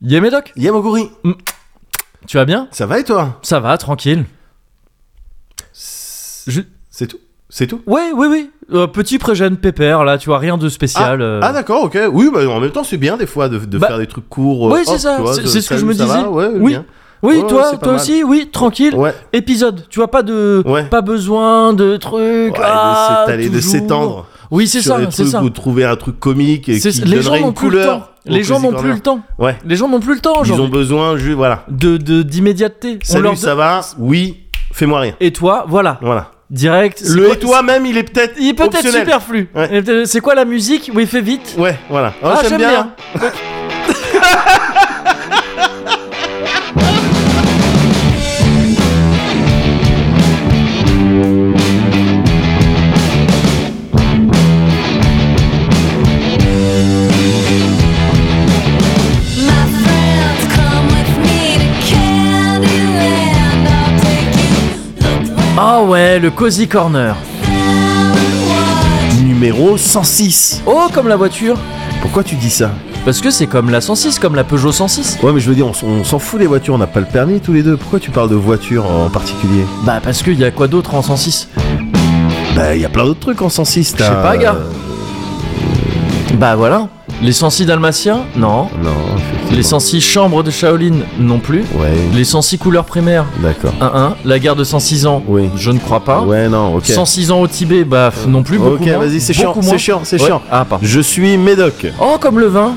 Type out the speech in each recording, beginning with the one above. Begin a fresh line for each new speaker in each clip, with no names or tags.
Yé Médoc,
Yamaguri,
tu vas bien
ça va et toi
Ça va, tranquille. Je-
C'est tout C'est tout
Ouais, oui, oui. Euh, petit pré-jeune pépère, là, tu vois, rien de spécial. euh.
Ah d'accord, ok. Oui, bah, en même temps, c'est bien des fois de, de
Bah,
faire des trucs courts. euh,
oui, c'est
hop,
ça,
tu vois,
c'est-
de-
c'est ce que
salut,
je me
ça va
disais.
Ouais,
Oui.
bien.
oui,
ouais,
toi,
c'est pas
toi
mal.
aussi, oui, tranquille.
Ouais.
Épisode, tu vois, pas de.
Ouais.
Pas besoin de trucs.
Ouais,
ah,
de s'étaler, de
toujours.
s'étendre
Oui, c'est
sur
ça,
des
c'est
trucs
ça.
ou de trouver un truc comique et
C'est-
qui
Les gens
donnerait
n'ont
une
plus le temps.
couleur.
Les
au
gens n'ont
Cozy
plus le
Corner.
temps.
Ouais.
Les gens n'ont plus le temps,
Ils
genre.
ont besoin, je, voilà.
De de- d'immédiateté. On
Salut,
leur-
ça va Oui, fais-moi rien.
Et toi, voilà.
Voilà.
Direct. c'est
Le
quoi-
et toi même, il est peut-être
Il est peut-être
optionnel.
superflu.
Ouais.
Il est peut-être- C'est quoi la musique Oui, fais vite.
Ouais, voilà. Oh,
Ah,
j'aime bien.
My friends, come with me to Candyland. I'll take you. Look where
Ah ouais, le Cozy Corner.
I
Numéro 106.
Oh, comme la voiture.
Pourquoi tu dis ça
Parce que c'est comme la 106, comme la Peugeot 106.
Ouais, mais je veux dire, on, s- on s'en fout des voitures, on n'a pas le permis tous les deux. Pourquoi tu parles de voitures en particulier
Bah parce qu'il y a quoi d'autre en 106
Bah, il y a plein d'autres trucs en hein. Euh, 106.
Je sais pas, gars. Bah voilà. Les 106 dalmatiens Non.
Non, effectivement.
Les 106 chambres de Shaolin Non plus.
Ouais,
Les 106 couleurs primaires
d'accord.
1-1. La guerre de 106 ans
Oui.
Je ne crois pas.
Ouais, non, ok.
106 ans au Tibet Bah pff, non plus, beaucoup
ok,
moins.
vas-y, c'est
Beaucoup
chiant,
moins.
c'est chiant, c'est
Ouais.
chiant.
Ah, pardon.
Je suis Médoc.
Oh, comme le vin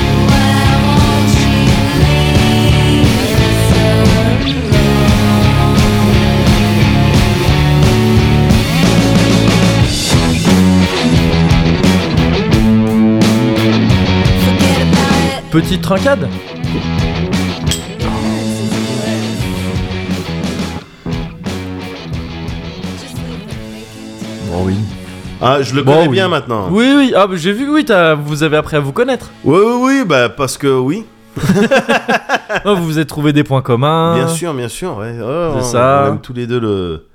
won't you leave us alone? Forget about it.
Petite trincade
Just leave the vacant
Bon, Oh, oui.
Ah, je le
Bon,
connais
oui.
bien maintenant.
Oui, oui. Ah, bah, j'ai vu que oui, t'as- vous avez appris à vous connaître.
Oui, oui, oui, bah parce que oui.
Oh, vous vous êtes trouvé des points communs.
Bien sûr, bien sûr, ouais. Oh,
Ah. C'est
on-
ça.
On aime tous les deux le.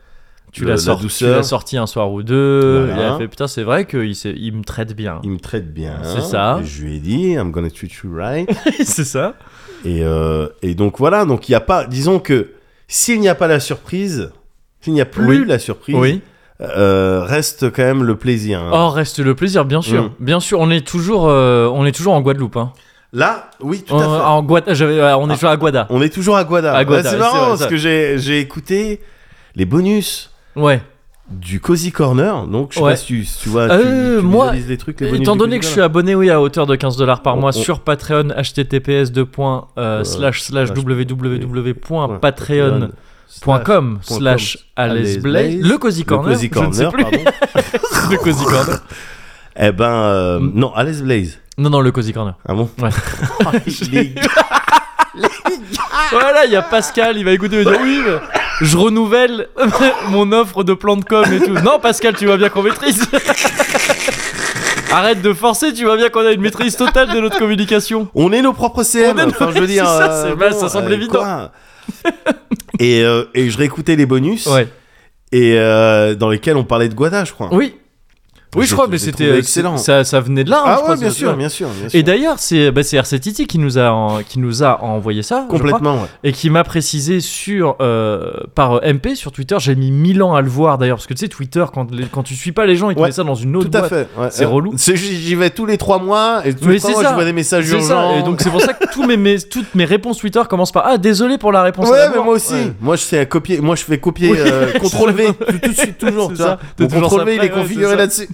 Tu
le-
l'as
la
sorti, tu
douceur.
l'as sorti un soir ou deux. Il
Voilà.
a fait putain, c'est vrai qu'il s'est- il me traite bien.
Il me traite bien.
C'est ça.
Et je lui ai dit, I'm gonna treat you right.
c'est ça.
Et, euh, et donc voilà, donc il n'y a pas, disons que s'il n'y a pas la surprise, s'il n'y a plus
Oui.
la surprise,
Oui.
euh, reste quand même le plaisir. hein.
Oh, reste le plaisir, bien
Mm.
sûr. Bien sûr, on est toujours, euh, on est toujours en Guadeloupe. Hein.
Là, oui, tout
On,
à fait.
en Guada- j'avais- euh, on est
Ah.
toujours à Guada.
On est toujours à Guada.
Oh, À Guada,
Ouais,
c'est
c'est marrant
vrai,
parce
ça.
que j'ai j'ai écouté les bonus
Ouais.
du Cozy Corner, donc je sais
Ouais.
pas si tu, si tu vois,
Euh,
tu, tu
moi,
visualises les trucs, les bonus
Étant
du
donné
Cozy
que je suis
Corner.
abonné, oui, à hauteur de 15 dollars par
On-
mois
on-
sur Patreon, https deux points, euh,
Euh,
slash slash
slash
www.patreon.com
Slash-
slash Alice
Alice
Blaze.
Blaze.
Le Cozy
Le
Corner.
Cozy
je ne sais
Corner,
plus.
pardon.
le Cozy Corner.
Eh ben, euh,
Mm.
non, Alice Blaze.
Non, non, le Cozy Corner.
Ah bon
Ouais.
Il est-
Voilà, il y a Pascal, il va écouter, il va dire oui, mais je renouvelle mon offre de plan de com et tout. Non, Pascal, tu vois bien qu'on maîtrise. Arrête de forcer, tu vois bien qu'on a une maîtrise totale de notre communication.
On est nos propres CM.
On est nos-
Enfin, je veux dire,
C'est ça, c'est-
euh,
bah, ça semble évident.
quoi. et, euh, et je réécoutais les bonus
Ouais.
et euh, dans lesquels on parlait de Guada, je crois.
Oui. Oui, je
Je
crois,
l'ai
mais
trouvé
c'était euh,
excellent.
Ça, ça venait de là. hein, je
Ah
crois,
ouais, bien
c'est-
sûr, bien sûr, bien sûr.
Et d'ailleurs, c'est bah, c'est RC Titi qui nous a en- qui nous a envoyé ça, je crois,
complètement. ouais.
et qui m'a précisé sur euh, par MP sur Twitter. J'ai mis 1000 ans à le voir d'ailleurs, parce que tu sais Twitter quand les- quand tu suis pas les gens, ils te
Ouais,
mettent ça dans une autre
Tout à
boîte.
fait. ouais.
C'est
Euh,
relou.
c'est- J'y vais tous les trois mois et tous
Mais
les trois
c'est
mois,
ça.
je vois des messages
C'est ça,
urgents.
et donc c'est pour ça que tous mes, mes- toutes mes réponses Twitter commencent par Ah, désolé pour la réponse. à
Ouais,
la
mais
mort.
moi aussi.
Ouais.
Moi, je sais à copier. Moi, je fais copier,
Oui.
euh, contrôle V, tout tout de suite, toujours.
C'est
Tu
ça.
vois,
T'es
mon
toujours
contrôle V, il
après,
est
ouais,
configuré
c'est ça.
là-dessus.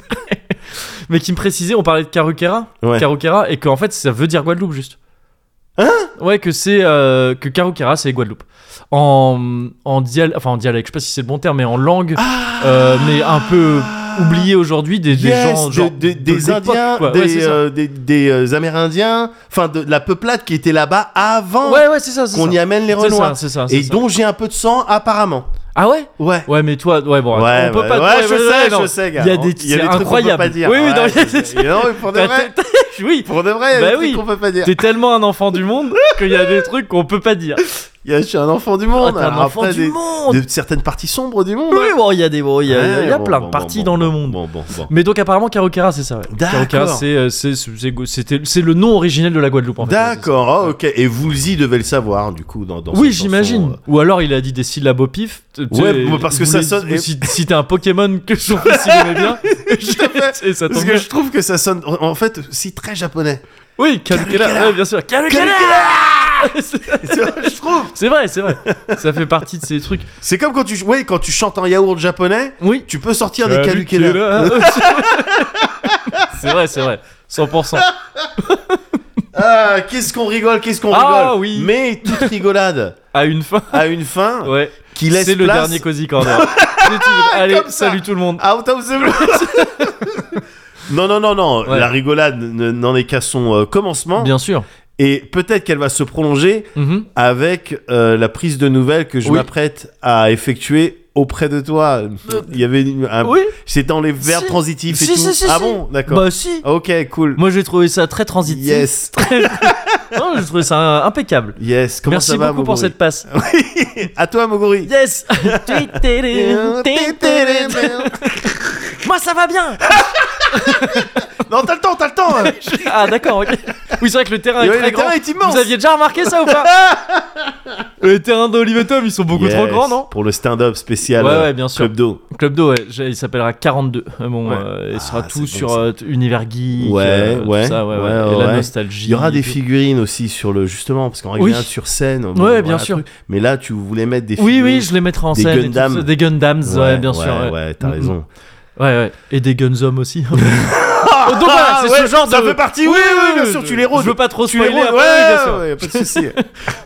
Mais qui me précisait, on parlait de Karukera,
Ouais.
Karukera et qu'en fait ça veut dire Guadeloupe juste. Hein Ouais, que c'est euh, que Karukera c'est Guadeloupe. En, en, dial- enfin, en dialecte, je sais pas si c'est le bon terme, mais en langue,
Ah
euh, mais un peu oublié aujourd'hui des, des
Yes,
gens
de-
genre,
de-
de
des
l'époque,
Indiens,
quoi.
des,
ouais, c'est ça.
euh, des- des, euh, Amérindiens, enfin de, de la peuplade qui était là-bas avant
ouais, ouais, c'est ça. c'est
qu'on
ça.
y amène les
C'est ça,
Renois.
c'est ça, c'est
Et
ça.
dont j'ai un peu de sang apparemment.
Ah ouais
Ouais.
Ouais, mais toi, ouais, bon,
ouais,
on peut
ouais,
pas.
ouais,
ouais,
je
ouais,
sais,
ouais, non.
je sais, gars.
Il y a des,
Il y
c'est
a des trucs qu'on peut
incroyable.
pas dire.
Oui, oui, non,
Ouais,
mais c'est-
c'est- non, mais pour de
Bah,
vrai,
t'es- t'es- oui,
pour de vrai, il y a
Bah
des
oui.
trucs qu'on peut pas dire.
t'es tellement un enfant du monde qu'il y a des trucs qu'on peut pas dire.
Il y a- Je suis un enfant du
Ah,
monde.
t'es un
Alors
enfant
après,
du
des-
monde.
de certaines parties sombres du monde. hein.
Oui, bon, il y a des, bon, il y a, il y a- il y a
Ouais,
plein
bon,
de
bon,
parties dans
bon, bon,
le monde.
Bon, bon, bon.
Mais donc apparemment Carokera c'est ça. ouais.
D'accord.
Carokera c'est euh, c'est- c'est go- c'était- c'est le nom originel de la Guadeloupe en fait.
D'accord, ah, ok. Et vous y devez le savoir, du coup, dans, dans
Oui,
cette
j'imagine.
chanson, euh,
euh, Ou alors il a dit des syllabes au pif. tu sais,
Ouais, bah, parce que
vous
ça
les-
sonne-
vous- Si, si t'es un Pokémon que son fils il aimait bien, et ça
euh,
tombe
Parce que
bien.
je trouve que ça sonne, en en fait, si très japonais.
Oui, Carokera,
Carokera.
ouais, bien sûr. Carokera
Tu vois, je trouve.
C'est vrai, c'est vrai. Ça fait partie de ces trucs.
C'est comme quand tu, ouais, quand tu chantes en yaourt japonais,
Oui.
tu peux sortir des calukela.
c'est vrai, c'est vrai. 100%.
Ah, qu'est-ce qu'on rigole, qu'est-ce qu'on
Ah,
rigole.
oui.
Mais toute rigolade
À une fin.
a une fin
Ouais.
qui laisse
C'est le
place
dernier Cozy Corner. Si tu veux. Allez,
Comme ça.
salut tout le monde.
Out of the blue. non, non, non, non.
Ouais.
La rigolade ne- n'en est qu'à son euh, commencement.
Bien sûr.
Et peut-être qu'elle va se prolonger
Mhm.
avec euh, la prise de nouvelles que je
Oui.
m'apprête à effectuer auprès de toi. Il y avait une- un-
Euh, Oui.
C'est dans les verbes
Si.
transitifs et
Si,
tout.
si, si,
ah
si.
bon, d'accord.
Bah si.
ok, cool.
Moi j'ai trouvé ça très transitif.
Yes,
Non, j'ai trouvé ça euh, impeccable.
yes. Comment
Merci
ça va, Ah
beaucoup pour cette passe.
cette. à toi, Mogori.
Yes. Moi ça va bien.
non, t'as le temps, t'as le temps. hein.
Ah d'accord. ok. Oui c'est vrai que le terrain est
Ouais,
très
le
grand.
terrain est immense.
Vous aviez déjà remarqué ça ou pas Les terrains d'Olive et Tom ils sont beaucoup trop
Yes,
grands non
Pour le stand-up spécial
Ouais,
euh,
ouais, bien sûr.
Club d'eau.
Club Do, ouais, j'ai- il s'appellera 42. Euh, Bon,
Ouais.
euh, il sera
Ah,
tout
c'est
sur
bon, ça.
euh, t- univers geek,
Ouais,
euh, tout
ouais,
ça, ouais, ouais,
ouais,
et la
ouais.
nostalgie.
Il y aura des
et-
figurines aussi sur le justement parce qu'en règle
Oui.
générale, sur scène. bon,
Ouais,
voilà,
bien sûr.
truc. Mais là, tu voulais mettre des
Oui,
figurines.
oui, je les mettrai en
Des
scène. et tout
Gundam.
ça. Des Gundams, ouais, bien sûr.
Ouais,
Ouais,
ouais, t'as
Mm,
raison.
mm. Ouais, ouais. Et des Gunzom aussi. hein. Donc voilà, c'est ce
Ah, ouais,
genre
ça
de.
fait partie, oui, oui, bien sûr,
je-
tu les rôdes.
Je veux pas trop
Tu les
spoiler.
roules,
après, oui, bien
ouais,
sûr.
ouais, pas de souci.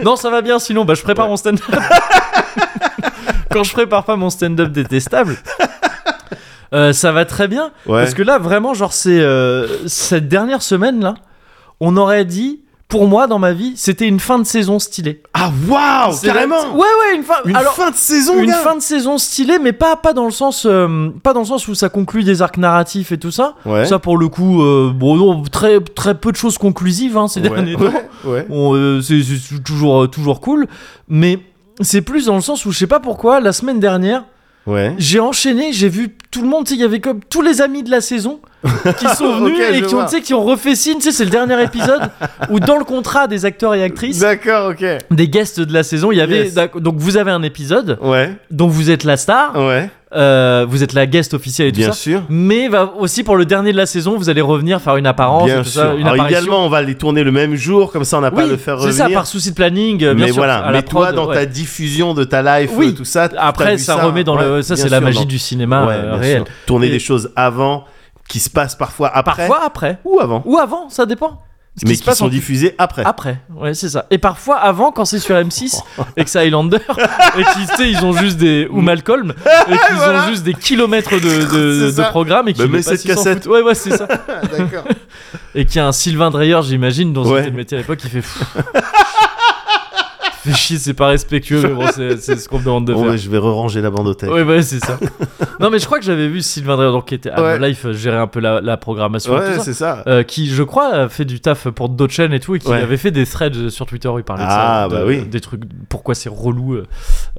Non, ça va bien, sinon, bah, je prépare mon stand-up. Quand je prépare pas mon stand-up détestable, euh, ça va très bien.
Ouais.
Parce que là, vraiment, genre, c'est euh, cette dernière semaine là, on aurait dit, pour moi, dans ma vie, c'était une fin de saison stylée.
Ah waouh,
C'est la-
carrément.
Ouais, ouais, une fin.
Une
alors,
fin de saison,
une
gars.
fin de saison stylée, mais pas pas dans le sens, euh, pas dans le sens où ça conclut des arcs narratifs et tout ça.
Ouais.
Ça, pour le coup, euh, bon, non, très très peu de choses conclusives hein, ces
ouais.
derniers temps.
ouais, ouais.
On, euh, c'est c'est toujours, euh, toujours cool. Mais c'est plus dans le sens où je sais pas pourquoi, la semaine dernière,
Ouais.
j'ai enchaîné, j'ai vu tout le monde, tu sais, il y avait comme tous les amis de la saison qui sont venus
Ok,
et
je
qui ont,
vois.
tu sais, qui ont refait signe, tu sais, c'est le dernier épisode où dans le contrat des acteurs et actrices,
D'accord, ok.
des guests de la saison, il y avait,
Bah. Yes.
d'ac- donc vous avez un épisode
Ouais,
dont vous êtes la star,
ouais.
euh, vous êtes la guest officielle et tout
Bien
ça.
sûr.
Mais va- aussi pour le dernier de la saison, vous allez revenir faire une apparence, et
Bien
tout
sûr.
ça, une
Alors,
apparition.
idéalement, on va les tourner le même jour, comme ça, on n'a pas à
Oui,
le faire
c'est
revenir.
ça, par souci de planning, euh, bien
mais
sûr, à
voilà,
la
mais toi
prod,
dans
ouais.
ta diffusion de ta life,
Oui.
euh, tout ça. t'as
Après,
vu
ça, remet dans le.
ouais,
Ça,
bien
c'est la
sûr,
magie
dans-
du cinéma
Ouais,
euh,
bien
réel.
sûr. Tourner
Et-
des choses avant, qui se passent parfois après.
Parfois après.
ou avant.
Ou avant, ça dépend. Ce
mais
se
qui
passe
sont
en-
diffusées après.
Après, ouais, c'est ça. Et parfois avant, quand c'est sur M6 et que c'est Highlander, et qu'ils tu sais, ils ont juste des. ou Malcolm, et qu'ils
Voilà.
ont juste des kilomètres de, de,
C'est
de
ça.
programmes et
Bah,
qu'ils
mets
les passent,
cette
ils s'en
cassette.
foutent. Ouais, ouais, c'est ça.
D'accord.
Et qu'il y a un Sylvain Dreyer, j'imagine, dans
Ouais.
son métier à l'époque, il fait. Pfff. fait chier, c'est pas respectueux, mais bon, c'est c'est ce qu'on me demande de
Bon,
faire.
bah, je vais ranger la bande au texte.
Ouais, bah, c'est ça. non, mais je crois que j'avais vu Sylvain Dreyer, donc qui était à
Ouais.
Life, gérer un peu la, la programmation. et tout
Ouais,
ça.
c'est ça.
Euh, qui, je crois, a fait du taf pour d'autres chaînes et tout, et qui
Ouais.
avait fait des threads euh, sur Twitter où il parlait
Ah,
de ça.
bah
de-
oui.
Des trucs, pourquoi c'est relou, euh,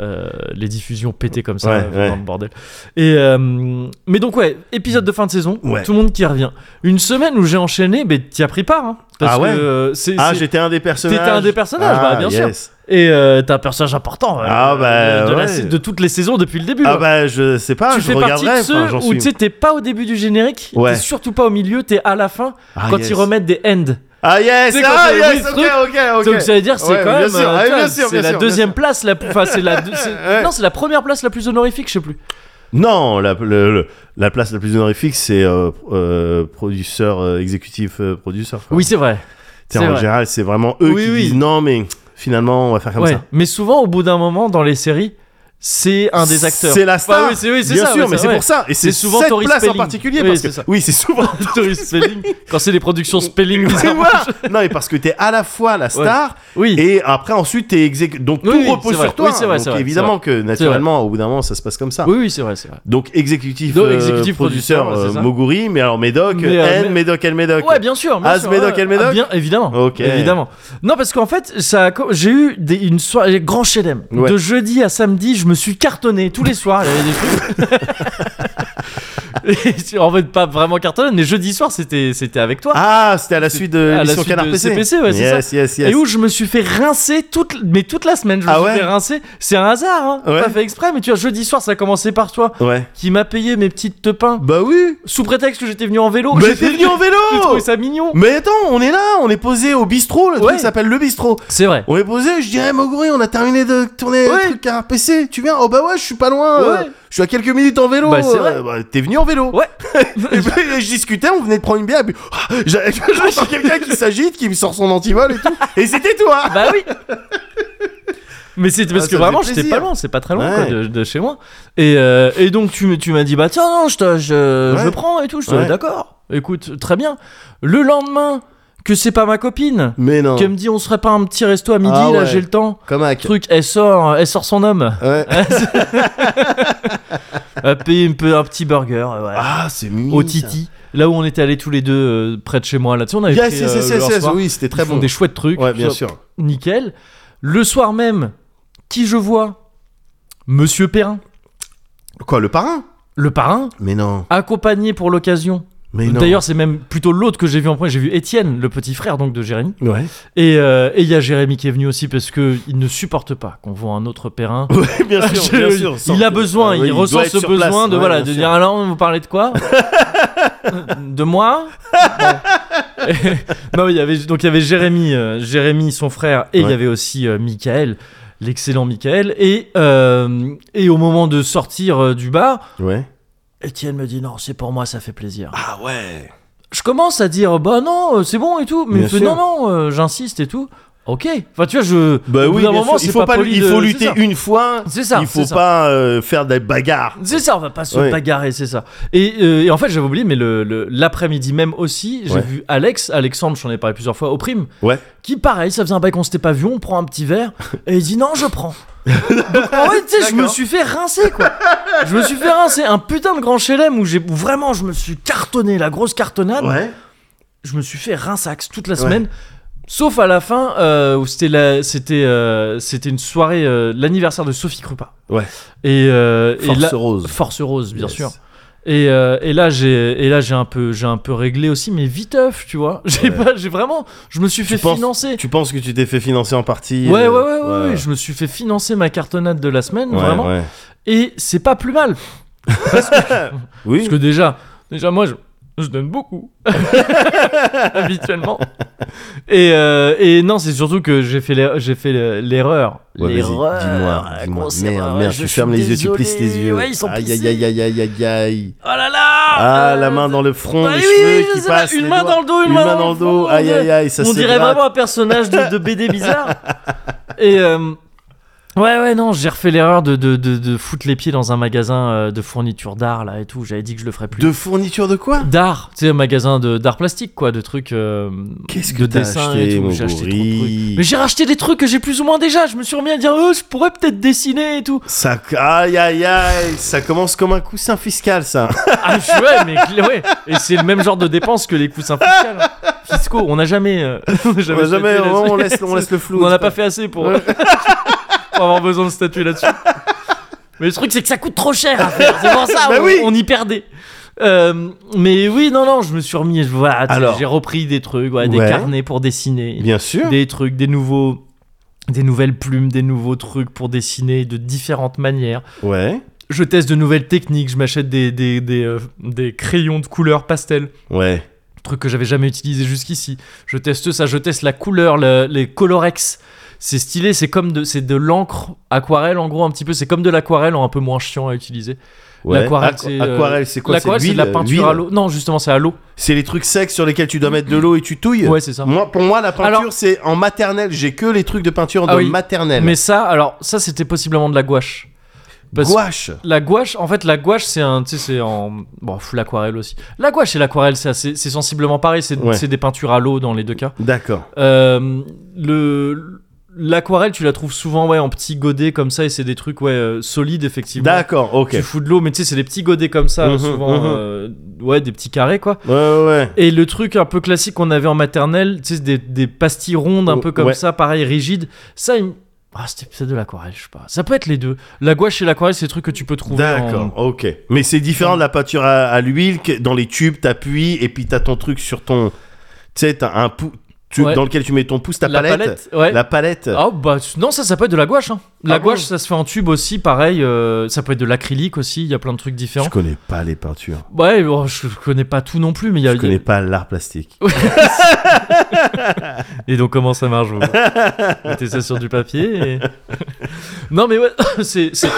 euh, les diffusions pétées comme ça
Ouais,
euh, dans
ouais.
le bordel. Et, euh, mais donc, ouais, épisode de fin de saison,
Ouais.
tout le monde qui revient. Une semaine où j'ai enchaîné, mais t'y as pris part. hein, parce
Ah ouais
que euh, c'est.
Ah,
c'est-
j'étais un des personnages.
T'étais un des personnages,
Ah,
bah, bien sûr.
yes.
Et euh, t'es un personnage important euh,
Ah, bah,
de, la-
ouais.
de toutes les saisons depuis le début.
Ah
hein.
bah je sais pas,
tu
je
fais partie de
regarderai.
ceux
enfin, j'en
où tu
suis.
sais, t'es pas au début du générique,
Ouais.
t'es surtout pas au milieu, t'es à la fin
Ah,
quand
yes.
ils remettent des ends.
Ah yes,
Tu sais, quand
ah
t'as
yes,
le
ok, ok, ok.
Donc ça veut dire c'est
Ouais,
quand
bien
même
sûr,
euh,
ouais,
tu
bien
vois,
sûr,
c'est
bien
la
sûr, bien
deuxième
sûr.
place la plus enfin c'est la deux- c'est-
Ouais.
non c'est la première place la plus honorifique je sais plus
Non, la, le- le- la place la plus honorifique c'est euh, euh, producteur euh, exécutif euh, producteur. quoi.
oui c'est vrai
T'sais,
c'est
en
vrai.
général, c'est vraiment eux
Oui,
qui
oui.
disent non mais finalement on va faire comme
ouais
ça.
mais souvent au bout d'un moment dans les séries c'est un des acteurs.
C'est la star.
Enfin, oui, c'est oui, c'est
bien
ça,
sûr,
oui,
mais c'est
vrai.
pour ça. Et
C'est
c'est
souvent
souvent cette
Tori
place en
Spelling.
particulier
Oui,
parce
c'est
que
ça.
oui, c'est souvent.
Tori Spelling. Quand c'est des productions Spelling,
Oui,
bizarrement.
voilà. Non, mais parce que t'es à la fois la star
Oui.
et après ensuite t'es exec. Donc
Oui,
tout
oui,
repose
c'est vrai.
sur toi.
Oui, c'est vrai,
Donc
c'est vrai,
évidemment que naturellement, au bout d'un moment, ça se passe comme ça.
Oui, oui, c'est vrai, c'est vrai.
Donc exécutif,
Donc,
euh,
exécutif
producteur,
producteur, c'est ça.
euh, Moguri, mais alors Médoc,
Mais, euh,
N,
mais-
Médoc, El Médoc.
Ouais, bien sûr. bien
As
sûr,
Médoc
ouais.
El Médoc
Ah, bien, évidemment.
Ok.
Évidemment. Non, parce qu'en fait, ça a co- j'ai eu des- une soirée grand chelem.
Ouais.
De jeudi à samedi, je me suis cartonné tous les soirs. Il y avait des trucs. Et en fait, pas vraiment cartonné, mais jeudi soir, c'était c'était avec toi.
Ah, c'était à la suite de
à la
l'émission
suite
Canard
de
PC.
CPC, ouais, c'est
yes, yes, yes.
Et où je me suis fait rincer toute, mais toute la semaine, je me
Ah
suis
ouais
fait rincer. C'est un hasard, hein,
Ouais.
pas fait exprès. Mais tu vois, jeudi soir, ça a commencé par toi,
Ouais.
qui m'a payé mes petites tepins
Bah oui.
sous prétexte que j'étais venu en vélo.
Mais
J'étais-
t'es venu en vélo.
Oh, J'ai trouvé ça mignon.
Mais attends, on est là, on est posé au bistrot, le
Ouais.
truc s'appelle le bistrot.
C'est vrai.
On est posé, je dirais Moguri, on a terminé de tourner le
Ouais.
truc à un PC, tu viens Oh bah ouais, je suis pas loin, euh,
Ouais.
je suis à quelques minutes en vélo.
Bah, c'est vrai.
euh, bah, T'es venu en vélo.
Ouais.
Et puis, je discutais, on venait de prendre une bière, puis, ah, j'a- j'entends quelqu'un qui s'agite, qui me sort son antivol et tout. Et c'était toi
Bah oui Mais c'était parce
Ah,
que
ça fait
vraiment j'étais
plaisir.
pas loin, c'est pas très loin quoi,
Ouais.
de, de chez moi. Et, euh, et donc tu, me- tu m'as dit bah tiens non je, te- je, je
Ouais.
le prends et tout, je te
Ouais.
d'accord. Écoute très bien. Le lendemain que c'est pas ma copine
Mais non,
qu'elle me dit on serait pas un petit resto à midi
Oh. Ah
là
ouais.
j'ai le temps.
comme hack.
Truc elle sort elle sort son homme.
Ouais.
Elle paye un peu un petit burger euh, ouais.
Ah, c'est mignon.
au
ça.
Titi. Là où on était allés tous les deux euh, près de chez moi là dessus on avait
Yes,
pris,
yes,
euh,
yes,
le
yes, yes,
soir.
oui, c'était
Ils
très
font
bon.
des chouettes trucs.
Ouais, bien
Ça,
sûr.
nickel. Le soir même, qui je vois Monsieur Perrin,
Quoi, le parrain
le parrain,
Mais non,
accompagné pour l'occasion.
mais non.
D'ailleurs, c'est même plutôt l'autre que j'ai vu en premier. J'ai vu Étienne, le petit frère donc de Jérémy.
ouais.
Et euh, et il y a Jérémy qui est venu aussi parce que il ne supporte pas qu'on voit un autre Perrin.
Ouais, bien sûr, bien sûr.
il a besoin,
Ah oui,
il,
doit
ressent
être
ce
sur place.
besoin de
Ouais,
voilà
bien
de
sûr.
dire alors vous parlez de quoi De moi Bon. Non, il y avait donc il y avait Jérémy, euh, Jérémy son frère et il
Ouais.
y avait aussi euh, Michael, l'excellent Michael et euh, et au moment de sortir euh, du bar,
Ouais.
Étienne me dit non, c'est pour moi, ça fait plaisir.
Ah ouais.
Je commence à dire bah non, euh, c'est bon et tout, mais il
Bien
me fait,
sûr.
non non, euh, j'insiste et tout. OK. Enfin tu vois, je
Bah
au bout
oui,
d'un
bien
moment,
sûr. il
c'est
faut pas,
poli
il
de-
faut
c'est
lutter
ça.
une fois.
C'est ça,
Il faut
c'est ça.
pas euh, faire des bagarres.
C'est ça, on va pas se
Ouais.
bagarrer, c'est ça. Et, euh, et en fait, j'avais oublié, mais le- le- l'après-midi même aussi, j'ai
Ouais.
vu Alex, Alexandre, j'en ai parlé plusieurs fois, au prime,
Ouais.
qui pareil, ça faisait un bail qu'on s'était pas vu, on prend un petit verre, et il dit non, je prends. Donc en vrai, tu sais, je me
D'accord.
suis fait rincer, quoi. je me suis fait rincer, un putain de grand chelem où, j'ai- où vraiment je me suis cartonné, la grosse cartonnade.
Ouais.
Je me suis fait rinsax toute la
Ouais.
semaine. Sauf à la fin euh, où c'était la- c'était euh, c'était une soirée euh, l'anniversaire de Sophie Krupa
Ouais.
et, euh, et
Force
là-
rose.
Force Rose, bien
Yes.
sûr. Et, euh, et là j'ai et là j'ai un peu j'ai un peu réglé aussi mais viteuf tu vois j'ai
Ouais.
pas j'ai vraiment je me suis fait
penses-
financer
Tu penses que tu t'es fait financer en partie
ouais, ouais, ouais,
euh,
ouais, ouais, je me suis fait financer ma cartonnade de la semaine
Ouais,
vraiment
ouais.
et c'est pas plus mal
Oui.
parce que déjà déjà moi je, je donne beaucoup habituellement et, euh, et non c'est surtout que j'ai fait l'er- j'ai fait le- l'erreur
Ouais, vas-y,
l'erreur
dis-moi,
la
dis-moi.
grosse erreur,
Merde, merde,
je
tu
suis
fermes les yeux, tu
désolé.
plisses tes yeux.
ouais ils sont
aïe,
plissés.
aïe, aïe, aïe, aïe, aïe, aïe.
oh là là
Ah,
Euh,
la main dans le front,
Bah
les
oui,
cheveux
oui, je
qui
sais pas,
passent.
Une
les
main
doigts.
dans le dos, une,
Une main dans le dos.
front,
Aïe, aïe, aïe, ça
On
se
dirait
gratte.
vraiment un personnage de, de BD bizarre. Et. euh, Ouais ouais non j'ai refait l'erreur de, de, de, de foutre les pieds dans un magasin euh, de fourniture d'art là et tout j'avais dit que je le ferais plus
De fourniture de quoi
d'art tu sais un magasin de d'art plastique quoi de trucs euh,
Qu'est-ce que
de
t'as
dessin
acheté,
et tout
mon
j'ai acheté trop de trucs.
gorille
mais j'ai racheté des trucs que j'ai plus ou moins déjà je me suis remis à dire oh je pourrais peut-être dessiner et tout
Ça, aïe, aïe, aïe, ça commence comme un coussin fiscal, ça.
ah je- ouais mais cl- ouais et c'est le même genre de dépense que les coussins fiscaux fiscaux on n'a jamais euh, on n'a
On, jamais,
traité
on,
là-dessus.
laisse, on laisse le flou.
On en
c'est
a pas fait assez pour,
Ouais.
pour avoir besoin de statuer là-dessus. Mais le truc, c'est que ça coûte trop cher à faire. C'est pour ça,
Bah
on,
oui.
on y perdait. Euh, mais oui, non, non, je me suis remis. Je, voilà, tu sais,
Alors.
j'ai repris des trucs, ouais, des
Ouais.
carnets pour dessiner,
Bien sûr.
des trucs, des nouveaux, des nouvelles plumes, des nouveaux trucs pour dessiner de différentes manières.
Ouais,
Je teste de nouvelles techniques. Je m'achète des des, des, euh, des crayons de couleur pastel
ouais.
truc que j'avais jamais utilisé jusqu'ici. Je teste ça, je teste la couleur, le- les colorex. C'est stylé, c'est comme de, c'est de l'encre aquarelle en gros un petit peu. C'est comme de l'aquarelle en un peu moins chiant à utiliser.
ouais.
L'aquarelle,
Aqu-
c'est, euh,
Aquarelle, c'est quoi
l'aquarelle c'est de
l'huile, euh,
la peinture
l'huile
à l'eau. Non justement c'est à l'eau.
C'est les trucs secs sur lesquels tu dois mettre de l'eau et tu touilles.
Ouais c'est ça.
Moi, pour moi, la peinture,
Alors-
c'est en maternelle. J'ai que les trucs de peinture
Ah
de
oui.
maternelle.
Mais ça alors ça c'était possiblement de la gouache. Parce-
Gouache
La gouache, en fait, la gouache, c'est un, tu sais, c'est en, bon, pff, l'aquarelle aussi. La gouache et l'aquarelle, c'est assez- c'est sensiblement pareil, c'est
Ouais.
c'est des peintures à l'eau dans les deux cas.
D'accord.
Euh, le l'aquarelle, tu la trouves souvent, ouais, en petits godets comme ça, et c'est des trucs, ouais, euh, solides effectivement.
D'accord, ok.
Tu fous de l'eau, mais tu sais, c'est des petits godets comme ça,
Mhm,
souvent,
mhm.
euh, ouais, des petits carrés quoi.
Ouais, ouais, ouais.
Et le truc un peu classique qu'on avait en maternelle, tu sais, des, des pastilles rondes un
Oh, Ouais.
peu comme ça, pareil, rigides, ça, il... me- ah, c'était peut-être de l'aquarelle, je sais pas. Ça peut être les deux. La gouache et l'aquarelle, c'est des trucs que tu peux trouver. en-
D'accord, ok. Mais c'est différent de la peinture à, à l'huile, que dans les tubes, t'appuies et puis t'as ton truc sur ton. Tu sais, t'as un pou... tu-
Ouais.
dans lequel tu mets ton pouce, ta
la
palette.
ouais.
La palette.
Ah, bah non, ça, ça peut être de la gouache. hein. La
Ah bon
gouache, ça se fait en tube aussi, pareil. euh, ça peut être de l'acrylique aussi, il y a plein de trucs différents.
je connais pas les peintures.
Ouais, bon, je connais pas tout non plus, mais il y a.
Je connais pas l'art plastique.
Et donc, comment ça marche vous Mettez ça sur du papier. et- non, mais ouais, c'est. c'est-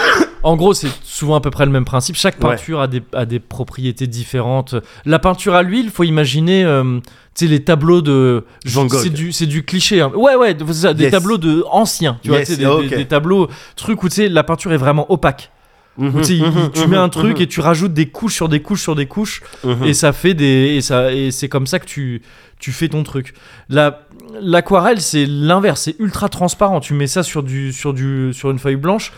En gros, c'est souvent à peu près le même principe. Chaque
Ouais.
peinture a, des, a des propriétés différentes. La peinture à l'huile, faut imaginer, euh, tu sais, les tableaux de
Van Gogh.
C'est du, c'est du cliché. hein. Ouais, ouais, c'est ça, des
Yes.
tableaux de anciens. Tu vois,
Yes,
tu sais, des,
ok.
des- des tableaux, trucs où tu sais, la peinture est vraiment opaque.
Mmh,
Où, tu sais, il- il-
Hum,
tu mets un truc et tu rajoutes des couches sur des couches sur des couches
mmh, Hum.
et ça fait des et ça et c'est comme ça que tu tu fais ton truc. La l'aquarelle c'est l'inverse, c'est ultra transparent. Tu mets ça sur du sur du sur une feuille blanche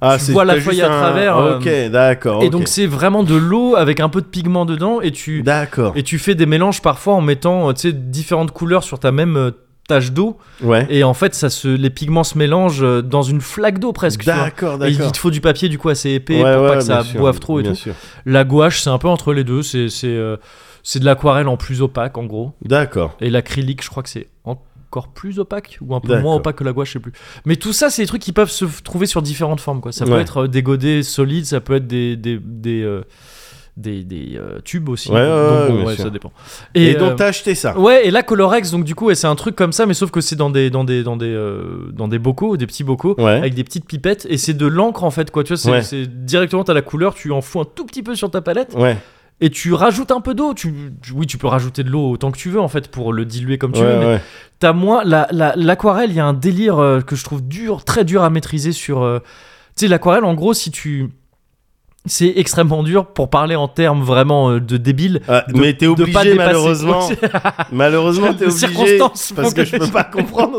Ah,
tu vois la feuille à travers, euh,
Ok, d'accord.
et donc c'est vraiment de l'eau avec un peu de pigment dedans et tu
D'accord.
et tu fais des mélanges parfois en mettant euh, tu sais différentes couleurs sur ta même euh, tache d'eau
Ouais.
et en fait ça se les pigments se mélangent euh, dans une flaque d'eau presque. tu vois.
D'accord,
Et il
d'accord.
te faut du papier du coup assez épais
Ouais,
pour
ouais,
pas que ça
bien sûr,
boive trop et
bien
tout.
sûr.
La gouache c'est un peu entre les deux, c'est c'est euh, c'est de l'aquarelle en plus opaque en gros.
D'accord.
Et l'acrylique, je crois que c'est encore plus opaque ou un peu
D'accord.
moins opaque que la gouache, je sais plus. Mais tout ça, c'est des trucs qui peuvent se f- trouver sur différentes formes. Quoi. Ça peut
Ouais.
être euh, des godets solides, ça peut être des, des, des, euh, des, des, euh, tubes aussi.
Ouais, ouais, ouais, bien sûr.
ça dépend.
Et,
euh,
donc t'as acheté ça.
Ouais, et là, Colorex, donc du coup, ouais, c'est un truc comme ça, mais sauf que c'est dans des, dans des, dans des, euh, dans des bocaux, des petits bocaux,
Ouais.
avec des petites pipettes, et c'est de l'encre en fait, quoi. Tu vois, c'est
Ouais.
c'est directement, t'as la couleur, tu en fous un tout petit peu sur ta palette,
Ouais.
et tu rajoutes un peu d'eau. Tu, tu- oui, tu peux rajouter de l'eau autant que tu veux en fait pour le diluer comme tu
ouais,
veux. mais
ouais.
T'as moins la- la- l'aquarelle, il y a un délire euh, que je trouve dur, très dur à maîtriser sur. euh, tu sais, l'aquarelle, en gros, si tu, c'est extrêmement dur pour parler en termes vraiment euh, de débile.
Ah,
de-
mais t'es
de
obligé
pas dépasser-
malheureusement. malheureusement t'es
Les
obligé
circonstances
parce
font
que
que
je peux pas comprendre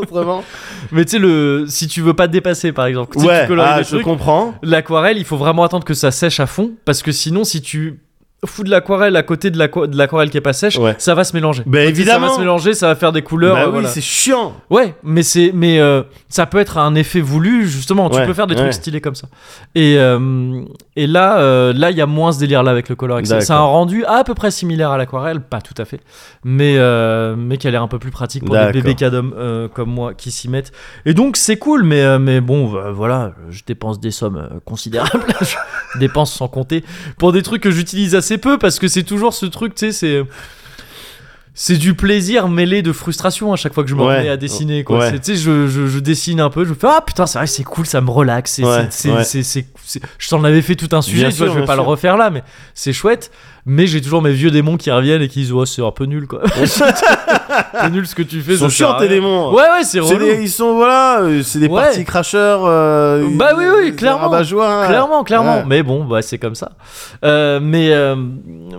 autrement.
Mais tu sais le, si tu veux pas dépasser, par exemple, si
ouais.
tu colores
Ah,
des
je
trucs,
comprends.
l'aquarelle, il faut vraiment attendre que ça sèche à fond, parce que sinon, si tu fous de l'aquarelle à côté de l'aqua- de l'aquarelle qui est pas sèche,
Ouais.
ça va se mélanger.
Ben
Tu sais, Ça va
évidemment.
se mélanger, ça va faire des couleurs.
Bah
euh,
oui,
voilà.
c'est chiant.
Ouais, mais c'est mais euh, ça peut être un effet voulu justement. Tu
Ouais,
peux faire des
ouais.
trucs stylés comme ça. Et euh, et là euh, là il y a moins ce délire là avec le colorex.
D'accord.
C'est un rendu à peu près similaire à l'aquarelle, pas tout à fait, mais euh, mais qui a l'air un peu plus pratique pour des
D'accord.
bébés cadom euh, comme moi qui s'y mettent. Et donc c'est cool, mais euh, mais bon euh, voilà, je dépense des sommes euh, considérables, je dépense sans compter pour des trucs que j'utilise assez peu parce que c'est toujours ce truc, tu sais, c'est c'est du plaisir mêlé de frustration à chaque fois que je me
Ouais.
remets à dessiner quoi.
Ouais.
C'est- Tu sais, je, je, je dessine un peu, je fais ah putain c'est vrai c'est cool, ça me relaxe. C'est,
Ouais,
c'est-
ouais.
c'est- c'est- c'est- Je t'en avais fait tout un sujet,
Bien
tu vois,
sûr,
je vais
bien
pas le
sûr.
refaire là, mais c'est chouette. Mais j'ai toujours mes vieux démons qui reviennent et qui disent oh c'est un peu nul quoi. c'est nul ce que tu fais.
Ils sont
ça sert à
chiants tes
rien.
démons.
Ouais ouais c'est
C'est
relou.
des- ils sont voilà, euh, c'est des
Ouais.
parties cracheurs. euh,
Bah oui, oui,
des
clairement.
rabat-joie, hein.
Clairement, clairement.
Ouais.
Mais bon, bah, c'est comme ça. Euh, mais, euh,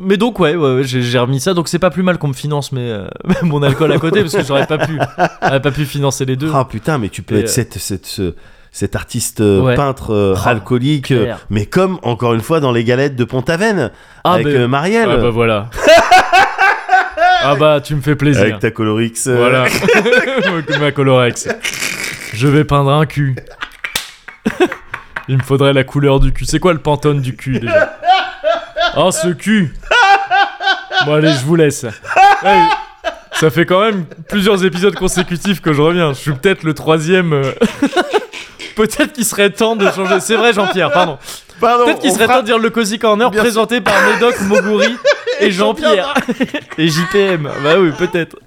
mais donc, ouais, ouais, ouais, j'ai j'ai remis ça. Donc, c'est pas plus mal qu'on me finance mais, euh, mon alcool à côté parce que j'aurais pas pu, j'aurais pas pu financer les deux.
Ah putain, mais tu peux
Et,
être
euh,
cette, cette, ce- cet artiste euh,
Ouais.
peintre euh,
Ah,
alcoolique,
clair.
euh, mais comme encore une fois dans les galettes de Pont-Aven
Ah,
avec
bah,
euh, Marielle,
ah, bah, voilà. ah, bah, tu me fais plaisir.
avec ta colorix. euh,
Voilà. Ma colorex. Je vais peindre un cul. Il me faudrait la couleur du cul. C'est quoi le pantone du cul déjà Ah, ce cul Bon, allez, je vous laisse. Ouais, ça fait quand même plusieurs épisodes consécutifs que je reviens. Je suis peut-être le troisième. euh, Peut-être qu'il serait temps de changer. C'est vrai, Jean-Pierre, pardon.
Pardon,
Peut-être qu'il
on
serait
fera-
temps de dire le Cozy Corner
Bien
présenté par Médoc, Moguri et Jean-Pierre. et JPM. Bah oui, peut-être.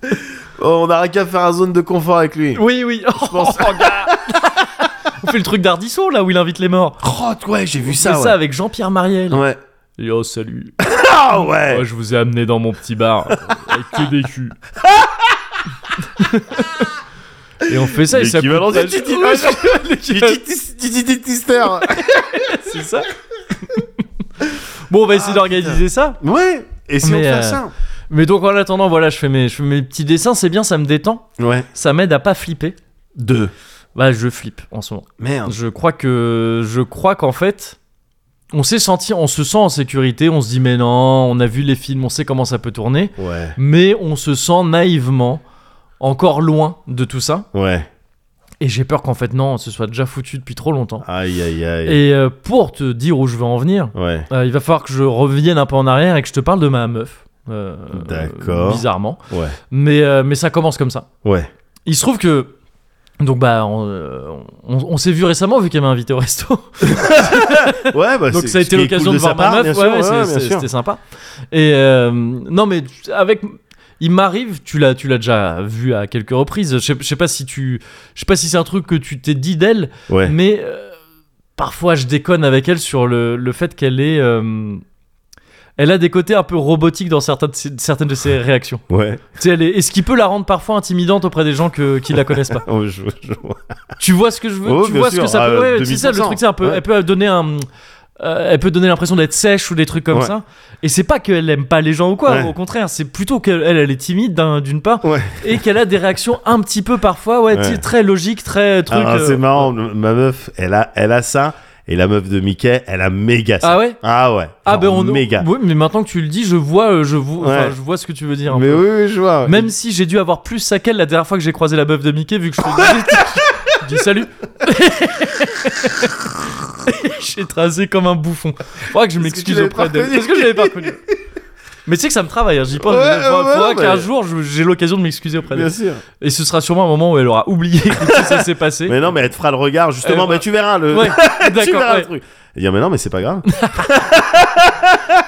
Oh, on n'aura qu'à faire un zone de confort avec lui.
Oui, oui.
pense.
Oh, gars. On fait le truc d'Ardisson là où il invite les morts.
Crotte, Oh, ouais, j'ai vu
C'est
ça.
ça Oh,
Ouais.
avec Jean-Pierre Mariel.
Ouais.
Yo, salut.
Ah ouais.
Moi, je vous ai amené dans mon petit bar euh, avec que des culs. Et on fait ça et ça coûte
L'équivalent
pas
du
cher.
Titi-
Oui, l'équivalent-
Titi- Titi- Titi- Titi- Tister.
c'est ça. Bon, on va essayer
Ah,
d'organiser ça.
Ouais, essayons
Mais,
de faire
euh,
ça.
Mais donc en attendant, voilà, je fais mes, je fais mes petits dessins, c'est bien, ça me détend,
Ouais.
ça m'aide à pas flipper.
Deux.
Bah, je flippe en ce moment.
Merde.
Je crois que, je crois qu'en fait, on s'est senti, on se sent en sécurité, on se dit mais non, on a vu les films, on sait comment ça peut tourner,
Ouais.
mais on se sent naïvement encore loin de tout ça.
Ouais.
Et j'ai peur qu'en fait non, ce soit déjà foutu depuis trop longtemps.
Aïe, aïe, aïe.
Et euh, pour te dire où je veux en venir,
Ouais.
euh, il va falloir que je revienne un peu en arrière et que je te parle de ma meuf. euh,
D'accord.
Bizarrement.
Ouais.
Mais, euh, mais ça commence comme ça.
Ouais.
Il se trouve que. Donc, bah, on, euh, on- on s'est vu récemment vu qu'elle m'a invité au resto.
Ouais, bah,
Donc,
c'est-
ça a
ce qui
été
est
l'occasion de,
cool sa
voir
part,
ma
bien
meuf.
sûr,
Ouais, ouais, c'est-
bien
c'est-
sûr.
c'était sympa. Et euh, non, mais avec. Il m'arrive, tu l'as, tu l'as déjà vu à quelques reprises. Je sais, je sais pas si tu, je sais pas si c'est un truc que tu t'es dit d'elle,
Ouais.
mais euh, parfois je déconne avec elle sur le, le fait qu'elle est. euh, elle a des côtés un peu robotiques dans certains de ses- certaines de ses réactions.
Ouais.
Tu sais, elle est, et ce qui peut la rendre parfois intimidante auprès des gens que, qui la connaissent pas.
Oh, je- je vois.
Tu vois ce que je veux
Oh,
Tu
bien
vois ce
sûr,
que ça peut.
ah,
ouais, c'est ça le
2000%,
truc, c'est un peu.
ouais.
Elle peut donner un. euh, elle peut donner l'impression d'être sèche ou des trucs comme
Ouais.
ça. Et c'est pas qu'elle aime pas les gens ou quoi,
Ouais.
au contraire, c'est plutôt qu'elle elle, elle est timide d'un- d'une part
Ouais.
et qu'elle a des réactions un petit peu parfois, ouais, tu sais,
Ouais.
très logique, très truc.
Ah,
euh,
c'est marrant, ma meuf, elle a, elle a ça, et la meuf de Mickey, elle a méga ça.
Ah ouais
Ah ouais.
Ah
genre
ben on
Méga.
Oui, mais maintenant que tu le dis, je vois, euh, je vois, enfin,
Ouais.
je vois ce que tu veux dire. un
Mais
peu.
oui, oui, je vois.
Même si j'ai dû avoir plus ça qu'elle la dernière fois que j'ai croisé la meuf de Mickey, vu que je te dis salut. j'ai tracé comme un bouffon. Faudra que je
Est-ce que tu
m'excuse
l'avais
auprès
pas
d'elle.
reconnu
Parce que je l'avais pas reconnu. Mais tu sais que ça me travaille, hein, j'y pense.
Ouais,
je me dis, faudra
ouais,
faudra
mais-
qu'un jour je- j'ai l'occasion de m'excuser auprès
Bien
d'elle.
sûr.
Et ce sera sûrement un moment où elle aura oublié que ça s'est passé.
Mais non, mais elle te fera le regard, justement,
Euh,
bah
ouais.
tu verras le.
Ouais,
tu
d'accord.
verras
ouais.
le truc. Elle dit, mais non, mais c'est pas grave.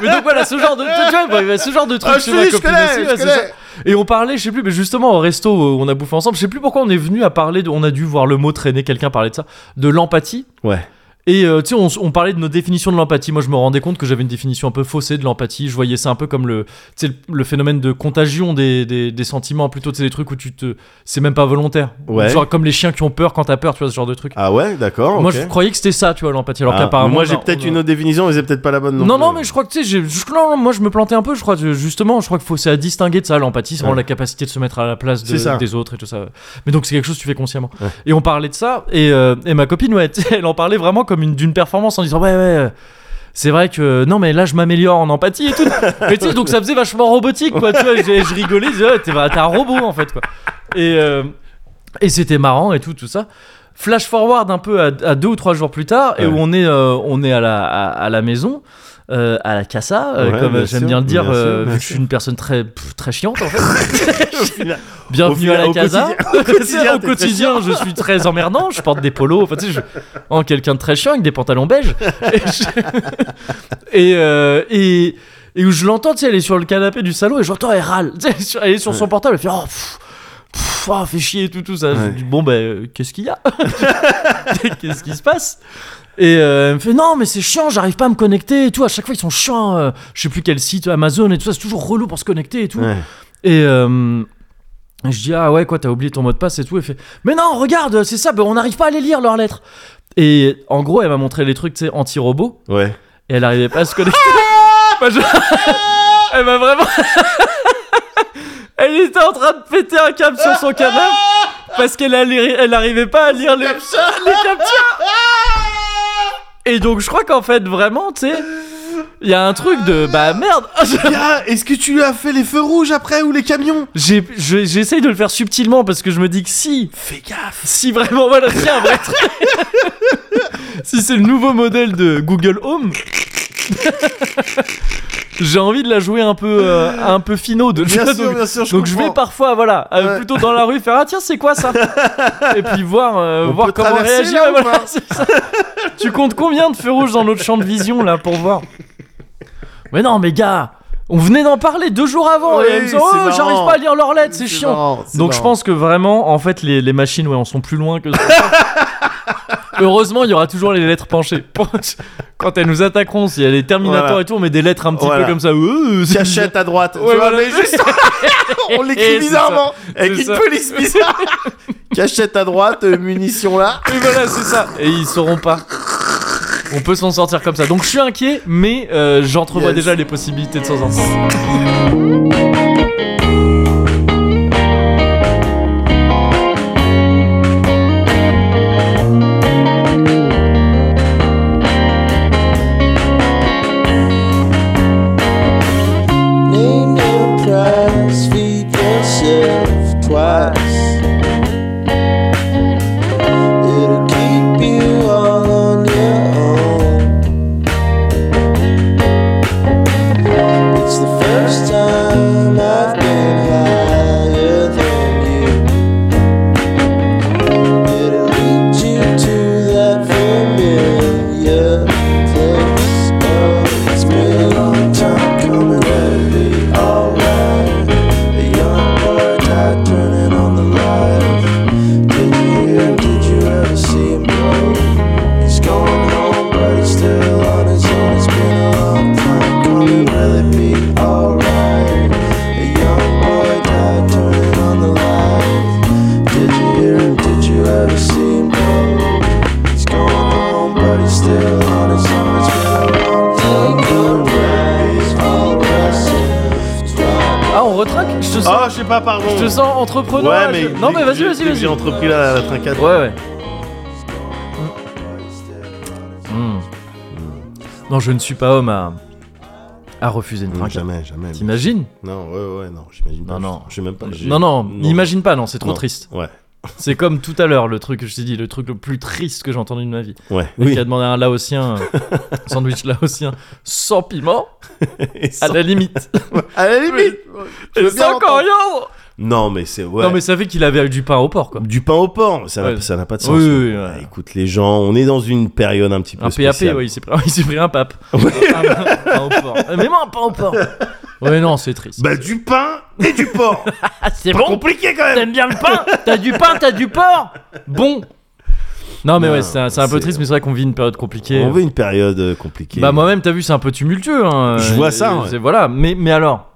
Mais donc voilà, ce genre de, tu vois, bah, bah, ce genre de truc
Ah, je
chez
te
ma
dis, je
copine
connais,
aussi,
je
ouais, c'est
connais.
ça. Et on parlait, je sais plus, mais justement au resto où on a bouffé ensemble, je sais plus pourquoi on est venu à parler, de, on a dû voir le mot traîner, quelqu'un parlait de ça, de l'empathie.
Ouais.
Et euh, tu sais, on, s- on parlait de nos définitions de l'empathie. Moi, je me rendais compte que j'avais une définition un peu faussée de l'empathie. Je voyais ça un peu comme le, tu sais, le, le phénomène de contagion des, des, des sentiments, plutôt tu sais, des trucs où tu te. C'est même pas volontaire.
Ouais.
Genre comme les chiens qui ont peur quand t'as peur, tu vois, ce genre de truc.
Ah ouais, d'accord.
Moi,
ok.
je croyais que c'était ça, tu vois, l'empathie. Alors
Ah,
qu'apparemment.
Moi, j'ai
bah,
peut-être
on a-
une autre définition, mais c'est peut-être pas la bonne.
non, non, mais
plus.
je crois que tu sais, j'ai- je- non, non, moi je me plantais un peu, je crois, que, justement, je crois qu'il faut c'est à distinguer de ça, l'empathie, c'est vraiment
Ouais.
la capacité de se mettre à la place de-
C'est ça.
des autres et tout ça. Mais donc c'est quelque chose que tu fais consciemment.
Ouais.
Et on parlait de ça, et, euh, et ma copine, ouais, tu sais, elle en parlait vraiment comme une- d'une performance en disant, ouais, ouais. euh, C'est vrai que euh, non mais là je m'améliore en empathie et tout. Mais tu sais donc ça faisait vachement robotique quoi. Tu vois, je, je rigolais, je disais, ouais, t'es t'es un robot en fait quoi. Et euh, et c'était marrant et tout, tout ça. Flash forward un peu à, à deux ou trois jours plus tard, et
Ouais.
où on est, euh, on est à, la, à, à la maison, euh, à la casa, euh,
Ouais,
comme
bien
euh, j'aime
sûr,
bien le dire,
bien sûr,
euh,
bien
vu que je suis une personne très, pff, très chiante en fait.
Au
Bienvenue
final,
à la
au
casa.
quotidien-
C'est-
au quotidien, t'es très
quotidien, je suis très emmerdant, je porte des polos, enfin tu sais, je en quelqu'un de très chiant avec des pantalons beiges. Et, je- et, euh, et, et où je l'entends, tu sais, elle est sur le canapé du salon et j'entends elle râle. Tu sais, elle est sur- elle est sur son portable, elle fait oh, pff, pff, oh, fait chier et tout, tout ça. Je
Ouais.
dis bon, ben, euh, qu'est-ce qu'il y a Qu'est-ce qui se passe et euh, elle me fait non mais c'est chiant j'arrive pas à me connecter et tout à chaque fois ils sont chiants euh, je sais plus quel site Amazon et tout ça c'est toujours relou pour se connecter et tout
Ouais.
et euh, je dis ah ouais quoi t'as oublié ton mot de passe et tout. Elle fait mais non regarde c'est ça ben, on n'arrive pas à les lire leurs lettres. Et en gros elle m'a montré les trucs tu sais anti robot
Ouais.
et elle arrivait pas à se connecter. Enfin, je- elle m'a vraiment. elle était en train de péter un câble sur son canapé parce qu'elle alli- elle arrivait pas à lire les, les captures. Et donc je crois qu'en fait vraiment tu sais il y a un truc de bah merde.
Gars, est-ce que tu lui as fait les feux rouges après ou les camions
J'ai- je- J'essaye de le faire subtilement parce que je me dis que si,
Fais gaffe.
si vraiment voilà, c'est un vrai truc. si c'est le nouveau modèle de Google Home, j'ai envie de la jouer un peu, euh, un peu finaude.
Bien sûr,
donc,
bien sûr, je
donc je vais
comprends.
parfois, voilà, euh,
Ouais.
plutôt dans la rue faire ah tiens c'est quoi ça et puis voir, euh,
On
voir
peut
comment
traverser,
réagir.
là,
ouais,
ou
voilà,
pas
c'est ça. tu comptes combien de feux rouges dans notre champ de vision là pour voir Mais non, mais gars, on venait d'en parler deux jours avant
Oui,
et elle me dit,
c'est
oh
marrant.
j'arrive pas à lire leurs lettres, c'est chiant.
marrant, c'est
Donc je
marrant.
pense que vraiment, en fait, les, les machines, ouais, en sont plus loin que ça. Heureusement, il y aura toujours les lettres penchées. Quand elles nous attaqueront, s'il y a les Terminators
Voilà.
et tout, on met des lettres un petit
Voilà.
peu comme ça. Euh, c'est
Cachette à droite.
Ouais,
tu vois,
voilà.
mais juste- on
Et
l'écrit
c'est
bizarrement. Avec
C'est
une
ça.
police bizarre. Cachette à droite, euh, munitions là.
bizarre. Et voilà, c'est ça. Et ils sauront pas. on peut s'en sortir comme ça. Donc je suis inquiet, mais euh, j'entrevois
Yes.
déjà les possibilités de s'en sortir.
Name your price, feed yourself twice. It'll keep you all on your own. It's the first time I've been higher than you. It'll lead you to that familiar place. Oh, it's been a long time coming, it'll be alright. A young boy died turning on the light. Did you hear? Did you ever see him go? He's going home, but he's still on his own. It's been a long time coming, will it be alright? A young boy died turning on the light. Did you hear him? Did you ever see him go? He's going home, but he's still on his own. It's been a long time coming, will it be alright? Twice.
Ah, on retraque Je te sens,
Oh, je sais pas, pardon.
je te sens entrepreneur. là,
ouais, mais
je- Oh Non, mais vas-y,
dès que
vas-y, vas-y.
J'ai entrepris la, la trincade.
Ouais, ouais. Mm. Non, je ne suis pas homme à, à refuser une
Non,
trincade.
jamais, jamais.
T'imagines
Non, ouais, ouais, non, j'imagine pas.
Non, non.
Je sais même pas. j'ai-
Non, non, n'imagine pas, non, c'est trop
Non.
triste.
Ouais,
C'est comme tout à l'heure, le truc que je t'ai dit, le truc le plus triste que j'ai entendu de ma vie.
ouais.
Le mec
Oui.
qui a demandé un laotien, euh, sandwich laotien, sans piment,
Et
à
sans-
la limite.
à la limite. Je veux
Et
bien
sans
l'entendre.
coriandre
Non, mais c'est. Ouais.
Non, mais ça fait qu'il avait eu du pain au porc, quoi.
Du pain au porc, ça n'a
Ouais.
ça n'a pas de
Oui,
sens.
oui, oui, ouais.
Bah, écoute, les gens, on est dans une période un petit peu
Un PAP,
spéciale.
ouais, il s'est pris, il s'est pris un pape. Un- un pain au porc. Mais moi, un pain au porc. Ouais, non, c'est triste.
Bah, du pain et du porc.
Ah, c'est
Pas
bon
compliqué quand même.
T'aimes bien le pain T'as du pain, t'as du porc Bon Non, mais
Non,
ouais, c'est un, c'est un peu
c'est-
triste, mais c'est vrai qu'on vit une période compliquée.
On veut une période euh, compliquée.
Bah, moi-même, t'as vu, c'est un peu tumultueux. hein.
Je vois
Et-
ça, ouais.
c'est- Voilà, mais, mais alors,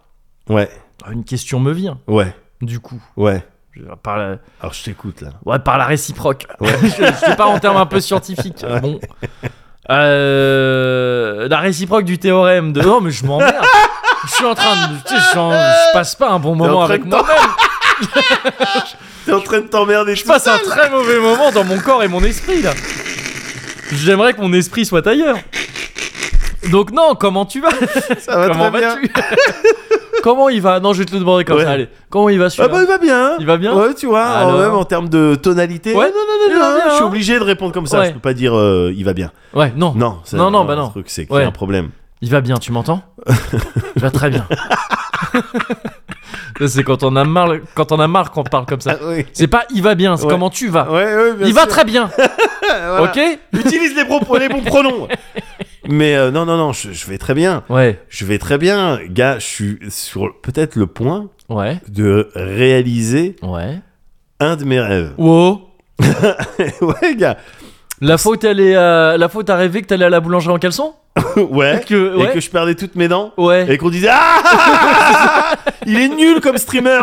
Ouais,
une question me vient,
ouais,
du coup.
ouais.
Je vais Par la,
Alors, je t'écoute là.
ouais, par la réciproque.
Ouais.
je, je sais pas en termes un peu scientifiques. Bon. Euh, la réciproque du théorème de. Non, mais je m'emmerde. Je suis en train de. Tu sais, je, suis en- je passe pas un bon
en
moment
train
avec
de
moi-même.
T'es en train de t'emmerder.
Je passe un très mauvais moment dans mon corps et mon esprit là. J'aimerais que mon esprit soit ailleurs. Donc non, comment tu vas
Ça va
Comment
très bien.
vas-tu Comment il va Non, je vais te le demander comme
Ouais.
ça. Allez, comment il va
Ah
celui-là
bah, il va bien. hein.
Il va bien
Ouais, tu vois,
Alors
en- même en termes de tonalité.
Ouais, non, non, non, non,
hein,
non,
je suis
non.
obligé de répondre comme ça.
Ouais.
Je peux pas dire euh, il va bien.
Ouais, non.
Non, ça-
Non, non, bah
le
non.
truc, c'est qu'il y
Ouais.
a un problème.
Il va bien, tu m'entends Il va très bien. Ça, c'est quand on a marre, quand on a marre qu'on parle comme ça.
oui.
C'est pas il va bien, c'est
Ah. Ouais.
comment tu vas.
Ouais, ouais, bien
il va
sûr.
très bien,
Voilà.
ok
Utilise les, propos- les bons pronoms. Mais euh, non, non, non, je, je vais très bien.
Ouais,
Je vais très bien, gars. Je suis sur peut-être le point
ouais,
de réaliser
ouais.
un de mes rêves.
Wow.
ouais, gars.
La faute, elle est, euh, la faute à rêver que t'allais à la boulangerie en caleçon
Ouais.
Que,
Et
ouais.
que je perdais toutes mes dents.
Ouais.
Et qu'on disait Ah Il est nul comme streamer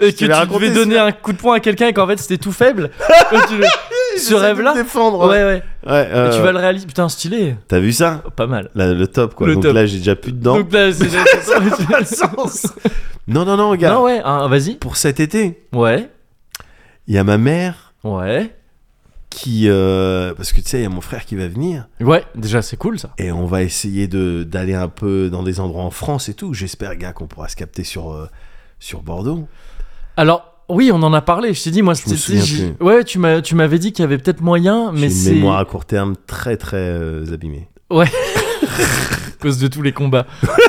Et, que tu
l'avais raconté,
devais
celui-là.
donner un coup de poing à quelqu'un et qu'en fait c'était tout faible. Que tu le- Ce
J'essaie de
rêve-là
me défendre.
Ouais, ouais.
Ouais, euh,
Et tu vas le réaliser. Putain, stylé.
T'as vu ça
Oh, Pas mal.
Là, Le top, quoi.
Le
Donc
top.
là, j'ai déjà plus de dents.
Donc là, c'est.
Ça n'a pas de sens Non, non, non, gars.
non, ouais, hein, vas-y.
Pour cet été,
Ouais,
il y a ma mère
ouais.
qui. euh, Parce que tu sais, il y a mon frère qui va venir.
Ouais, déjà c'est cool ça.
Et on va essayer de d'aller un peu dans des endroits en France et tout. J'espère, gars, qu'on pourra se capter sur, euh, sur Bordeaux.
Alors, oui, on en a parlé. Je t'ai dit, moi,
me
c'était.
souviens
j'ai- Ouais, tu m'as- tu m'avais dit qu'il y avait peut-être moyen, mais
J'ai une
c'est.
mémoire
À
à court terme très, très euh, abîmée.
cause de tous les combats.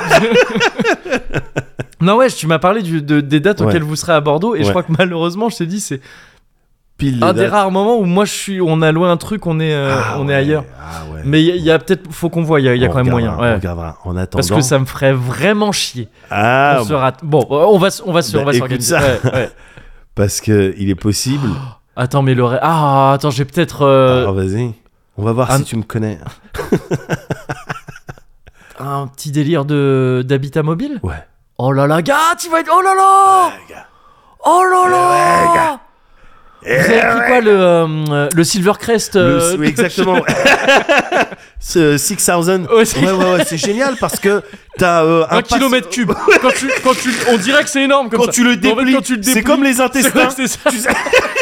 non, ouais, tu m'as parlé du- de- des dates
Ouais.
auxquelles vous serez à Bordeaux, et je
Ouais.
crois que malheureusement, je t'ai dit, c'est
Pile les
un Ah, des
dates.
rares moments où moi, je suis. On a loin un truc, on est, euh,
Ah
on
ouais,
est ailleurs.
ah ouais.
Mais il y a- il y a, peut-être. Faut qu'on voit, il y a, il y a
On
quand même moyen.
regardera,
ouais.
On regardera. En attendant.
Parce que ça me ferait vraiment chier.
Ah,
on se rate- Bon, on va, se- on va se,
Bah,
on va
écoute
s'organiser.
ça.
Ouais, ouais.
parce que il est possible.
Attends, mais le ré- Ah, attends, j'ai peut-être. euh,
Alors vas-y. On va voir
un-
si tu me connais.
un petit délire de d'habitat mobile
Ouais.
Oh là là, gars, tu vas être. Oh là là
gars.
Oh là là
Ouais, Eh, gars.
Vous avez pris quoi le, euh, le Silvercrest
Le-
euh,
oui, exactement. Ce 6000.
Ouais, c'est-
Ouais, ouais, ouais, c'est génial parce que t'as euh,
Un
passe-
kilomètre cube. quand tu, quand tu, on dirait que c'est énorme comme
Quand
ça.
tu le
Mais en fait,
déplies,
quand tu le
c'est
déplies,
comme les
c'est vrai
intestins.
que c'est ça.
Tu sais-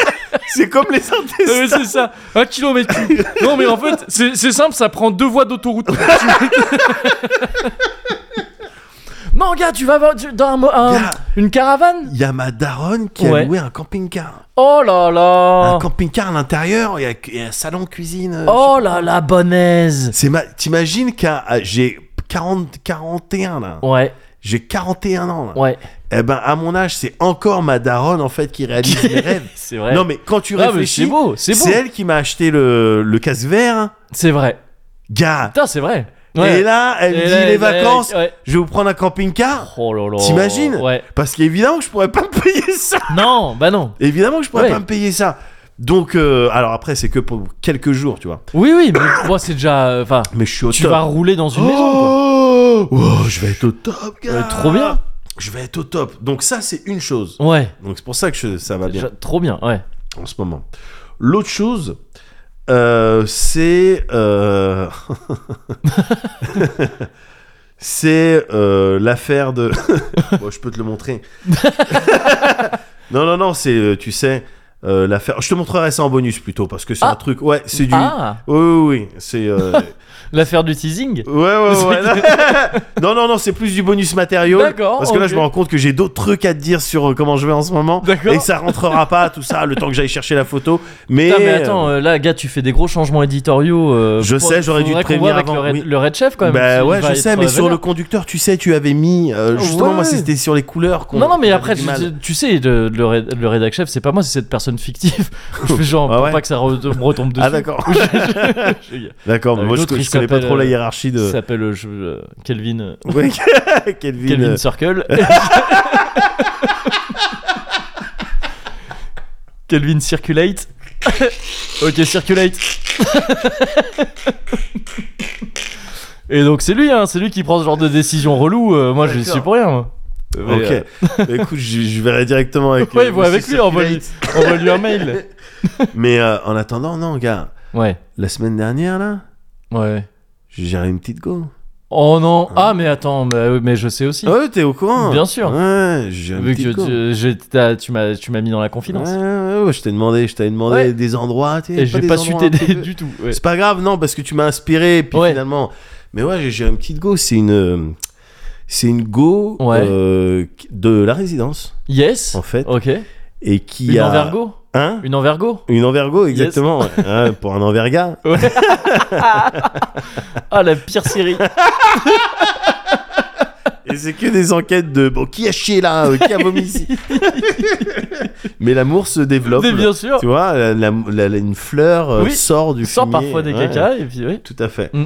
C'est comme les
Ouais, mais
intestins.
c'est ça, un kilomètre cube. Non, mais en fait, c'est c'est simple, ça prend deux voies d'autoroute. non, gars, tu vas voir- tu- dans un mo- un-
Gars.
une caravane
Il y a ma daronne qui a
Ouais.
loué un camping-car.
Oh là là
Un camping-car à l'intérieur, il y a- il y, a un salon cuisine. euh,
Oh là là, bonne aise
C'est ma... T'imagines qu'à à- j'ai 40, 41 là.
Ouais,
J'ai 41 ans là.
ouais,
Eh ben à mon âge, c'est encore ma daronne en fait qui réalise mes rêves.
c'est vrai.
Non mais quand tu
Ah, mais
réfléchis,
c'est beau, c'est beau.
c'est elle qui m'a acheté le, le casque vert, hein.
C'est vrai.
gars.
Putain, c'est vrai. Ouais.
Et là, elle me
Et
dit
là,
les
elle-
vacances,
elle- ouais.
je vais vous prendre un camping-car.
Oh là là.
T'imagines
Ouais.
Parce qu'évidemment que je pourrais pas me payer ça.
Non, bah non.
Évidemment que je pourrais
Ouais.
pas me payer ça. Donc euh, alors après c'est que pour quelques jours, tu vois.
Oui, oui, mais moi, c'est déjà. euh, Enfin,
Mais je suis au
tu
top.
vas rouler dans une maison, quoi.
Oh, Oh, je vais être au top, gars.
Euh, trop bien.
Je vais être au top. Donc ça, c'est une chose.
Ouais,
Donc c'est pour ça que je- ça va Oh bien
j'a- trop bien, ouais.
en ce moment. L'autre chose, euh, c'est euh, c'est euh, l'affaire de. Bon, je peux te le montrer. non, non, non. C'est euh, tu sais euh, l'affaire. Je te montrerai ça en bonus plutôt parce que c'est
Ah.
un truc. Ouais, c'est du.
Ah,
Oui, oui, oui, c'est. euh,
l'affaire du teasing
Ouais, ouais, ouais. non, non, non, c'est plus du bonus matériau.
D'accord,
Parce que là,
ok.
je me rends compte que j'ai d'autres trucs à te dire sur euh, comment je vais en ce moment.
D'accord.
Et ça rentrera pas, tout ça, le temps que j'aille chercher la photo. Mais.
Putain, mais attends, euh, là, gars, tu fais des gros changements éditoriaux. euh,
Je
faut-
sais, j'aurais dû
faudrait
te
qu'on voit
prévenir
avec
avant,
le, Red,
oui.
le Red Chef quand même.
bah
s'il
ouais,
va
je
être,
sais, mais
euh,
sur le
vénère.
conducteur, tu sais, tu avais mis. euh, justement,
Ouais,
moi,
ouais.
c'était sur les couleurs qu'on.
Non, non, mais
qu'on
après,
avait du mal.
tu- tu sais, le, le, Red- le rédac chef, c'est pas moi, c'est cette personne fictive. je fais genre,
Ah
pour
ouais.
pas que ça re- me retombe dessus.
Ah, d'accord.
Je-
D'accord, mais
Euh,
moi, je,
l'autre, il
je connais pas
s'appelle,
trop la
euh,
hiérarchie
Il
de.
s'appelle euh, je- euh, Kelvin, euh,
Ouais, Kelvin.
Kelvin
euh,
Circle. Kelvin Circulate. ok, Circulate. Et donc c'est lui, hein, c'est lui qui prend ce genre de décision relou. euh, moi, je suis
D'accord.
pour rien. moi. Mais, euh,
Ok. Bah, écoute, je, je verrai directement avec.
Ouais,
euh,
vois avec
Monsieur
lui, envoie-lui
Circulate.
envoie lui un mail.
Mais euh, en attendant, non, gars.
Ouais,
La semaine dernière, là,
ouais.
j'ai géré une petite go.
Oh non, ah mais attends, mais, mais je sais aussi.
Ah ouais, t'es au courant
Bien sûr.
Ouais, j'ai un
Vu
petit
que
con.
tu, j'ai- t'as- tu m'as, tu m'as mis dans la confidence.
Ouais, ouais, ouais, je t'ai demandé, je t'avais demandé
Ouais.
des endroits, tu sais,
Et j'ai
des
pas su
endroits un
t'aider
petit peu.
du tout. ouais.
C'est pas grave, non, parce que tu m'as inspiré, et puis
Ouais.
finalement... Mais ouais, j'ai j'ai une petite go, c'est une... euh, C'est une go
Ouais.
euh, qui- de la résidence,
Yes.
en fait,
Ok.
et qui
Une
a...
envergo
Hein
Une envergo
Une envergo, exactement. ouais. Ouais, pour un enverga.
Ah la pire série
Et c'est que des enquêtes de... Bon, qui a chié là euh, Qui a vomi ici Mais l'amour se développe.
Mais bien sûr
Tu vois, la- la- la- la- une fleur euh,
Oui,
sort du
Sors
fumier.
parfois des
ouais,
caca et puis oui.
Tout à fait.
Mm.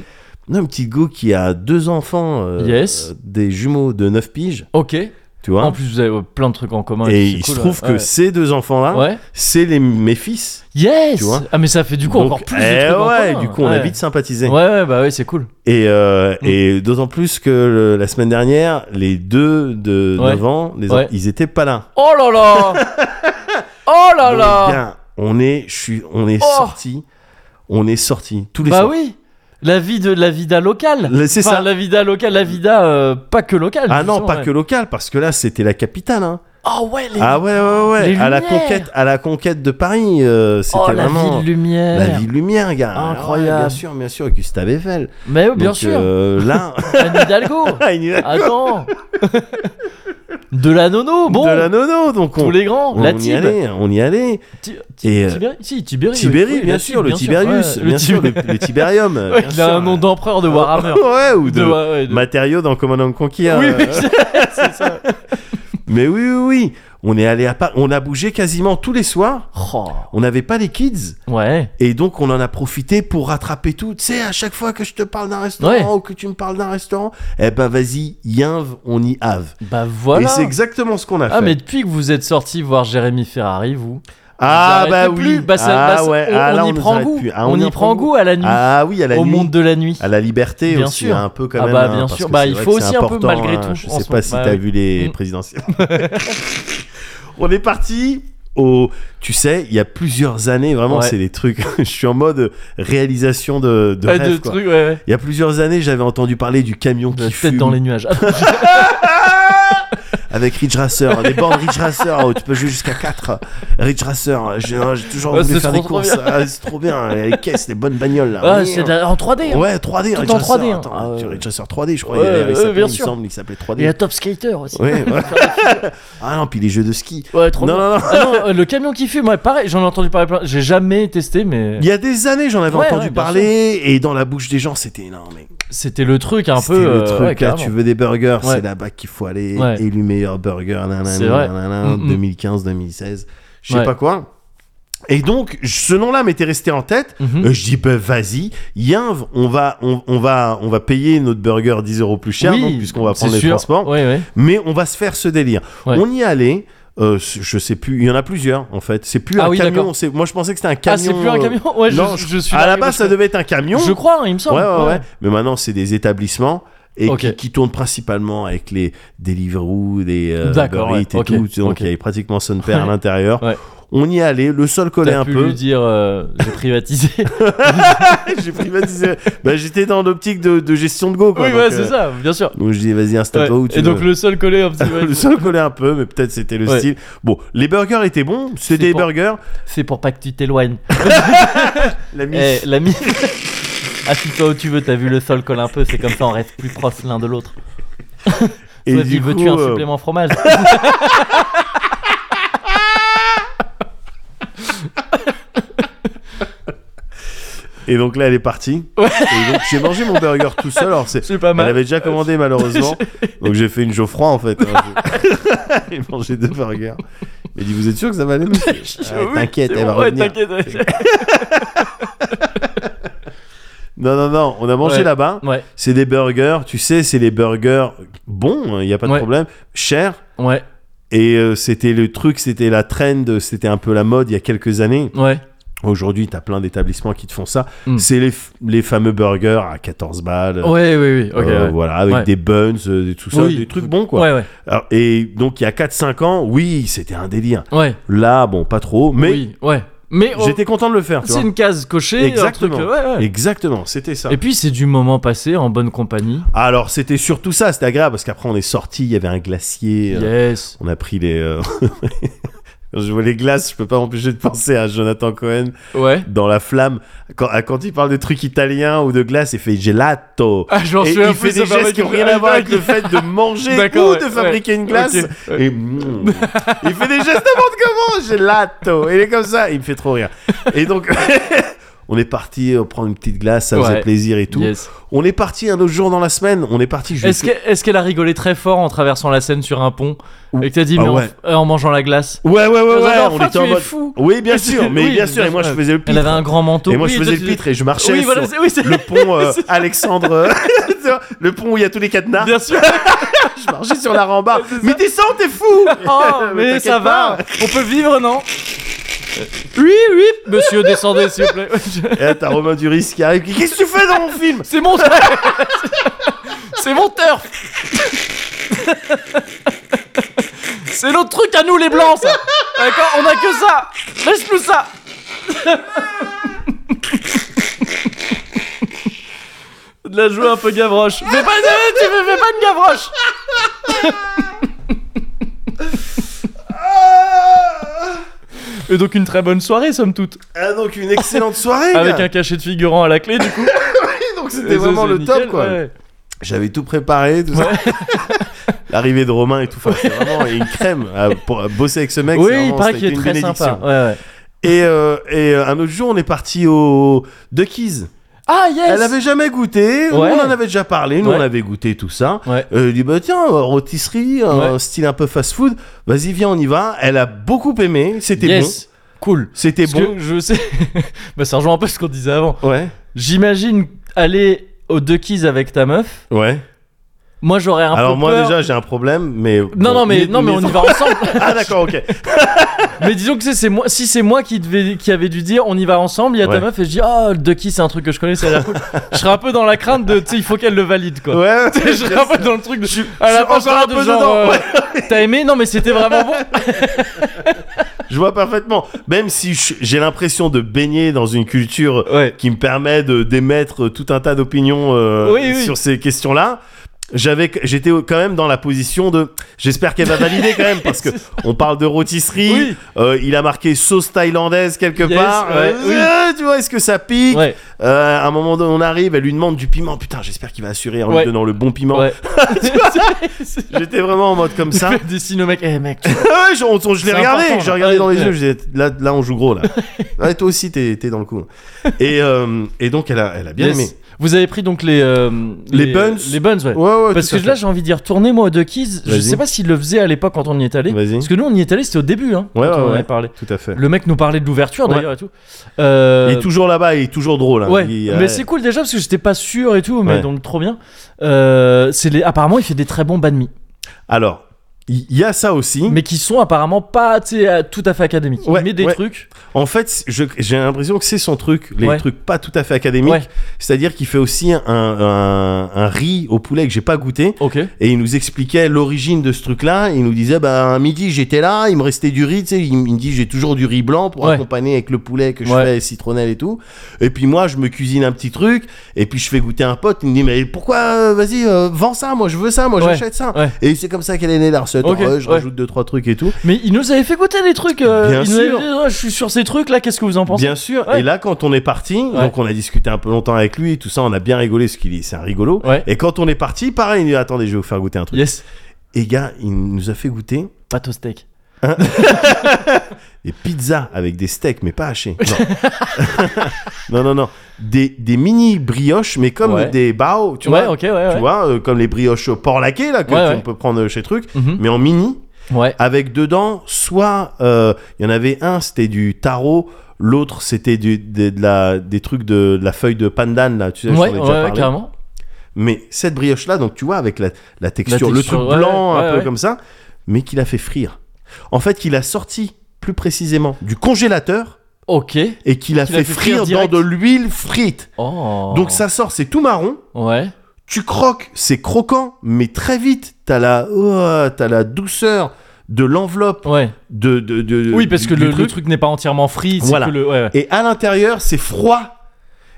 Non, un petit go qui a deux enfants, euh,
Yes.
euh, des jumeaux de 9 piges,
Ok.
tu vois.
En plus vous avez euh, plein de trucs en commun.
et
c'est
il se
cool,
trouve
ouais.
que ces deux enfants-là,
Ouais. Ouais.
c'est les, mes fils.
Yes
Tu vois
Ah mais ça fait du coup
Donc,
encore plus
eh
de trucs en
ouais,
commun.
du coup, on
ouais.
a vite sympathisé.
Ouais ouais bah ouais c'est cool.
Et, euh,
Mm.
et d'autant plus que le- la semaine dernière, les deux de
Ouais.
9 ans, les en-
Ouais.
ils étaient pas là.
Oh là là Oh là
Donc, eh
là
bien, on est, je suis, on est
Oh.
sortis. On est sortis tous les
Bah
soirs.
oui La vie de la vida locale
Là, C'est
Enfin,
ça.
la vida locale, la vida euh, pas que locale.
Ah non,
justement,
pas
ouais.
que local, parce que là, c'était la capitale. Hein.
Ah ouais, les...
Ah ouais, ouais, ouais.
les
à la
lumières.
conquête, à la conquête de Paris, euh, c'était
oh, la
vraiment
ville lumière.
la ville lumière, gars.
Incroyable.
Ah ouais, bien sûr, bien sûr, Gustave Eiffel.
Mais oui, bien
Donc,
sûr. Ah
euh, là,
Anne Hidalgo.
il a
Attends. de la nono, bon.
de la nono, donc on,
Tous les grands,
on
la
y
Tib.
allait, on y allait.
Ti-
Et, euh,
Tibéri- si, Tibéri. oui.
Tibéri,
Oui,
bien
la
sûr,
Tib,
le Tiberius,
ouais,
bien
le
sûr, le,
Tib-
le Tiberium.
Ouais,
bien
il a
sûr.
un nom d'empereur de Warhammer.
Ouais, ou de,
De- ouais, ouais, de-
matériaux dans Command and Conquer.
Oui,
euh,
oui, c'est- c'est ça.
Mais oui, oui, oui. On est allé à Paris, on a bougé quasiment tous les soirs.
Oh,
On n'avait pas les kids.
Ouais.
Et donc, on en a profité pour rattraper tout. Tu sais, à chaque fois que je te parle d'un restaurant
Ouais.
ou que tu me parles d'un restaurant, eh ben, vas-y, yinve, on y have.
Bah voilà.
Et c'est exactement ce qu'on a
Ah
fait.
mais depuis que vous êtes sorti voir Jérémy Ferrari, vous.
ah,
vous
bah
arrêtez
oui.
plus. Bah, ça-
ah,
bah, ça-
ouais.
on,
Ah, là,
on
on
y
nous
prend
arrête
goût.
plus. Ah,
on, y prend goût à la nuit,
Ah oui, à la
au
nuit.
monde de la nuit.
À la liberté
Bien
aussi,
sûr.
un peu quand
Ah
même.
bah,
hein,
bien
parce
sûr.
que
Bah,
c'est
il
vrai
faut
que c'est
aussi un peu,
important,
malgré
hein.
tout,
Je
en
sais
ce Bah
pas
moment.
si
Bah
t'as
oui.
vu les
Mm.
présidentielles. on est parti au. Tu sais, il y a plusieurs années, vraiment,
Ouais.
c'est des trucs. je suis en mode réalisation de, de
Ouais,
rêve,
Ah, Euh, de
quoi.
trucs, ouais, ouais.
Il y a plusieurs années, j'avais entendu parler du camion
De
qui
tête
fume
dans les nuages. Ah,
avec Ridge Racer, des bornes Ridge Racer où tu peux jouer jusqu'à 4. Ridge Racer, j'ai j'ai toujours
Ouais,
voulu
c'est
faire
trop,
des
trop
courses.
bien.
Ah, c'est trop bien, les caisses, les bonnes bagnoles là.
Ah,
Merde.
c'est de la- en 3D. hein.
Ouais, 3D,
Tout
Ridge
en
Racer.
3D, hein.
Attends,
Ah, ouais.
Ridge Racer 3D, je crois.
Ouais,
il, avait- il
ouais,
s'appelait-
bien
il me
sûr.
semble qu'il s'appelait 3D.
Et la Top Skater aussi.
Ouais, ouais. ah non, puis les jeux de ski.
Ouais, trop
Non,
bien.
non, non.
Ah non, euh, le camion qui fume, ouais, pareil, j'en ai entendu parler plein. J'ai jamais testé, mais
Il y a des années, j'en avais
Ouais,
entendu
ouais, bien
parler, et dans la bouche des gens, c'était énorme. mec.
c'était le truc un
C'était
peu.
le
euh,
truc,
ouais,
là,
carrément.
tu veux des burgers,
Ouais.
c'est là-bas qu'il faut aller,
Ouais.
et le meilleur burger, nanana,
C'est vrai.
nanana,
Mm, mm.
2015, 2016, je sais
Ouais.
pas quoi. Et donc, je- ce nom-là m'était resté en tête.
Mhm.
Euh, Je dis, bah, vas-y, Yinv, on va, on, on va, on va payer notre burger 10 euros plus cher,
Oui,
donc, puisqu'on va
c'est
prendre les
sûr.
transports.
Ouais, ouais.
Mais on va se faire ce délire.
Ouais.
On y allait. euh, c- je sais plus, il y en a plusieurs en fait. C'est plus
Ah
un
oui,
camion.
d'accord.
c'est- Moi je pensais que c'était un camion.
Ah, c'est plus un
euh,
camion Ouais, je-
non,
je, suis.
à la
largué
base,
parce
ça
que-
devait être un camion.
Je crois, hein, il me
Ouais,
semble.
ouais, ouais, Mais maintenant, c'est des établissements et
Ok.
qui, qui tournent principalement avec les Deliveroo, des euh,
D'accord,
Uber
ouais,
Eats et
ok,
tout. tu sais, Donc,
ok.
il y avait pratiquement son père à
Ouais.
l'intérieur.
Ouais.
On y allait, le sol collait
T'as
un
pu
peu.
lui dire, euh, j'ai privatisé.
J'ai privatisé. Bah, J'étais dans l'optique de, de gestion de go. Quoi,
oui,
donc,
ouais,
euh,
c'est ça, bien sûr.
Donc je dis, vas-y, installe-toi
Ouais.
où tu
Et donc
veux.
le sol collé un petit peu.
le sol collait un peu, mais peut-être c'était le
Ouais.
style. Bon, les burgers étaient bons, c'est
C'est
des
pour-
burgers.
C'est pour pas que tu t'éloignes.
Ah La mif.
Eh, l'ami. Assis-toi où tu veux, t'as vu le sol colle un peu, c'est comme ça on reste plus proche l'un de l'autre.
Et
Toi,
du
tu
coup,
veux-tu un
euh,
supplément fromage
Et donc là, elle est partie. Et donc j'ai mangé mon burger tout seul. Alors c'est
C'est pas
Elle
mal.
avait déjà commandé malheureusement. Donc j'ai fait une Geoffroy en fait. hein. J'ai mangé deux burgers. Il dit vous êtes sûr que ça va aller monsieur Ah,
Oui,
T'inquiète,
c'est
elle va
bon, ouais,
revenir.
t'inquiète, ouais.
Non non non, on a mangé
Ouais.
là-bas.
Ouais,
C'est des burgers, tu sais, c'est les burgers bons, il n'y a pas de
Ouais.
problème, chers.
ouais,
Et euh, c'était le truc, c'était la trend, c'était un peu la mode il y a quelques années.
ouais.
Aujourd'hui, t'as plein d'établissements qui te font ça.
Mm.
C'est les, f- les fameux burgers à 14 balles.
Ouais, oui, oui, ok.
euh,
ouais.
Voilà, avec
Ouais.
des buns, euh, et tout ça,
Oui.
des trucs bons quoi.
Ouais, ouais,
Alors, et donc il y a 4-5 ans, oui, c'était un délire.
ouais.
Là, bon, pas trop, mais
oui, ouais. Mais oh,
j'étais content de le faire. Tu
c'est
vois.
une case cochée. un
Exactement.
truc, euh, ouais, ouais.
Exactement, c'était ça.
Et puis c'est du moment passé en bonne compagnie.
Alors c'était surtout ça, c'était agréable parce qu'après on est sorti, il y avait un glacier, euh,
Yes.
on a pris les. euh, Quand je vois les glaces, je peux pas m'empêcher de penser à Jonathan Cohen
Ouais.
dans La Flamme. Quand, à- quand il parle de trucs italiens ou de glace, il fait gelato.
Ah, j'en
Et
suis un
il
peu,
fait
ça
des
permet
gestes qui
de-
n'ont rien à voir avec le fait de manger
D'accord,
ou
ouais,
de
ouais.
fabriquer une glace.
Ok, ouais.
Et mm, il fait des gestes n'importe comment. Gelato. Il est comme ça. Il me fait trop rire. Et donc, on est parti euh, prendre une petite glace. Ça faisait
Ouais.
plaisir et tout.
Yes.
On est parti un autre jour dans la semaine. On est parti. je-
Est-ce que- est-ce qu'elle a rigolé très fort en traversant la Seine sur un pont
Ouh.
et que t'as dit
Ah
mais en-
ouais.
euh, en, mangeant la glace
Ouais, ouais, ouais, ouais.
Alors,
on
enfin,
était en
tu es
mode-
fou.
Oui, bien sûr. Mais
Oui,
bien sûr. Et moi, je faisais le
Elle
pitre.
avait un grand manteau.
Et moi,
Oui,
je
et
faisais
toi,
le
tu-
pitre et je marchais
Oui, voilà,
sur
c'est- oui, c'est-
le pont euh,
c'est-
Alexandre, euh, tu vois, le pont où il y a tous les cadenas.
Bien sûr.
Je marchais sur la rambarde. Mais descends, t'es fou
Oh, mais,
t'inquiète
ça
pas.
va. On peut vivre, non Oui, oui. Monsieur, descendez, s'il vous plaît.
Et là, Eh, t'as Romain Duris qui arrive. qui dit, Qu'est-ce que tu fais dans mon film
C'est mon C'est mon turf C'est notre truc à nous les blancs ça D'accord On a que ça Laisse nous ça De la jouer un peu gavroche Fais pas de, tu fais, fais pas de gavroche
Ah,
Et donc une très bonne soirée somme toute
Ah, donc une excellente soirée.
Avec
gars.
un cachet de figurant à la clé du coup
Donc c'était vraiment le top, quoi. J'avais tout préparé, tout ça. L'arrivée de Romain et tout. Enfin, c'est vraiment une crème. Ah, pour euh, bosser avec ce mec, c'est
Oui, il
vraiment- ça a
paraît qu'il
été
est
une
très
bénédiction.
sympa. Ouais, ouais.
Et, euh, et euh, un autre jour, on est parti au Duckies.
Ah yes
Elle avait jamais goûté. Nous,
Ouais.
on en avait déjà parlé. Nous,
Ouais.
on avait goûté tout ça.
Ouais.
Euh, elle dit bah tiens, euh, rôtisserie, euh,
Ouais.
style un peu fast-food. Vas-y, viens, on y va. Elle a beaucoup aimé. C'était bon.
yes. Cool.
C'était
Parce
bon.
que je sais. bah, ça rejoint un peu ce qu'on disait avant.
Ouais.
J'imagine aller aux Duckies avec ta meuf.
Ouais.
Moi, j'aurais un
Alors
peu
moi
peur.
déjà j'ai un problème, mais
Non, non, mais, non, mais on y va ensemble.
ah d'accord, ok.
mais disons que c'est- c'est moi, si c'est moi qui, devais, qui avait dû dire on y va ensemble, il y a
Ouais.
ta meuf et je dis oh, le Ducky, c'est un truc que je connais, ça a l'air cool. je serais un peu dans la crainte de, tu sais, il faut qu'elle le valide
Ouais.
quoi.
ouais.
je serais un peu dans le truc de.
Je suis-
à
je
la
suis
fin,
encore un
de euh,
peu
genre,
dedans.
euh, T'as aimé Non, mais c'était vraiment bon.
Je vois parfaitement. Même si je- j'ai l'impression de baigner dans une culture
Ouais.
qui me permet de d'émettre tout un tas d'opinions euh,
Oui, oui.
sur ces questions-là. J'avais, j'étais quand même dans la position de. J'espère qu'elle va valider quand même parce que on parle de rôtisserie.
Oui.
euh, il a marqué sauce thaïlandaise quelque
Yes,
part.
ouais,
Euh, Tu vois, est-ce que ça pique
Ouais.
Euh, À un moment donné, on arrive, elle lui demande du piment. Putain, j'espère qu'il va assurer en
Ouais.
lui donnant le bon piment.
Ouais.
J'étais vraiment en mode comme ça.
Tu fais dessiner au mec. Eh mec, tu-
Ah ouais, je, on- on- je l'ai
C'est
regardé,
important,
j'ai
là.
regardé dans les
Ouais.
yeux, je disais, là, là on joue gros là. Ouais, toi aussi t'es t'es dans le coup. Et, euh, et donc elle a, elle a bien
Yes.
aimé.
Vous avez pris donc les euh,
Les buns.
Les buns, ouais.
Ouais, ouais,
Parce
tout
que
à
là,
fait.
j'ai envie de dire, tournez-moi aux Duckies. Je
Vas-y.
sais pas s'ils le faisaient à l'époque quand on y est allé.
Vas-y.
Parce que nous, on y est allé, c'était au début, hein.
Ouais,
quand
ouais,
on en
ouais.
avait parlé.
tout à fait.
Le mec nous parlait de l'ouverture
Ouais.
d'ailleurs et tout. Euh,
Il est toujours là-bas, il est toujours drôle. hein.
Ouais,
Il-
mais c'est cool déjà parce que j'étais pas sûr et tout, mais
Ouais.
donc trop bien. Euh, c'est les... Apparemment, il fait des très bons banh mi,
Alors, il il y, a ça aussi.
mais qui sont apparemment pas tu sais, à- tout à fait académiques.
Mmh. Ouais,
il met des
ouais.
trucs.
En fait, je- j'ai l'impression que c'est son truc, les
Ouais.
trucs pas tout à fait académiques.
Ouais.
C'est-à-dire qu'il fait aussi un, un- un riz au poulet que j'ai pas goûté.
Ok.
Et il nous expliquait l'origine de ce truc-là. Il nous disait, bah, à midi, j'étais là, il me restait du riz, tu sais. Il me dit, j'ai toujours du riz blanc pour
Ouais.
accompagner avec le poulet que je
Ouais.
fais, citronnelle et tout. Et puis moi, je me cuisine un petit truc, et puis je fais goûter un pote. Il me dit, mais pourquoi, euh, vas-y, euh, vends ça, moi, je veux ça, moi,
Ouais.
j'achète ça.
Ouais.
Et c'est comme ça qu'elle est née, la recette.
Ok,
Oh, ouais, je
ouais.
rajoute deux, trois trucs et tout.
Mais il nous avait fait goûter des trucs. euh,
Bien
il nous avait
sûr.
dit, Oh, je suis sur ces trucs là. Qu'est-ce que vous en pensez
Bien sûr.
Ouais.
Et là, quand on est parti, donc on a discuté un peu longtemps avec lui, tout ça, on a bien rigolé, ce qu'il est, c'est un rigolo.
Ouais.
Et quand on est parti, pareil, il dit, attendez, je vais vous faire goûter un truc.
Yes.
Et gars, il nous a fait goûter
Pâte au steak.
des pizzas avec des steaks, mais pas hachés. Non, non, non. non. Des, des mini brioches, mais comme
Ouais.
des bao, tu
ouais,
vois.
ok, ouais, ouais.
Tu vois, euh, comme les brioches port laqué, là, que
Ouais,
tu-
ouais.
on peut prendre chez Truc,
Mhm.
mais en mini,
Ouais.
avec dedans, soit, euh, il y en avait un, c'était du taro, l'autre, c'était du- des- de la- des trucs de, de la feuille de pandan, là, tu sais, je t'en
Ouais,
ai déjà
ouais,
parlé.
carrément.
Mais cette brioche-là, donc tu vois, avec la, la texture, le
texture,
truc
ouais,
blanc,
ouais,
un
ouais,
peu
ouais.
comme ça, mais qu'il a fait frire. En fait, qu'il a sorti plus précisément du congélateur
Ok.
et qu'il a
Qu'il
fait, frire, dans
direct.
de l'huile frite.
Oh.
Donc ça sort, c'est tout marron.
Ouais.
Tu croques, c'est croquant, mais très vite, t'as la, oh, t'as la douceur de l'enveloppe
Ouais.
de, de, de-
Oui, parce
du-
que
euh, du
le, le truc, n'est pas entièrement free. c'est
Voilà.
Que le... ouais, ouais.
Et à l'intérieur, c'est froid.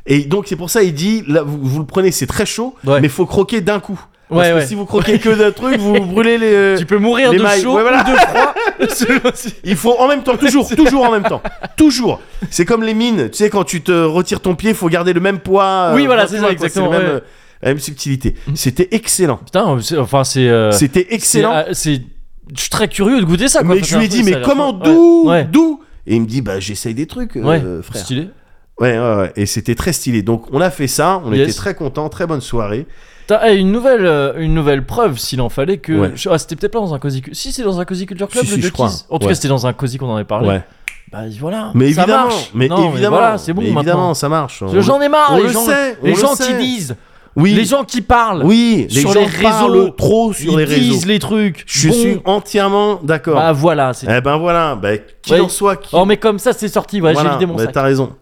Et donc c'est pour ça il dit là vous, vous le prenez c'est très chaud
Ouais.
mais faut croquer d'un coup parce
Ouais,
que
ouais.
si vous croquez que d'un truc vous brûlez les euh,
Tu peux mourir
les
de
mailles.
chaud euh,
Ouais, voilà.
ou de froid.
il faut en même temps toujours toujours en même temps toujours c'est comme les mines tu sais quand tu te retires ton pied faut garder le même poids euh,
Oui, voilà,
vingt
c'est
fois,
ça,
quoi.
exactement,
le même,
ouais.
euh, la même subtilité c'était excellent
Putain, c'est- enfin c'est. euh,
c'était
c'est-
excellent
ah, C'est. Je suis très curieux de goûter ça. Quoi,
mais
parce
je lui ai
qu'un
dit
truc, ça a
mais
l'air
comment
trop-
d'où
Ouais.
d'où et il me dit bah j'essaye des trucs euh,
Ouais.
frère
Stylé.
ouais, ouais ouais et c'était très stylé donc on a fait ça on
Yes.
était très contents très bonne soirée
T'as eh, une nouvelle, euh, une nouvelle preuve s'il en fallait que.
Ouais.
je- Ah, c'était peut-être pas dans un cosy. Cu- Si c'est dans un cosy culture club,
Si,
le
si, je
Duckies.
crois.
En tout
Ouais.
cas, c'était dans un cosy qu'on en avait parlé. Bah voilà.
Mais
ça
évidemment,
marche.
mais
Non,
évidemment,
voilà, c'est bon
mais
maintenant.
évidemment, ça marche.
Parce que J'en ai marre.
on
les
le
gens,
sait, on
les
le
gens
sait.
qui disent,
oui,
les gens qui parlent,
oui, les
sur
gens
les réseaux,
parlent trop sur
ils
les réseaux.
disent les trucs.
Je
Bon,
suis entièrement d'accord.
Bah voilà. c'est-
eh ben voilà, bah, qui
Ouais.
en soit, qui.
Oh mais comme ça c'est sorti. Ouais, j'ai
voilà,
vidé mon
bah,
sac.
T'as raison.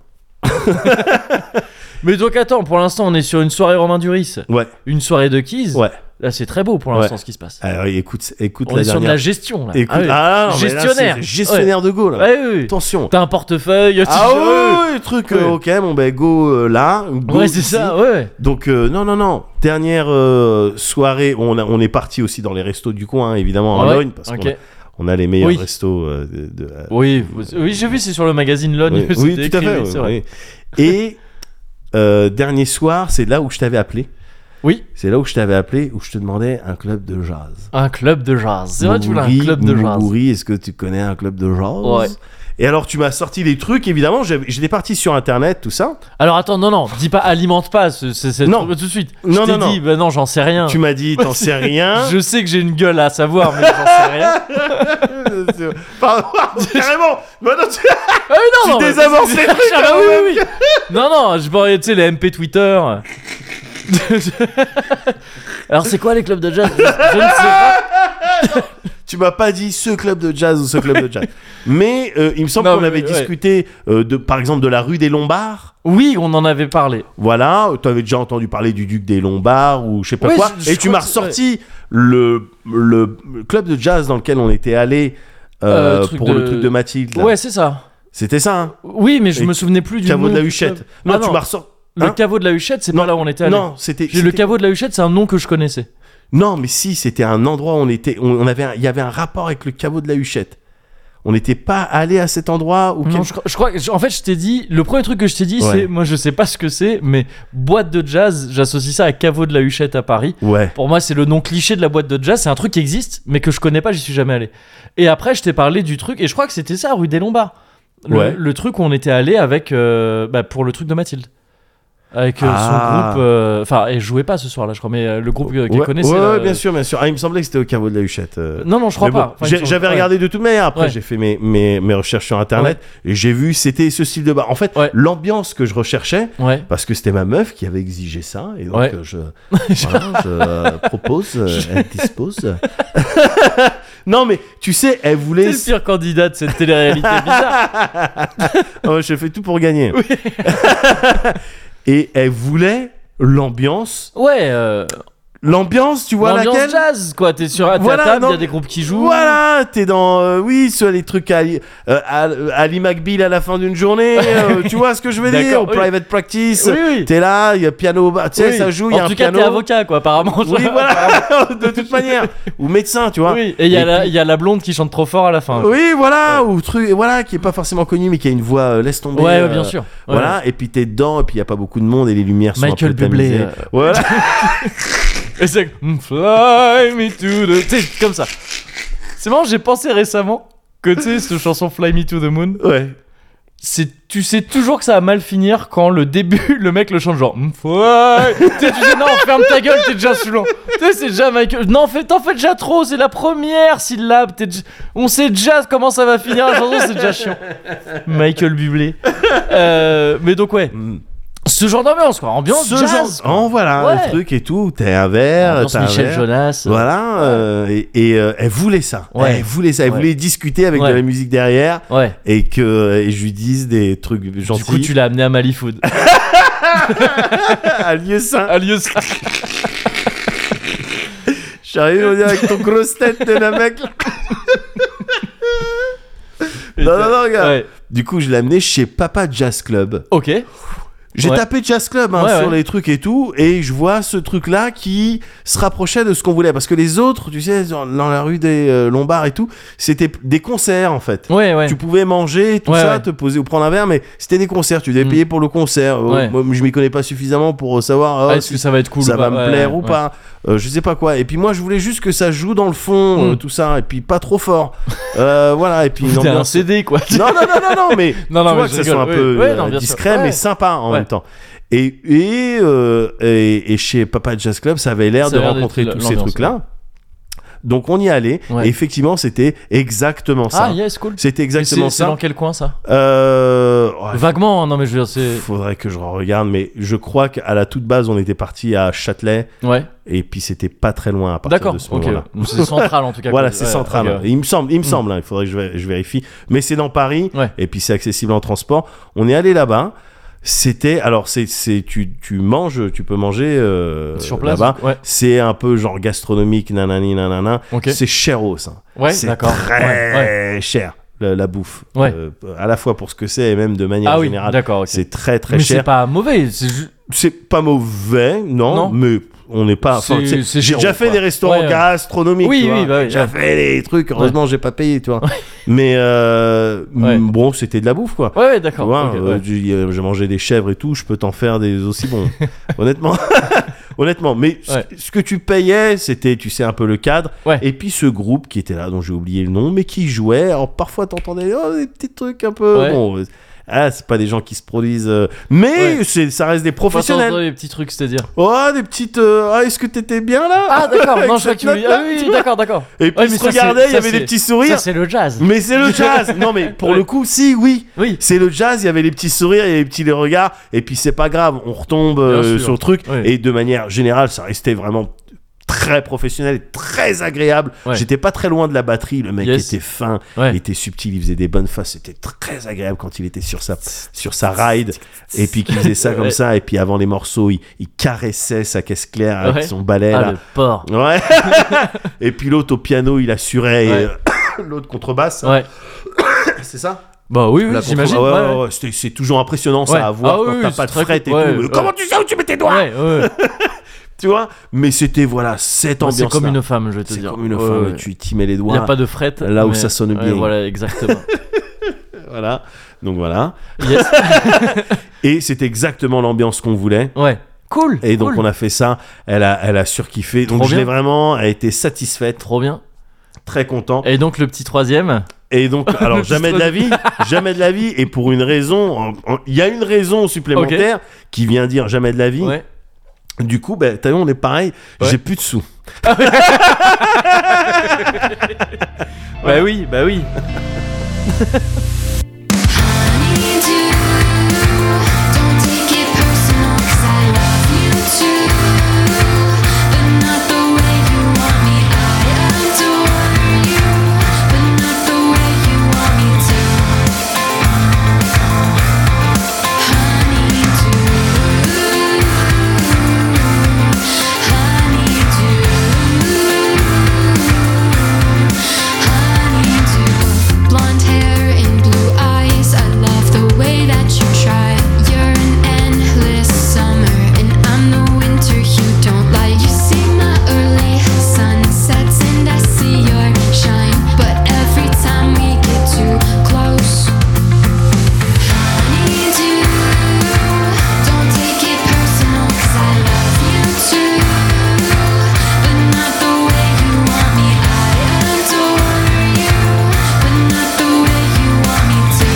Mais donc attends, pour l'instant on est sur une soirée Romain Duris,
Ouais,
une soirée de keys.
ouais.
Là c'est très beau pour l'instant
Ouais.
ce qui se passe.
Alors, écoute, écoute
on
la
est sur de
dernière.
la gestion là.
Écoute,
Ah ouais.
ah, non, mais là,
Gestionnaire.
c'est gestionnaire de Gaulle.
Ouais, ouais, ouais.
Attention.
T'as un portefeuille.
Ah
tu-
ouais, ouais, ouais, truc. euh,
Ouais.
ok, bon ben go euh, là. go
Ouais, c'est
ici.
ça, ouais.
Donc euh, non non non dernière euh, soirée on, a- on est parti aussi dans les restos du coin hein, évidemment à
Ah Ouais,
Logne parce
ok.
qu'on a- on a les meilleurs
Oui.
restos euh, de, de- euh,
Oui, vous- oui j'ai vu, c'est sur le magazine Logne.
oui,
c'était
oui, tout à
écrit,
fait.
oui,
oui,
c'est vrai.
oui. Et euh, dernier soir, c'est là où je t'avais appelé.
Oui.
C'est là où je t'avais appelé, où je te demandais un club de jazz.
Un club de jazz. C'est vrai, tu voulais un
Moumouri,
club de jazz.
Moumouri, est-ce que tu connais un club de jazz
Ouais.
Et alors, tu m'as sorti des trucs, évidemment. j'avais- J'étais parti sur internet, tout ça.
Alors attends, non, non, dis pas, alimente pas ce, ce- cette-
Non.
tout de suite. je
Non,
t'ai
non, non.
dit, bah non, j'en sais rien.
Tu m'as dit, t'en sais rien.
Je sais que j'ai une gueule à savoir, mais j'en sais rien.
Pardon, carrément. Maintenant, tu,
Ah oui,
tu
non, non, mais-
désamorces les trucs.
Ah bah
quand
oui,
même.
oui, oui. Non, non, je parlais, tu sais, les MP Twitter. Alors, c'est quoi les clubs de jazz Je ne sais pas.
Tu m'as pas dit ce club de jazz ou ce club de jazz. Mais euh, il me semble
Non,
qu'on
mais-
avait
ouais.
discuté, euh, de, par exemple, de la rue des Lombards.
Oui, on en avait parlé.
Voilà, tu avais déjà entendu parler du duc des Lombards ou je sais pas
Ouais,
quoi.
je- je
et tu
crois
m'as
que c'est-
ressorti le, le club de jazz dans lequel on était allé euh,
Euh, truc
pour
de-
le truc de Mathilde. là.
Ouais, c'est ça.
C'était ça, hein
Oui, mais je
Et
me souvenais plus du
Caveau
nom
de la
du
Huchette.
club.
Non,
Ah,
tu m'as ressort-
Le
hein
caveau de la Huchette, c'est
Non.
pas là où on était allé.
Non, c'était.
J'ai- Le
c'était-
caveau de la Huchette, c'est un nom que je connaissais.
Non, mais si, c'était un endroit où on était. On, on avait, un- il y avait un rapport avec le caveau de la Huchette. On n'était pas allé à cet endroit où.
Non, je, crois- je crois que- en fait, je t'ai dit, le premier truc que je t'ai dit,
Ouais.
c'est, moi je sais pas ce que c'est, mais boîte de jazz, j'associe ça à caveau de la Huchette à Paris.
Ouais.
Pour moi, c'est le nom cliché de la boîte de jazz, c'est un truc qui existe, mais que je connais pas, j'y suis jamais allé. Et après, je t'ai parlé du truc, et je crois que c'était ça, rue des Lombards. Le,
Ouais.
le truc où on était allé avec, euh, bah, pour le truc de Mathilde. Avec euh,
Ah.
son groupe, euh, enfin, elle jouait pas ce soir-là, je crois, mais euh, le groupe euh, qu'elle
ouais,
connaissait.
ouais,
là,
ouais, bien
euh,
sûr, bien sûr. Ah, il me semblait que c'était au caveau de la Huchette. euh.
Non, non, je crois
Mais bon,
pas. Enfin, il me
j'ai-
semble-
J'avais
ouais.
regardé de toute manière. Après,
Ouais.
j'ai fait mes, mes, mes recherches sur Internet et j'ai vu c'était ce style de bar. En fait,
Ouais.
l'ambiance que je recherchais,
Ouais.
parce que c'était ma meuf qui avait exigé ça, et donc
Ouais.
euh, je, voilà, je, euh, propose, euh, elle dispose. non, mais tu sais, elle
T'es
voulait.
le pire candidat de cette télé-réalité bizarre.
Oh, je fais tout pour gagner. et elle voulait l'ambiance,
Ouais, euh,
l'ambiance, tu vois
l'ambiance
laquelle
jazz, quoi. T'es sur t'es
Voilà,
à table,
non,
il y a des groupes qui jouent.
Voilà, t'es dans euh, oui, soit les trucs à, euh, à- Ali McBeal à la fin d'une journée, euh, tu vois ce que je veux dire,
D'accord,
au
oui.
private practice.
Oui, oui.
T'es là, il y a piano, bah, tu sais,
Oui.
ça joue, il y a
En
un
tout cas,
piano.
t'es avocat, quoi, apparemment.
Oui, voilà, de toute manière, ou médecin, tu vois.
Oui, et il y,
Et
a la- il y a la blonde qui chante trop fort à la fin.
Oui, voilà, ou truc, voilà, qui est pas forcément connu, mais qui a une voix euh, laisse tomber.
Ouais, ouais,
euh,
bien sûr. Ouais.
Voilà, et puis t'es dedans, et puis il y a pas beaucoup de monde, et les lumières sont
Michael
un peu
Bublé,
tamisées.
euh,
Voilà.
Et c'est Mm, Fly me to the. tu sais, comme ça. C'est marrant, j'ai pensé récemment que tu sais, cette chanson Fly me to the moon,
ouais.
c'est tu sais toujours que ça va mal finir quand le début le mec le chante genre Mm, fly. tu sais tu dis non ferme ta gueule t'es déjà saoulant tu sais c'est déjà Michael non fais- t'en fais déjà trop c'est la première syllabe t'es déjà- on sait déjà comment ça va finir la chanson c'est déjà chiant Michael Bublé Euh, mais donc ouais
Mm.
ce genre d'ambiance quoi ambiance
Ce
jazz
genre, oh, voilà,
Ouais.
le truc et tout, t'es un verre,
ambiance
t'as un
Michel
verre.
Jonas euh,
Voilà, euh, et, et, euh, elle voulait ça.
Ouais.
Elle voulait ça. Elle
Ouais.
voulait discuter avec
Ouais.
de la musique derrière
ouais
et que et je lui dise des trucs gentils.
du coup tu l'as amené à Malifood
à lieu saint.
à Lieu Saint.
Je suis arrivé on dit, avec ton grosse tête de la mec. non, non, non, regarde.
ouais
Du coup, je l'ai amené chez Papa Jazz Club.
ok
J'ai
Ouais.
tapé Jazz Club hein,
Ouais,
sur
ouais.
les trucs et tout, et je vois ce truc-là qui se rapprochait de ce qu'on voulait. Parce que les autres, tu sais, dans, dans la rue des euh, Lombards et tout, c'était des concerts en fait.
ouais ouais
Tu pouvais manger, tout
Ouais,
ça,
ouais.
te poser ou prendre un verre, mais c'était des concerts. Tu devais
Mm.
payer pour le concert. Euh,
Ouais.
Moi, je m'y connais pas suffisamment pour savoir
Ah,
euh,
est-ce que ça va être cool
ça
ou pas
va me
Ouais,
plaire
ouais,
ou
ouais.
pas. Euh, je sais pas quoi. Et puis moi, je voulais juste que ça joue dans le fond, euh,
Mm.
tout ça, et puis pas trop fort. Euh, voilà. Et puis une
Putain, un
ambiance-
CD quoi
non, non, non, non, non, mais
Non, non,
tu vois
mais
que
je
ça soit un
rigole,
peu
ouais. Ouais,
euh,
non, bien sûr.
discret, mais
Ouais.
sympa en
Ouais.
même temps. Et et, euh, et et chez Papa Jazz Club, ça avait l'air
Ça
de
avait l'air
rencontrer
d'être
tous ces
l'ambiance,
trucs-là. Donc on y allait.
Ouais.
Et effectivement, c'était exactement ça.
Ah, yes, cool.
C'était
Mais
exactement
c'est- C'est
ça.
dans quel coin ça
Euh, ouais,
Vaguement, hein, non mais je veux dire, c'est.
faudrait que je regarde, mais je crois qu'à la toute base, on était parti à Châtelet,
Ouais,
et puis c'était pas très loin à partir
d'accord,
de ce
ok.
moment-là.
Donc C'est central en tout cas.
Voilà,
quoi.
c'est
Ouais,
central.
ok. Hmm.
hein. Il me semble, il me semble. hein, il faudrait que je, vé- je vérifie. Mais c'est dans Paris,
Ouais.
et puis c'est accessible en transport. On est allé là-bas. C'était alors c'est c'est tu, tu manges, tu peux manger euh,
Sur place
là-bas.
Ouais,
C'est un peu genre gastronomique, nanani nanana.
ok.
C'est hein. cher au sein.
Ouais,
c'est
d'accord.
très
Ouais, ouais.
cher la, la bouffe.
Ouais.
Euh, à la fois pour ce que c'est et même de manière
Ah oui,
générale.
d'accord, ok.
C'est très très
Mais
cher.
c'est pas mauvais, c'est ju-
C'est pas mauvais, non,
Non.
mais on n'est pas. enfin,
C'est-
tu sais,
c'est
J'ai
Giro,
déjà fait
quoi.
des restaurants
Ouais, ouais.
gastronomiques.
Oui,
tu
oui,
vois.
bah oui,
J'ai déjà
ouais.
fait des trucs. Heureusement, j'ai pas payé, tu vois. mais euh,
Ouais.
m- bon, c'était de la bouffe, quoi.
Ouais, ouais,
Tu
d'accord.
vois,
ok,
euh,
ouais.
du- euh, j'ai mangé des chèvres et tout. Je peux t'en faire des aussi bons. Honnêtement, honnêtement. Mais ce-
Ouais.
ce que tu payais, c'était, tu sais, un peu le cadre.
Ouais.
Et puis ce groupe qui était là, dont j'ai oublié le nom, mais qui jouait. Alors parfois, t'entendais oh, des petits trucs un peu.
Ouais.
Bon, euh, ah, c'est pas des gens qui se produisent, euh, mais
Ouais.
c'est- ça reste des
Faut attendre
professionnels.
les petits trucs, c'est-à-dire.
Oh, des petites. euh, ah, est-ce que t'étais bien là
Ah, d'accord,
Avec
non, je crois
cette
que tu voulais-
note-là,
Ah oui,
tu
oui,
vois.
d'accord, d'accord.
Et puis
Ouais,
ils
mais
se
ça, c'est-
regardaient, il y
ça,
avait des
c'est-
petits
Ça,
sourires.
c'est le jazz.
mais c'est le jazz Non, mais pour
Ouais.
le coup, si, oui
Oui.
c'est le jazz, il y avait les petits sourires, il y avait les petits regards, et puis c'est pas grave, on retombe euh,
Bien sûr.
sur le truc,
Oui.
et de manière générale, ça restait vraiment très professionnel, et très agréable.
Ouais.
J'étais pas très loin de la batterie, le mec
Yes.
était fin,
Ouais.
il était subtil, il faisait des bonnes faces, c'était très agréable quand il était sur sa, sur sa ride, et puis qu'il faisait ça comme
Ouais.
ça, et puis avant les morceaux, il, il caressait sa caisse claire avec
Ouais.
son balai,
Ah,
là.
le porc.
Ouais. et puis l'autre au piano, il assurait. et,
Ouais.
euh, l'autre contrebasse.
Ouais.
C'est ça
Bah oui, oui,
La contre-
j'imagine.
ah ouais,
ouais,
ouais, ouais, c'était- C'est toujours impressionnant
Ouais.
ça à voir
Ah
quand
oui,
t'as
oui,
pas de
c'est très
fret et
cool. Ouais,
tout. Mais
ouais.
Comment tu sais où tu mets tes doigts
ouais. ouais, ouais.
Tu vois Mais c'était voilà cette ambiance.
C'est comme une femme, je vais te
C'est
dire.
comme une
Ouais,
femme,
ouais.
tu t'y mets les
Il
doigts.
n'y a pas de fret.
Là où
mais-
ça sonne
ouais,
bien.
Voilà, exactement.
Voilà. Donc voilà.
Yes.
Et c'est exactement l'ambiance qu'on voulait.
Ouais. Cool.
Et donc
cool.
on a fait ça. Elle a, elle a surkiffé. Donc
Trop
je l'ai
bien.
vraiment. Elle a été satisfaite,
Trop bien.
très content.
Et donc le petit troisième.
Et donc alors
Le
jamais de la vie, jamais de la vie. Et pour une raison, en- en- il y a une raison supplémentaire qui vient dire jamais de la vie.
Ouais.
Du coup, ben, t'as vu, on est pareil.
Ouais.
J'ai plus de sous.
Bah oui, bah oui.
Blonde hair and blue eyes. I love the way that you try. You're an endless summer, and I'm the winter you don't like. You see my early sunsets, and I see your shine. But every time we get too close, honeydew, don't take it personal 'cause I love you too, but not the way you want me. I adore you. But not the way you want me to.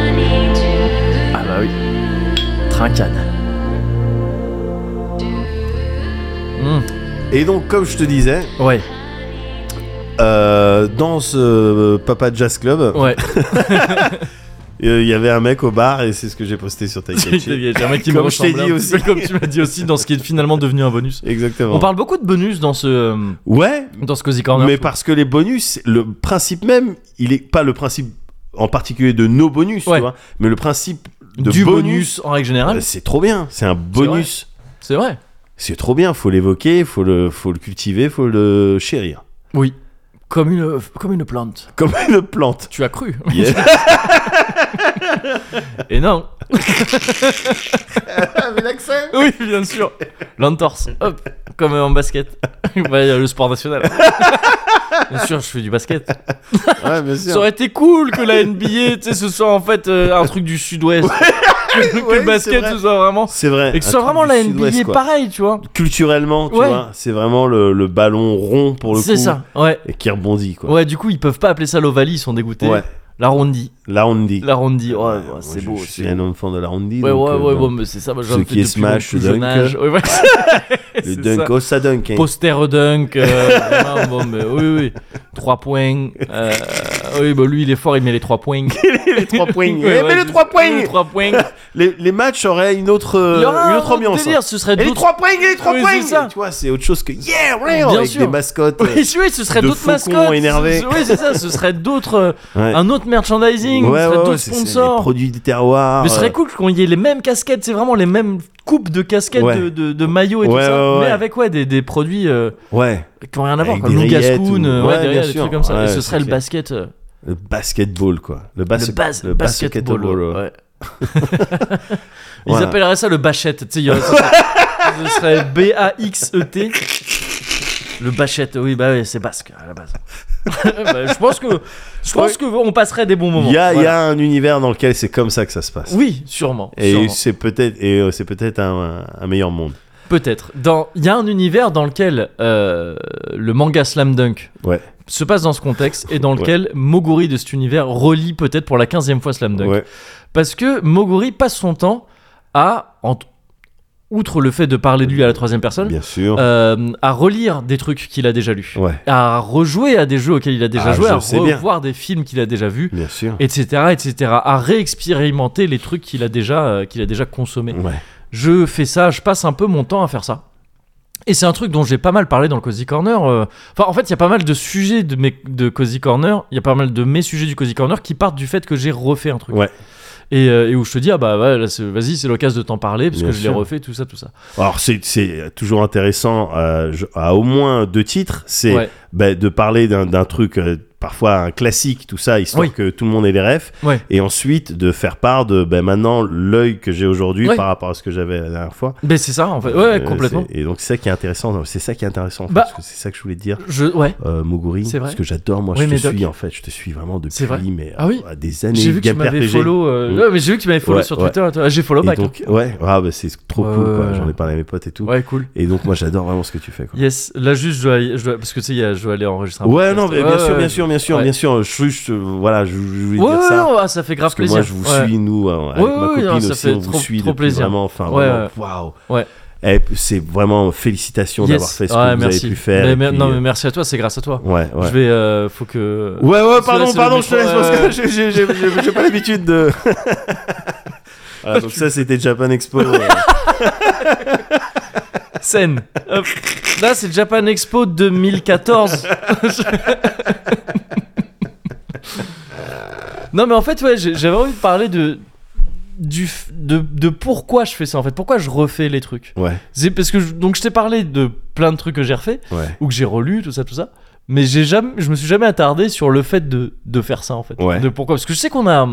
Honeydew,
Ah bah oui. Trincade. Mmh.
Et donc, comme je te disais,
Ouais,
euh, dans ce euh, Papa Jazz Club, euh,
ouais.
il y avait un mec au bar et c'est ce que j'ai posté sur ta
Il y a un mec qui me
Comme je t'ai
ressemblait
dit
un petit peu,
aussi.
comme tu m'as dit aussi dans ce qui est finalement devenu un bonus.
Exactement.
On parle beaucoup de bonus dans ce euh,
Ouais,
dans ce cozy corner.
mais
je trouve.
parce que les bonus, le principe même, il est pas le principe en particulier de nos bonus,
Ouais.
tu vois, mais le principe de
du bonus,
bonus,
en règle
euh,
générale,
c'est trop bien. C'est un bonus.
c'est vrai.
C'est trop bien. Faut l'évoquer, faut le, faut le cultiver, faut le chérir.
Oui, comme une comme une plante.
Comme une plante.
Tu as cru.
Yeah.
Et non.
Avec l'accent.
Oui, bien sûr. L'entorse. Hop, comme en basket. Ouais, le sport national. Bien sûr, je fais du basket.
Ouais, bien sûr.
Ça aurait été cool que la NBA, tu sais, ce soit en fait euh, un truc du sud-ouest. que
ouais,
le
c'est
basket,
vrai.
ce soit vraiment.
C'est vrai.
Et que ce soit
un truc
vraiment
du
la
Sud-Ouest,
NBA
quoi.
pareil, tu vois.
Culturellement, tu
Ouais.
vois, c'est vraiment le, le ballon rond pour le coup.
C'est ça, ouais.
Et qui rebondit, quoi.
Ouais, du coup, ils peuvent pas appeler ça l'ovalie, ils sont dégoûtés.
Ouais.
L'arrondi.
La rondi.
L'arrondi. Ouais, ouais,
moi,
c'est
je-
beau.
Je
c'est
suis un
beau.
enfant de la rondi.
Ouais,
donc,
ouais,
euh,
ouais,
bon,
ouais, mais c'est ça, moi j'en
Ceux
fais
qui est
depuis mon
smash,
plus jeune
dunk.
âge. Ouais, ouais,
Le
c'est
dunk,
ça.
oh, ça dunk. hein.
Poster dunk, euh, vraiment, bon, mais oui, oui. 3 points. euh, oui, bah lui il est fort, il met les 3 points.
les trois points.
Ouais,
Eh,
ouais,
mais les
je-
trois points
Les 3 points.
les, les matchs auraient une autre, euh,
Il y aura
une
un
autre ambiance.
délire,
hein.
ce serait
Et les
d'autres.
trois points, et les trois
Oui,
points
c'est ça.
Tu vois, c'est autre chose que yeah, ouais,
Bien
avec
sûr.
des mascottes. euh,
Oui, oui, ce serait
de
d'autres
faucons
mascottes.
énervés.
Ce- Oui, c'est ça, ce serait d'autres. euh,
ouais.
Un autre merchandising,
Ouais,
ce
ouais,
serait
ouais,
d'autres
c'est- c'est des
sponsors.
produits du terroir.
Mais ce serait
euh,
cool qu'on y ait les mêmes casquettes, c'est vraiment les mêmes coupes de casquettes,
Ouais.
de, de, de maillots et
Ouais,
tout ça,
ouais, ouais.
mais avec ouais, des, des produits euh,
Ouais,
qui n'ont rien à voir,
Avec
comme
des
Nougat
rillettes
Spoon,
ou-
euh,
Ouais,
ouais, des
bien
rillettes, des
sûr.
trucs comme ça.
Ouais,
et ce
c'est
serait le
clair.
basket, euh,
le basketball, quoi. Le, bas
le, bas-
le
basketball.
basketball, ouais.
ouais. Ils
Voilà.
appelleraient ça le bachette, tu sais, il y aurait- ce serait- ce serait B-A-X-E-T. E Le bachette, oui, bah oui, c'est basque à la base. Bah, je pense que je pense que on passerait des bons moments.
Il y, a, il y
Voilà.
a un univers dans lequel c'est comme ça que ça se passe.
Oui, sûrement.
Et
sûrement.
c'est peut-être et euh, c'est peut-être un, un meilleur monde.
Peut-être. Dans- Il y a un univers dans lequel euh, le manga Slam Dunk
Ouais.
se passe dans ce contexte et dans
Ouais.
lequel Moguri de cet univers relie peut-être pour la 15e fois Slam Dunk.
Ouais.
Parce que Moguri passe son temps à, en- outre le fait de parler de lui à la troisième personne,
Bien sûr.
euh, à relire des trucs qu'il a déjà lus,
Ouais.
à rejouer à des jeux auxquels il a déjà
Ah,
joué,
je
à
sais bien.
revoir des films qu'il a déjà vus,
Bien sûr.
etc., etc., à réexpérimenter les trucs qu'il a déjà, euh, qu'il a déjà consommés
Ouais.
je fais ça, je passe un peu mon temps à faire ça. Et c'est un truc dont j'ai pas mal parlé dans le Cozy Corner. euh, Enfin, en fait, il y a pas mal de sujets de, mes, de Cozy Corner. Il y a pas mal de mes sujets du Cozy Corner qui partent du fait que j'ai refait un truc.
Ouais.
et, euh, et où je te dis ah bah ouais, là, c'est- vas-y c'est l'occasion de t'en parler parce
Bien
que je l'ai
sûr.
refait tout ça tout ça
Alors c'est- c'est toujours intéressant euh, je- à au moins deux titres, c'est
Ouais.
bah, de parler d'un d'un truc euh, parfois un classique, tout ça, histoire
Oui.
que tout le monde ait les refs,
Ouais.
et ensuite de faire part de bah, maintenant l'œil que j'ai aujourd'hui
Ouais.
par rapport à ce que j'avais la dernière fois.
mais c'est ça en fait ouais,
Euh,
ouais, complètement
c'est- Et donc c'est ça qui est intéressant, non, c'est ça qui est intéressant, en fait,
Bah.
parce que c'est ça que je voulais te dire.
je ouais
Euh, Moguri,
C'est vrai.
parce que j'adore, moi
Oui,
je te
mais Doc-
suis en fait, je te suis vraiment depuis
C'est vrai.
mais
Ah oui.
à des années.
j'ai vu que tu
Game
m'avais
RPG.
follow euh,
Mm.
ouais, mais j'ai vu que tu m'avais follow
Ouais,
sur
ouais.
Twitter et tout. Ah, j'ai follow
Et
back hein.
donc, ouais, ah, bah, c'est trop
Ouais,
cool, quoi.
ouais,
j'en ai
ouais.
parlé à mes potes et tout.
ouais cool
Et donc moi j'adore vraiment ce que tu fais quoi.
yes là juste je dois, je dois- parce que tu sais il y a- je dois aller enregistrer un
Ouais
podcast.
non mais bien sûr
ouais.
bien sûr bien sûr
Ouais.
bien sûr je, je- voilà je, je voulais
ouais,
dire
ouais,
ça
non, ah, ça fait grave
parce que
plaisir
moi je vous
Ouais.
suis nous euh, avec
Ouais,
ma
ouais,
copine
non, ça
aussi
fait
on vous
trop-
suit
trop
depuis
plaisir.
vraiment enfin
Ouais,
vraiment,
ouais.
waouh
Ouais.
Eh, c'est vraiment félicitations
Yes.
d'avoir fait ce que
Ouais,
vous
merci.
avez pu faire
Mais-
et
mais-
puis,
non mais
euh,
merci à toi c'est grâce à toi
ouais
je
ouais
vais euh, faut que
ouais ouais
Parce que là,
pardon
c'est le
pardon je te
micro,
laisse parce
ouais.
que j'ai- j'ai- j'ai j'ai- j'ai pas l'habitude de Voilà, donc ça c'était Japan Expo euh,
scène Hop. là c'est Japan Expo 2014 non mais en fait ouais j'ai- j'avais envie de parler de du f- de, de pourquoi je fais ça en fait pourquoi je refais les trucs
ouais
c'est parce que je- donc je t'ai parlé de plein de trucs que j'ai refait
ouais
ou que j'ai relu, tout ça, tout ça. Mais j'ai jamais, je me suis jamais attardé sur le fait de, de faire ça en fait.
Ouais.
De pourquoi Parce que je sais qu'on a,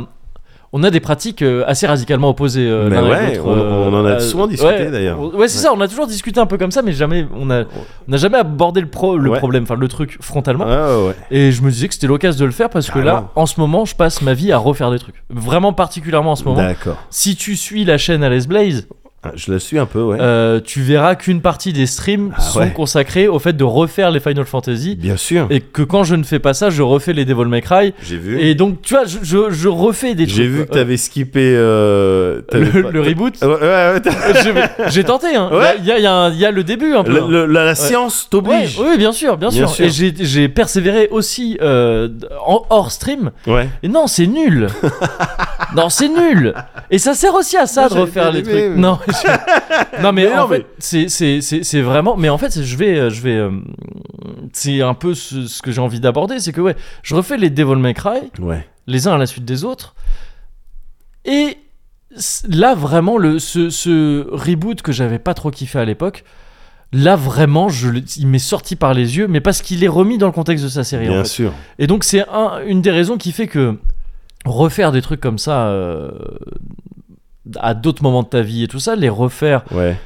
on a des pratiques euh, assez radicalement opposées. euh,
Mais
l'un avec
ouais,
l'autre, euh,
on- on en a souvent discuté,
ouais,
d'ailleurs.
on- Ouais, c'est ça. On a toujours discuté un peu comme ça, mais jamais, on a, on a jamais abordé le pro, le
Ouais.
problème, enfin le truc frontalement.
Ah, ouais Ah
Et je me disais que c'était l'occasion de le faire parce que là,
Carrément.
en ce moment, je passe ma vie à refaire des trucs. Vraiment particulièrement en ce moment.
d'accord
Si tu suis la chaîne Alice Blaze,
Ah, je la suis un peu ouais
euh, tu verras qu'une partie des streams
Ah
sont
ouais.
consacrés au fait de refaire les Final Fantasy
bien sûr
et que quand je ne fais pas ça, je refais les Devil May Cry.
j'ai vu
Et donc, tu vois, je, je, je refais des trucs.
J'ai vu que
quoi.
t'avais skippé euh,
Euh,
t'avais
le,
pas-
le reboot.
Ouais, ouais, ouais, t'as-
Je- J'ai tenté, hein.
Ouais.
Il y a, il y a un- il y a le début un peu.
le-
hein.
le- la, la science
Ouais,
t'oblige.
oui, bien sûr, bien,
Bien
sûr.
sûr.
Et j'ai- j'ai persévéré aussi euh, d- en, hors stream.
Ouais.
Et non, c'est nul. non, c'est nul. Et ça sert aussi à ça
Moi,
de
j'ai
refaire
bien
les
aimé,
trucs.
mais-
Non, je- non, mais,
Mais
en
non, mais-
fait, c'est- c'est- c'est c'est vraiment. Mais en fait, c'est- je vais, euh, je vais. euh, C'est un peu ce, ce que j'ai envie d'aborder, c'est que ouais, je refais les Devil May Cry.
Ouais.
les uns à la suite des autres. Et s- là, vraiment, le, ce, ce reboot que j'avais pas trop kiffé à l'époque, là, vraiment, je, le- il m'est sorti par les yeux, mais parce qu'il est remis dans le contexte de sa série. en
Bien
fait.
sûr.
Et donc, c'est un- une des raisons qui fait que refaire des trucs comme ça euh, à d'autres moments de ta vie et tout ça, les refaire
Ouais.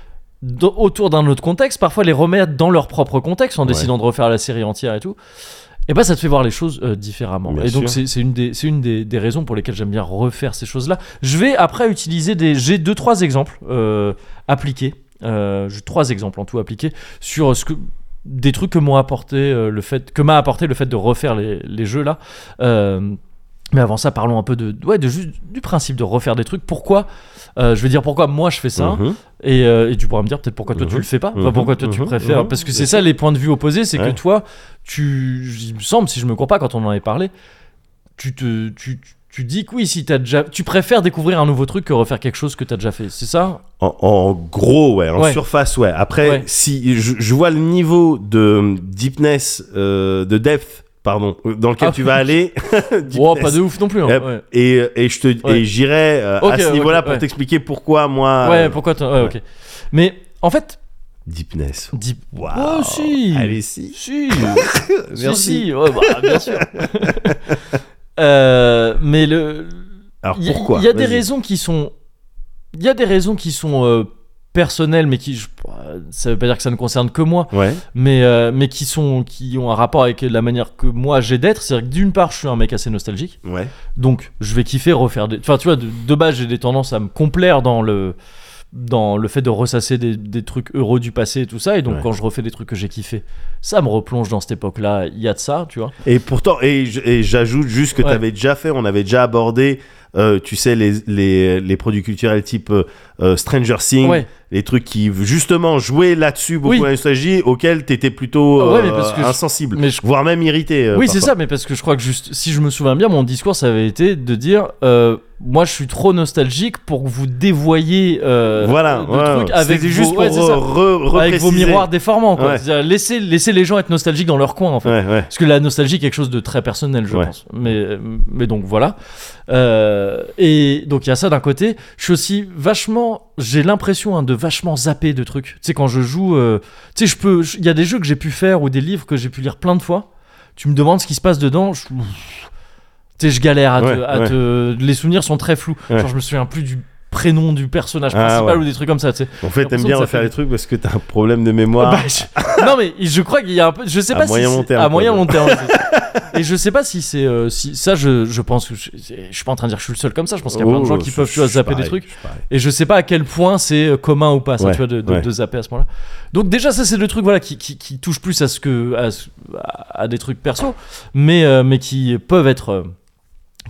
d- autour d'un autre contexte, parfois les remettre dans leur propre contexte en
Ouais.
décidant de refaire la série entière et tout, et ben ça te fait voir les choses euh, différemment.
Bien
et donc
sûr.
c'est c'est une, des, c'est une des, des raisons pour lesquelles j'aime bien refaire ces choses-là. Je vais après utiliser des... J'ai deux, trois exemples euh, appliqués, euh, j'ai trois exemples en tout appliqués, sur ce que des trucs que m'ont apporté euh, le fait que m'a apporté le fait de refaire les, les jeux là Euh, mais avant ça parlons un peu de ouais de juste du principe de refaire des trucs pourquoi euh, je vais dire pourquoi moi je fais ça
Mhm.
et, euh, et tu pourras me dire peut-être pourquoi toi
Mhm.
tu le fais pas, enfin,
Mhm.
pourquoi toi tu
Mhm.
préfères,
Mhm.
parce que
Bien
c'est ça les points de vue opposés, c'est
Ouais.
que toi, tu, il me semble, si je me cours pas quand on en avait parlé, tu te, tu, tu dis que oui, si t'as déjà, tu préfères découvrir un nouveau truc que refaire quelque chose que t'as déjà fait, c'est ça
En, en gros, ouais, en
Ouais.
surface, ouais. Après,
Ouais.
si je, je vois le niveau de deepness, euh, de depth, pardon, dans lequel
Ah.
tu vas aller. deepness.
Oh, pas de ouf non plus. hein,
Euh,
ouais.
Et, et je te,
Ouais.
et j'irai euh,
Ok,
à ce
ok,
niveau-là pour
ouais.
t'expliquer pourquoi moi.
Ouais,
euh,
pourquoi t'en- ouais,
ouais.
ok. Mais en fait,
Deepness.
dis.
Waouh.
Oh, si.
Allez si.
Si. Si,
Merci.
si, ouais, bah, bien sûr. Euh, mais le,
Alors
Il y a-
pourquoi
Il y a des
Vas-y.
raisons qui sont. Il y a des raisons qui sont euh, personnelles, mais qui. je- bah, ça veut pas dire que ça ne concerne que moi,
Ouais.
mais, euh, mais qui, sont, qui ont un rapport avec la manière que moi j'ai d'être. C'est-à-dire que d'une part, je suis un mec assez nostalgique,
Ouais.
donc je vais kiffer refaire des. Enfin, tu vois, de, de base, j'ai des tendances à me complaire dans le dans le fait de ressasser des, des trucs heureux du passé et tout ça et donc
Ouais.
quand je refais des trucs que j'ai kiffé ça me replonge dans cette époque là il y a de ça tu vois
Et pourtant, et j- et j'ajoute juste que
Ouais.
tu avais déjà fait, on avait déjà abordé, euh, tu sais, les, les, les produits culturels type euh, euh, Stranger Things,
Ouais.
les trucs qui justement jouaient là-dessus beaucoup
Oui.
la nostalgie, auxquels t'étais plutôt
Ah ouais, mais
euh,
parce que je-
insensible,
mais je-
voire même irrité. euh,
Oui, c'est
parfois.
ça, mais parce que je crois que juste, si je me souviens bien, mon discours, ça avait été de dire euh, Moi, je suis trop nostalgique pour que vous dévoyez euh,
voilà,
le
ouais.
truc avec
C'était
vos,
juste
ouais,
pour
c'est ça.
re- re-
avec vos
repréciser.
miroirs déformants. Quoi.
Ouais.
C'est-à-dire, Laissez, laissez les gens être nostalgiques dans leur coin, en fait.
Ouais, ouais.
Parce que la nostalgie est quelque chose de très personnel, je
Ouais.
pense. Mais, mais donc voilà. Euh, et donc il y a ça d'un côté. Je suis aussi vachement. J'ai l'impression hein, de vachement zapper de trucs. Tu sais, quand je joue. euh, tu sais, je peux. je- Il y a des jeux que j'ai pu faire ou des livres que j'ai pu lire plein de fois. Tu me demandes ce qui se passe dedans. Je, tu sais, je galère à, te,
Ouais,
à
ouais.
te- Les souvenirs sont très flous.
Ouais.
Genre, je me souviens plus du prénom du personnage
Ah,
principal
ouais.
ou des trucs comme ça, tu sais.
En fait,
J'ai
t'aimes
l'impression
bien
que ça
refaire
fait-
les trucs parce que t'as un problème de mémoire.
Bah, je- Non mais je crois qu'il y a un peu, je sais
À
pas si
moyen
c'est-
long terme,
à
quoi,
moyen
de-
long terme. c'est- Et je sais pas si c'est euh, si ça je, je pense que je, c'est- je suis pas en train de dire que je suis le seul comme ça. Je pense qu'il y a plein de
Oh,
gens qui
je-
peuvent
je
tu vois,
suis
zapper des
pareil,
trucs.
je suis pareil.
Et je sais pas à quel point c'est euh, commun ou pas ça,
Ouais,
tu vois, de, de,
ouais.
de zapper à ce moment-là. Donc déjà ça c'est le truc voilà qui, qui, qui touche plus à ce que à, ce- à- à des trucs perso, mais euh, mais qui peuvent être euh,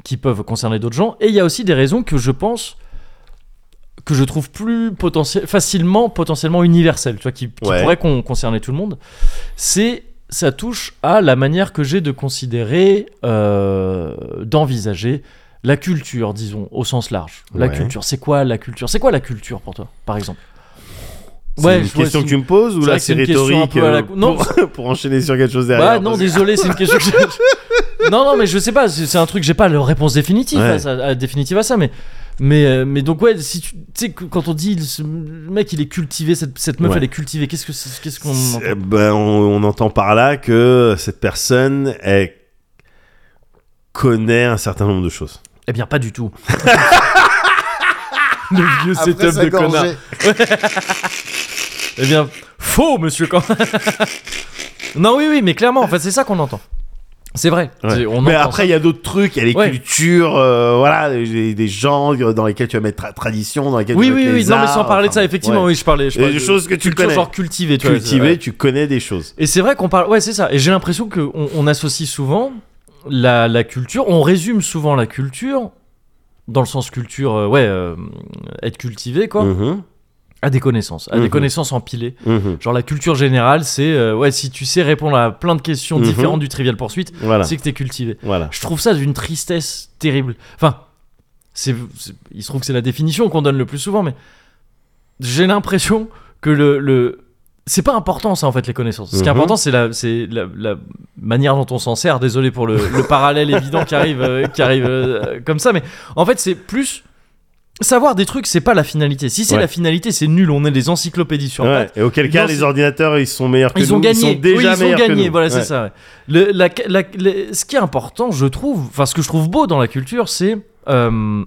qui peuvent concerner d'autres gens. Et il y a aussi des raisons que je pense que je trouve plus potentiel, facilement potentiellement universelles, tu vois, qui, qui
Ouais.
pourraient con- concerner tout le monde. C'est ça touche à la manière que j'ai de considérer, euh, d'envisager la culture, disons, au sens large. La
Ouais.
culture, c'est quoi la culture C'est quoi la culture pour toi, par exemple
C'est une
je vois,
question
c'est
que
une-
tu me poses ou
c'est vrai
là
que c'est
c'est
une question un
rhétorique
peu à la
euh,
con- Non,
pour, pour enchaîner sur quelque chose derrière hein,
Bah non,
parce-
désolé, c'est une question que je- Non, non, mais je sais pas, c'est c'est un truc, j'ai pas la réponse définitive,
Ouais.
à, ça- à- définitive à ça, mais. Mais, euh, mais donc, ouais, si tu tu sais, que quand on dit ce- le mec, il est cultivé, cette, cette meuf,
Ouais.
elle est cultivée, qu'est-ce que c'est- qu'est-ce qu'on
C'est-
entend
ben, on, on entend par là que cette personne elle connaît un certain nombre de choses.
Eh bien, pas du tout. le vieux
Après
setup
sa
de connard.
gorgée.
Eh bien, faux, monsieur Quand. non, oui, oui, mais clairement, en fait, c'est ça qu'on entend. C'est vrai.
Ouais.
C'est- On
Mais
entend
après il y a d'autres trucs, il y a les
Ouais.
cultures, euh, voilà, des, des gens dans lesquels tu vas mettre tra- tradition, dans lesquels
Oui,
tu vas
oui,
mettre
oui,
les
non, mais
arts,
sans parler de ça,
enfin,
effectivement,
ouais.
oui, je parlais. Je
Et
parlais
des
de
choses que tu
culture,
connais.
genre cultivée, tu vois,
Cultivé,
ouais.
tu connais des choses.
Et c'est vrai qu'on parle. Ouais, c'est ça. Et j'ai l'impression qu'on on associe souvent la, la culture, on résume souvent la culture, dans le sens culture, euh, ouais, euh, être cultivé, quoi,
Mhm,
à des connaissances, à des
Mhm.
connaissances empilées.
mhm,
Genre la culture générale, c'est, euh, ouais, si tu sais répondre à plein de questions
Mhm. Bah.
différentes du trivial poursuite,
Voilà.
c'est que t'es cultivé.
Voilà.
Je trouve ça d'une tristesse terrible. Enfin, c'est, c'est- il se trouve que c'est la définition qu'on donne le plus souvent, mais j'ai l'impression que le, le- c'est pas important ça en fait les connaissances. Ce qui est
Mhm.
important c'est la, c'est la, la manière dont on s'en sert. Désolé pour le, le parallèle évident qui arrive, euh, qui arrive euh, comme ça, mais en fait c'est plus savoir des trucs, c'est pas la finalité. Si c'est
Ouais.
la finalité, c'est nul. On est des encyclopédies sur
Ouais,
pattes.
Et auquel cas,
Dans
les
ce-
ordinateurs, ils sont meilleurs que
Ils
nous.
ont gagné.
Ils sont déjà
oui, ils ont
meilleurs que
gagné.
nous.
Voilà,
Ouais.
c'est ça. ouais. Le- la- la- le- ce qui est important, je trouve, enfin, ce que je trouve beau dans la culture, c'est. euh,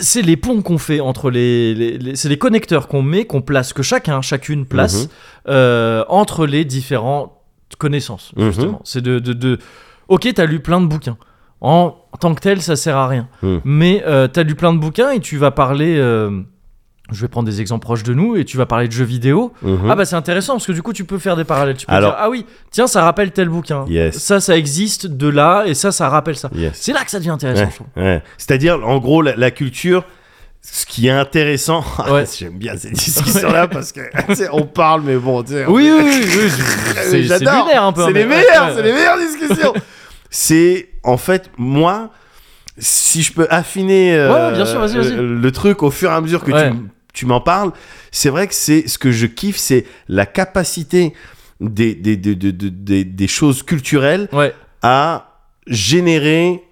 c'est les ponts qu'on fait entre les, les- les- c'est les connecteurs qu'on met, qu'on place, que chacun, chacune place
Mhm.
euh, entre les différentes connaissances.
Mhm.
Justement, c'est de, de, de- ok, t'as lu plein de bouquins. En tant que tel, ça sert à rien.
Mhm.
Mais euh, t'as lu plein de bouquins et tu vas parler. euh, je vais prendre des exemples proches de nous et tu vas parler de jeux vidéo.
Mhm.
Ah bah c'est intéressant parce que du coup tu peux faire des parallèles. Tu peux
Alors-
dire ah oui tiens ça rappelle tel bouquin.
Yes.
Ça ça existe de là et ça ça rappelle ça.
Yes.
C'est là que ça devient intéressant. je trouve.
Ouais. C'est-à-dire, en gros, la, la culture, ce qui est intéressant.
Ouais.
J'aime bien ces discussions-là parce que tu sais, on parle, mais bon, tu sais, on-
Oui oui oui. oui, je- c'est- c'est
j'adore.
lunaire un peu.
C'est
hein,
les
mais-
meilleurs,
ouais,
c'est les meilleures discussions. c'est en fait moi, si je peux affiner euh,
Ouais, ouais, bien sûr, vas-y, vas-y.
euh, le truc au fur et à mesure que tu
Ouais.
m- tu m'en parles, c'est vrai que c'est ce que je kiffe, c'est la capacité des des, des, des, des- des- des choses culturelles
Ouais.
à générer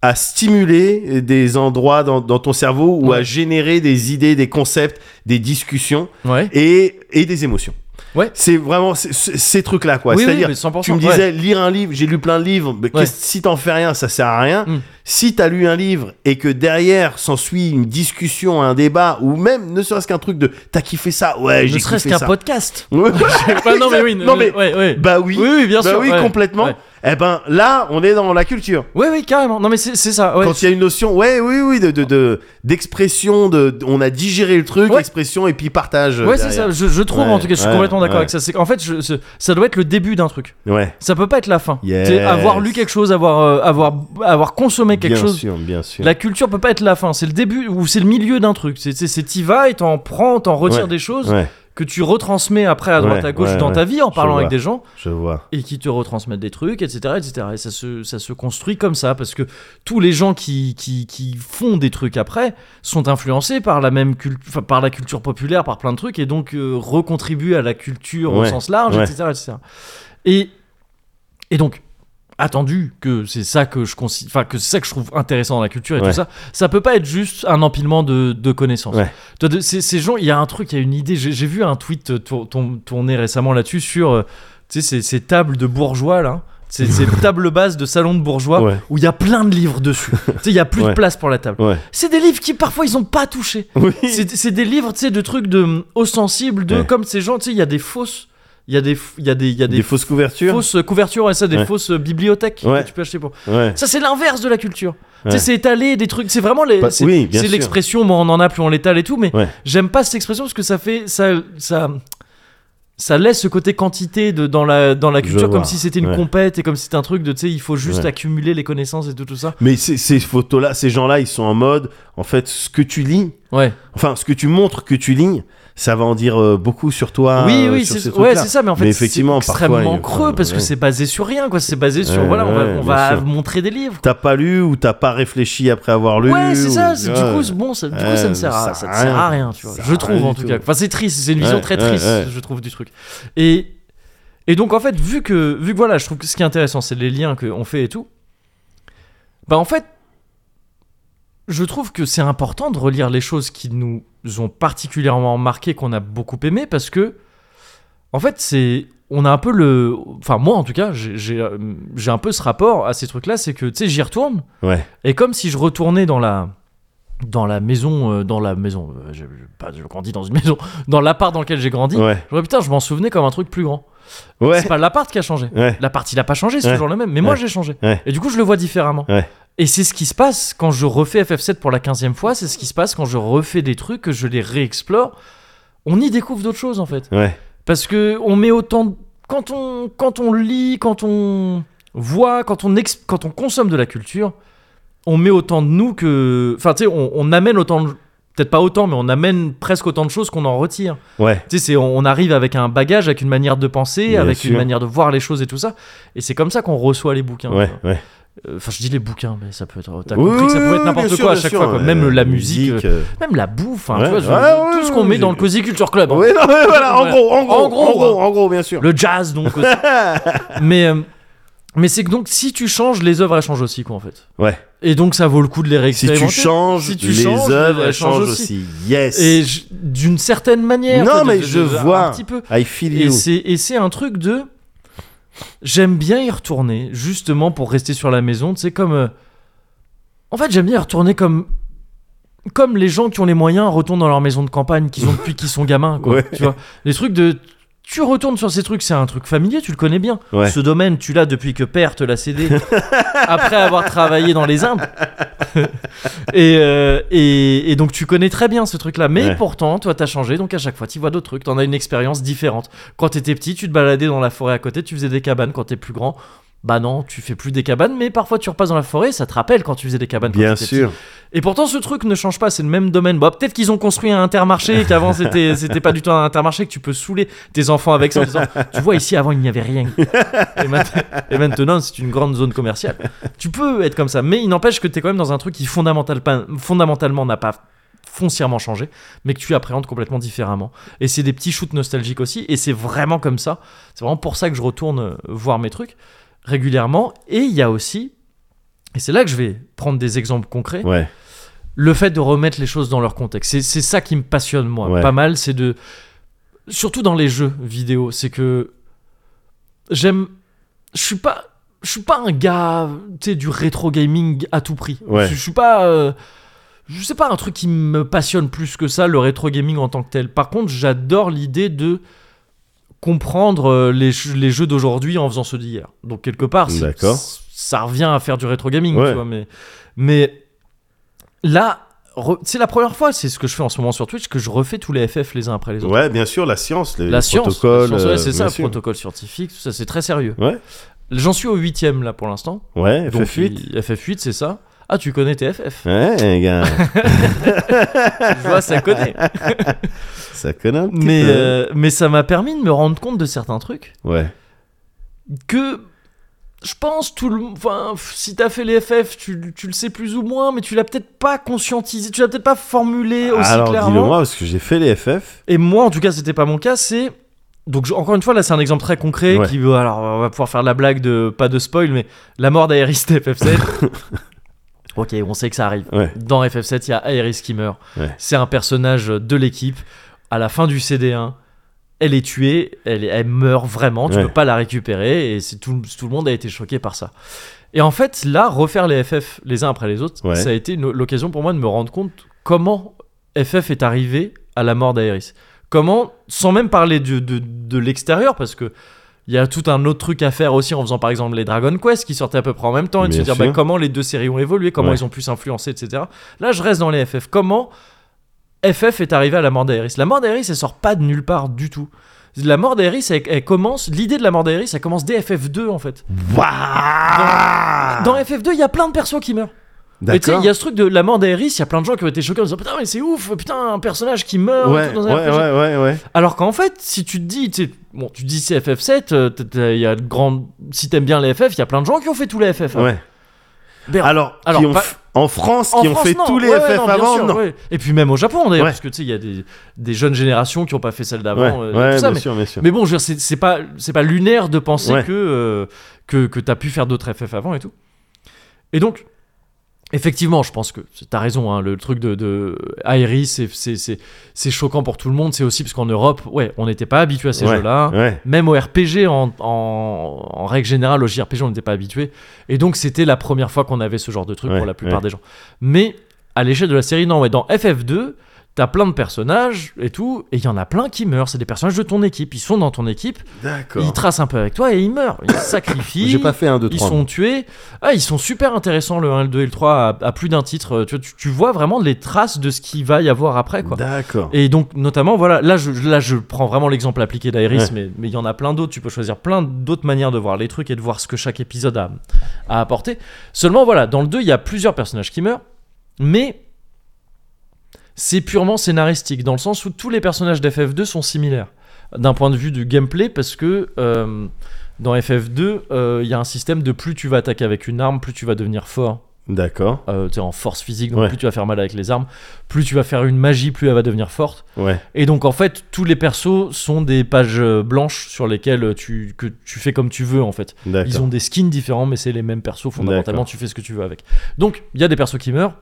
à stimuler des endroits dans, dans ton cerveau ou à
Ouais.
générer des idées, des concepts, des discussions
Ouais.
et, et des émotions.
Ouais.
C'est vraiment c- c- ces trucs-là, quoi.
Oui, oui,
C'est-à-dire,
mais 100%,
tu me disais, lire un livre, j'ai lu plein de livres, mais
Ouais.
qu'est-ce- si t'en fais rien, ça sert à rien.
Mm.
Si t'as lu un livre et que derrière s'ensuit une discussion, un débat, ou même ne serait-ce qu'un truc de t'as kiffé ça, ouais,
Ne
j'ai
serait-ce
kiffé
qu'un
ça.
podcast.
Ouais.
Bah, non mais oui.
Non, mais-
ouais, ouais.
bah oui,
oui oui bien
bah
sûr.
oui,
ouais.
complètement.
Ouais.
Eh ben là, on est dans la culture.
Ouais, ouais, carrément. Non, mais c'est c'est ça. ouais.
Quand il y a une notion, ouais, oui, oui, de de- de- d'expression, de, de- on a digéré le truc,
Ouais.
expression et puis partage. euh,
Ouais, c'est ça.
derrière.
Je, je trouve
Ouais,
en tout cas, je suis
ouais,
complètement d'accord
ouais.
avec ça. C'est qu'en fait, je- c'est- ça doit être le début d'un truc.
Ouais.
Ça peut pas être la fin.
Yes.
C'est Avoir lu quelque chose, avoir, euh, avoir, avoir consommé quelque
bien
chose.
sûr, bien sûr.
La culture peut pas être la fin. C'est le début ou c'est le milieu d'un truc. C'est c'est- c'est t'y vas et t'en prends, t'en retires
Ouais.
des choses
Ouais,
que tu retransmets après à droite
Ouais,
à gauche
ouais,
dans
ouais.
ta vie en
Je
parlant avec
vois.
des gens
je vois.
et qui te retransmettent des trucs, etc., etc. Et ça se, ça se construit comme ça, parce que tous les gens qui, qui, qui font des trucs après sont influencés par la même culture, par la culture populaire, par plein de trucs, et donc euh, recontribuent à la culture au
Ouais,
sens large,
ouais.
etc., etc. Et, et donc, attendu que c'est ça que je consi- enfin que c'est ça que je trouve intéressant dans la culture et
Ouais.
tout ça, ça peut pas être juste un empilement de, de connaissances.
Ouais.
Toi, de- ces, ces gens, il y a un truc, il y a une idée. J'ai j'ai vu un tweet euh, tour- tour- tourner récemment là-dessus sur euh, tu sais, ces, ces tables de bourgeois là. Ces, ces tables basses de salon de bourgeois
Ouais.
où il y a plein de livres dessus. tu sais, il y a plus de
Ouais.
place pour la table.
Ouais.
C'est des livres qui parfois ils ont pas touché.
Oui.
C'est c'est des livres, tu sais, de trucs de haut sensible, de
Ouais.
comme ces gens, tu sais, il y a des fausses, il y a des, f- il y a des, il y a
Des,
des
fausses couvertures.
fausses couvertures et ça, des
Ouais.
fausses euh, bibliothèques
Ouais.
que tu peux acheter pour.
Ouais.
Ça, c'est l'inverse de la culture. Tu sais,
Ouais.
c'est étaler des trucs. C'est vraiment les.
Pas-
c'est
oui, bien
c'est
sûr.
l'expression, moi on en a, plus on l'étale et tout, mais
Ouais.
j'aime pas cette expression parce que ça fait. Ça, ça, ça laisse ce côté quantité de, dans, la, dans la
Je
culture, comme
vois.
si c'était une
Ouais.
compète et comme si c'était un truc de, tu sais, il faut juste
Ouais.
accumuler les connaissances et tout, tout ça.
Mais ces, ces photos-là, ces gens-là, ils sont en mode, en fait, ce que tu lis,
Ouais.
enfin, ce que tu montres que tu lis, ça va en dire euh, beaucoup sur toi.
oui,
euh,
oui,
sur
c'est
ces
ouais,
trucs-là.
c'est ça, mais en fait,
Mais
c'est
effectivement, parfois,
extrêmement
il-
creux parce que
ouais.
c'est basé sur rien, quoi. C'est basé sur,
Ouais,
voilà, on va,
ouais,
on
bien
va
sûr.
montrer des livres.
T'as pas lu ou t'as pas réfléchi après avoir lu.
Ouais, c'est ça.
ou-
c'est- Du coup, c'est bon, ça, du coup,
Ouais,
ça ne sert à,
ça
ça ne
sert à
sert à
rien.
rien, tu vois.
Ça
Je
sert à
trouve
rien
en
du
tout
tout.
cas. Enfin, c'est triste. C'est une vision
Ouais,
très
ouais,
triste,
ouais.
je trouve, du truc. Et et donc en fait, vu que vu que voilà, je trouve que ce qui est intéressant, c'est les liens qu'on fait et tout. Bah en fait, je trouve que c'est important de relire les choses qui nous ont particulièrement marqué, qu'on a beaucoup aimé, parce que en fait, c'est on a un peu le, enfin moi en tout cas, j'ai j'ai, euh, j'ai un peu ce rapport à ces trucs-là, c'est que tu sais, j'y retourne.
Ouais.
Et comme si je retournais dans la dans la maison, euh, dans la maison, euh, je, je- pas, je grandis dans une maison, dans l'appart dans lequel j'ai grandi,
Ouais.
j'aurais putain, je m'en souvenais comme un truc plus grand.
Ouais.
C'est pas l'appart qui a changé.
Ouais.
L'appart, il a pas changé, c'est
Ouais.
toujours le même, mais moi
Ouais.
j'ai changé.
Ouais.
Et du coup, je le vois différemment.
Ouais.
Et c'est ce qui se passe quand je refais FF7 pour la 15e fois, c'est ce qui se passe quand je refais des trucs, que je les réexplore. On y découvre d'autres choses en fait.
Ouais.
Parce que on met autant de- quand on quand on lit, quand on voit, quand on ex- quand on consomme de la culture, on met autant de nous que enfin tu sais on, on amène autant de peut-être pas autant mais on amène presque autant de choses qu'on en retire.
Ouais.
Tu sais c'est- on on arrive avec un bagage, avec une manière de penser,
Bien
avec une
sûr.
manière de voir les choses et tout ça et c'est comme ça qu'on reçoit les bouquins.
Ouais.
tu vois.
ouais.
Euh, Enfin je dis les bouquins mais ça peut être t'as
Oui,
compris que ça
oui,
pouvait être
bien
n'importe
sûr,
quoi à
bien
chaque
sûr.
fois quoi. même
Euh,
la musique, euh,
euh,
même la bouffe, hein,
Ouais, Ah
tu vois, je-
ouais,
tout ce qu'on
ouais,
met dans
j'ai-
le Cozy Culture Club. hein.
Ouais, euh. non, mais voilà, en
Ouais.
gros, en gros,
En
en
gros,
gros, en gros, bien sûr.
Le jazz, donc. aussi. mais, euh, mais c'est que donc, si tu changes, les œuvres, elles changent aussi, quoi, en fait.
Ouais.
Et donc, ça vaut le coup de les
Si tu
réexpérimenter.
changes,
Si tu
les
changes,
œuvres
elles
elles
changent
changent
aussi.
aussi. Yes.
Et je- d'une certaine manière.
non,
de-
mais
de-
je
de-
vois.
Un petit peu.
I feel
Et
you.
c'est, et c'est un truc de. J'aime bien y retourner, justement, pour rester sur la maison. Tu sais, comme. euh, En fait, j'aime bien y retourner comme. Comme les gens qui ont les moyens retournent dans leur maison de campagne qu'ils ont depuis qu'ils sont gamins, quoi.
Ouais.
Tu vois Les trucs de. Tu retournes sur ces trucs, c'est un truc familier, tu le connais bien.
Ouais.
Ce domaine, tu l'as depuis que père te l'a cédé, après avoir travaillé dans les Indes. et, euh, et, et donc tu connais très bien ce truc-là. Mais
Ouais.
pourtant, toi, t'as changé, donc à chaque fois, tu vois d'autres trucs, t'en as une expérience différente. Quand t'étais petit, tu te baladais dans la forêt à côté, tu faisais des cabanes. Quand t'es plus grand, bah non, tu fais plus des cabanes, mais parfois tu repasses dans la forêt, ça te rappelle quand tu faisais des cabanes. quand
Bien
t'étais
sûr.
et pourtant, ce truc ne change pas, c'est le même domaine. Bah, peut-être qu'ils ont construit un intermarché et qu'avant c'était, c'était pas du tout un intermarché, que tu peux saouler tes enfants avec ça en disant Tu vois, ici avant il n'y avait rien. Et, mat- et maintenant, c'est une grande zone commerciale. Tu peux être comme ça, mais il n'empêche que t'es quand même dans un truc qui fondamental- pas- fondamentalement n'a pas foncièrement changé, mais que tu appréhendes complètement différemment. Et c'est des petits shoots nostalgiques aussi, et c'est vraiment comme ça. C'est vraiment pour ça que je retourne euh, voir mes trucs régulièrement. Et il y a aussi, et c'est là que je vais prendre des exemples concrets
Ouais.
le fait de remettre les choses dans leur contexte. C'est, c'est ça qui me passionne, moi,
Ouais.
pas mal. C'est de. Surtout dans les jeux vidéo, c'est que. J'aime. Je suis pas. Je suis pas un gars, tu sais, du rétro gaming à tout prix.
Ouais.
Je, je suis pas. euh, je sais pas un truc qui me passionne plus que ça, le rétro gaming en tant que tel. Par contre, j'adore l'idée de comprendre euh, les, ch- les jeux d'aujourd'hui en faisant ceux d'hier. Donc quelque part, c'est-
D'accord.
c- ça revient à faire du rétro gaming,
Ouais.
tu vois, mais, mais là, re- c'est la première fois, c'est ce que je fais en ce moment sur Twitch, que je refais tous les FF les uns après les autres.
Ouais, bien sûr, la science, les
la science,
protocoles.
la science, ouais,
euh,
c'est ça,
bien
le
sûr.
protocole scientifique, tout ça, c'est très sérieux.
Ouais.
J'en suis au huitième là pour l'instant.
Ouais,
Donc,
FF8.
il- FF8, c'est ça. Ah, tu connais tes FF.
Ouais, gars,
Je vois, ça connaît.
ça connaît un petit
mais,
peu.
euh, mais ça m'a permis de me rendre compte de certains trucs
Ouais,
que je pense tout le enfin pff, si t'as fait les FF tu, tu le sais plus ou moins mais tu l'as peut-être pas conscientisé tu l'as peut-être pas formulé aussi
Ah, alors dis-le
clairement
moi, parce que j'ai fait les FF.
et moi en tout cas c'était pas mon cas c'est donc je- encore une fois là c'est un exemple très concret
Ouais.
qui alors on va pouvoir faire la blague de pas de spoil mais la mort d'Aeris FF7 ok on sait que ça arrive
Ouais,
dans FF7, il y a Aeris qui meurt.
Ouais.
C'est un personnage de l'équipe. À la fin du CD1, elle est tuée, elle, elle meurt vraiment, tu
Ouais.
peux pas la récupérer, et c'est tout, tout le monde a été choqué par ça. Et en fait, là, refaire les FF les uns après les autres,
Ouais.
ça a été une- l'occasion pour moi de me rendre compte comment FF est arrivé à la mort d'Aeris. Comment, sans même parler de, de, de l'extérieur, parce que il y a tout un autre truc à faire aussi en faisant par exemple les Dragon Quest qui sortaient à peu près en même temps et de
Bien
se dire
sûr.
bah, comment les deux séries ont évolué, comment
Ouais.
ils ont pu s'influencer, etc. Là, je reste dans les FF. Comment FF est arrivé à la mort d'Aeris La mort d'Aeris, elle sort pas de nulle part du tout. La mort d'Aeris, elle, elle commence, l'idée de la mort d'Aeris, elle commence dès FF2 en fait. Dans FF2, il y a plein de persos qui meurent. Et tu sais,
Ah. d'accord.
il y a ce truc de la mort d'Aeris, il y a plein de gens qui ont été choqués en disant putain, mais c'est ouf, putain, un personnage qui meurt et
Ouais,
tout
ouais,
dans un
ouais,
RPG.
ouais, ouais.
Alors qu'en fait, si tu te dis, tu sais, bon, tu dis c'est FF7, euh, t'as- t'as- il y a de grandes- si t'aimes bien les FF, il y a plein de gens qui ont fait tous les FF. hein.
ouais.
Merde.
Alors,
Alors,
qui ont
pas-
f- en France,
En
qui ont
France,
fait
non.
tous les
Ouais,
FF
ouais, non, bien
avant,
sûr,
non.
ouais. Et puis même au Japon d'ailleurs,
Ouais.
parce que tu sais, il y a des, des jeunes générations qui ont pas fait celle d'avant.
Ouais,
euh, et
ouais,
tout ça,
bien
mais,
sûr, bien sûr.
mais bon, je veux dire, c'est c'est pas, c'est pas lunaire de penser
Ouais.
que, euh, que, que t'as pu faire d'autres FF avant et tout. Et donc, effectivement, je pense que t'as raison, hein, le truc de, de Aeris, c'est- c'est c'est- c'est choquant pour tout le monde. C'est aussi parce qu'en Europe, ouais, on n'était pas habitué à ces
Ouais,
jeux-là.
Ouais,
Même au RPG, en, en- en règle générale, au JRPG, on n'était pas habitué. Et donc, c'était la première fois qu'on avait ce genre de truc
Ouais,
pour la plupart
ouais.
des gens. Mais à l'échelle de la série, non, ouais, dans FF2, t'as plein de personnages et tout, et il y en a plein qui meurent. C'est des personnages de ton équipe. Ils sont dans ton équipe, ils
d'accord.
tracent un peu avec toi et ils meurent. Ils se sacrifient.
J'ai pas fait un, deux,
Ils
trois.
sont tués. Ah, ils sont super intéressants, le 1, le 2 et le 3, à, à plus d'un titre. Euh, Tu, tu- tu vois vraiment les traces de ce qu'il va y avoir après, quoi.
D'accord.
Et donc, notamment, voilà, là, je, là, je prends vraiment l'exemple appliqué d'Iris,
Ouais.
mais mais il y en a plein d'autres. Tu peux choisir plein d'autres manières de voir les trucs et de voir ce que chaque épisode a, a apporté. Seulement, voilà, dans le 2, il y a plusieurs personnages qui meurent, mais c'est purement scénaristique, dans le sens où tous les personnages d'FF2 sont similaires, d'un point de vue du gameplay, parce que. euh, dans FF2, euh, il y a un système de plus tu vas attaquer avec une arme, plus tu vas devenir fort
D'accord.
euh, t'es en force physique, donc
Ouais.
plus tu vas faire mal avec les armes, plus tu vas faire une magie, plus elle va devenir forte.
Ouais.
Et donc en fait, tous les persos sont des pages euh, blanches sur lesquelles tu, que tu fais comme tu veux en fait. Ils
D'accord.
ont des skins différents, mais c'est les mêmes persos. Fondamentalement,
D'accord.
tu fais ce que tu veux avec. Donc il y a des persos qui meurent,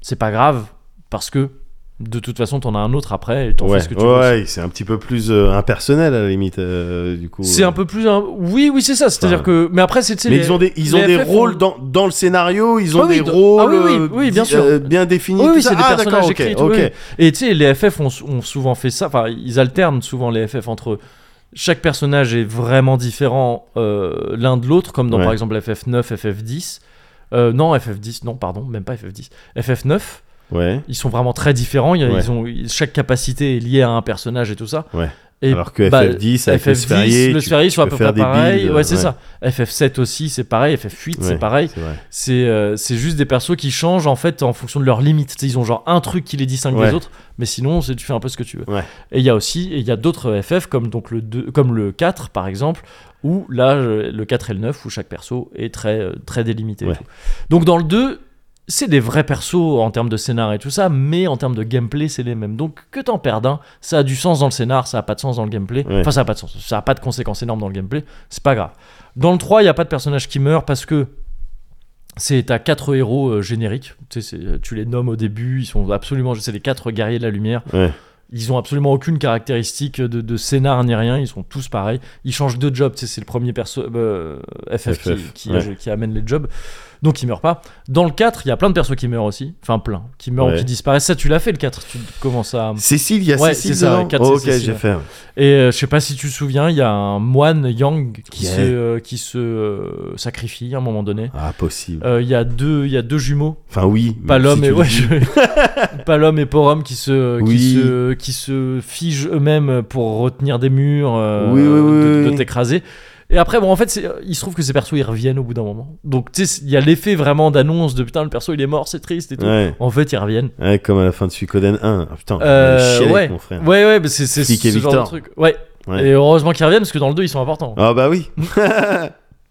c'est pas grave, parce que de toute façon, t'en as un autre après et t'en
Ouais,
fais ce que tu veux.
ouais, c'est un petit peu plus euh, impersonnel à la limite, euh, du coup.
C'est un peu plus un. Oui, oui, c'est ça. C'est-à-dire
Enfin,
que. Mais après, c'est. tu sais,
Mais
les-
ils ont des, ils ont
les
des
FF
rôles
ont-
dans, dans le scénario, ils ont
Ah oui,
des
dans-
rôles
ah oui, oui,
euh,
oui, bien
di-
sûr.
euh, bien définis.
Oui,
tout
oui,
ça.
c'est des
ah,
personnages
d'accord, ok,
écrits,
ok.
oui, oui. Et tu sais, les FF ont, ont souvent fait ça. Enfin, ils alternent souvent les FF entre. Chaque personnage est vraiment différent euh, l'un de l'autre, comme dans
Ouais.
par exemple FF9, FF10. Euh, non, FF10, non, pardon, même pas FF10. FF9,
Ouais.
ils sont vraiment très différents. il y a-
Ouais.
Ils ont, chaque capacité est liée à un personnage et tout ça.
Ouais.
Et
Alors que
bah,
FF10, avec le
FF10,
sphérié,
le
tu-
sphérié, ils
tu
sont à
peux
peu
faire
près
des
pareil.
builds,
ouais, c'est
ouais.
ça. FF7 aussi, c'est pareil. FF8,
Ouais,
c'est pareil
c'est vrai.
c'est euh, c'est juste des persos qui changent en fait en fonction de leurs limites. Tu sais, ils ont genre un truc qui les distingue
Ouais.
des autres, mais sinon c'est- tu fais un peu ce que tu veux.
Ouais.
Et il y a aussi et il y a d'autres FF comme donc le deux- comme le 4 par exemple où là euh, le 4 et le 9 où chaque perso est très euh, très délimité. et
Ouais.
tout. Donc dans le 2 c'est des vrais persos en termes de scénar et tout ça, mais en termes de gameplay, c'est les mêmes. Donc que t'en perdes hein. un, ça a du sens dans le scénar, ça a pas de sens dans le gameplay.
Ouais.
Enfin, ça a pas de sens, ça a pas de conséquences énormes dans le gameplay. C'est pas grave. Dans le 3, il y a pas de personnage qui meurt parce que c'est à quatre héros euh, génériques. Tu, sais, c'est- tu les nommes au début. Ils sont absolument. C'est les quatre guerriers de la lumière.
Ouais.
Ils ont absolument aucune caractéristique de, de scénar ni rien. Ils sont tous pareils. Ils changent de job. Tu sais, c'est le premier perso euh, FF, qui,
FF,
qui-
ouais.
je- qui amène les jobs. donc il meurt pas. Dans le 4, il y a plein de persos qui meurent aussi. Enfin, plein. Qui meurent ou
Ouais.
qui disparaissent. Ça, tu l'as fait le 4. Tu commences à.
Cécile, il y a
Ouais,
Cécile
c'est ça,
dedans
ouais, quatre,
Oh,
c'est
Ok,
Cécile,
j'ai
ouais.
fait.
Et euh, je sais pas si tu te souviens, il y a un moine Yang qui
Yeah.
se, euh, qui se euh, sacrifie à un moment donné.
Ah, possible.
Euh, Il y a deux, il y a deux jumeaux,
Enfin, oui.
pas
mais
l'homme
si tu
et
le
ouais,
dis.
je- pas l'homme et Porum qui se,
Oui.
qui se, qui se figent eux-mêmes pour retenir des murs, euh,
Oui, oui, oui,
de, de
oui.
t'écraser. Et après, bon, en fait, c'est- il se trouve que ces persos ils reviennent au bout d'un moment. Donc, tu sais, il y a l'effet vraiment d'annonce de putain, le perso il est mort, c'est triste et tout.
Ouais.
En fait, ils reviennent.
Ouais, comme à la fin de Suikoden 1. Ah, putain,
Euh,
j'ai chialé
ouais.
avec mon frère.
Ouais, ouais, bah, c'est c'est
Flic et
ce genre de
Victor.
truc. Ouais.
Ouais.
Et heureusement qu'ils reviennent parce que dans le 2 ils sont importants.
Ah bah oui.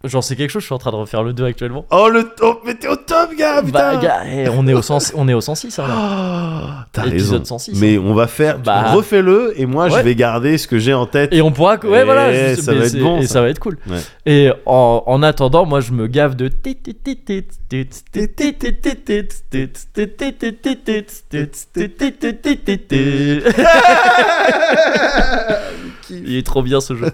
Genre c'est quelque chose, je suis en train de refaire le 2 actuellement.
Oh le top, mais t'es au top, gars, Oh, putain.
Bah gars, eh, on est au sens on est au 106 hein, là.
Ah, T'as
Épisode
raison.
106.
Mais on va faire.
Bah.
Refais-le et moi je
Ouais.
vais garder ce que j'ai en tête.
Et on pourra ouais
Eh,
voilà, je-
ça
mais
va être
c'est-
bon,
et
ça.
ça va être cool.
Ouais.
Et en, en attendant, moi je me gave de tit- tit- tit- tit- tit- tit- tit- tit- tit- tit- tit- tit- tit- tit- tit- tit- tit- tit- tit- tit- tit- tit- tit. Il est trop bien ce jeu.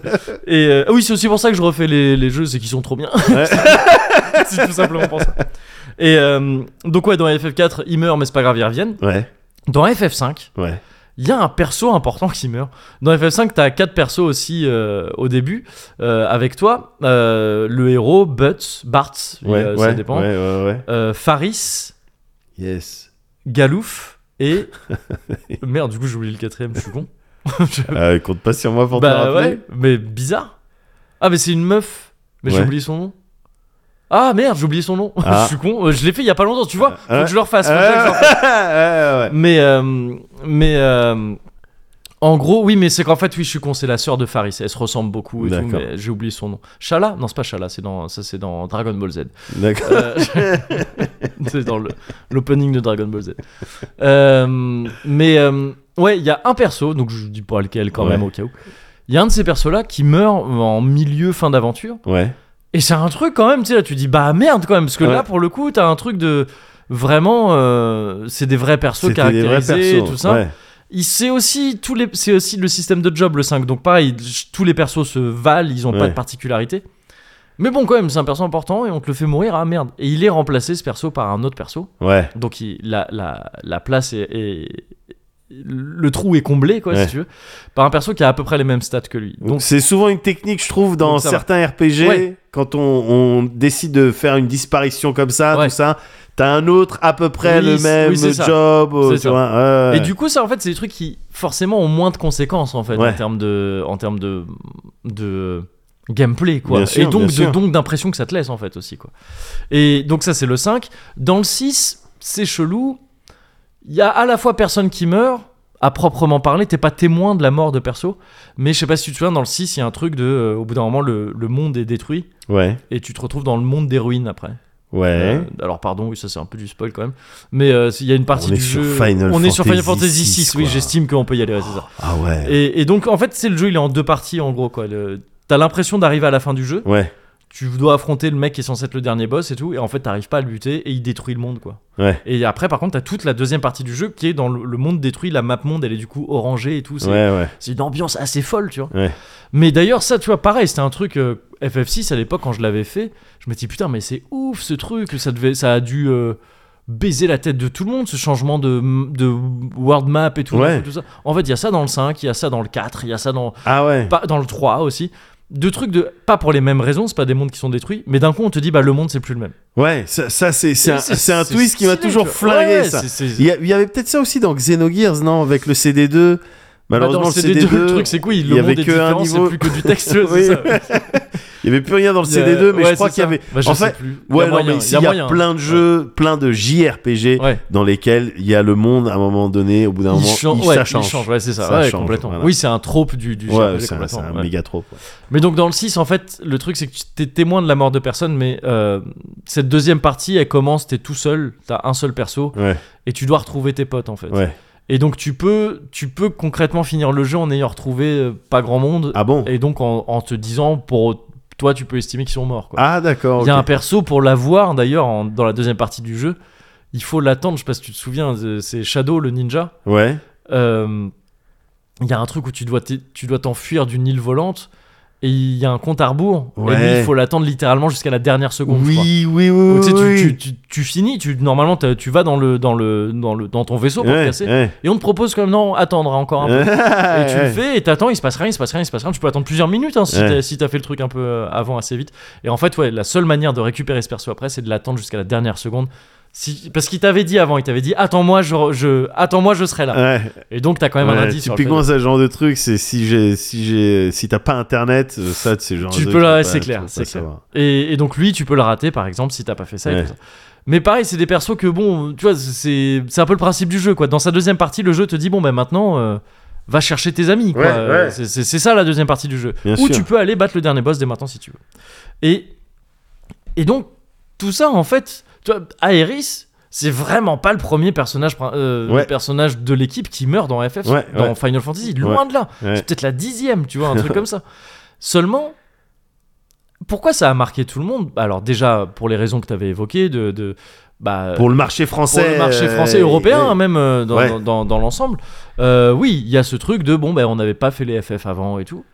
Et euh, ah oui, c'est aussi pour ça que je refais les, les jeux, c'est qu'ils sont trop bien.
Ouais.
c'est tout simplement pour ça. Et euh, donc ouais, dans FF4, ils meurent, mais c'est pas grave, ils reviennent.
Ouais,
Dans FF5,
ouais.
il y a un perso important qui meurt. Dans FF5, t'as quatre persos aussi euh, au début euh, avec toi. Euh, le héros, Butts, Bart,
Ouais, ouais,
euh, ça dépend.
Ouais, ouais, ouais.
Euh, Faris,
Yes.
Galouf et merde. Du coup, j'ai oublié le quatrième. Je suis con. Je-
Euh, compte pas sur moi pour te
bah
rappeler.
ouais, mais bizarre. Ah mais c'est une meuf. Mais j'ai
Ouais.
oublié son nom. Ah merde, j'ai oublié son nom.
Ah.
je suis con. Euh, Je l'ai fait il y a pas longtemps. Tu vois, faut
Ah.
que je le refasse. faut que je le refasse.
Ah, ouais, ouais, ouais.
Mais, euh, mais euh, en gros, oui, mais c'est qu'en fait, oui, je suis con, c'est la sœur de Faris. Elle se ressemble beaucoup et tout,
D'accord.
mais j'ai oublié son nom. Shala Non, c'est pas Shala, c'est dans, ça c'est dans Dragon Ball Z.
D'accord.
Euh, c'est dans le- l'opening de Dragon Ball Z. Euh, mais euh, ouais, il y a un perso, donc je dis pas lequel quand
Ouais.
même au cas où. Il y a un de ces persos-là qui meurt en milieu fin d'aventure.
Ouais.
Et c'est un truc quand même, tu sais, là tu dis bah merde quand même, parce que
Ouais.
là pour le coup t'as un truc de vraiment, euh, c'est des vrais persos
C'était des vrais
caractérisés et
persos.
tout ça.
Ouais.
Il c'est aussi tous les, c'est aussi le système de job le 5, donc pareil, j- tous les persos se valent, ils ont pas
Ouais.
de particularité. Mais bon quand même, c'est un perso important et on te le fait mourir, ah merde. Et il est remplacé ce perso par un autre perso,
Ouais.
donc il- la, la, la place est, est- le trou est comblé quoi
Ouais.
si tu veux, par un perso qui a à peu près les mêmes stats que lui.
Donc
Donc
c'est souvent une technique, je trouve, dans
Donc, ça va.
certains RPG.
Ouais.
Quand on, on décide de faire une disparition comme ça,
Ouais.
tout ça, t'as un autre à peu près
Oui,
le
c'est-
même
oui, c'est ça.
job. euh,
C'est
tu
ça.
vois, ouais, ouais.
Et du coup, ça, en fait, c'est des trucs qui, forcément, ont moins de conséquences, en fait,
Ouais.
en termes de, en termes de, de gameplay, quoi.
Bien sûr,
et donc,
bien
de-
sûr.
donc d'impression que ça te laisse, en fait, aussi, quoi. Et donc, ça, c'est le 5. Dans le 6, c'est chelou. Il y a à la fois personne qui meurt, à proprement parler, t'es pas témoin de la mort de perso. Mais je sais pas si tu te souviens, dans le 6, il y a un truc de, euh, au bout d'un moment, le, le monde est détruit.
ouais,
Et tu te retrouves dans le monde des ruines après.
ouais.
Euh, alors pardon, oui, ça c'est un peu du spoil quand même. Mais euh, il y a une partie
On est
du
sur
jeu.
Final
on est sur Final
Fantasy
Fantasy VI.
VI,
Oui,
quoi.
j'estime qu'on peut y aller. ouais, c'est ça.
ah ouais.
Et, et donc en fait, c'est le jeu. Il est en deux parties en gros quoi. Le- T'as l'impression d'arriver à la fin du jeu.
Ouais,
Tu dois affronter le mec qui est censé être le dernier boss et tout. Et en fait, t'arrives pas à le buter et il détruit le monde quoi.
ouais,
Et après, par contre, t'as toute la deuxième partie du jeu qui est dans le, le monde détruit. La map monde, elle est du coup orangée et tout.
ouais,
C'est
ouais.
c'est une ambiance assez folle, tu vois.
Ouais.
Mais d'ailleurs, ça, tu vois, pareil, c'était un truc euh, FF6 à l'époque quand je l'avais fait. Je me dis putain, mais c'est ouf ce truc. Ça devait, ça a dû euh, baiser la tête de tout le monde, ce changement de, de world map et tout,
Ouais.
tout ça. En fait, il y a ça dans le 5, il y a ça dans le 4, il y a ça dans
Ah ouais.
pas dans le 3 aussi. Deux trucs de pas pour les mêmes raisons, c'est pas des mondes qui sont détruits, mais d'un coup on te dit bah le monde c'est plus le même.
Ouais, ça, ça, c'est c'est
Et
un, c'est un twist qui m'a
stylé,
toujours
tu vois. Ouais,
flingué,
ouais,
ça.
c'est- c'est-
Il y, a- il y avait peut-être ça aussi dans Xenogears, non Avec le CD2.
Bah,
Malheureusement,
dans le CD2, le truc c'est quoi Le
il y
monde
avait
est
que un
différent, c'est
niveau.
plus que du texte. c'est
Oui.
ça.
Il y avait plus rien dans le
Il y a-
CD2, mais
Euh, ouais,
je crois
c'est
qu'il y
ça.
avait.
Bah, je
en
sais
fait,
plus. Il y a
Ouais, non,
moyen,
mais ici, il y a
moyen.
plein de jeux, plein de JRPG
Ouais.
dans lesquels il y a le monde à un moment donné, au bout d'un
Il
moment,
chan-
il-
ouais,
ça
il
change.
ouais, c'est ça,
Ça
ouais,
change,
complètement.
voilà.
Oui, c'est un trope du, du
Ouais,
JRPG
c'est un, c'est
complètement,
un
ouais.
méga trop. quoi.
Mais donc dans le 6, en fait, le truc c'est que tu t'es témoin de la mort de personne, mais euh, cette deuxième partie, elle commence, t'es tout seul, t'as un seul perso,
Ouais,
et tu dois retrouver tes potes en fait.
ouais.
Et donc tu peux, tu peux concrètement finir le jeu en ayant retrouvé euh, pas grand monde,
Ah bon
et donc en, en te disant pour toi, tu peux estimer qu'ils sont morts. Quoi.
Ah d'accord.
Il y a
ok.
un perso pour l'avoir d'ailleurs en- dans la deuxième partie du jeu. Il faut l'attendre, je sais pas si tu te souviens, euh, c'est Shadow le ninja.
Ouais.
Euh, il y a un truc où tu dois t'é- tu dois t'enfuir d'une île volante et il y a un compte à rebours. Et
Ouais.
lui, il faut l'attendre littéralement jusqu'à la dernière seconde. je crois.
oui, oui, oui,
Ou tu, sais,
oui,
tu- tu,
oui.
tu- tu finis, tu, normalement t'as- tu vas dans, le, dans, le, dans, le, dans ton vaisseau pour
Ouais,
te casser.
ouais.
Et on te propose quand même, non, attendre encore un peu. Et tu le
Ouais.
fais et t'attends, il se passe rien, il se passe rien, il se passe rien. Tu peux attendre plusieurs minutes hein, si
Ouais.
t'as si t'as fait le truc un peu euh, avant assez vite. Et en fait, ouais, la seule manière de récupérer ce perso après, c'est de l'attendre jusqu'à la dernière seconde. Si, parce qu'il t'avait dit avant, il t'avait dit attends-moi, je, je, attends-moi, je serai là.
Ouais.
Et donc t'as quand même
Ouais,
un indice. sur le fait-
typiquement, ce genre de truc, c'est si j'ai, si j'ai, si t'as pas internet, euh, ça, c'est genre.
Tu
de
peux
truc,
la-
ouais,
c'est
tu
clair,
peux pas
c'est clair.
savoir.
Et, et donc lui, tu peux le rater par exemple si t'as pas fait ça. et
Ouais.
tout ça. Mais pareil, c'est des persos que bon, tu vois, c'est c'est un peu le principe du jeu quoi. Dans sa deuxième partie, le jeu te dit bon ben maintenant. euh, Va chercher tes amis, quoi.
Ouais,
Euh,
ouais.
C'est c'est- c'est ça la deuxième partie du jeu.
Bien
Ou
sûr.
tu peux aller battre le dernier boss dès maintenant si tu veux. Et, et donc, tout ça, en fait, tu vois, Aeris, c'est vraiment pas le premier personnage, prin- euh,
Ouais.
le personnage de l'équipe qui meurt dans FF,
Ouais,
dans
ouais.
Final Fantasy, loin de là.
Ouais.
C'est peut-être la dixième, tu vois, un truc comme ça. Seulement, pourquoi ça a marqué tout le monde Bah, Alors déjà, pour les raisons que tu avais évoquées, de... de bah,
Pour le marché
pour
français.
le marché
euh,
français européen hein, même euh, dans,
Ouais.
dans- dans- dans l'ensemble Euh, oui il y a ce truc de bon ben on n'avait pas fait les FF avant et tout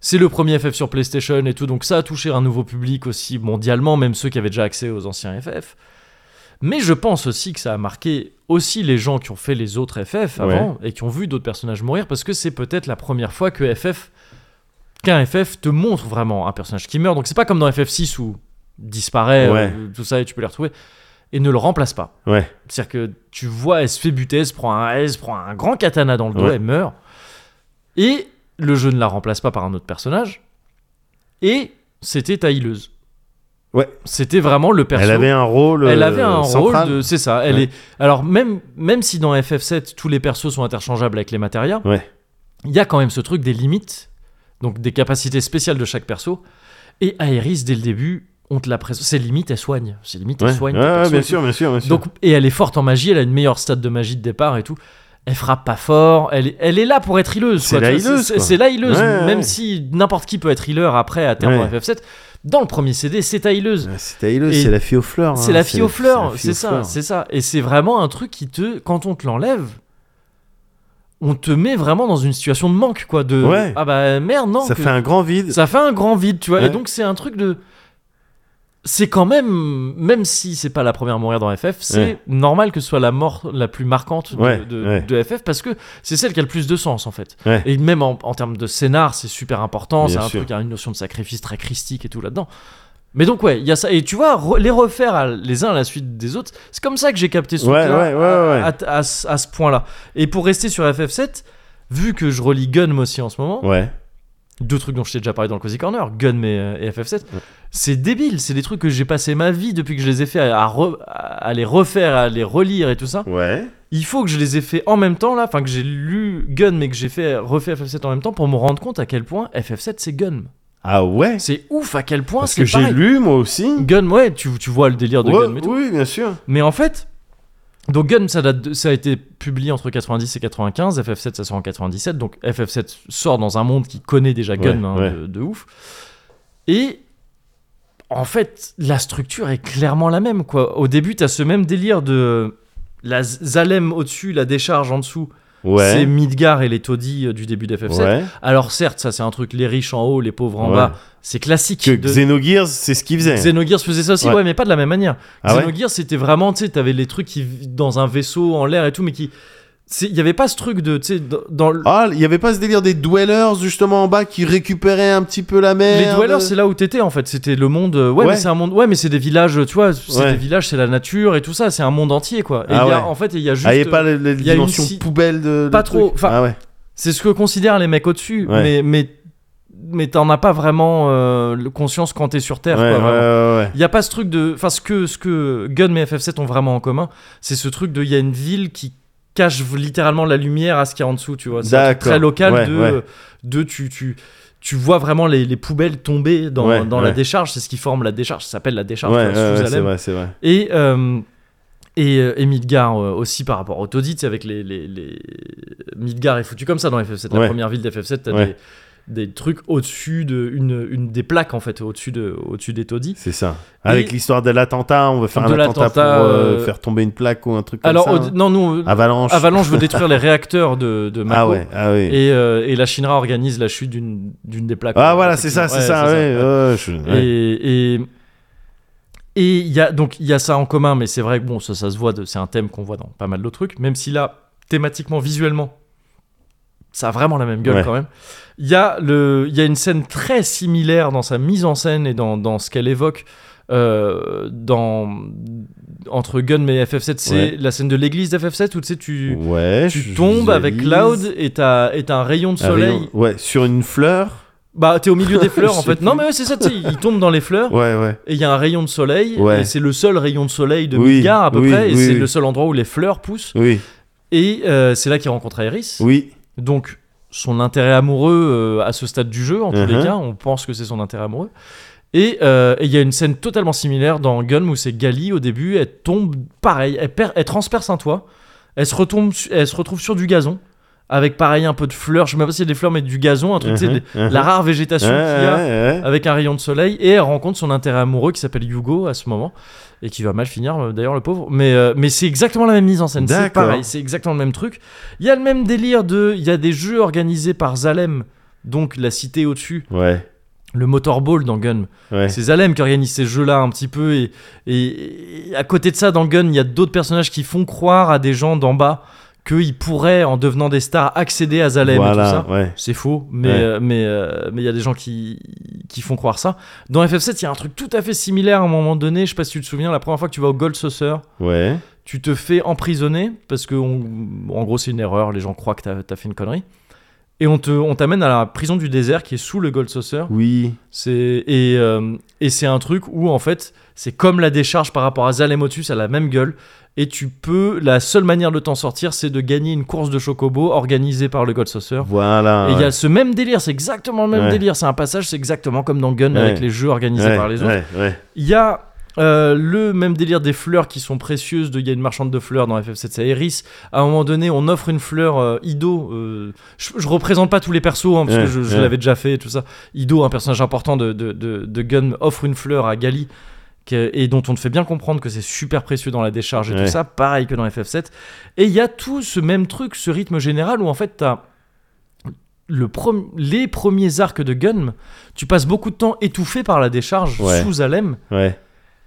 c'est le premier FF sur PlayStation et tout donc ça a touché un nouveau public aussi mondialement même ceux qui avaient déjà accès aux anciens FF mais je pense aussi que ça a marqué aussi les gens qui ont fait les autres FF avant et qui ont vu d'autres personnages mourir parce que c'est peut-être la première fois que FF qu'un FF te montre vraiment un personnage qui meurt donc c'est pas comme dans FF6 où disparaît
Ouais.
euh, tout ça et tu peux les retrouver et ne le remplace pas
Ouais.
c'est-à-dire que tu vois, elle se fait buter, elle se prend un, elle se prend un grand katana dans le dos,
Ouais.
elle meurt. Et le jeu ne la remplace pas par un autre personnage. Et c'était ta healeuse.
Ouais.
C'était vraiment le perso.
Elle avait un rôle.
Elle
euh,
avait un
central.
rôle de. C'est ça. Elle
Ouais.
est. Alors, même, même si dans FF7, tous les persos sont interchangeables avec les matérias, il
Ouais.
y a quand même ce truc des limites, donc des capacités spéciales de chaque perso. Et Aeris, dès le début, on te la présente. Ses limites, elle soigne. Ses limites,
Ouais,
elle soigne.
Ouais,
tes persos
ouais,
et
bien
tout.
sûr, bien sûr, bien sûr.
Donc, et elle est forte en magie, elle a une meilleure stat de magie de départ et tout. Elle frappe pas fort, elle est, elle est là pour être healeuse.
C'est
quoi,
la
tu vois,
healeuse,
c'est-
quoi.
C'est la healeuse,
Ouais, ouais,
même
ouais.
si n'importe qui peut être healer après à terme
Ouais.
dans FF7. Dans le premier CD, c'est ta healeuse.
Ouais, Ah, c'est Taylor,
Et-
c'est la fille aux fleurs.
C'est
hein,
la fille aux fleurs,
fille
c'est
aux
ça,
fleurs.
c'est ça. Et c'est vraiment un truc qui te, quand on te l'enlève, on te met vraiment dans une situation de manque, quoi. De
Ouais.
ah bah merde non.
Ça
que-
fait un grand vide.
ça fait un grand vide, tu vois.
Ouais.
Et donc c'est un truc de. C'est quand même, même si c'est pas la première à mourir dans FF, c'est
Ouais.
normal que ce soit la mort la plus marquante de,
Ouais,
de-
ouais.
de FF parce que c'est celle qui a le plus de sens en fait.
Ouais.
Et même en, en termes de scénar, c'est super important.
Bien
C'est un
sûr.
truc, il y a une notion de sacrifice très christique et tout là-dedans. Mais donc ouais, il y a ça. Et tu vois, re- les refaire à- les uns à la suite des autres, c'est comme ça que j'ai capté ce
Ouais,
truc-là
ouais, ouais,
à-
ouais.
À, à ce à ce point-là. Et pour rester sur FF7, vu que je relis Gunm aussi en ce moment,
Ouais.
deux trucs dont je t'ai déjà parlé dans le Cozy Corner, Gun et, euh, et FF7, c'est débile, c'est des trucs que j'ai passé ma vie depuis que je les ai fait à, à re- à- à les refaire, à les relire et tout ça.
Ouais.
Il faut que je les ai fait en même temps là, enfin que j'ai lu Gun mais que j'ai fait refait FF7 en même temps pour me rendre compte à quel point FF7 c'est Gun.
Ah ouais.
C'est ouf à quel point
Parce que
c'est
j'ai
pareil.
lu moi aussi.
Gun, ouais, tu, tu vois le délire de
Ouais,
Gun et tout.
oui, bien sûr.
Mais en fait, donc Gun, ça, date de- ça a été publié entre 90 et 95, FF7, ça sort en 97, donc FF7 sort dans un monde qui connaît déjà Gun
Ouais,
hein,
ouais.
De, de ouf. Et en fait, la structure est clairement la même. quoi. Au début, t'as ce même délire de la Z- Zalem au-dessus, la décharge en dessous, c'est
Ouais.
Midgar et les taudis euh, du début de FF7.
Ouais.
Alors certes, ça c'est un truc, les riches en haut, les pauvres en
Ouais.
bas, c'est classique.
Que
de-
Xenogears, c'est ce qu'il faisait.
Xenogears faisait ça aussi,
Ouais.
ouais, mais pas de la même manière.
Ah ouais
Xenogears, c'était vraiment, tu sais, t'avais les trucs qui vivent dans un vaisseau en l'air et tout, mais qui. c'est- Il y avait pas ce truc de. Tu sais, dans, dans le-
Ah, il y avait pas ce délire des dwellers justement en bas qui récupéraient un petit peu la mer.
les dwellers, c'est là où t'étais en fait. C'était le monde. euh, Ouais,
Ouais.
mais c'est un monde. Ouais, mais c'est des villages, tu vois. C'est
Ouais.
des villages, c'est la nature et tout ça. C'est un monde entier, quoi. Et
Ah
il y a-
ouais.
en fait, il y a juste.
Ah, il y avait
euh,
pas la, la
y a une
dimension
si-
poubelle de.
Pas
le truc.
trop, enfin-
Ah ouais.
C'est ce que considèrent les mecs au-dessus,
Ouais.
mais mais mais t'en as pas vraiment euh, le- conscience quand t'es sur Terre,
Ouais,
quoi.
ouais,
vraiment.
ouais, ouais.
Il n'y a pas ce truc de. Enfin, ce que, ce que Gun et FF7 ont vraiment en commun, c'est ce truc de. Il y a une ville qui cache v- littéralement la lumière à ce qu'il y a en dessous, tu vois. C'est un truc
D'accord.
très local
Ouais,
de.
ouais.
de tu, tu, tu vois vraiment les, les poubelles tomber dans,
Ouais,
dans la
ouais.
décharge, c'est ce qui forme la décharge, ça s'appelle la décharge,
Ouais,
tu vois,
ouais,
sous
ouais, c'est
Alem.
vrai, c'est vrai.
Et, euh, et, euh, et Midgar euh, aussi par rapport au Todit, avec les, les, les- Midgar est foutu comme ça dans FF7, la
Ouais.
première ville d'FF7, t'as
Ouais.
des- des trucs au-dessus de une, une des plaques en fait au-dessus de au-dessus des taudis.
C'est ça. Avec l'histoire de l'attentat, on veut faire
De
un attentat pour
l'attentat,
euh,
euh,
faire tomber une plaque ou un truc comme
Alors
ça.
au- non nous
hein. Avalanche.
Avalanche veut détruire les réacteurs de de Mako.
Ah ouais, ah oui.
Et, euh, et la Shinra organise la chute d'une d'une des plaques. euh,
Ah voilà, c'est ça, c'est
Ouais, Ah,
ça. ouais, ouais, je- ouais.
Et et et il y a donc il y a ça en commun, mais c'est vrai que bon ça ça se voit, de- c'est un thème qu'on voit dans pas mal de trucs. Même si là thématiquement, visuellement, ça a vraiment la même gueule
Ouais.
quand même. Il y a le il y a une scène très similaire dans sa mise en scène et dans, dans ce qu'elle évoque. euh, dans entre Gun et FF7 c'est
Ouais.
la scène de l'église d'FF7 où tu sais tu
Ouais,
tu
je
tombes avec
visualise.
Cloud et t'as et t'as un rayon de
Un
soleil
rayon- Ouais, sur une fleur.
bah, t'es au milieu des fleurs
Je
en
sais
fait. Non, mais ouais, c'est ça, tu sais, il tombe dans les fleurs
Ouais, ouais.
et il y a un rayon de soleil.
Ouais.
Et c'est le seul rayon de soleil de
Oui,
Midgar à peu
oui,
près. Et
oui,
c'est
oui.
le seul endroit où les fleurs poussent.
Oui,
Et euh, c'est là qu'il rencontre Aeris.
oui.
Donc, son intérêt amoureux euh, à ce stade du jeu, en tous les
Mhm.
cas, on pense que c'est son intérêt amoureux. Et euh, et il y a une scène totalement similaire dans Gun où c'est Gali au début, elle tombe pareil, elle, per- elle transperce un toit, elle se, retombe su- elle se retrouve sur du gazon, avec pareil un peu de fleurs, je sais même pas si c'est des fleurs, mais du gazon, un truc, tu sais,
Mhm,
des-
mhm.
la rare végétation
Ouais,
qu'il y a
ouais, ouais.
avec un rayon de soleil et elle rencontre son intérêt amoureux qui s'appelle Hugo à ce moment et qui va mal finir euh, d'ailleurs le pauvre mais euh, mais c'est exactement la même mise en scène c'est
D'accord.
pareil c'est exactement le même truc il y a le même délire de il y a des jeux organisés par Zalem donc la cité au-dessus
Ouais,
le motorball dans Gun
ouais.
c'est Zalem qui organise ces jeux-là un petit peu. Et, et- et à côté de ça, dans Gun, il y a d'autres personnages qui font croire à des gens d'en bas qu'ils pourraient, en devenant des stars, accéder à Zalem et tout ça.
Voilà, ouais.
C'est faux, mais
Ouais.
euh, mais euh, mais il y a des gens qui qui font croire ça. Dans FF7, il y a un truc tout à fait similaire à un moment donné. Je sais pas si tu te souviens, la première fois que tu vas au Gold Saucer,
Ouais.
tu te fais emprisonner parce que on- en gros c'est une erreur. Les gens croient que t'as as fait une connerie. Et on te on t'amène à la prison du désert qui est sous le Gold Saucer.
Oui.
C'est et euh, et c'est un truc où en fait c'est comme la décharge par rapport à Zalemotus, elle a la même gueule. Et tu peux la seule manière de t'en sortir, c'est de gagner une course de chocobo organisée par le Gold Saucer.
Voilà.
Et il y
ouais.
a ce même délire, c'est exactement le même
Ouais.
délire. C'est un passage, c'est exactement comme dans Gun
Ouais.
avec les jeux organisés
Ouais,
par les autres.
ouais, ouais.
Il y a euh, le même délire des fleurs qui sont précieuses. de- Il y a une marchande de fleurs dans FF7, c'est Eris. À un moment donné, on offre une fleur euh, Ido. euh, je, je représente pas tous les persos hein, parce
Ouais,
que je, je
ouais.
l'avais déjà fait et tout ça. Ido, un personnage important de, de, de- de Gun, offre une fleur à Gali. que- Et dont on te fait bien comprendre que c'est super précieux dans la décharge et
Ouais.
tout ça, pareil que dans FF7. Et il y a tout ce même truc, ce rythme général où en fait t'as le prom- les premiers arcs de Gun, tu passes beaucoup de temps étouffé par la décharge
Ouais.
sous Alem,
Ouais.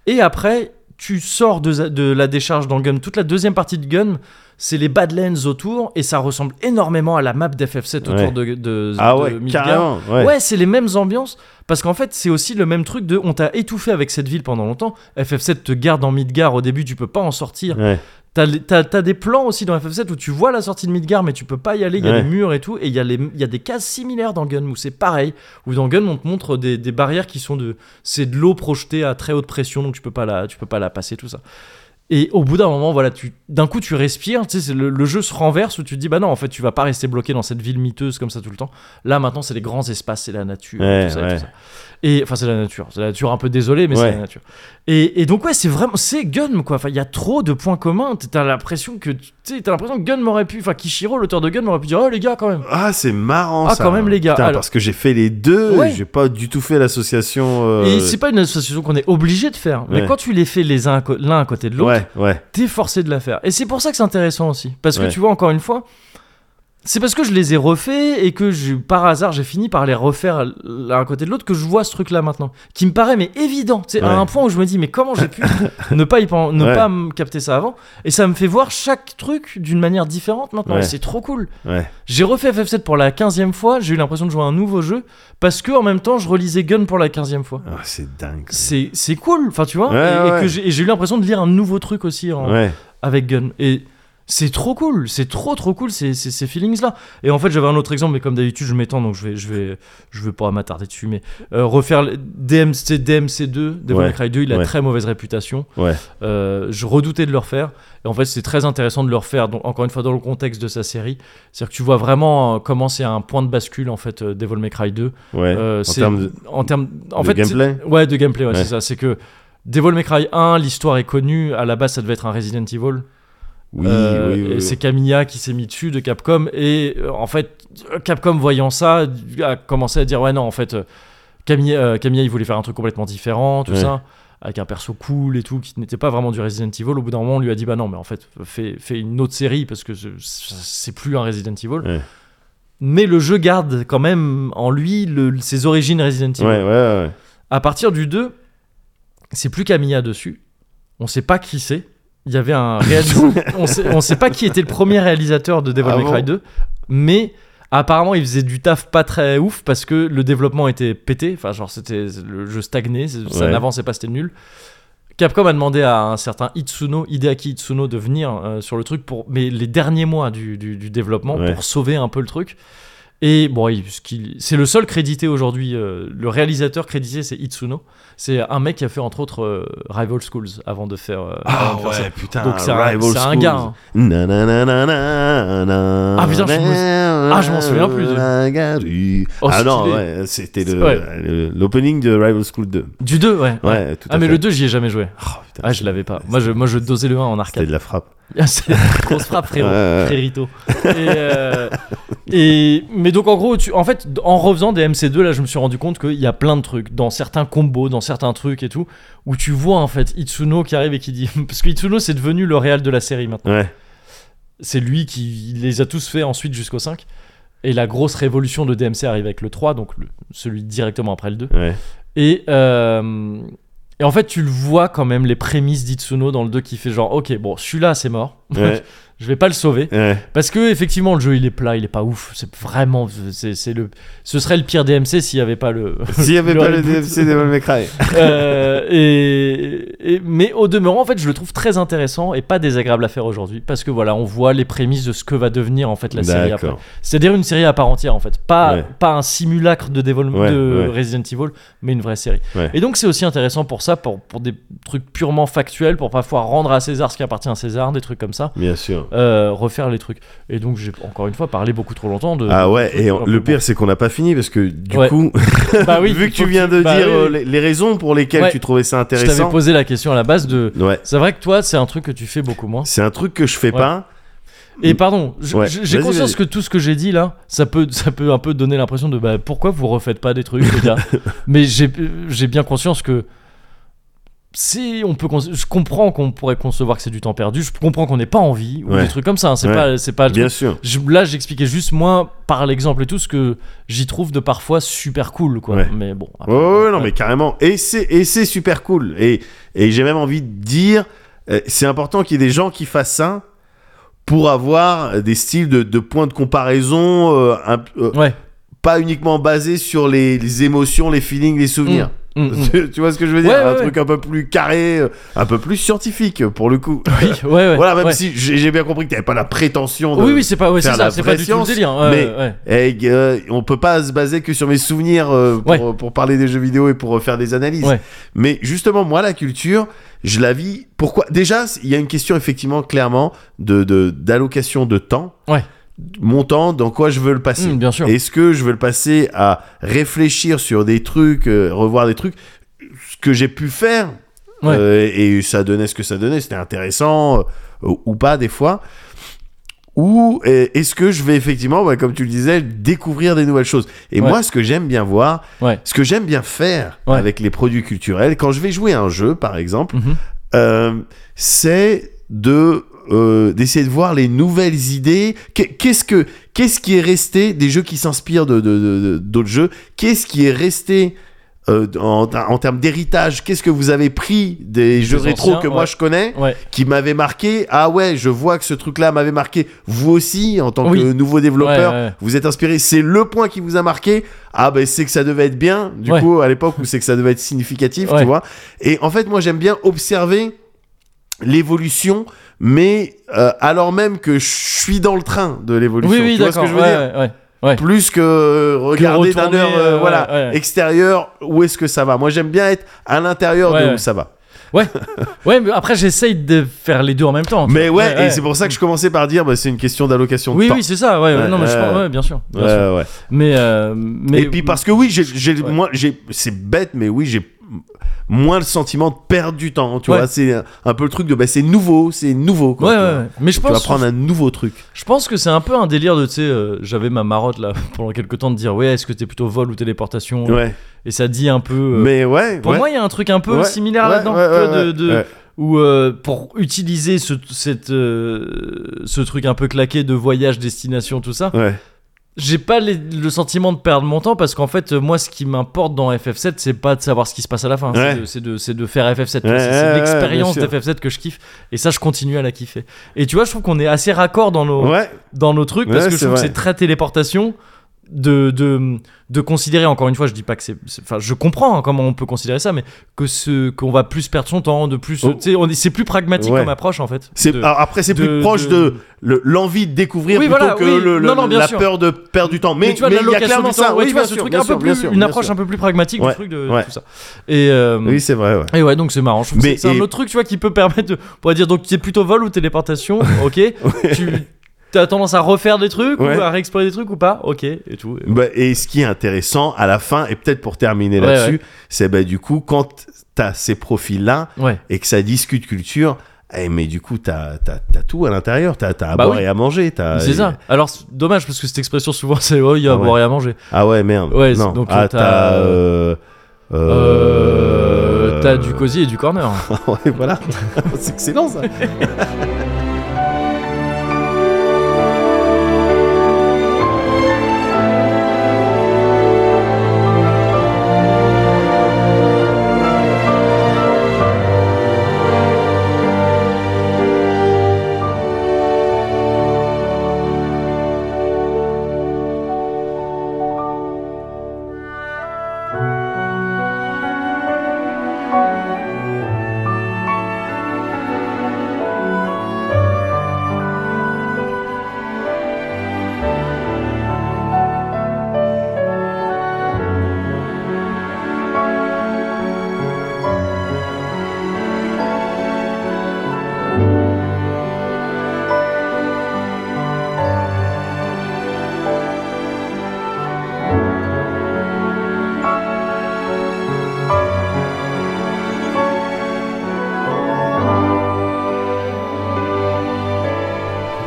et après tu sors de, za- de la décharge dans Gun. Toute la deuxième partie de Gun, c'est les Badlands autour, et ça ressemble énormément à la map d'FF7 autour
Ouais.
de, de,
Ah
de
ouais,
Midgar.
carrément. Ouais.
Ouais, c'est les mêmes ambiances, parce qu'en fait c'est aussi le même truc de on t'a étouffé avec cette ville pendant longtemps, FF7 te garde en Midgar au début, tu peux pas en sortir,
Ouais.
T'as les- T'as t'as des plans aussi dans FF7 où tu vois la sortie de Midgar, mais tu peux pas y aller, il y a
Ouais.
des murs et tout, et il y, a les- il y a des cases similaires dans Gun où c'est pareil, où dans Gun on te montre des, des barrières qui sont de. C'est de l'eau projetée à très haute pression, donc tu peux pas la, tu peux pas la passer, tout ça. Et au bout d'un moment, voilà, tu- d'un coup tu respires, tu sais, c'est le, le jeu se renverse où tu te dis, bah non, en fait tu vas pas rester bloqué dans cette ville miteuse comme ça tout le temps. Là maintenant c'est les grands espaces, c'est la nature,
Ouais,
tout ça, et tout
ouais.
ça. Et enfin, c'est la nature. C'est la nature un peu désolée, mais c'est
Ouais.
la nature. Et, et donc ouais, c'est vraiment c'est Gun quoi. Enfin, il y a trop de points communs. T'as l'impression que tu sais, t'as l'impression que Gun m'aurait pu, enfin Kishiro, l'auteur de Gun m'aurait pu dire oh les gars quand même.
Ah, c'est marrant
Ah,
ça.
quand même, les gars.
Putain,
Alors-
Parce que j'ai fait les deux,
Ouais.
j'ai pas du tout fait l'association. euh,
Et c'est pas une association qu'on est obligé de faire, mais
Ouais.
quand tu les fais les uns à co- l'un à côté de l'autre,
Ouais, ouais.
t'es forcé de la faire. Et c'est pour ça que c'est intéressant aussi, parce que
Ouais.
tu vois encore une fois, c'est parce que je les ai refaits et que je, par hasard j'ai fini par les refaire l'un à côté de l'autre que je vois ce truc là maintenant, qui me paraît mais évident, c'est
Ouais.
à un point où je me dis mais comment j'ai pu ne pas y pen- ne
Ouais.
pas me capter ça avant, et ça me fait voir chaque truc d'une manière différente maintenant,
Ouais.
et c'est trop cool.
Ouais.
J'ai refait FF7 pour la 15e fois, j'ai eu l'impression de jouer à un nouveau jeu, parce que en même temps je relisais Gun pour la 15e fois.
Ah, c'est dingue.
C'est c'est cool, enfin tu vois,
Ouais,
et, et
ouais.
que j'ai et j'ai eu l'impression de lire un nouveau truc aussi en,
Ouais.
avec Gun. Et c'est trop cool, c'est trop trop cool ces, ces, ces feelings là. Et en fait, j'avais un autre exemple, mais comme d'habitude, je m'étends donc je vais, je vais, je vais pas m'attarder dessus. Mais euh, refaire le- DMC, DMC2, Devil May
Ouais,
Cry 2, il a
ouais.
très mauvaise réputation.
Ouais.
Euh, je redoutais de le refaire. Et en fait, c'est très intéressant de le refaire, donc, encore une fois, dans le contexte de sa série. C'est-à-dire que tu vois vraiment euh, comment c'est un point de bascule en fait, euh, Devil May Cry 2.
Ouais.
Euh,
en
c'est-
termes de.
en termes- en
de
fait,
gameplay
c'est- Ouais, de gameplay, ouais,
Ouais.
c'est ça. C'est que Devil May Cry 1, l'histoire est connue. À la base, ça devait être un Resident Evil.
Oui,
Euh,
oui, oui,
et
oui.
C'est Camilla qui s'est mis dessus de Capcom. Et euh, en fait, Capcom, voyant ça, a commencé à dire Ouais, non, en fait, euh, Camilla, euh, Camilla, il voulait faire un truc complètement différent, tout
Ouais.
ça. Avec un perso cool et tout, qui n'était pas vraiment du Resident Evil. Au bout d'un moment, on lui a dit Bah non, mais en fait, fais, fais une autre série parce que ce- c'est plus un Resident Evil.
Ouais.
Mais le jeu garde quand même en lui le- ses origines Resident Evil.
Ouais, ouais, ouais.
À partir du 2, c'est plus Camilla dessus. On sait pas qui c'est. Il y avait un réalisateur. on, sait, on sait pas qui était le premier réalisateur de Devil
Ah
May
bon
Cry 2, mais apparemment il faisait du taf pas très ouf parce que le développement était pété. Enfin, genre c'était le jeu stagnait, c'est- ça
Ouais.
n'avançait pas, c'était nul. Capcom a demandé à un certain Itsuno, Hideaki Itsuno, de venir euh, sur le truc pour mais les derniers mois du, du- du développement
Ouais.
pour sauver un peu le truc. Et bon, il- ce qu'il- c'est le seul crédité aujourd'hui, euh, le réalisateur crédité, c'est Itsuno. C'est un mec qui a fait entre autres euh, Rival Schools avant de faire. euh,
Ah
avant de faire ça.
ouais, putain.
Donc c'est un,
Rival
c'est un
Schools.
gars. hein.
Nananana,
Ah, putain, je me- ah, je m'en souviens plus.
plus.
Oh,
ah non,
stylé.
ouais, c'était
C'est-
le-
ouais.
le- l'opening de Rival School 2.
Du 2, ouais.
Ouais, tout à
Ah, mais
fait.
le 2, j'y ai jamais joué.
Oh, putain,
Ah, je l'avais pas. Moi, je, moi, je dosais le 1 en
C'était
arcade.
de la frappe.
Ah, C'est une grosse frappe, frérot.
Ouais, ouais.
Frérito. Et, euh, et- mais donc, en gros, tu, en fait, en refaisant des MC2, là, je me suis rendu compte qu'il y a plein de trucs, dans certains combos, dans certains trucs et tout, où tu vois, en fait, Itsuno qui arrive et qui dit. Parce que Itsuno, c'est devenu le réal de la série maintenant.
Ouais.
c'est lui qui les a tous fait ensuite jusqu'au 5. Et la grosse révolution de DMC arrive avec le 3, donc le- celui directement après le 2.
Ouais.
Et, euh, et en fait, tu le vois quand même, les prémices d'Itsuno dans le 2 qui fait genre, ok, bon, celui-là, c'est mort.
Ouais.
Je vais pas le sauver.
ouais.
Parce que, effectivement, le jeu, il est plat, il est pas ouf. C'est vraiment. c'est c'est le, ce serait le pire DMC s'il y avait pas le.
S'il n'y avait
Le
pas le
reboot.
DMC Devil May Cry.
Euh, et, et- mais au demeurant, en fait, je le trouve très intéressant et pas désagréable à faire aujourd'hui. Parce que voilà, on voit les prémices de ce que va devenir, en fait, la série après.
D'accord.
C'est-à-dire une série à part entière en fait, pas,
Ouais.
pas un simulacre de, dévol-
Ouais,
de
ouais.
Resident Evil, mais une vraie série.
Ouais.
Et donc c'est aussi intéressant pour ça, pour, pour des trucs purement factuels, pour parfois rendre à César ce qui appartient à César, des trucs comme ça,
Bien sûr.
euh, refaire les trucs. Et donc j'ai encore une fois parlé beaucoup trop longtemps de...
Ah ouais, et on-
Ah,
le
bon.
pire, c'est qu'on n'a pas fini parce que du
Ouais.
coup,
bah oui,
vu que
faut
tu viens de
bah
dire
oui.
euh, les, les raisons pour lesquelles
Ouais.
tu trouvais ça
Je t'avais
intéressant.
posé la question à la base de...
Ouais.
C'est vrai que toi, c'est un truc que tu fais beaucoup moins.
C'est un truc que je fais
Ouais.
pas.
Et pardon, je-
Mm. Ouais.
je- j'ai
Vas-y,
conscience
vas-y.
que tout ce que j'ai dit là, ça peut, ça peut un peu donner l'impression de bah, pourquoi vous refaites pas des trucs, les gars. Mais j'ai euh, j'ai bien conscience que si on peut, conce- je comprends qu'on pourrait concevoir que c'est du temps perdu. Je comprends qu'on n'ait pas envie ou
Ouais.
des trucs comme ça. hein, c'est
Ouais.
pas, c'est pas. le
Bien
truc.
sûr.
Je- là, j'expliquais juste moi par l'exemple et tout ce que j'y trouve de parfois super cool, quoi.
Ouais.
Mais bon.
Ouais,
après,
ouais, ouais, non,
ouais.
mais carrément. Et c'est et c'est super cool. Et, et j'ai même envie de dire, euh, c'est important qu'il y ait des gens qui fassent ça pour avoir des styles de, de points de comparaison euh, un- euh,
Ouais.
pas uniquement basés sur les, les émotions, les feelings, les souvenirs.
Mm, mm, mm.
tu, tu vois ce que je veux dire
Ouais,
Un
ouais,
truc un peu plus carré, euh, un peu plus scientifique euh, pour le coup.
Oui, ouais, ouais,
voilà, même
ouais.
si j'ai j'ai bien compris que t'avais pas la prétention de.
Oui, oui, c'est pas, ouais, c'est
faire
ça,
la
c'est pas
vraie
du tout le
science,
délire. ouais,
mais-
ouais.
Eh, euh, on peut pas se baser que sur mes souvenirs euh, pour,
Ouais.
pour parler des jeux vidéo et pour euh, faire des analyses.
Ouais.
Mais justement, moi, la culture, je la vis. Pourquoi Déjà, il y a une question effectivement clairement de de- d'allocation de, temps.
Ouais.
Mon temps, dans quoi je veux le passer.
Mm, bien sûr.
Est-ce que je veux le passer à réfléchir sur des trucs, euh, revoir des trucs, ce que j'ai pu faire
Ouais.
euh, et ça donnait ce que ça donnait, c'était intéressant euh, ou pas des fois. Ou euh, est-ce que je vais effectivement, ouais, comme tu le disais, découvrir des nouvelles choses Et
Ouais.
moi, ce que j'aime bien voir,
Ouais.
ce que j'aime bien faire
Ouais.
avec les produits culturels, quand je vais jouer à un jeu, par exemple,
Mhm.
euh, c'est de euh, d'essayer de voir les nouvelles idées. Qu'est- Qu'est-ce que qu'est-ce qui est resté des jeux qui s'inspirent de de- de- de- d'autres jeux Qu'est-ce qui est resté euh, en, en termes d'héritage Qu'est-ce que vous avez pris des jeux rétro
anciens,
que moi
ouais.
je connais
Ouais.
qui m'avaient marqué Ah ouais, je vois que ce truc-là m'avait marqué. Vous aussi, en tant
Oui.
que nouveau développeur,
Ouais, ouais.
vous êtes inspiré. C'est le point qui vous a marqué. Ah ben c'est que ça devait être bien. Du
Ouais.
coup, à l'époque où c'est que ça devait être significatif,
Ouais.
tu vois. Et en fait, moi j'aime bien observer l'évolution, mais euh, alors même que je suis dans le train de l'évolution.
Oui, oui,
tu vois ce
d'accord.
que je veux
ouais,
dire
ouais, ouais. ouais.
plus que euh, regarder d'un
retourner,
air euh,
euh,
voilà
ouais, ouais.
extérieur où est-ce que ça va moi j'aime bien être à l'intérieur
Ouais,
de où
ouais.
ça va
Ouais, mais après, j'essaye de faire les deux en même temps. tu
mais
vois.
ouais, et c'est pour ça que je commençais par dire bah, c'est une question d'allocation de
Oui,
temps
oui, c'est ça, ouais, ouais,
Ouais,
non, mais je
ouais,
pense,
ouais.
ouais, bien sûr. bien
Ouais,
sûr.
ouais.
Mais, euh, mais.
et puis parce que oui j'ai j'ai-
Ouais.
moi j'ai c'est bête mais oui j'ai moins le sentiment de perdre du temps. Tu
Ouais.
vois, c'est un- un peu le truc de bah, c'est nouveau, c'est nouveau. Quoi,
ouais,
tu vois.
ouais, ouais. Mais je
Tu vas
pense,
prendre un nouveau truc.
je pense que c'est un peu un délire de, tu sais, euh, j'avais ma marotte là pendant quelques temps de dire, ouais, est-ce que t'es plutôt vol ou téléportation
Ouais.
Et ça dit un peu. euh,
Mais ouais.
pour
ouais.
moi, il y a un truc un peu
Ouais,
similaire
ouais,
là-dedans,
ouais,
tu vois,
ouais,
de, de-
ouais.
où euh, pour utiliser ce, cette, euh, ce truc un peu claqué de voyage, destination, tout ça.
Ouais.
J'ai pas les- le sentiment de perdre mon temps parce qu'en fait, euh, moi, ce qui m'importe dans FF7, c'est pas de savoir ce qui se passe à la fin, c'est
Ouais.
de- c'est de, c'est de faire FF7. tu
Ouais,
vois, c'est
ouais,
c'est
ouais,
l'expérience
bien sûr.
d'FF7 que je kiffe et ça, je continue à la kiffer. Et tu vois, je trouve qu'on est assez raccord dans nos,
Ouais.
dans nos trucs parce
Ouais,
que je
c'est
trouve que
vrai.
c'est très téléportation de, de, de considérer encore une fois je dis pas que c'est c'est- enfin je comprends hein, comment on peut considérer ça mais que ce qu'on va plus perdre son temps de plus
Oh.
tu sais, on est- c'est plus pragmatique
Ouais.
comme approche en fait
C'est-
de-
alors après, c'est
de-
plus proche
de-
de, le- l'envie de découvrir
Oui,
plutôt
voilà,
que
oui.
le, le-
Non, non, bien
la
sûr.
peur de perdre du temps. Mais,
tu vois,
mais
la
il y a
location
clairement
du temps,
ça.
ouais,
oui,
tu vois
bien
ce
sûr,
truc
bien
un peu
sûr,
plus
bien sûr,
une
bien
approche
sûr.
un peu plus pragmatique
Ouais,
du truc de
ouais.
tout ça et euh,
Oui, c'est vrai. ouais.
Et ouais, donc c'est marrant. Je trouve
Mais-
que c'est
et-
un autre truc, tu vois, qui peut permettre de. On pourrait dire, donc tu es plutôt vol ou téléportation, ok. Tu as tendance à refaire des trucs
Ouais.
ou à réexplorer des trucs ou pas, ok, et tout. Et-
Bah, et ce qui est intéressant à la fin, et peut-être pour terminer
Ouais,
là-dessus, c'est bah, du coup, quand t'as ces profils-là
Ouais.
et que ça discute culture, eh, mais du coup, t'as as, tout à l'intérieur. T'as t'as à
Bah
boire
oui.
et à manger. t'as-
C'est ça. Alors, c'est dommage parce que cette expression, souvent, c'est oh, il y a à
Ah ouais.
boire et à manger.
Ah ouais, merde.
Ouais,
non.
donc,
ah,
t'as-
t'as. euh, euh,
Euh, T'as du cosy et du corner.
Ah Ouais, voilà. c'est excellent ça.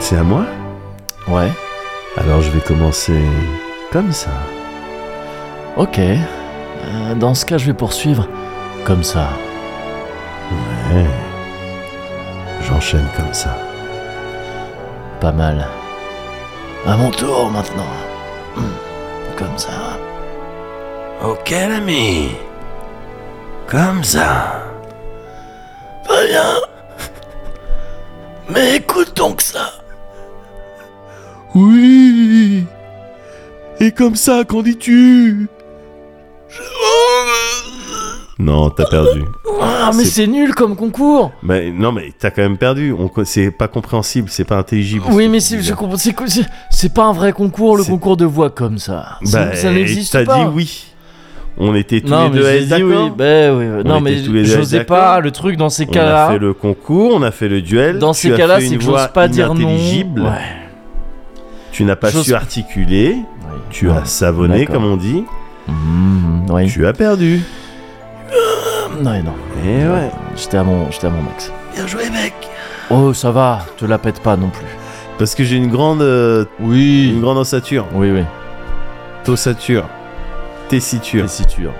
C'est à moi
Ouais,
Alors je vais commencer comme ça.
ok. Euh, dans ce cas, je vais poursuivre comme ça.
Ouais. J'enchaîne comme ça.
Pas mal. À mon tour maintenant. Hmm, Comme ça.
Ok l'ami, comme ça.
Pas bien. Mais écoute donc ça.
Oui Et comme ça, qu'en dis-tu Non, t'as perdu.
Ah, mais
C'est-
c'est nul comme concours.
Mais non, mais t'as quand même perdu. On... co- C'est pas compréhensible, c'est pas intelligible. ce
Oui,
que
mais
tu
c'est,
dis
je
là.
comprends, c'est, quoi- c'est- c'est pas un vrai concours, le
C'est-
concours de voix comme ça. C'est-
Bah,
ça n'existe
t'as
pas.
dit oui. On était tous
Non,
les
mais
deux à
j'ai
être
dit oui.
d'accord.
Bah, oui, oui. Non,
était
mais
tous les deux
j'osais
d'accord.
pas. Le truc dans ces
On a
cas-là.
fait le concours, on a fait le duel.
Dans
tu
ces
as
cas-là,
fait
c'est
une
que
voix
j'ose pas dire non.
inintelligible.
Ouais.
Tu n'as pas
J'ose-
su articuler.
Oui.
Tu
Ouais.
as savonné,
D'accord.
comme on dit.
Mmh, oui.
Tu as perdu.
Non, et non.
Et ouais.
J'étais à mon, j'étais à mon max.
Bien joué mec.
Oh, ça va. Te la pète pas non plus.
Parce que j'ai une grande, euh, une
Oui.
grande ossature.
Oui, oui.
Tossature. Tessiture.
Tessiture.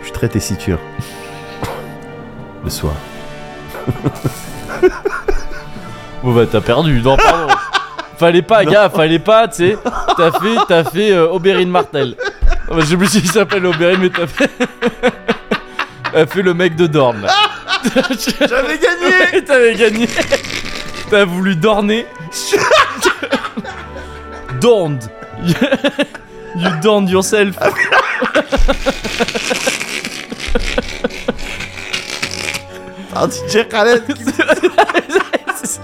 Je suis très tessiture. Le soir.
Bon bah t'as perdu, non pardon. fallait pas, gars, fallait pas, tu sais. T'as fait, t'as fait euh, Aubérine Martel. Non, bah, J'ai oublié s'il s'appelle Aubérine, mais t'as fait. t'as fait le mec de Dorn là.
J'avais gagné
Et T'avais gagné. T'as voulu dorner. Dorned. you dorned yourself.
Par DJ Ah, Khaled.
C'est ça.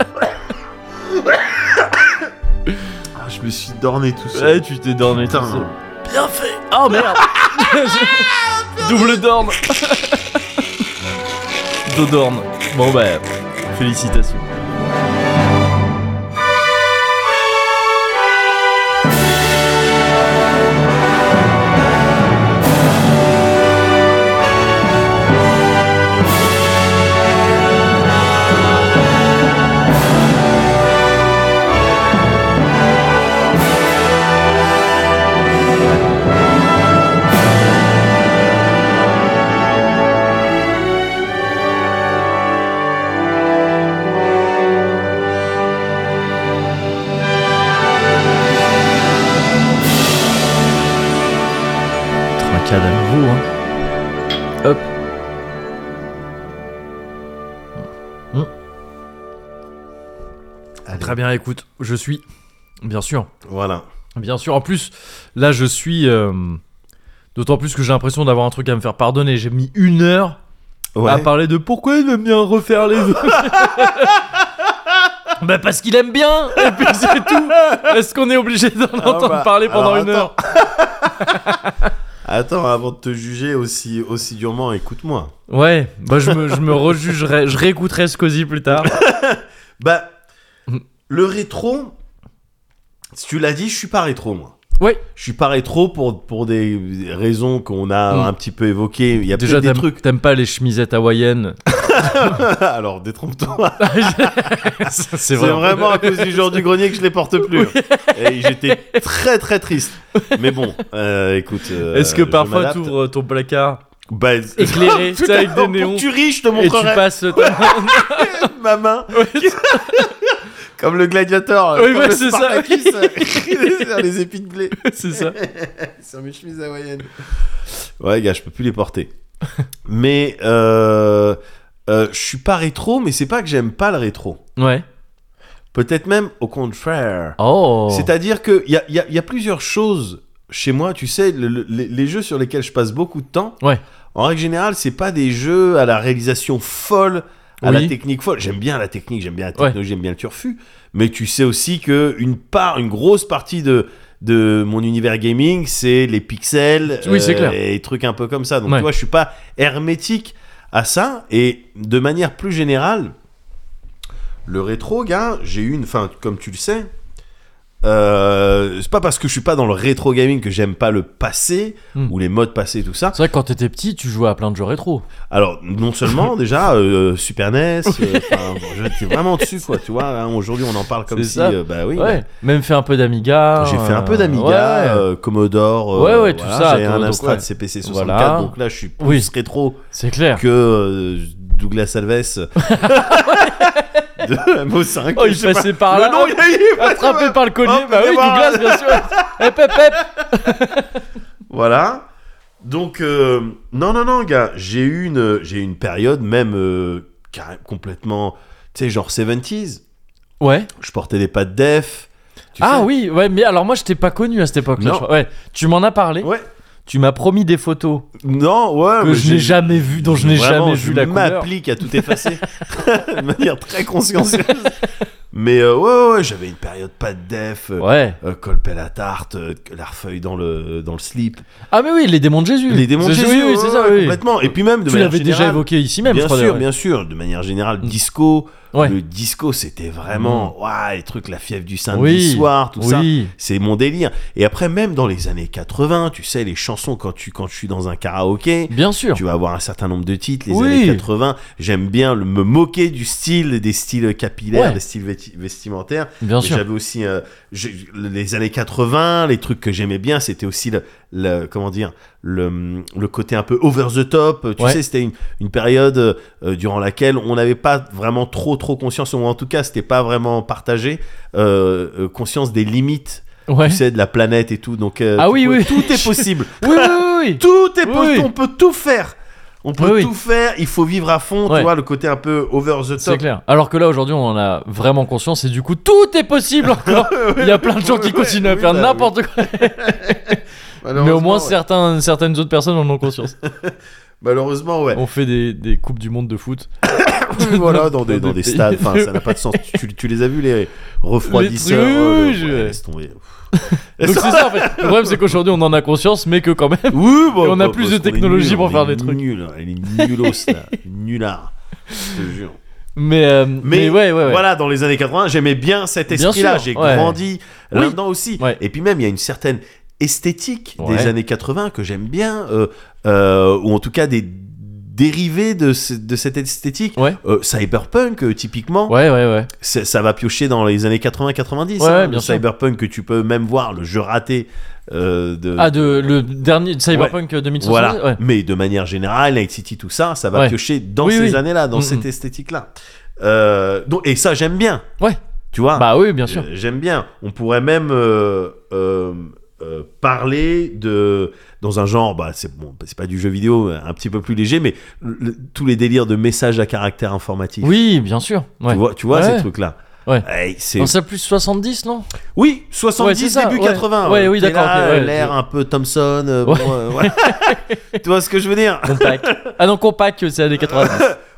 Ah, Je me suis dorné tout seul.
Ouais, tu t'es dorné. tout
Putain.
seul. Oh merde Double dorne Deux dornes. Bon bah, félicitations. arcade à nouveau. hein. Hop. Hum. Très bien, écoute, je suis. Bien sûr.
Voilà.
Bien sûr. En plus, là, je suis. euh, D'autant plus que j'ai l'impression d'avoir un truc à me faire pardonner. J'ai mis une heure à parler de pourquoi il aime bien refaire les œufs. bah parce qu'il aime bien et puis c'est tout. Est-ce qu'on est obligé d'en entendre
bah,
parler pendant
alors
une heure
Attends, avant de te juger aussi, aussi durement, écoute-moi.
Ouais, bah je me, je me rejugerai, je réécouterai ce cosy plus tard.
Bah,
Mm.
le rétro, si tu l'as dit, je suis pas rétro, moi.
Ouais.
Je suis pas rétro pour, pour des raisons qu'on a
Mm.
un petit peu évoquées. Il y a
Déjà
déjà des
t'aimes-
trucs.
t'aimes pas les chemisettes hawaïennes.
Alors, détrompe-toi.
c'est
C'est
vrai.
vraiment à cause du genre du grenier que je les porte plus. hein. Et j'étais très très triste. Mais bon, euh, écoute. euh,
Est-ce que
je
parfois
m'adapte.
t'ouvres euh, ton placard
Bah,
éclairé, tu sais, avec des
pour que
néons
Tu riches, je te
et tu
montrerai
passes ta-
ma main.
Ouais.
Comme le gladiateur.
Oui,
comme
ouais,
le
c'est ça.
Spartacus, euh, sur les épis de blé.
c'est ça.
sur mes chemises hawaïennes. Ouais, gars, je peux plus les porter. mais euh, euh, je suis pas rétro, mais c'est pas que j'aime pas le rétro.
Ouais.
Peut-être même au contraire.
Oh.
C'est-à-dire qu'il y a, y a- y a plusieurs choses chez moi, tu sais, le- le- les, les jeux sur lesquels je passe beaucoup de temps,
Ouais.
en règle générale, c'est pas des jeux à la réalisation folle, à
Oui.
la technique folle. J'aime bien la technique, j'aime bien la
Ouais.
technologie, j'aime bien le turfu, mais tu sais aussi que une part, une grosse partie de de mon univers gaming, c'est les pixels euh,
Oui, c'est clair.
et les trucs un peu comme ça. Donc
Ouais.
tu vois, je suis pas hermétique à ça et de manière plus générale, le rétro, gars, j'ai eu une fin, comme tu le sais. euh, c'est pas parce que je suis pas dans le rétro gaming que j'aime pas le passé
Hmm.
ou les modes passés tout ça.
C'est vrai que quand t'étais petit, tu jouais à plein de jeux rétro.
Alors non seulement déjà euh, Super NES, euh, enfin, bon, je- t'es vraiment dessus quoi, tu vois. hein, Aujourd'hui on en parle comme
C'est
si
ça.
euh, bah oui.
ouais. Même fait un peu d'Amiga.
bah, J'ai fait un peu
euh,
d'Amiga,
ouais.
euh, Commodore, euh,
Ouais, ouais, tout
voilà,
ça,
J'ai
donc,
un
donc,
Amstrad
ouais.
CPC 64,
Voilà.
donc là je suis plus
Oui.
rétro
C'est clair.
que euh, Douglas Alves de MO5.
Oh, il
je sais
passait par
pas.
là.
Le nom, il est-
Attrapé par le collier,
Hop,
bah oui,
venez voir.
Douglas, bien sûr. Hep, hep, hep.
Voilà. Donc, euh, non, non, non, gars, j'ai eu une, j'ai eu une période même euh, carré- complètement, tu sais, genre 70s.
Ouais.
Je portais des pattes def. tu
ah
sais.
oui, ouais, mais alors moi, je t'ai pas connu à cette époque-là.
Non.
je crois. Ouais. Tu m'en as parlé.
Ouais.
Tu m'as promis des photos
Non, ouais.
que
mais
je
j'ai-
n'ai jamais vues, dont je n'ai
Vraiment,
jamais vu la
Je
couleur.
m'applique à tout effacer de manière très consciencieuse. Mais euh, ouais, ouais, ouais, j'avais une période pattes def, euh,
Ouais.
euh, colpel à tarte, euh, l'arfeuille dans le dans le slip,
Ah mais oui, les démons de Jésus.
les démons de
C'est-
Jésus,
Oui, oui,
ouais,
c'est ça.
ouais,
oui.
complètement. Et puis même de
Tu
manière
l'avais déjà
générale,
évoqué ici même,
bien
je crois.
sûr,
d'ailleurs.
bien sûr, de manière générale,
Mm.
disco.
Ouais. Mm.
Le disco, c'était vraiment ouah, les trucs, la fièvre du samedi
Oui.
soir, tout ça.
Oui.
C'est mon délire. Et après, même dans les années 80, tu sais, les chansons, quand, tu, quand je suis dans un karaoké,
Bien sûr.
tu vas avoir un certain nombre de titres. Les
Oui.
années 80, j'aime bien le- me moquer du style, des styles capillaires,
Ouais.
des styles vesti- vestimentaires.
Bien
Mais
sûr.
J'avais aussi euh, j'ai- les années 80, les trucs que j'aimais bien, c'était aussi le, le- comment dire le, le côté un peu over the top. Tu
Ouais.
sais, c'était une, une période euh, durant laquelle on n'avait pas vraiment trop trop conscience, ou en tout cas, c'était pas vraiment partagé euh, euh, conscience des limites,
Ouais.
tu sais, de la planète et tout. Donc euh,
Ah
tu
oui,
pouvais-
oui.
tout est possible,
Oui, oui, oui, oui.
tout est
Oui,
possible,
oui.
on peut tout faire. On peut
Oui, oui.
tout faire, il faut vivre à fond,
Ouais.
tu vois, le côté un peu over the
C'est
top.
clair. Alors que là aujourd'hui on en a vraiment conscience et du coup tout est possible encore. Il y a plein de gens qui
Ouais,
continuent à
oui,
faire
bah,
n'importe quoi. Mais au moins certains, certaines autres personnes en ont conscience.
Malheureusement, ouais.
On fait des, des coupes du monde de foot.
Oui, voilà, dans des,
Dans
dans
des
des
pays.
stades, enfin, ça n'a pas de sens. Tu, tu- tu les as vus, les refroidisseurs
Les
euh, le-
trucs,
ouais,
ouais.
Laisse tomber.
Donc c'est ça en fait. Le problème c'est qu'aujourd'hui on en a conscience mais que quand même.
Oui, bon,
Et on a
bon,
plus
parce
de
qu'on est
technologie
nul,
pour
on
faire
est
des trucs.
Nul, elle est nulos, là. Nulard. Je te jure.
Mais, euh, mais, ouais, ouais, ouais.
Voilà, dans les années 80, j'aimais bien cet
Bien sûr,
esprit-là. J'ai
ouais.
grandi là-dedans aussi.
Ouais.
Et puis même, il y a une certaine esthétique
Ouais.
des années 80 que j'aime bien, euh, euh, ou en tout cas des dérivés de, ce- de cette esthétique.
Ouais.
Euh, cyberpunk, euh, typiquement.
Ouais, ouais, ouais.
ça, ça va piocher dans les années 80-90.
Ouais, ouais,
le
bien sûr.
cyberpunk que tu peux même voir, le jeu raté euh, de.
Ah, de, le dernier Cyberpunk 2070
voilà.
ouais.
Mais de manière générale, Night City, tout ça, ça va
Ouais.
piocher dans
Oui,
ces
oui.
années-là, dans
Mm,
cette
mm.
esthétique-là. Euh, donc, et ça, j'aime bien.
Ouais.
Tu vois
Bah oui, bien sûr.
euh, J'aime bien. On pourrait même euh, euh, euh, parler de dans un genre, bah, c'est bon, c'est pas du jeu vidéo, un petit peu plus léger, mais le- tous les délires de messages à caractère informatif.
Oui, bien sûr. Ouais.
Tu vois, tu vois ces
Ouais.
trucs-là.
Ouais.
Eh, c'est-
Donc ça plus 70, non
Oui,
Ouais,
70,
c'est ça,
début
ouais.
80.
Ouais, oui,
T'es
d'accord,
là,
ok, ouais,
L'air
je-
un peu Thompson. euh,
Ouais.
bon, euh, ouais. tu vois ce que je veux dire
Compact. ah non, Compact, c'est années 90.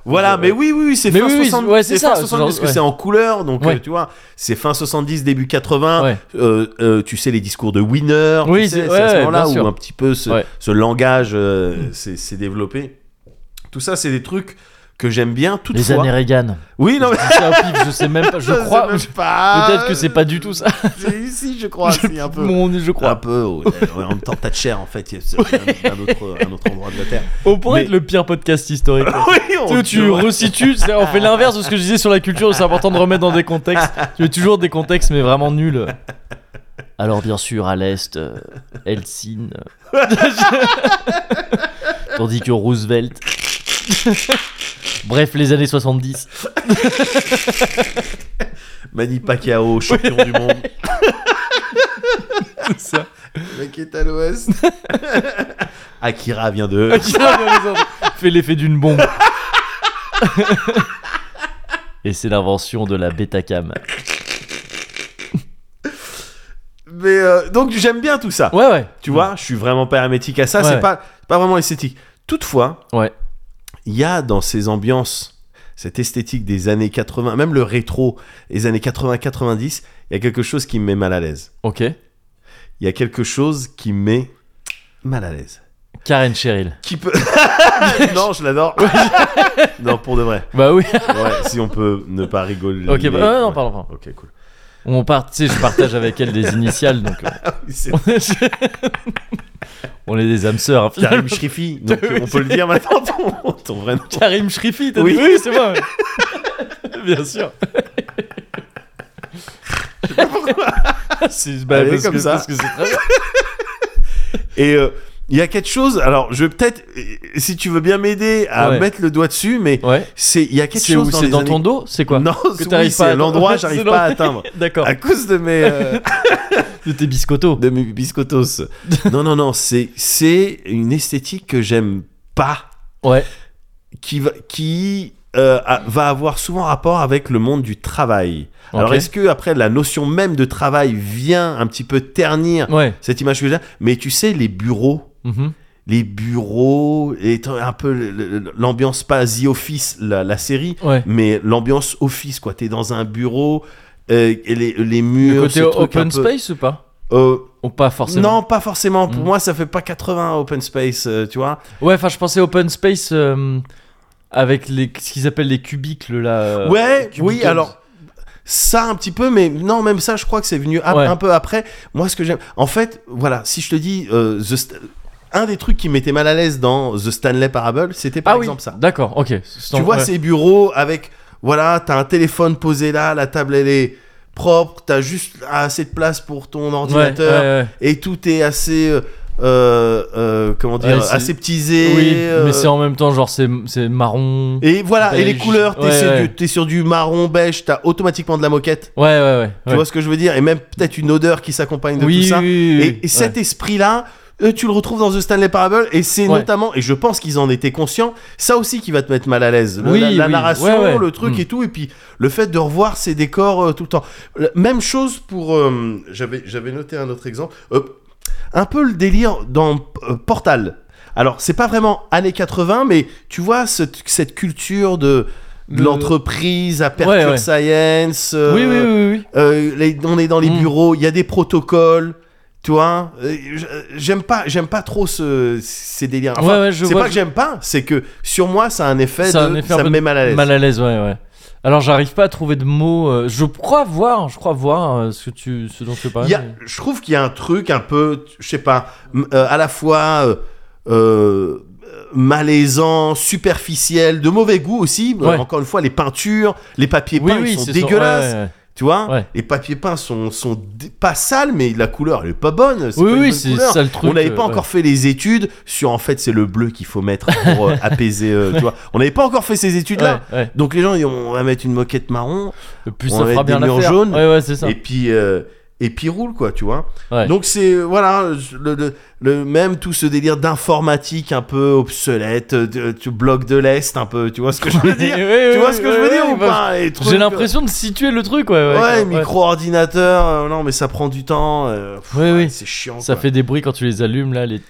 Voilà, mais oui, oui, oui, c'est
Mais
fin
oui, oui,
70,
ouais, c'est
c'est fin
ça,
70,
genre,
parce que
ouais.
c'est en couleur, donc
Ouais.
euh, tu vois, c'est fin 70, début 80.
Ouais.
euh, euh, tu sais, les discours de Winner, tu
Oui,
sais,
c'est-
c'est à ce
ouais,
moment-là
bien
où
sûr.
un petit peu ce,
Ouais.
ce langage euh, s'est s'est développé. Tout ça, c'est des trucs que j'aime bien,
Les
toutefois.
années Reagan.
Oui, non, mais.
Je dis ça au pif, je sais même pas, je
sais
crois.
même
je-
pas.
Peut-être que c'est pas du tout ça.
C'est- Si, je crois,
Je-
si, un peu.
Mon- je crois.
Un peu, ouais, ouais, en même temps, Thatcher, en fait, il y a- c'est un, un autre, un autre endroit de la Terre.
On pourrait
Mais-
être le pire podcast historique.
oui,
Tu, sais, où tu resitues, c'est- on fait l'inverse de ce que je disais sur la culture, c'est important de remettre dans des contextes. Tu mets toujours des contextes, mais vraiment nuls.
Alors bien sûr, à l'Est, euh, Helsinki. euh, Tandis que Roosevelt. Bref, les années 70.
Manny Pacquiao, champion du monde.
C'est ça.
Le mec est à l'ouest. Akira vient de.
Fait l'effet d'une bombe. Et c'est l'invention de la Betacam.
Mais euh, donc j'aime bien tout ça.
Ouais, ouais.
Tu vois, je suis vraiment pas hermétique à ça.
Ouais,
c'est
ouais.
pas c'est pas vraiment esthétique. Toutefois,
Ouais.
Il y a dans ces ambiances cette esthétique des années 80, même le rétro des années 80-90, il y a quelque chose qui me met mal à l'aise.
Ok.
Il y a quelque chose qui me met mal à l'aise.
Karen Cheryl.
Qui peut Non, je l'adore. non, pour de vrai.
Bah oui.
Ouais, si on peut ne pas rigoler.
Ok, bah,
Ouais.
non, pardon, pardon.
Ok, cool.
On part, tu sais, je partage avec elle des initiales, donc euh,
C'est
on est des âmes sœurs. hein, finalement.
Karim Shrifi, donc on peut le dire maintenant ton, ton vrai nom.
Karim Shrifi, t'as
Oui.
dit Oui, c'est moi. Bien sûr. C'est bah,
Elle est
parce,
comme
que,
ça.
parce que c'est très bien.
Et euh, il y a quelque chose, alors je vais peut-être, euh, si tu veux bien m'aider à
Ouais.
mettre le doigt dessus, mais
Ouais.
c'est il y a quelque
C'est où
chose dans
C'est
les
dans
années-
ton dos C'est quoi
Non,
que
oui,
t'arrives pas à
c'est
atteindre.
l'endroit,
C'est
j'arrive pas à atteindre.
D'accord.
À cause de mes, euh,
De tes biscottos.
de mes biscottos. Non, non, non, c'est c'est une esthétique que j'aime pas,
Ouais.
qui va, qui euh, a- va avoir souvent rapport avec le monde du travail. Alors
Ok.
est-ce que après la notion même de travail vient un petit peu ternir
Ouais.
cette image que j'ai Mais tu sais, les bureaux.
Mhm.
les bureaux et t- un peu le- le- l'ambiance pas The Office la, la série
Ouais.
mais l'ambiance office quoi t'es dans un bureau euh, et les,
Le
les murs
côté
ce truc un
open
peu-
space ou pas
Euh,
Ou pas forcément
non pas forcément pour
Mm.
moi ça fait pas 80 open space euh, tu vois
Ouais, enfin, je pensais open space euh, avec les, ce qu'ils appellent les cubicles là. euh,
ouais
cubicles.
oui alors ça un petit peu mais non même ça je crois que c'est venu ap-
Ouais.
un peu après moi ce que j'aime en fait voilà si je te dis euh, The Sta- un des trucs qui m'était mal à l'aise dans The Stanley Parable c'était par
Ah oui.
exemple ça
D'accord, ok.
Tu vois ces bureaux avec, voilà, t'as un téléphone posé là, la table elle est propre, t'as juste assez de place pour ton ordinateur et tout est assez, euh, euh, euh, comment dire,
Ouais, c'est-
aseptisé.
Oui,
euh,
mais c'est en même temps, genre, c'est c'est marron.
et voilà, et les
beige.
couleurs, t'es
Ouais,
sur,
ouais.
du- t'es sur du marron beige, t'as automatiquement de la moquette.
Ouais, ouais, ouais.
Tu vois ce que je veux dire Et même peut-être une odeur qui s'accompagne de
oui,
tout ça.
oui, oui,
Et,
oui.
et cet esprit-là, euh, tu le retrouves dans The Stanley Parable, et c'est
Ouais.
notamment, et je pense qu'ils en étaient conscients, ça aussi qui va te mettre mal à l'aise. Le-
Oui,
la, la
oui,
narration,
ouais, ouais.
le truc
Mm.
et tout, et puis le fait de revoir ces décors euh, tout le temps. La- Même chose pour. euh, J'avais j'avais noté un autre exemple. Euh, un peu le délire dans euh, Portal. Alors, c'est pas vraiment années 80, mais tu vois cette, cette culture de. de
Le-
L'entreprise, Aperture
Ouais, ouais.
Science, euh,
Oui, oui, oui, oui, oui.
euh, les- on est dans les
Mm.
bureaux, il y a des protocoles, tu vois. euh, j- j'aime pas, j'aime pas trop ce, ces délires. Enfin,
Ouais, ouais, je
c'est
vois,
pas que
je-
j'aime pas, c'est que sur moi ça a un effet,
Ça a
de-
un effet un
ça
peu
me met mal à l'aise.
Mal à l'aise, ouais, ouais. Alors, j'arrive pas à trouver de mots. euh, je crois voir, je crois voir euh, ce, que tu, ce dont tu parles.
Il y a- je trouve qu'il y a un truc un peu, je sais pas, m- euh, à la fois euh, euh, malaisant, superficiel, de mauvais goût aussi. Euh,
Ouais.
Encore une fois, les peintures, les papiers
Oui,
peints,
oui,
ils sont
c'est
dégueulasses.
ouais, ouais, ouais.
Tu vois,
Ouais.
les papiers peints sont, sont dé- pas sales, mais la couleur elle est pas bonne. c'est
Oui,
pas une
oui,
bonne
c'est
couleur.
ça le truc.
on n'avait
euh,
pas
ouais.
encore fait les études sur en fait c'est le bleu qu'il faut mettre pour euh, apaiser. euh, tu vois, on n'avait pas encore fait ces études là.
Ouais, ouais.
Donc les gens ils ont- on va mettre une moquette marron
Et Puis
On
ça
va
fera
mettre
bien
des murs
l'affaire.
jaunes.
Ouais, ouais, c'est ça.
et puis euh, et puis roule quoi, tu vois.
Ouais.
Donc c'est euh, voilà le, le- le- même tout ce délire d'informatique un peu obsolète, de, tu bloc de l'est un peu, tu vois ce que je veux dire Tu vois ce que je veux dire ou pas Les trucs,
J'ai l'impression de situer le truc, ouais.
euh,
Ouais,
Ouais,
ouais.
micro-ordinateur, euh, non mais ça prend du temps, euh, pff,
Ouais, oui.
c'est chiant.
Ça
quoi.
fait des bruits quand tu les allumes là, les.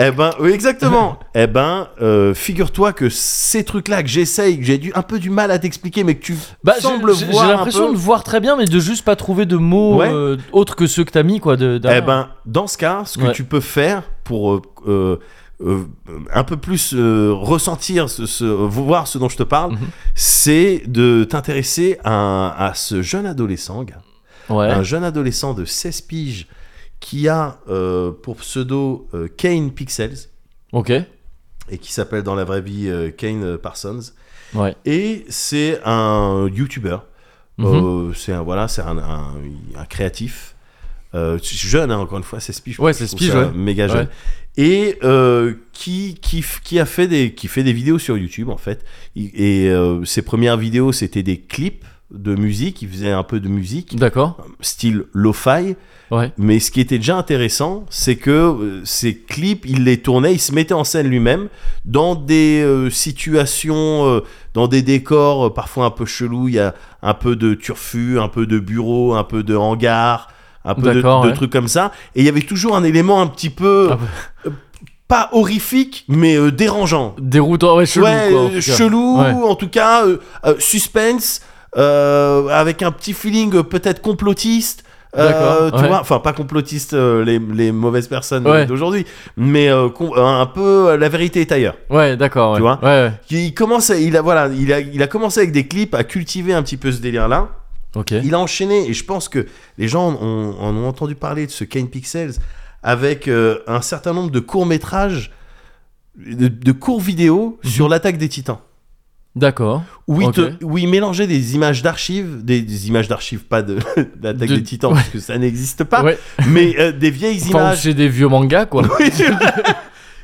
Eh ben, oui, exactement. eh ben, euh, figure-toi que ces trucs-là que j'essaye, que j'ai du, un peu du mal à t'expliquer, mais que tu
Bah, j'ai-
sembles
j'ai j'ai
voir un
l'impression
peu.
de voir très bien, mais de juste pas trouver de mots
Ouais.
euh, autres que ceux que t'as mis, quoi. De,
Eh
derrière.
ben, dans ce cas, ce que
Ouais.
tu peux faire pour euh, euh, euh, un peu plus euh, ressentir, ce, ce- voir ce dont je te parle,
Mhm.
c'est de t'intéresser à, à ce jeune adolescent, gars.
ouais.
un jeune adolescent de 16 piges qui a euh, pour pseudo euh, Kane Pixels
Ok.
et qui s'appelle dans la vraie vie euh, Kane Parsons.
Ouais.
Et c'est un YouTuber.
Mhm.
Euh, c'est un voilà, c'est un, un, un créatif. Euh, c'est jeune, hein, encore une fois, c'est Spige.
Ouais,
Je
c'est
trouve
Spige,
ça
ouais.
Méga jeune.
Ouais.
Et euh, qui, qui, f- qui, a fait des, qui fait des vidéos sur YouTube, en fait. Il- Et euh, ses premières vidéos, c'était des clips de musique. Il faisait un peu de musique,
D'accord.
style lo-fi.
Ouais.
Mais ce qui était déjà intéressant, c'est que euh, ces clips, il les tournait, il se mettait en scène lui-même dans des euh, situations, euh, dans des décors euh, parfois un peu chelous. Il y a un peu de turfu, un peu de bureau, un peu de hangar, un peu de,
D'accord,
de
ouais.
trucs comme ça. Et il y avait toujours un élément un petit peu
Ah
euh, pas horrifique, mais euh, dérangeant.
Déroutant, ouais, chelou.
ouais, euh,
quoi, en tout cas.
chelou,
Ouais.
en tout cas, euh, euh, suspense, euh, avec un petit feeling euh, peut-être complotiste. euh,
D'accord,
tu
ouais.
vois, enfin pas complotiste euh, les, les mauvaises personnes euh,
Ouais.
d'aujourd'hui, mais euh, com- un peu euh, la vérité est ailleurs.
Ouais, d'accord. Ouais.
Tu vois
Ouais, ouais.
Il, il commence, à- il a voilà, il a, il a commencé avec des clips à cultiver un petit peu ce délire là.
Ok.
Il a enchaîné et je pense que les gens ont- en ont entendu parler de ce Kane Pixels avec euh, un certain nombre de courts métrages, de, de courts vidéos
Mhm.
sur l'attaque des Titans.
D'accord.
Où il,
Ok.
te- où il mélangeait des images d'archives, des, des images d'archives, pas de l'attaque
De-
des titans, parce que ça n'existe pas,
Ouais.
mais euh, des vieilles
Enfin,
images.
c'est des vieux mangas, quoi.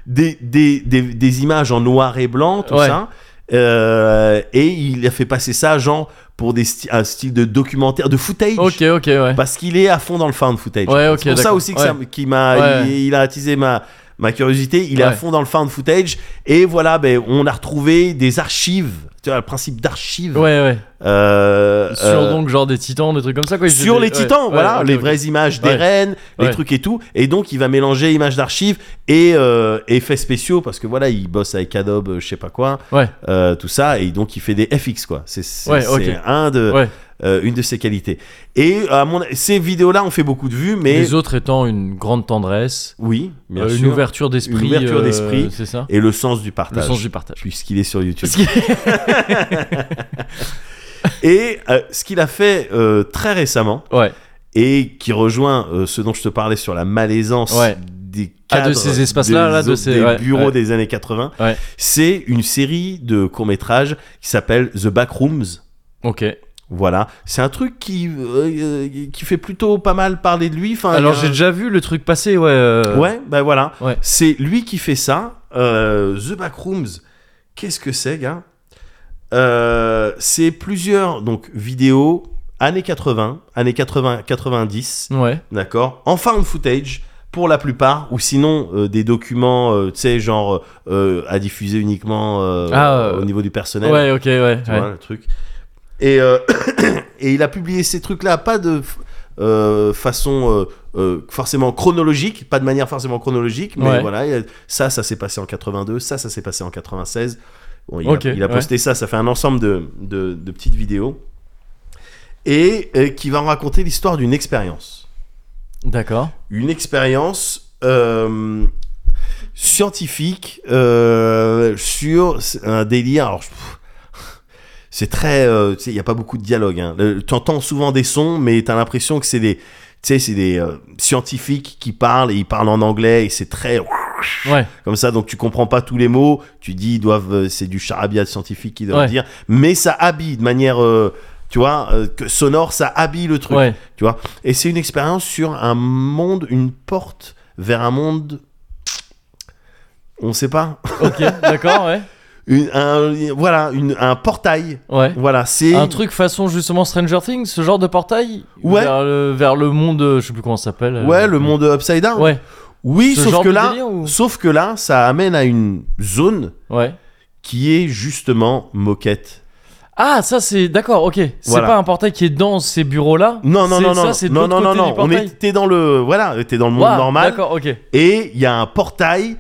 des, des, des, des images en noir et blanc, tout
Ouais.
ça. Euh, et il a fait passer ça, genre, pour des sty- un style de documentaire, de footage.
ok, ok, ouais.
Parce qu'il est à fond dans le found footage.
Ouais, ok,
c'est pour ça
d'accord.
aussi que ça
Ouais.
m- qui m'a,
Ouais.
il, il a attisé ma, ma curiosité. Il est à
Ouais.
fond dans le found footage. Et voilà, ben, on a retrouvé des archives. Tu vois, le principe d'archives.
Ouais, ouais.
Euh,
Sur
euh,
donc genre des titans, des trucs comme ça quoi. Ils
sur
étaient-
les titans,
ouais,
voilà,
ouais, ok,
les
ok.
vraies images des
Ouais.
reines, les
Ouais.
trucs et tout. Et donc, il va mélanger images d'archives et euh, effets spéciaux parce que voilà, il bosse avec Adobe, euh, je sais pas quoi,
Ouais.
euh, tout ça. Et donc, il fait des FX, quoi. C'est c'est-
Ouais,
c'est
ok.
un de,
Ouais.
euh, une de ses qualités. Et à mon, ces vidéos-là ont fait beaucoup de vues, mais
Les autres étant une grande tendresse,
oui, bien
euh,
sûr.
une ouverture d'esprit.
Une ouverture
euh,
d'esprit.
C'est ça
Et le sens du
Le
partage.
sens du partage.
Puisqu'il est sur YouTube.
Parce que-
Et euh, ce qu'il a fait euh, très récemment,
ouais.
et qui rejoint euh, ce dont je te parlais sur la malaisance
Ouais.
des
Ah, de
cadres
ces espaces-là,
des,
là, de
au-
ces-
des
ouais,
bureaux
ouais.
des années 80.
Ouais.
C'est une série de courts-métrages qui s'appelle The Backrooms.
Ok.
Ah, Voilà, c'est un truc qui euh, euh, qui fait plutôt pas mal parler de lui. Enfin,
Alors
il y a
j'ai
un-
déjà vu le truc passer, ouais. euh,
Ouais, ben voilà.
Ouais.
C'est lui qui fait ça. Euh, The Backrooms, qu'est-ce que c'est, gars Euh, C'est plusieurs donc vidéos années 80, années 80, 90,
Ouais.
D'accord En found footage, pour la plupart, ou sinon euh, des documents, euh, tu sais, genre euh, à diffuser uniquement euh,
Ah, euh,
au niveau du personnel.
Ouais, ok, ouais.
tu
ouais.
vois, le truc. Et, euh, et il a publié ces trucs-là, pas de f- euh, façon euh, euh, forcément chronologique, pas de manière forcément chronologique, mais
Ouais.
voilà, il y a- ça, ça s'est passé en 82, ça, ça s'est passé en 96. Bon, il, a-
Ok,
il a,
ouais.
posté ça, ça fait un ensemble de, de- de petites vidéos. Et euh, qui va raconter l'histoire d'une expérience
D'accord.
une expérience euh, scientifique euh, sur un délire. Alors, je- pff, c'est très, euh, tu sais, il n'y a pas beaucoup de dialogue. Hein. Tu entends souvent des sons, mais tu as l'impression que c'est des, tu sais, c'est des euh, scientifiques qui parlent et ils parlent en anglais et c'est très
Ouais.
comme ça, donc tu comprends pas tous les mots. Tu dis, ils doivent, euh, c'est du charabia scientifique qu'ils doivent
Ouais.
dire, mais ça habille de manière, euh, tu vois, euh, que sonore, ça habille le truc.
Ouais.
Et c'est une expérience sur un monde, une porte vers un monde. On sait pas.
Ok. D'accord. Ouais.
une- un, voilà, une- un portail.
Ouais.
Voilà, c'est
Un truc façon justement Stranger Things, ce genre de portail
Ouais.
vers, le, vers le monde, euh, je sais plus comment ça s'appelle. euh,
ouais le monde upside down.
Ouais,
Oui,
Ce
sauf
genre
que
de
là,
délire ou-
sauf que là, ça amène à une zone
ouais.
qui est justement moquette.
Ah, ça c'est d'accord, ok. C'est
Voilà.
pas un portail qui est dans ces bureaux-là.
Non, non,
C'est-
non,
ça,
non,
c'est de
non,
l'autre
non, non,
côté
non.
du
On
portail.
était dans le, voilà, t'es dans le monde
Waouh,
normal.
D'accord, ok.
et il y a un portail,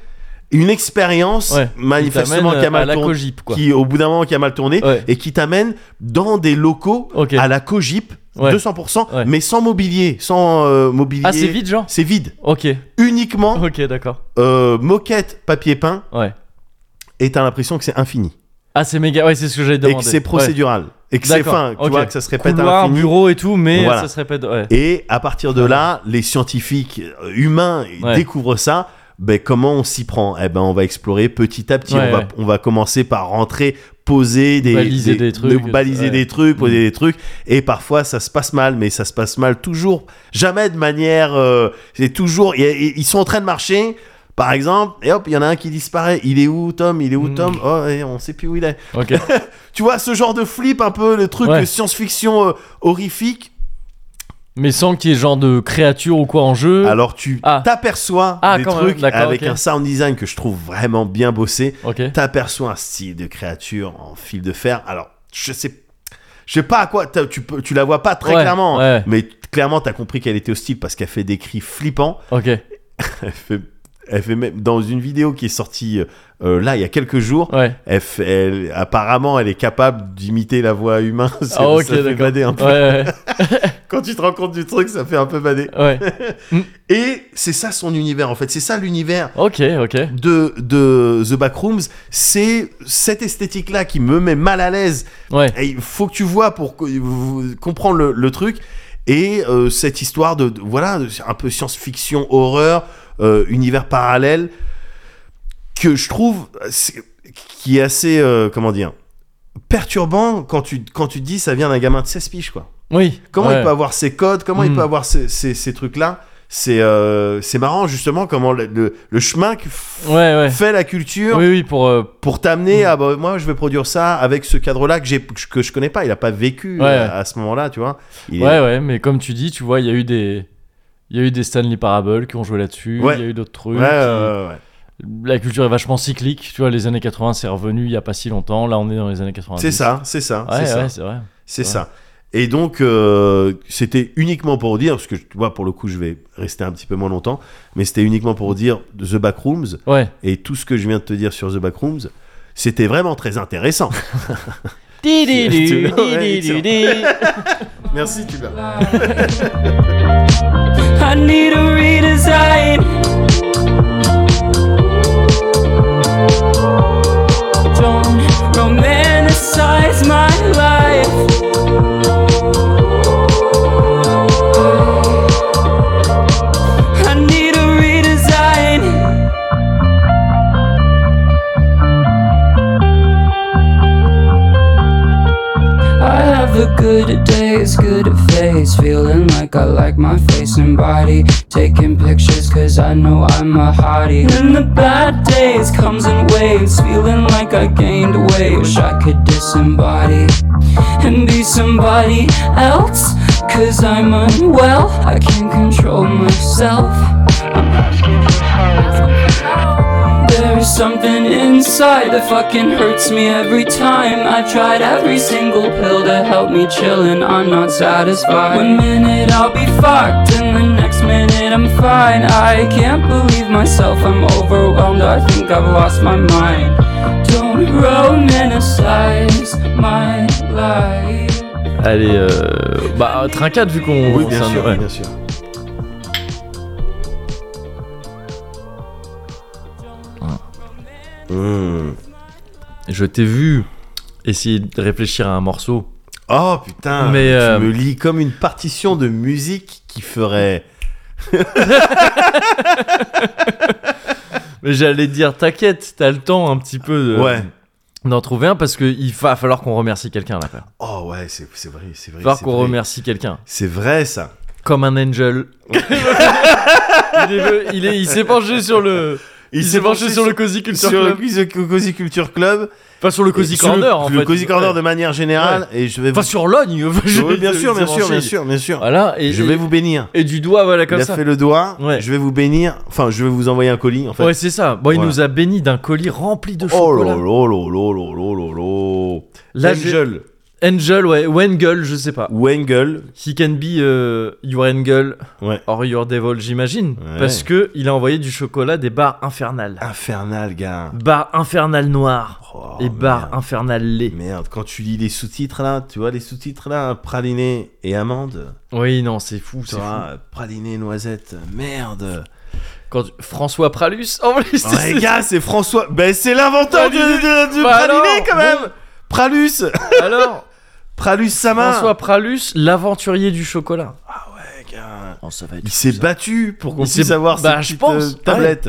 une expérience
Ouais,
manifestement
T'amènes,
qui a
euh, à
mal
la
tourné,
cogip, quoi.
qui au bout d'un moment qui a mal tourné,
Ouais.
et qui t'amène dans des locaux
Ok.
à la cogip,
Ouais.
200%,
Ouais.
mais sans mobilier, sans euh, mobilier.
Ah, c'est vide, genre
C'est vide.
Ok,
Uniquement
ok, d'accord.
euh, moquette, papier peint,
Ouais.
et t'as l'impression que c'est infini
Ah, c'est méga, ouais, c'est ce que j'avais
et
demandé.
que c'est procédural et que c'est
D'accord,
fin, tu
ok.
vois que ça se
Ouais.
répète à
Couloir,
l'infini.
bureau et tout, mais
Voilà.
ça se répète, ouais.
Et à partir de là, les scientifiques euh, humains
Ah Ouais.
découvrent ça. Ben, comment on s'y prend Eh ben, on va explorer petit à petit.
Ouais,
on, va,
ouais.
on va commencer par rentrer, poser des,
Baliser des trucs,
baliser
ouais.
des trucs, poser
Mhm.
des trucs. Et parfois, ça se passe mal, mais ça se passe mal toujours, jamais de manière. euh, c'est toujours. et- et- Ils sont en train de marcher. Par exemple, et hop, il y en a un qui disparaît. Il est où, Tom Il est où,
Mhm.
Tom Oh, et on sait plus où il est.
Ok.
Tu vois, ce genre de flip, un peu le truc
Ouais.
de science-fiction euh, horrifique.
Mais sans qu'il y ait genre de créature ou quoi en jeu.
Alors tu
Ah.
t'aperçois
Ah,
des
quand même,
trucs
d'accord,
avec
ok.
un sound design que je trouve vraiment bien bossé.
Ok.
T'aperçois un style de créature en fil de fer. Alors je sais, je sais pas à quoi t'as- tu peux, tu la vois pas très
Ouais,
clairement, hein.
ouais.
mais t- clairement t'as compris qu'elle était hostile parce qu'elle fait des cris flippants.
Ok.
Elle fait, elle fait même dans une vidéo qui est sortie euh, là il y a quelques jours.
Ouais.
Elle, fait- elle- apparemment elle est capable d'imiter la voix humaine. Ça-
Ah, ok,
ça fait
d'accord.
bader un peu.
Ouais,
Quand tu te rends compte du truc, ça fait un peu bader.
ouais, ouais.
Et c'est ça son univers en fait. C'est ça l'univers
Ok, ok.
de, de The Backrooms, c'est cette esthétique-là qui me met mal à l'aise.
Ouais.
Et il faut que tu vois pour co- vous- comprendre le, le truc. Et euh, cette histoire de, de- voilà, de- un peu science-fiction, horreur, euh, univers parallèle, que je trouve euh, c'est- qui est assez, euh, comment dire, perturbant quand tu, quand tu te dis ça vient d'un gamin de 16 piges, quoi.
Oui.
Comment
ouais.
il peut avoir ces codes Comment il
Mm.
peut avoir ces, ces- ces trucs-là c'est euh, c'est marrant justement comment le, le- le chemin que f-
Ouais, ouais.
fais la culture
Oui, oui, pour. euh,
pour t'amener à bah, moi je vais produire ça avec ce cadre là que j'ai que je- que je connais pas il a pas vécu euh,
Ouais,
à,
ouais.
à ce moment là tu vois Il est-
Ouais, ouais, mais comme tu dis, tu vois, il y a eu des. Il y a eu des Stanley Parable qui ont joué là-dessus. Il
Ouais.
y a eu d'autres trucs.
ouais, euh,
qui-
ouais, ouais, ouais.
La culture est vachement cyclique. Tu vois, les années 80, c'est revenu il y a pas si longtemps. Là, on est dans les années 90.
c'est ça c'est ça
Ouais,
c'est ça
ouais, c'est vrai.
c'est
ouais.
ça et donc euh, c'était uniquement pour dire parce que tu vois pour le coup je vais rester un petit peu moins longtemps mais c'était uniquement pour dire The Backrooms
Ouais.
et tout ce que je viens de te dire sur The Backrooms c'était vraiment très intéressant Ouais, merci tu
I need a redesign. Don't romanticize my life. I need a redesign. I have a good days, good face. Feeling like I like my face and body. Taking pictures cause I know I'm a hottie. And the bad days comes in waves. Feeling like I gained weight. Wish I could disembody and be somebody else. Cause I'm unwell, I can't control myself. There's something inside that fucking hurts me every time. I tried every single pill to help me chill, and I'm not satisfied. One minute I'll be fucked, and the next minute I'm fine. I can't believe myself, I'm overwhelmed. I think I've lost my mind. Don't romanticize my life.
Allez, euh, bah, Trinquade, vu qu'on.
oui bien
c'est un-
sûr
ouais.
bien sûr Hmm.
Je t'ai vu essayer de réfléchir à un morceau.
Oh putain,
Mais,
mais tu
euh,
me lis comme une partition de musique qui ferait.
Mais j'allais dire, t'inquiète, t'as le temps un petit peu de-
Ouais.
d'en trouver un parce qu'il va falloir qu'on remercie quelqu'un là. quand même.
Oh ouais, c'est c'est vrai, c'est vrai.
Il va falloir
c'est
qu'on
vrai.
remercie quelqu'un.
C'est vrai ça.
Comme un angel. il, est, il, est- il s'est penché sur le. Il s'est penché sur le Cozy Culture
sur le
Club.
Cozy- Cozy Culture Club.
Enfin, sur le Cozy
Sur le-
Corner, en
le
fait.
Cozy Corner
Ouais.
de manière générale. Et je vais vous.
Enfin, sur l'ogne.
Oui, bien sûr, bien sûr, bien sûr, bien sûr.
Voilà, et,
Je
et-
vais vous bénir.
et du doigt, voilà, comme
Il a
ça.
fait le doigt.
Ouais.
Je vais vous bénir. Enfin, je vais vous envoyer un colis, en fait.
Ouais, c'est ça. Bon, il
Voilà.
nous a béni d'un colis rempli de
Oh là
chocolat.
là là là là là là.
Là, j'ai-
Angel
Angel, ouais, ou Engel, je sais pas.
ou Engel.
He can be euh, your Engel
Ouais.
or your devil, j'imagine.
Ouais.
Parce que il a envoyé du chocolat des barres infernales.
Infernal, gars.
Barres infernales noires
Oh,
et barres
merde.
infernales lait.
Merde, quand tu lis les sous-titres là, tu vois les sous-titres là, praliné et amande.
Oui, non, c'est fou,
Tu
c'est fou.
vois, praliné, noisette, merde.
Quand tu- François Pralus, en plus,
Oh,
c'est-
les gars, c'est François. Ben, c'est l'inventeur du, du, du
Bah
praliné
alors,
quand même. Pralus,
alors,
Pralus Sama.
François Pralus, l'aventurier du chocolat.
Ouais, gars.
Oh, ça va être
Il s'est
ça.
battu pour qu'on
Il
puisse
s'est-
avoir
bah,
cette
je
petite,
pense,
euh, tablette.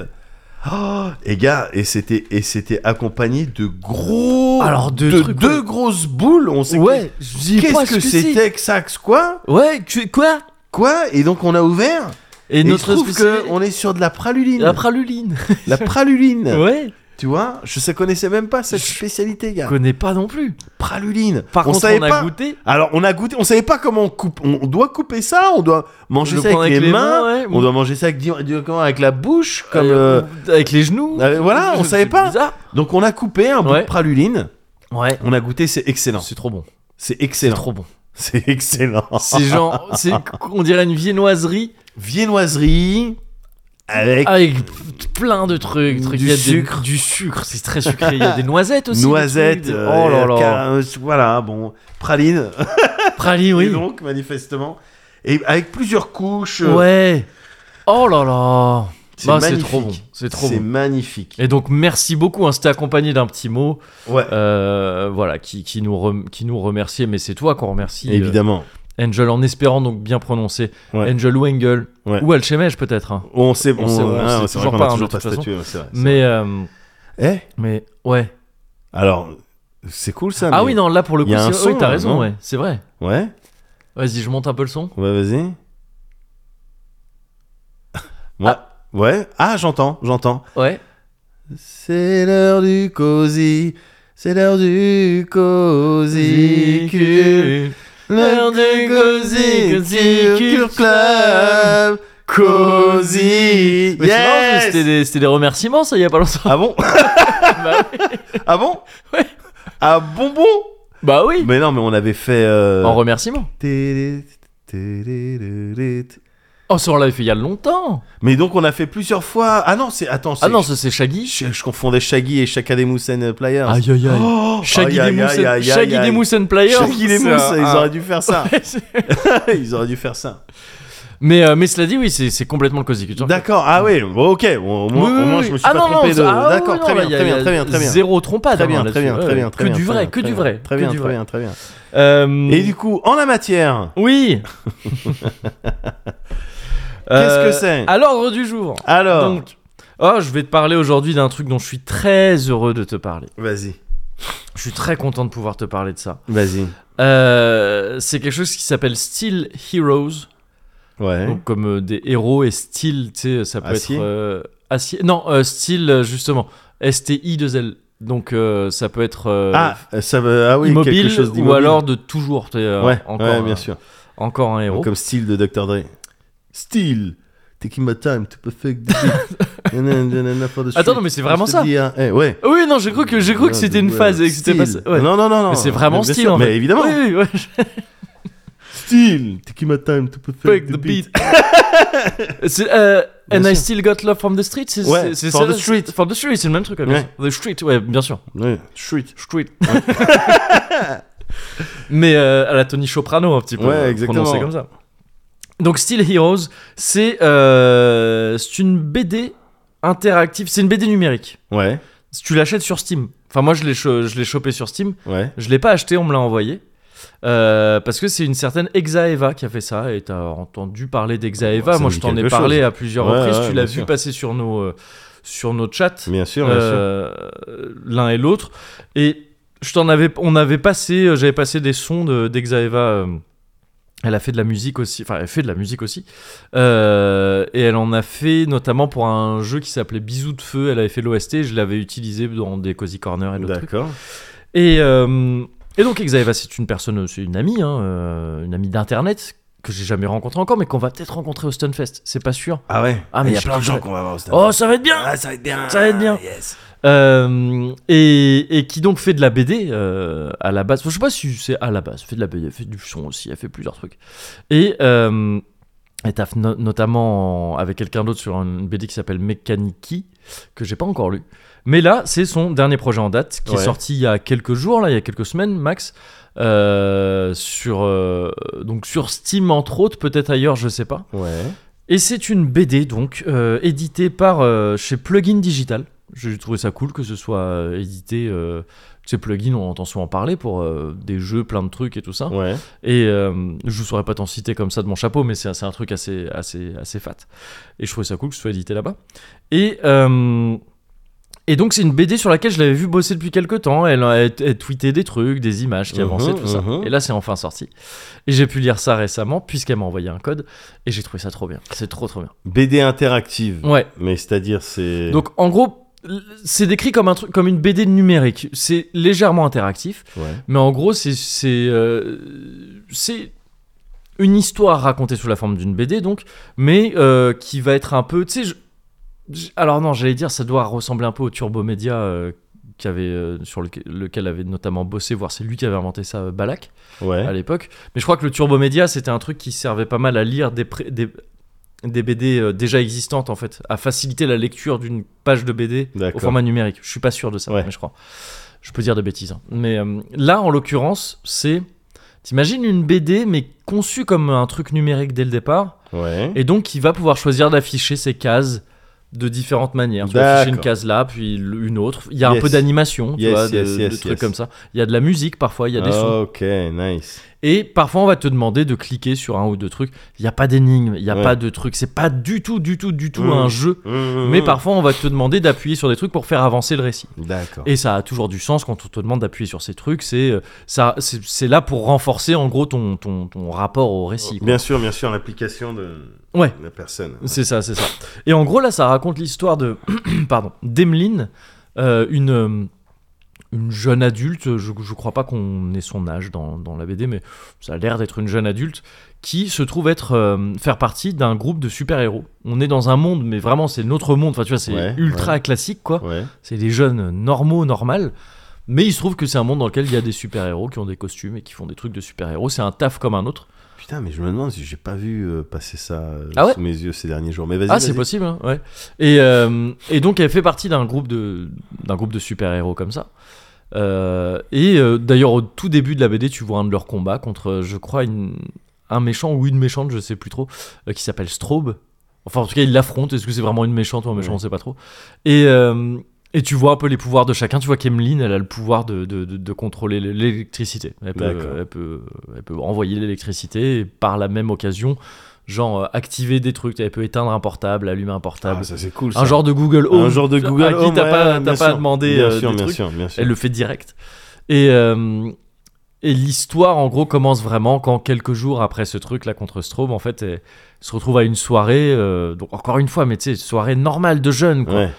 Oh, et gars, et c'était et c'était accompagné de gros
Alors, de trucs,
deux
ouais.
grosses boules, on sait
Ouais, je dis
qu'est-ce
pas
que
c'est.
c'était que ça, que quoi
Ouais, tu- quoi
Quoi Et donc on a ouvert
Et,
et
notre
il se trouve
spécialité-
que on est sur de la praluline.
la praluline.
La praluline.
ouais,
Tu vois, je ne connaissais même pas cette spécialité,
je
gars.
connais pas non plus.
Praluline.
Par
on
contre,
savait
on a
pas.
goûté.
Alors on a goûté, on savait pas comment on coupe. On doit couper ça, on doit manger
Le
ça avec,
prendre
les, mains,
ouais.
on doit manger ça avec, di- di- comment, avec la bouche, comme.
Euh,
euh,
avec les genoux.
euh, voilà, on
C'est
savait pas.
bizarre.
Donc on a coupé un bout
Ouais.
de praluline.
Ouais.
On a goûté, c'est excellent.
C'est trop bon.
C'est excellent.
Trop bon.
C'est excellent.
C'est genre, c'est on dirait une viennoiserie
Viennoiserie avec
avec plein de trucs. trucs.
Du
Il y a
sucre.
du sucre. C'est très sucré. Il y a des noisettes aussi. des
noisettes.
trucs, des-
euh,
Oh là là.
car- Voilà, bon, praline.
Praline,
Et
oui.
donc, manifestement. Et avec plusieurs couches. euh,
Ouais. Oh là là.
C'est
Bah, C'est
magnifique.
trop bon. C'est trop
C'est
bon.
magnifique.
Et donc merci beaucoup, hein, c'était accompagné d'un petit mot,
Ouais.
euh, voilà, qui, qui nous rem- qui nous remerciait, mais c'est toi qu'on remercie. euh,
Évidemment.
Angel, en espérant donc bien prononcer.
Ouais.
Angel ou Engel.
Ouais.
Ou Alchemège peut-être. hein.
On sait,
on sait- on sait
c'est vrai
toujours
qu'on
pas,
a
hein,
toujours
de
pas
toute façon.
statué. ouais, c'est vrai, c'est
Mais, euh,
vrai. Eh
mais ouais.
Alors, c'est cool ça.
Ah
mais-
oui, non, là pour le
il
coup,
y a un
c'est...
son,
oui, t'as
là,
raison,
non
ouais, c'est vrai.
Ouais,
Vas-y, je monte un peu le son.
ouais, vas-y.
Ah.
Ouais. Ouais. Ah, j'entends, j'entends.
Ouais.
C'est l'heure du cosy. C'est l'heure du cosy. cul. L'heure du cosy. Culture club. Cosy.
Mais c'est marrant, parce que c'était,
Yes.
des, c'était des remerciements, ça, il y a pas longtemps.
Ah bon
bah, oui.
Ah bon
Ouais.
Ah bon bon
Bah oui,
Mais non, mais on avait fait. euh,
en remerciement.
Mais
Oh, ça, on l'avait fait il y a longtemps.
donc on a fait plusieurs fois. Ah non, c'est attends, c'est-
Ah non, ça, c'est Shaggy.
je, je confondais Shaggy et Shaka des Moussen euh, Players.
Aïe, aïe, aïe.
Oh
Shaggy
Aïe, aïe,
des Moussen-
aïe, aïe,
Shaggy
aïe,
des
aïe.
Moussen Players.
Shaggy des
c'est
Mousses,
un-
ils
un-
auraient dû faire ça.
Ouais, c'est-
ils auraient dû faire ça.
mais, euh, mais cela dit, oui, c'est, c'est complètement le Cozy Culture.
D'accord. Ah oui, bon, OK, au
Oui,
moins,
oui,
au moins,
oui.
je me suis
Ah
pas
non,
trompé
non,
de
ah,
D'accord,
oui,
très,
non, là,
bien,
y a-
très bien,
y a
très bien, très bien.
Zéro trompade.
Très
hein,
bien,
là-dessus.
très bien,
Ouais,
très bien, très
Que
bien,
du
très
vrai,
bien,
que
très
du
bien,
vrai.
Très
que
bien,
du
très
vrai.
bien, très bien.
Euh,
Et du coup, en la matière,
Oui.
Qu'est-ce que c'est
Euh, À l'ordre du jour.
alors,
Donc, oh, je vais te parler aujourd'hui d'un truc dont je suis très heureux de te parler.
vas-y,
Je suis très content de pouvoir te parler de ça.
vas-y.
Euh, c'est quelque chose qui s'appelle Steel Heroes,
Ouais.
donc comme euh, des héros et steel, tu sais, ça peut
Acier
être euh, acier. Non, euh, steel euh, justement, S T I 2 L. Donc euh, ça peut être euh,
ah, ça veut ah oui,
immobile
quelque chose d'immobile.
ou alors de toujours. t'es, euh,
ouais,
encore,
ouais, bien
un-
sûr.
Encore un héros.
Comme style de Dr Dre. Style. Taking my time to perfect the beat. And then- then I'm for the
Attends,
street.
non, mais c'est vraiment
Je te
ça.
dis, hein, eh, ouais.
Oui, non, j'ai cru que j'ai cru
Ouais,
que c'était une
ouais,
phase et que c'était pas
style.
ça. Ouais.
Non, non, non, non.
Mais c'est vraiment
bien
style,
sûr,
en
Mais
fait.
évidemment.
Oui, oui, ouais.
Style. Taking my time to perfect,
Break
the,
the
beat.
beat. C'est, euh,
Bien
and I
sûr.
still got love from the street. C'est,
Ouais,
c'est- c'est
from
ça,
the street.
c'est- From the street, c'est le même truc. ouais, bien
Ouais.
sûr. The street, ouais, bien sûr.
Ouais.
Street. Street. Mais euh, à la Tony Soprano, un petit peu.
Ouais,
euh,
exactement.
Prononcé comme ça. Donc, Steel Heroes, c'est, euh, c'est une BD interactive. C'est une BD numérique.
Ouais.
Tu l'achètes sur Steam. Enfin, moi, je l'ai, cho- je l'ai chopé sur Steam.
Ouais.
Je l'ai pas acheté, on me l'a envoyé. Euh, parce que c'est une certaine Exaeva qui a fait ça et t'as entendu parler
Ouais,
d'Exaeva.
ça
Moi,
me
je
dit
t'en ai
quelque
parlé
chose.
à plusieurs
Ouais,
reprises.
ouais,
tu l'as
bien
vu
sûr.
passer sur nos euh, sur nos chats,
Bien sûr, bien sûr.
euh, l'un et l'autre. Et je t'en avais, on avait passé, euh, j'avais passé des sons de- d'Exaeva euh, Elle a fait de la musique aussi, enfin elle fait de la musique aussi, Euh, et elle en a fait notamment pour un jeu qui s'appelait Bisous de feu. Elle avait fait l'OST, je l'avais utilisé dans des cozy corners et d'autres trucs.
D'accord.
Et, euh, et donc Xaeva, c'est une personne, c'est une amie, hein, euh, une amie d'internet que j'ai jamais rencontrée encore, mais qu'on va peut-être rencontrer au Stunfest. C'est pas sûr.
Ah ouais
Ah, mais
Eh,
y a
j'ai
plein de gens.
qu'on va voir au stade.
Oh, ça va être bien.
Ah, ça va être bien.
Ça va être bien.
Yes.
Euh, et, et qui donc fait de la BD euh, à la base. Enfin, je sais pas si c'est à la base. Elle fait de la BD, elle fait du son aussi, elle fait plusieurs trucs. Et euh, elle taffe no- notamment en- avec quelqu'un d'autre sur une BD qui s'appelle Mechaniki, que j'ai pas encore lu. Mais là, c'est son dernier projet en date qui
Ouais.
est sorti il y a quelques jours, là, il y a quelques semaines, max. euh, sur, euh, donc sur Steam, entre autres, peut-être ailleurs, je sais pas.
Ouais.
Et c'est une BD donc euh, éditée par euh, chez Plugin Digital. J'ai trouvé ça cool que ce soit euh, édité. Euh, tu sais, Plugin, on entend souvent parler pour euh, des jeux, plein de trucs et tout ça.
Ouais.
Et euh, je ne saurais pas t'en citer comme ça de mon chapeau, mais c'est c'est un truc assez, assez, assez fat. Et je trouvais ça cool que ce soit édité là-bas. Et, euh, et donc, c'est une BD sur laquelle je l'avais vu bosser depuis quelques temps. Elle, elle, elle tweetait des trucs, des images qui
Mhm,
avançaient, tout ça.
mhm.
Et là, c'est enfin sorti. Et j'ai pu lire ça récemment, puisqu'elle m'a envoyé un code. Et j'ai trouvé ça trop bien. C'est trop, trop bien.
BD interactive.
Ouais.
Mais c'est-à-dire, c'est.
Donc, en gros, l- c'est décrit comme, un truc, comme une BD numérique. C'est légèrement interactif.
Ouais.
Mais en gros, c'est c'est euh, c'est une histoire racontée sous la forme d'une BD, donc, mais euh, qui va être un peu, tu sais, je- je- alors non, j'allais dire, ça doit ressembler un peu au Turbo Media euh, qui avait, euh, sur lequel, lequel avait notamment bossé, voire c'est lui qui avait inventé ça, euh, Balak,
Ouais.
à l'époque. Mais je crois que le Turbo Media, c'était un truc qui servait pas mal à lire des, pré- des, des BD euh, déjà existantes, en fait, à faciliter la lecture d'une page de BD au
D'accord.
format numérique. Je suis pas sûr de ça,
Ouais.
mais je crois. Je peux dire des bêtises. hein. Mais euh, là, en l'occurrence, c'est. T'imagines une BD, mais conçue comme un truc numérique dès le départ,
Ouais.
et donc qui va pouvoir choisir d'afficher ses cases de différentes manières. Tu vas
D'accord.
afficher une case là, puis l- une autre. Il y a un
Yes.
peu d'animation, tu
Yes,
vois, de,
yes, yes,
de trucs
yes. Ah,
comme ça. Il y a de la musique parfois, il y a des sons.
Ok, nice.
Et parfois, on va te demander de cliquer sur un ou deux trucs. Il n'y a pas d'énigme, il n'y a
Ouais.
pas de truc. C'est pas du tout, du tout, du tout
Mhm.
un jeu. Mais parfois, on va te demander d'appuyer sur des trucs pour faire avancer le récit.
D'accord.
Et ça a toujours du sens quand on te demande d'appuyer sur ces trucs. C'est euh, ça, c'est c'est là pour renforcer en gros ton, ton, ton rapport au récit. quoi.
Oh, Bien sûr, bien sûr, l'application de
Ouais.
la personne.
C'est ça, c'est ça. Et en gros, là, ça raconte l'histoire de, pardon, d'Emeline, euh, une, euh, une jeune adulte, je, je crois pas qu'on ait son âge dans, dans la BD, mais ça a l'air d'être une jeune adulte, qui se trouve être, euh, faire partie d'un groupe de super-héros. On est dans un monde, mais vraiment, c'est notre monde, enfin, tu vois, c'est
Ouais,
ultra classique, quoi.
Ouais.
C'est des jeunes normaux, normales. Mais il se trouve que c'est un monde dans lequel il y a des super-héros qui ont des costumes et qui font des trucs de super-héros. C'est un taf comme un autre.
Putain, mais je me demande si j'ai pas vu euh, passer ça euh,
Ah ouais
sous mes yeux ces derniers jours. Mais vas-y.
Ah, c'est
vas-y.
possible, hein, ouais. Et, euh, et donc, elle fait partie d'un groupe de, d'un groupe de super-héros comme ça. Euh, et euh, d'ailleurs, au tout début de la BD, tu vois un de leurs combats contre, euh, je crois, une- un méchant ou une méchante, je sais plus trop, euh, qui s'appelle Strobe. Enfin, en tout cas, il l'affronte. Est-ce que c'est vraiment une méchante ou un méchant
Ouais.
On sait pas trop. Et, euh, et tu vois un peu les pouvoirs de chacun. Tu vois qu'Emeline, elle a le pouvoir de, de- de- de contrôler l'é- l'électricité. Elle peut,
D'accord.
elle, peut, elle peut envoyer l'électricité et par la même occasion, genre, euh, activer des trucs. Elle peut éteindre un portable, allumer un portable.
Ah, ça c'est cool.
un genre de Google Home.
Un genre de Google
à qui
Home,
t'as
ouais,
pas,
bien
t'as pas
sûr.
demandé
Bien
euh,
sûr,
des
bien
trucs.
sûr, bien sûr.
Elle le fait direct. Et, euh, et l'histoire, en gros, commence vraiment quand quelques jours après ce truc-là contre Strobe, en fait, elle se retrouve à une soirée, euh, donc encore une fois, mais tu sais, soirée normale de jeunes, quoi.
Ouais.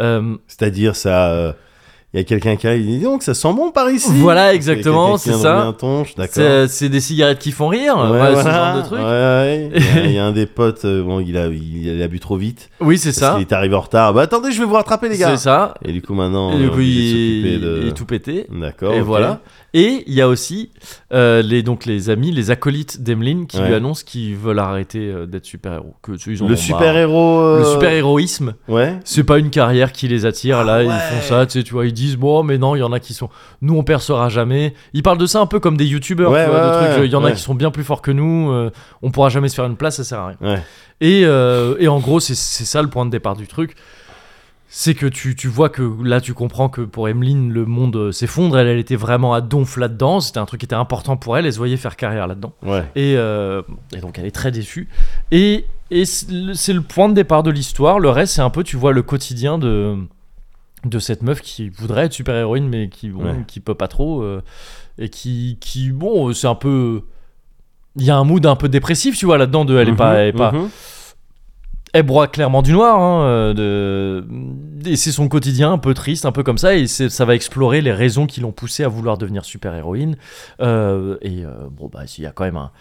Euh,
C'est-à-dire ça. euh, Il y a quelqu'un qui arrive, il dit donc ça sent bon par ici.
Voilà,
Parce qu'il y a
exactement,
quelqu'un qui
c'est
vient de
ça.
rouler Un tonche, d'accord.
c'est euh, c'est des cigarettes qui font rire,
Ouais,
voilà, ce
voilà,
genre de truc.
ouais, ouais. Il, y a, il y a un des potes, euh, bon, il a, il, il a bu trop vite.
Oui, c'est
Parce
ça.
qu'il est arrivé en retard. Bah attendez, je vais vous rattraper, les gars.
C'est ça.
Et du coup, maintenant,
Et
on est
du coup,
obligé
il,
de s'occuper
il
de.
est tout pété.
D'accord.
et
ok.
voilà. Et il y a aussi euh, les, donc les amis, les acolytes d'Emeline qui
Ouais.
lui annoncent qu'ils veulent arrêter euh, d'être super-héros. que ils en ont marre.
Le bah, super-héros. euh,
Le super-héroïsme,
Ouais. Ah
c'est pas une carrière qui les attire. là,
ouais.
ils font ça, tu sais, tu vois, ils disent bon, mais non, il y en a qui sont. Nous, on percera jamais. Ils parlent de ça un peu comme des youtubeurs.
Ouais,
tu vois, de
ouais,
trucs,
ouais,
euh, Il y en a
ouais.
qui sont bien plus forts que nous. euh, on pourra jamais se faire une place, ça sert à rien.
Ouais.
Et, euh, et en gros, c'est c'est ça le point de départ du truc. C'est que tu, tu vois que là, tu comprends que pour Emeline, le monde euh, s'effondre. Elle, elle était vraiment à donf là-dedans. C'était un truc qui était important pour elle. Elle se voyait faire carrière là-dedans.
Ouais.
Et, euh, et donc elle est très déçue. Et, et c'est le c'est le point de départ de l'histoire. Le reste, c'est un peu, tu vois, le quotidien de, de cette meuf qui voudrait être super-héroïne, mais qui, bon,
Ouais.
qui peut pas trop. euh, et qui, qui bon, c'est un euh, peu il y a un mood un peu dépressif, tu vois, là-dedans. De, elle est pas, elle est pas,
Mhm.
elle broie clairement du noir. hein, euh, de... Et c'est son quotidien un peu triste, un peu comme ça. Et c'est- ça va explorer les raisons qui l'ont poussée à vouloir devenir super-héroïne. Euh, et euh, bon, bah, il y a quand même un.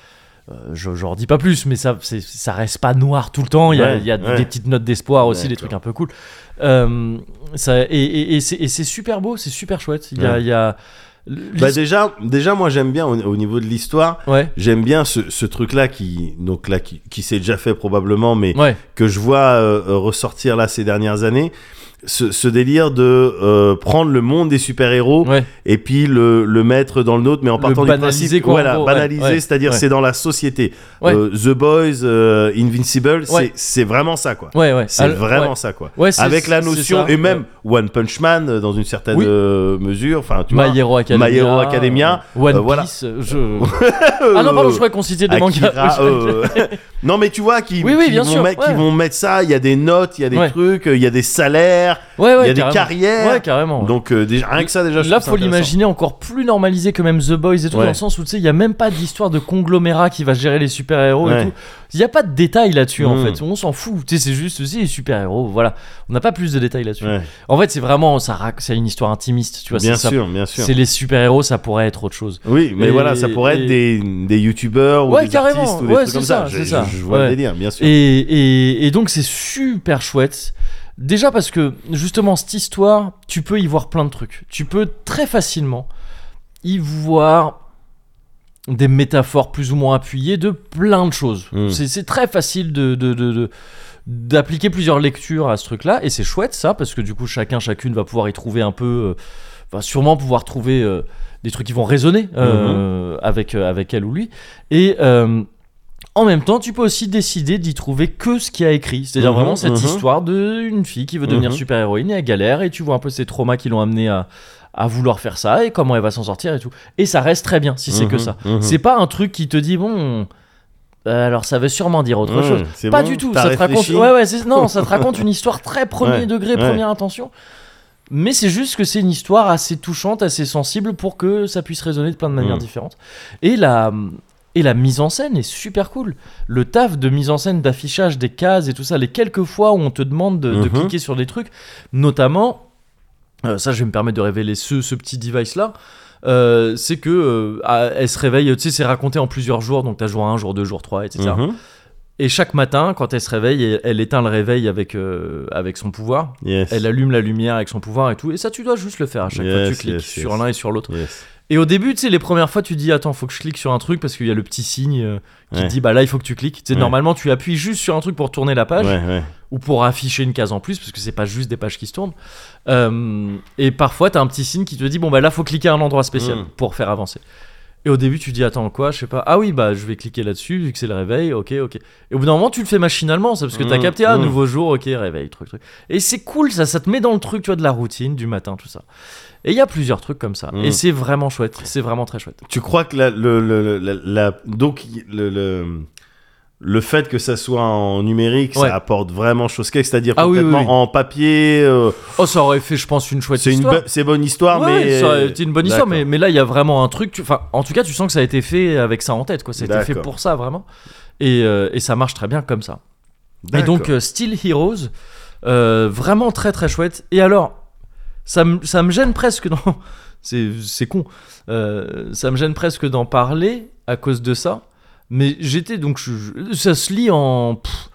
euh, je j'en dis pas plus, mais ça, c'est- ça reste pas noir tout le temps. Il y a,
Ouais,
il y a
ouais.
des petites notes d'espoir aussi,
Ouais,
des trucs un peu cool. Euh, ça, et et- et c'est et c'est super beau, c'est super chouette. Il y a.
Ouais.
il Y a...
Bah déjà, déjà moi j'aime bien au, au niveau de l'histoire,
ouais,
j'aime bien ce, ce truc-là qui, donc là, qui, qui s'est déjà fait probablement, mais
ouais,
que je vois euh, euh, ressortir là ces dernières années. Ce, ce délire de euh, prendre le monde des super-héros
ouais.
et puis le, le mettre dans le nôtre, mais en
Le
partant du
banaliser,
principe,
quoi, en
voilà,
gros, ouais,
banaliser,
ouais,
c'est-à-dire
ouais.
c'est dans la société.
Ouais.
Euh, The Boys, euh, Invincible, c'est-
Ouais.
c'est vraiment ça, quoi.
Ouais, ouais.
C'est
Alors,
vraiment
ouais.
ça, quoi.
Ouais, c'est-
Avec la
c'est
notion,
ça,
et même One Punch Man, euh, dans une certaine
Oui. Bah,
euh, mesure, enfin, tu vois.
My Hero Academia,
My Hero Academia,
euh, One
euh, voilà.
Piece. euh, Je... ah non, pardon, je crois qu'on citait des
Akira,
mangas.
euh, non mais tu vois qui,
Oui, oui,
qui
bien
vont
sûr,
mettre, qui
ouais.
vont mettre ça il y a des notes il y a des
Ouais.
trucs il y a des salaires
Ouais, ouais,
il y a des
carrément.
carrières
Ouais, carrément. ouais.
donc euh, déjà, rien que ça déjà je
Là,
trouve ça
faut
intéressant.
l'imaginer encore plus normalisé que même The Boys et tout,
Ouais.
dans le sens où tu sais, il n'y a même pas d'histoire de conglomérat qui va gérer les super-héros
Ouais.
et tout. Il n'y a pas de détails là-dessus en
Mm.
fait. On s'en fout. Tu sais, c'est juste aussi les super-héros. Voilà. On n'a pas plus de détails là-dessus.
Ouais.
En fait, c'est vraiment. ça rac- C'est une histoire intimiste, tu vois.
bien
Bah, c'est ça.
sûr bien sûr
C'est les super-héros, ça pourrait être autre chose.
oui mais
Et-
voilà ça pourrait être
et-
des des youtubeurs ou
Ouais,
des
carrément,
artistes ou des
ouais,
trucs
c'est
comme ça,
ça,
Je-
c'est
je-
ça.
je vois le
Ouais.
délire bien sûr
Et, et- et donc c'est super chouette. Déjà parce que justement cette histoire, tu peux y voir plein de trucs. Tu peux très facilement y voir des métaphores plus ou moins appuyées de plein de choses.
Mm.
C'est c'est très facile de, de- de- de- d'appliquer plusieurs lectures à ce truc-là et c'est chouette ça parce que du coup chacun chacune va pouvoir y trouver un peu, euh, va sûrement pouvoir trouver euh, des trucs qui vont résonner euh, avec euh, avec elle ou lui et euh, en même temps, tu peux aussi décider d'y trouver que ce qu'il y a écrit. C'est-à-dire
Mhm,
vraiment cette
mhm.
histoire d'une fille qui veut devenir
Mhm.
super-héroïne et elle galère, et tu vois un peu ces traumas qui l'ont amenée à, à vouloir faire ça, et comment elle va s'en sortir et tout. Et ça reste très bien si c'est que
Mhm,
ça.
mhm.
C'est pas un truc qui te dit, bon, euh, alors ça veut sûrement dire autre
mhm. Ouais,
chose.
c'est
Pas
bon,
du tout.
t'as
Ça te raconte,
réfléchi
ouais, ouais, c'est- non, ça te raconte une histoire très premier
Ouais,
degré,
ouais.
première intention. Mais c'est juste que c'est une histoire assez touchante, assez sensible pour que ça puisse résonner de plein de manières
Mm.
différentes. Et la, et la mise en scène est super cool. Le taf de mise en scène, d'affichage des cases et tout ça, les quelques fois où on te demande de, de
Mhm.
cliquer sur des trucs, notamment, euh, ça je vais me permettre de révéler ce, ce petit device là. euh, c'est que euh, à- elle se réveille, tu sais, c'est raconté en plusieurs jours, donc t'as jour 1, jour 2, jour 3, etc.
Mhm.
Et chaque matin, quand elle se réveille, elle, elle éteint le réveil avec, euh, avec son pouvoir.
Yes.
Elle allume la lumière avec son pouvoir et tout. Et ça, tu dois juste le faire à chaque fois que
Yes,
tu cliques
yes,
sur
yes.
l'un et sur l'autre.
Yes.
Et au début, tu sais, les premières fois, tu dis Attends, faut que je clique sur un truc parce qu'il y a le petit signe euh, qui
Ouais.
te dit Bah là, il faut que tu cliques. Tu sais,
Ouais.
normalement, tu appuies juste sur un truc pour tourner la
Ouais,
page
ouais.
ou pour afficher une case en plus parce que c'est pas juste des pages qui se tournent. Euh, et parfois, t'as un petit signe qui te dit Bon, bah là, faut cliquer à un endroit spécial
Mm.
pour faire avancer. Et au début, tu dis Attends, quoi Je sais pas. Ah oui, bah je vais cliquer là-dessus vu que c'est le réveil. Ok, ok. Et au bout d'un moment, tu le fais machinalement, ça parce que t'as
Mm.
capté Ah,
Mm.
nouveau jour, ok, réveil, truc, truc. Et c'est cool, ça, ça te met dans le truc, tu vois, de la routine, du matin, tout ça. Et il y a plusieurs trucs comme ça.
Mm.
Et c'est vraiment chouette. C'est vraiment très chouette.
Tu crois que la, le, le- la- la- donc le, le, le fait que ça soit en numérique,
Ouais.
ça apporte vraiment chose quelque, c'est-à-dire
Ah oui,
complètement
oui, oui.
en papier. euh,
Oh, ça aurait fait, je pense, une chouette
c'est une
histoire.
bo- c'est bonne histoire,
Ouais,
mais
ça aurait été une bonne histoire, mais,
D'accord.
mais là, il y a vraiment un truc. tu- Enfin, en tout cas, tu sens que ça a été fait avec ça en tête, quoi. Ça a été fait
D'accord.
pour ça, vraiment. Et, euh, et ça marche très bien comme ça. Et
D'accord.
donc, euh, Steel Heroes, euh, vraiment très très chouette. Et alors, ça me ça me gêne presque dans. C'est c'est con. Euh, ça me gêne presque d'en parler à cause de ça. Mais j'étais donc. je- je- ça se lit en. pff,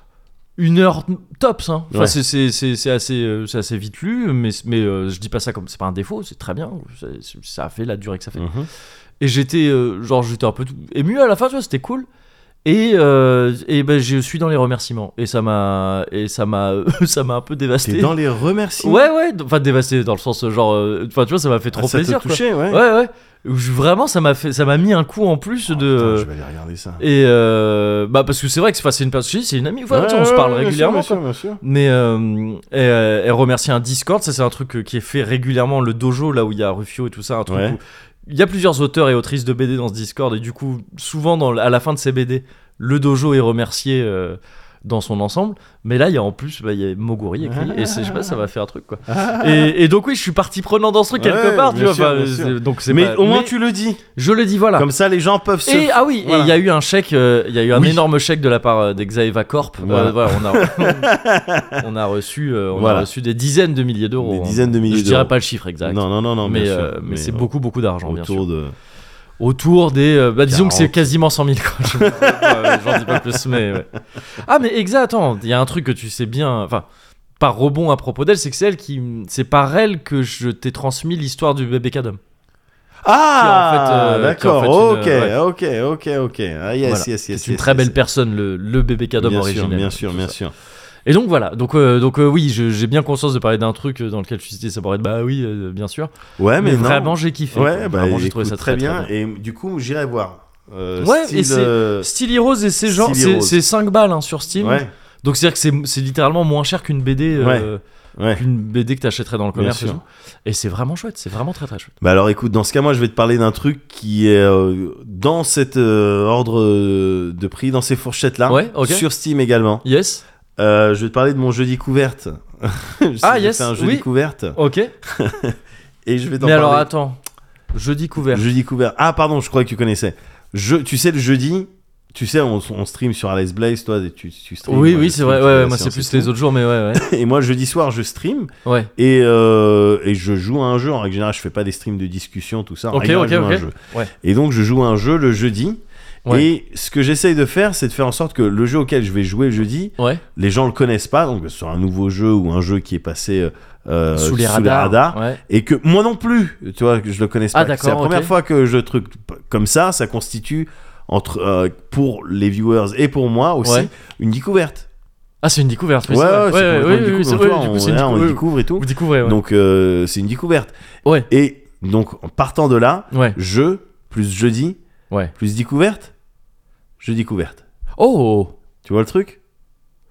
une heure tops, hein. Enfin,
Ouais.
c'est- c'est- c'est c'est assez, euh, c'est assez vite lu, mais, mais euh, je dis pas ça comme c'est pas un défaut, c'est très bien, c'est- c'est- ça a fait la durée que ça fait.
Mhm.
Et j'étais euh, genre j'étais un peu tout- ému à la fin, tu vois, c'était cool. Et, euh, et ben je suis dans les remerciements et ça m'a et ça m'a ça m'a un peu
T'es
dévasté.
dans les remerciements.
Ouais ouais, d- enfin dévasté dans le sens euh, genre euh, enfin tu vois ça m'a fait
Ah,
trop
ça
plaisir
t'a touché, ouais.
quoi. Ouais ouais. Je- vraiment ça m'a fait ça m'a mis un coup en plus
Oh,
de
putain, je vais aller regarder ça.
et euh, bah parce que c'est vrai que c'est enfin, c'est une personne c'est une amie voilà, tu vois, on se
Ouais,
parle
ouais, bien sûr,
régulièrement
bien sûr, bien sûr.
mais euh, elle, elle remercie un Discord, ça c'est un truc euh, qui est fait régulièrement, le dojo là où il y a Rufio et tout ça, un truc
Ouais.
où il y a plusieurs auteurs et autrices de BD dans ce Discord et du coup souvent dans, à la fin de ces BD, le dojo est remercié euh, dans son ensemble. Mais là, il y a en plus, bah, il y a Moguri écrit. Et c'est- je sais pas, ça va faire un truc, quoi. Et, et donc, oui, je suis partie prenante dans ce truc quelque
Ouais,
part, tu
bien
vois.
sûr,
enfin,
bien
c'est-
sûr.
donc, c'est
mais
pas-
au moins
mais
tu le dis.
Je le dis, voilà.
Comme ça, les gens peuvent se.
Et ah oui, et il
Voilà.
y a eu un chèque, euh, il y a eu un
Oui.
énorme chèque de la part euh, d'Exaeva Corp. Euh,
Voilà.
voilà, on a, on a reçu, euh, on
Voilà.
a reçu des dizaines de milliers d'euros.
des
hein.
dizaines de milliers
Je dirais
d'euros.
pas le chiffre exact.
Non, non, non, non.
mais
bien sûr.
euh, mais c'est
euh,
beaucoup beaucoup d'argent bien sûr.
Autour de.
Autour des, euh, bah, disons que c'est
40.
quasiment 100 000 quoi. Je- euh, J'en dis pas plus mais. ouais. Ah mais exact. Attends, il y a un truc que tu sais bien. Enfin, par rebond à propos d'elle, c'est que c'est elle qui, c'est par elle que je t'ai transmis l'histoire du bébé Cadom.
Ah,
euh, qui est en
d'accord. ok,
fait une- euh,
ok, ok, ok. Ah, yes,
Voilà.
yes, yes.
C'est une
yes,
très
yes,
belle
yes.
personne, le, le bébé cadom
Bien sûr,
originel. hein,
bien sûr,
tout
bien
ça.
sûr.
Et donc voilà, donc, euh, donc euh, oui, je- j'ai bien conscience de parler d'un truc euh, dans lequel tu citais ça pourrait être bah oui, euh, bien sûr.
Ouais, mais, non.
vraiment, j'ai kiffé.
Ouais, bah,
vraiment, j'ai trouvé
écoute,
ça très,
bien. Et du coup, j'irai voir. Euh,
Ouais,
style,
et c'est-
euh,
Steel Heroes et c'est genre,
Steel
c'est-
Heroes.
c'est 5 balles hein, sur Steam.
Ouais,
Donc c'est-à-dire que c'est- c'est littéralement moins cher qu'une BD. euh,
ouais.
Qu'une BD que t'achèterais dans le
Bien
commerce. Et,
sûr.
tout. Et c'est vraiment chouette, c'est vraiment très très chouette.
Bah alors écoute, dans ce cas, moi je vais te parler d'un truc qui est euh, dans cet euh, ordre euh, de prix, dans ces fourchettes-là,
Ouais, ok.
sur Steam également.
Yes,
Euh, je vais te parler de mon jeudi couverte.
Ah,
J'ai
yes,
fait un jeudi
oui.
couverte.
ok.
Et je vais t'en
Mais
parler.
alors attends, jeudi couvert.
Jeudi couvert. Ah pardon, je croyais que tu connaissais. Je, tu sais le jeudi, tu sais on, on stream sur Alice Blaze, toi tu, tu streams.
Oui,
moi,
oui,
je
c'est
stream
vrai.
sur
Ouais, ouais,
la
moi c'est
science
plus
et
les
tout.
autres jours, mais ouais, ouais.
Et moi jeudi soir je stream
ouais.
et, euh, et je joue à un jeu. En règle générale, je fais pas des streams de discussion, tout ça. En
Ok,
règle
ok,
générale, je
ok.
joue à un jeu.
Ouais.
Et donc, je joue à un jeu le jeudi.
Ouais.
Et ce que j'essaye de faire, c'est de faire en sorte que le jeu auquel je vais jouer le jeudi,
Ouais.
les gens le connaissent pas, donc que ce soit un nouveau jeu ou un jeu qui est passé euh,
sous les radars. ouais.
et que moi non plus, tu vois, que je le connaisse
Ah,
pas.
d'accord,
c'est la
ok.
première fois que je truc comme ça, ça constitue entre euh, pour les viewers et pour moi aussi
Ouais.
une découverte.
Ah, c'est une découverte. oui,
ouais,
c'est vrai.
ouais, c'est complètement une
oui, oui,
découverte.
c'est-
Tu
oui, du
vois, on,
coup, c'est une
là, on le
découverte.
découvre et tout.
Vous découvrez, ouais.
Donc euh, c'est une découverte.
Ouais.
Et donc en partant de là,
Ouais.
je plus jeudi,
Ouais.
plus découverte, je découverte.
Oh
Tu vois le truc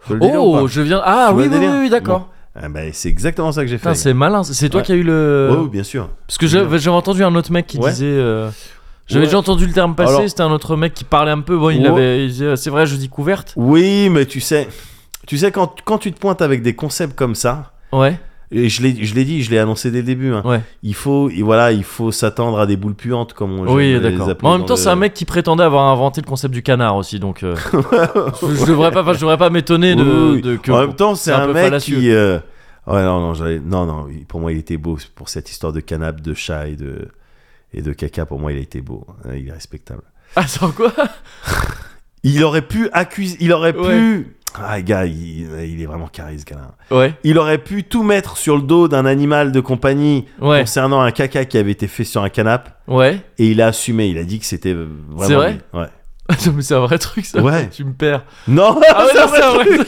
Tu vois le délire ou
Oh,
pas
je viens. Ah
Tu vois
oui,
le
oui,
délire
oui, oui, d'accord.
Ah bah, c'est exactement ça que j'ai
Putain,
fait.
c'est euh, malin. C'est toi
Ouais.
qui as eu le.
Oh bien sûr.
Parce que j'avais j'avais entendu un autre mec qui
Ouais.
disait. euh, J'avais
Ouais.
déjà entendu le terme passer.
Alors-
C'était un autre mec qui parlait un peu. Bon, il
Ouais.
avait. il disait, C'est vrai, je dis couverte.
Oui, mais tu sais, tu sais quand quand tu te pointes avec des concepts comme ça.
Ouais.
Et je l'ai, je l'ai dit, je l'ai annoncé dès le début. hein.
Ouais.
Il faut, et voilà, il faut s'attendre à des boules puantes comme on.
oui,
j'aime les
d'accord.
appeler
Mais En même
dans
temps,
le-
c'est un mec qui prétendait avoir inventé le concept du canard aussi, donc euh, je, je devrais pas, je devrais pas m'étonner de,
Oui, oui.
de que.
en même temps, c'est
c'est un
un,
peu
mec
fallacieux.
qui. euh, Ouais, non, non, j'allais- non, non, il- pour moi, il était beau pour cette histoire de canap, de chat et de et de caca. Pour moi, il a été beau. hein, Il est respectable.
Attends quoi
Il aurait pu accuser, il aurait
Ouais.
pu. Ah, gars, il, il est vraiment carré ce gars-là.
Ouais.
Il aurait pu tout mettre sur le dos d'un animal de compagnie
Ouais.
concernant un caca qui avait été fait sur un canap.
Ouais.
Et il a assumé, il a dit que c'était euh, vraiment.
C'est vrai
lui. Ouais.
Attends, mais c'est un vrai truc ça.
Ouais.
Tu me perds.
Non,
Ah ouais,
c'est un
non, c'est un
vrai
vrai
truc.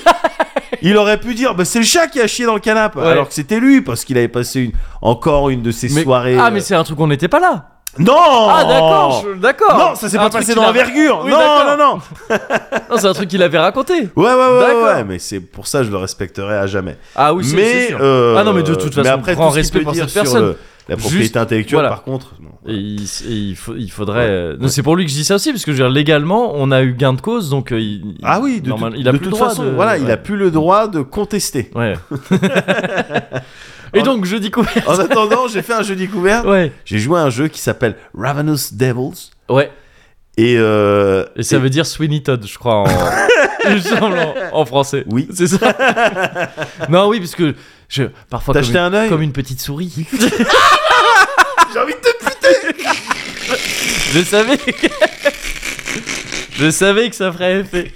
Il aurait pu dire, bah, c'est le chat qui a chié dans le canapé,
Ouais.
alors que c'était lui, parce qu'il avait passé une... encore une de ses
Mais-
soirées.
Ah,
euh,
mais c'est un truc on n'était pas là.
Non
Ah d'accord, je- d'accord.
Oh. Non, ça s'est
Un
pas
truc
passé
qu'il
dans
a-
l'envergure
Oui,
Non, non,
d'accord.
non
Non, c'est un truc qu'il avait raconté.
Ouais, ouais, ouais, ouais,
D'accord.
ouais, mais c'est pour ça je le respecterai à jamais.
Ah oui, c'est c'est
mais.
sûr.
euh,
Ah non, mais de toute façon,
mais après,
grand
tout ce
respect
qu'il peut
pour
dire
cette
sur
personne.
le- La propriété
Juste-
intellectuelle,
voilà.
par contre. non.
Et il, et il faut- il faudrait.
Ouais,
euh, non,
ouais.
C'est pour lui que je dis ça aussi, parce que je veux dire, légalement, on a eu gain de cause, donc euh, il, il-
Ah oui, de,
normal-
tout-
il a
de
plus
toute
le droit
façon,
de-
voilà, il a
ouais.
plus le droit de contester.
Ouais. et donc je dis quoi
En attendant, j'ai fait un jeu découvert.
Ouais.
J'ai joué à un jeu qui s'appelle Ravenous Devils.
Ouais.
Et, euh,
Et ça veut dire Sweeney Todd, je crois, en, il me semble, en- en français.
Oui.
C'est ça. non, oui, parce que je parfois
T'as
comme
jeté
une,
un œil
comme une petite souris.
J'ai envie de te
Je savais. je savais que ça ferait effet.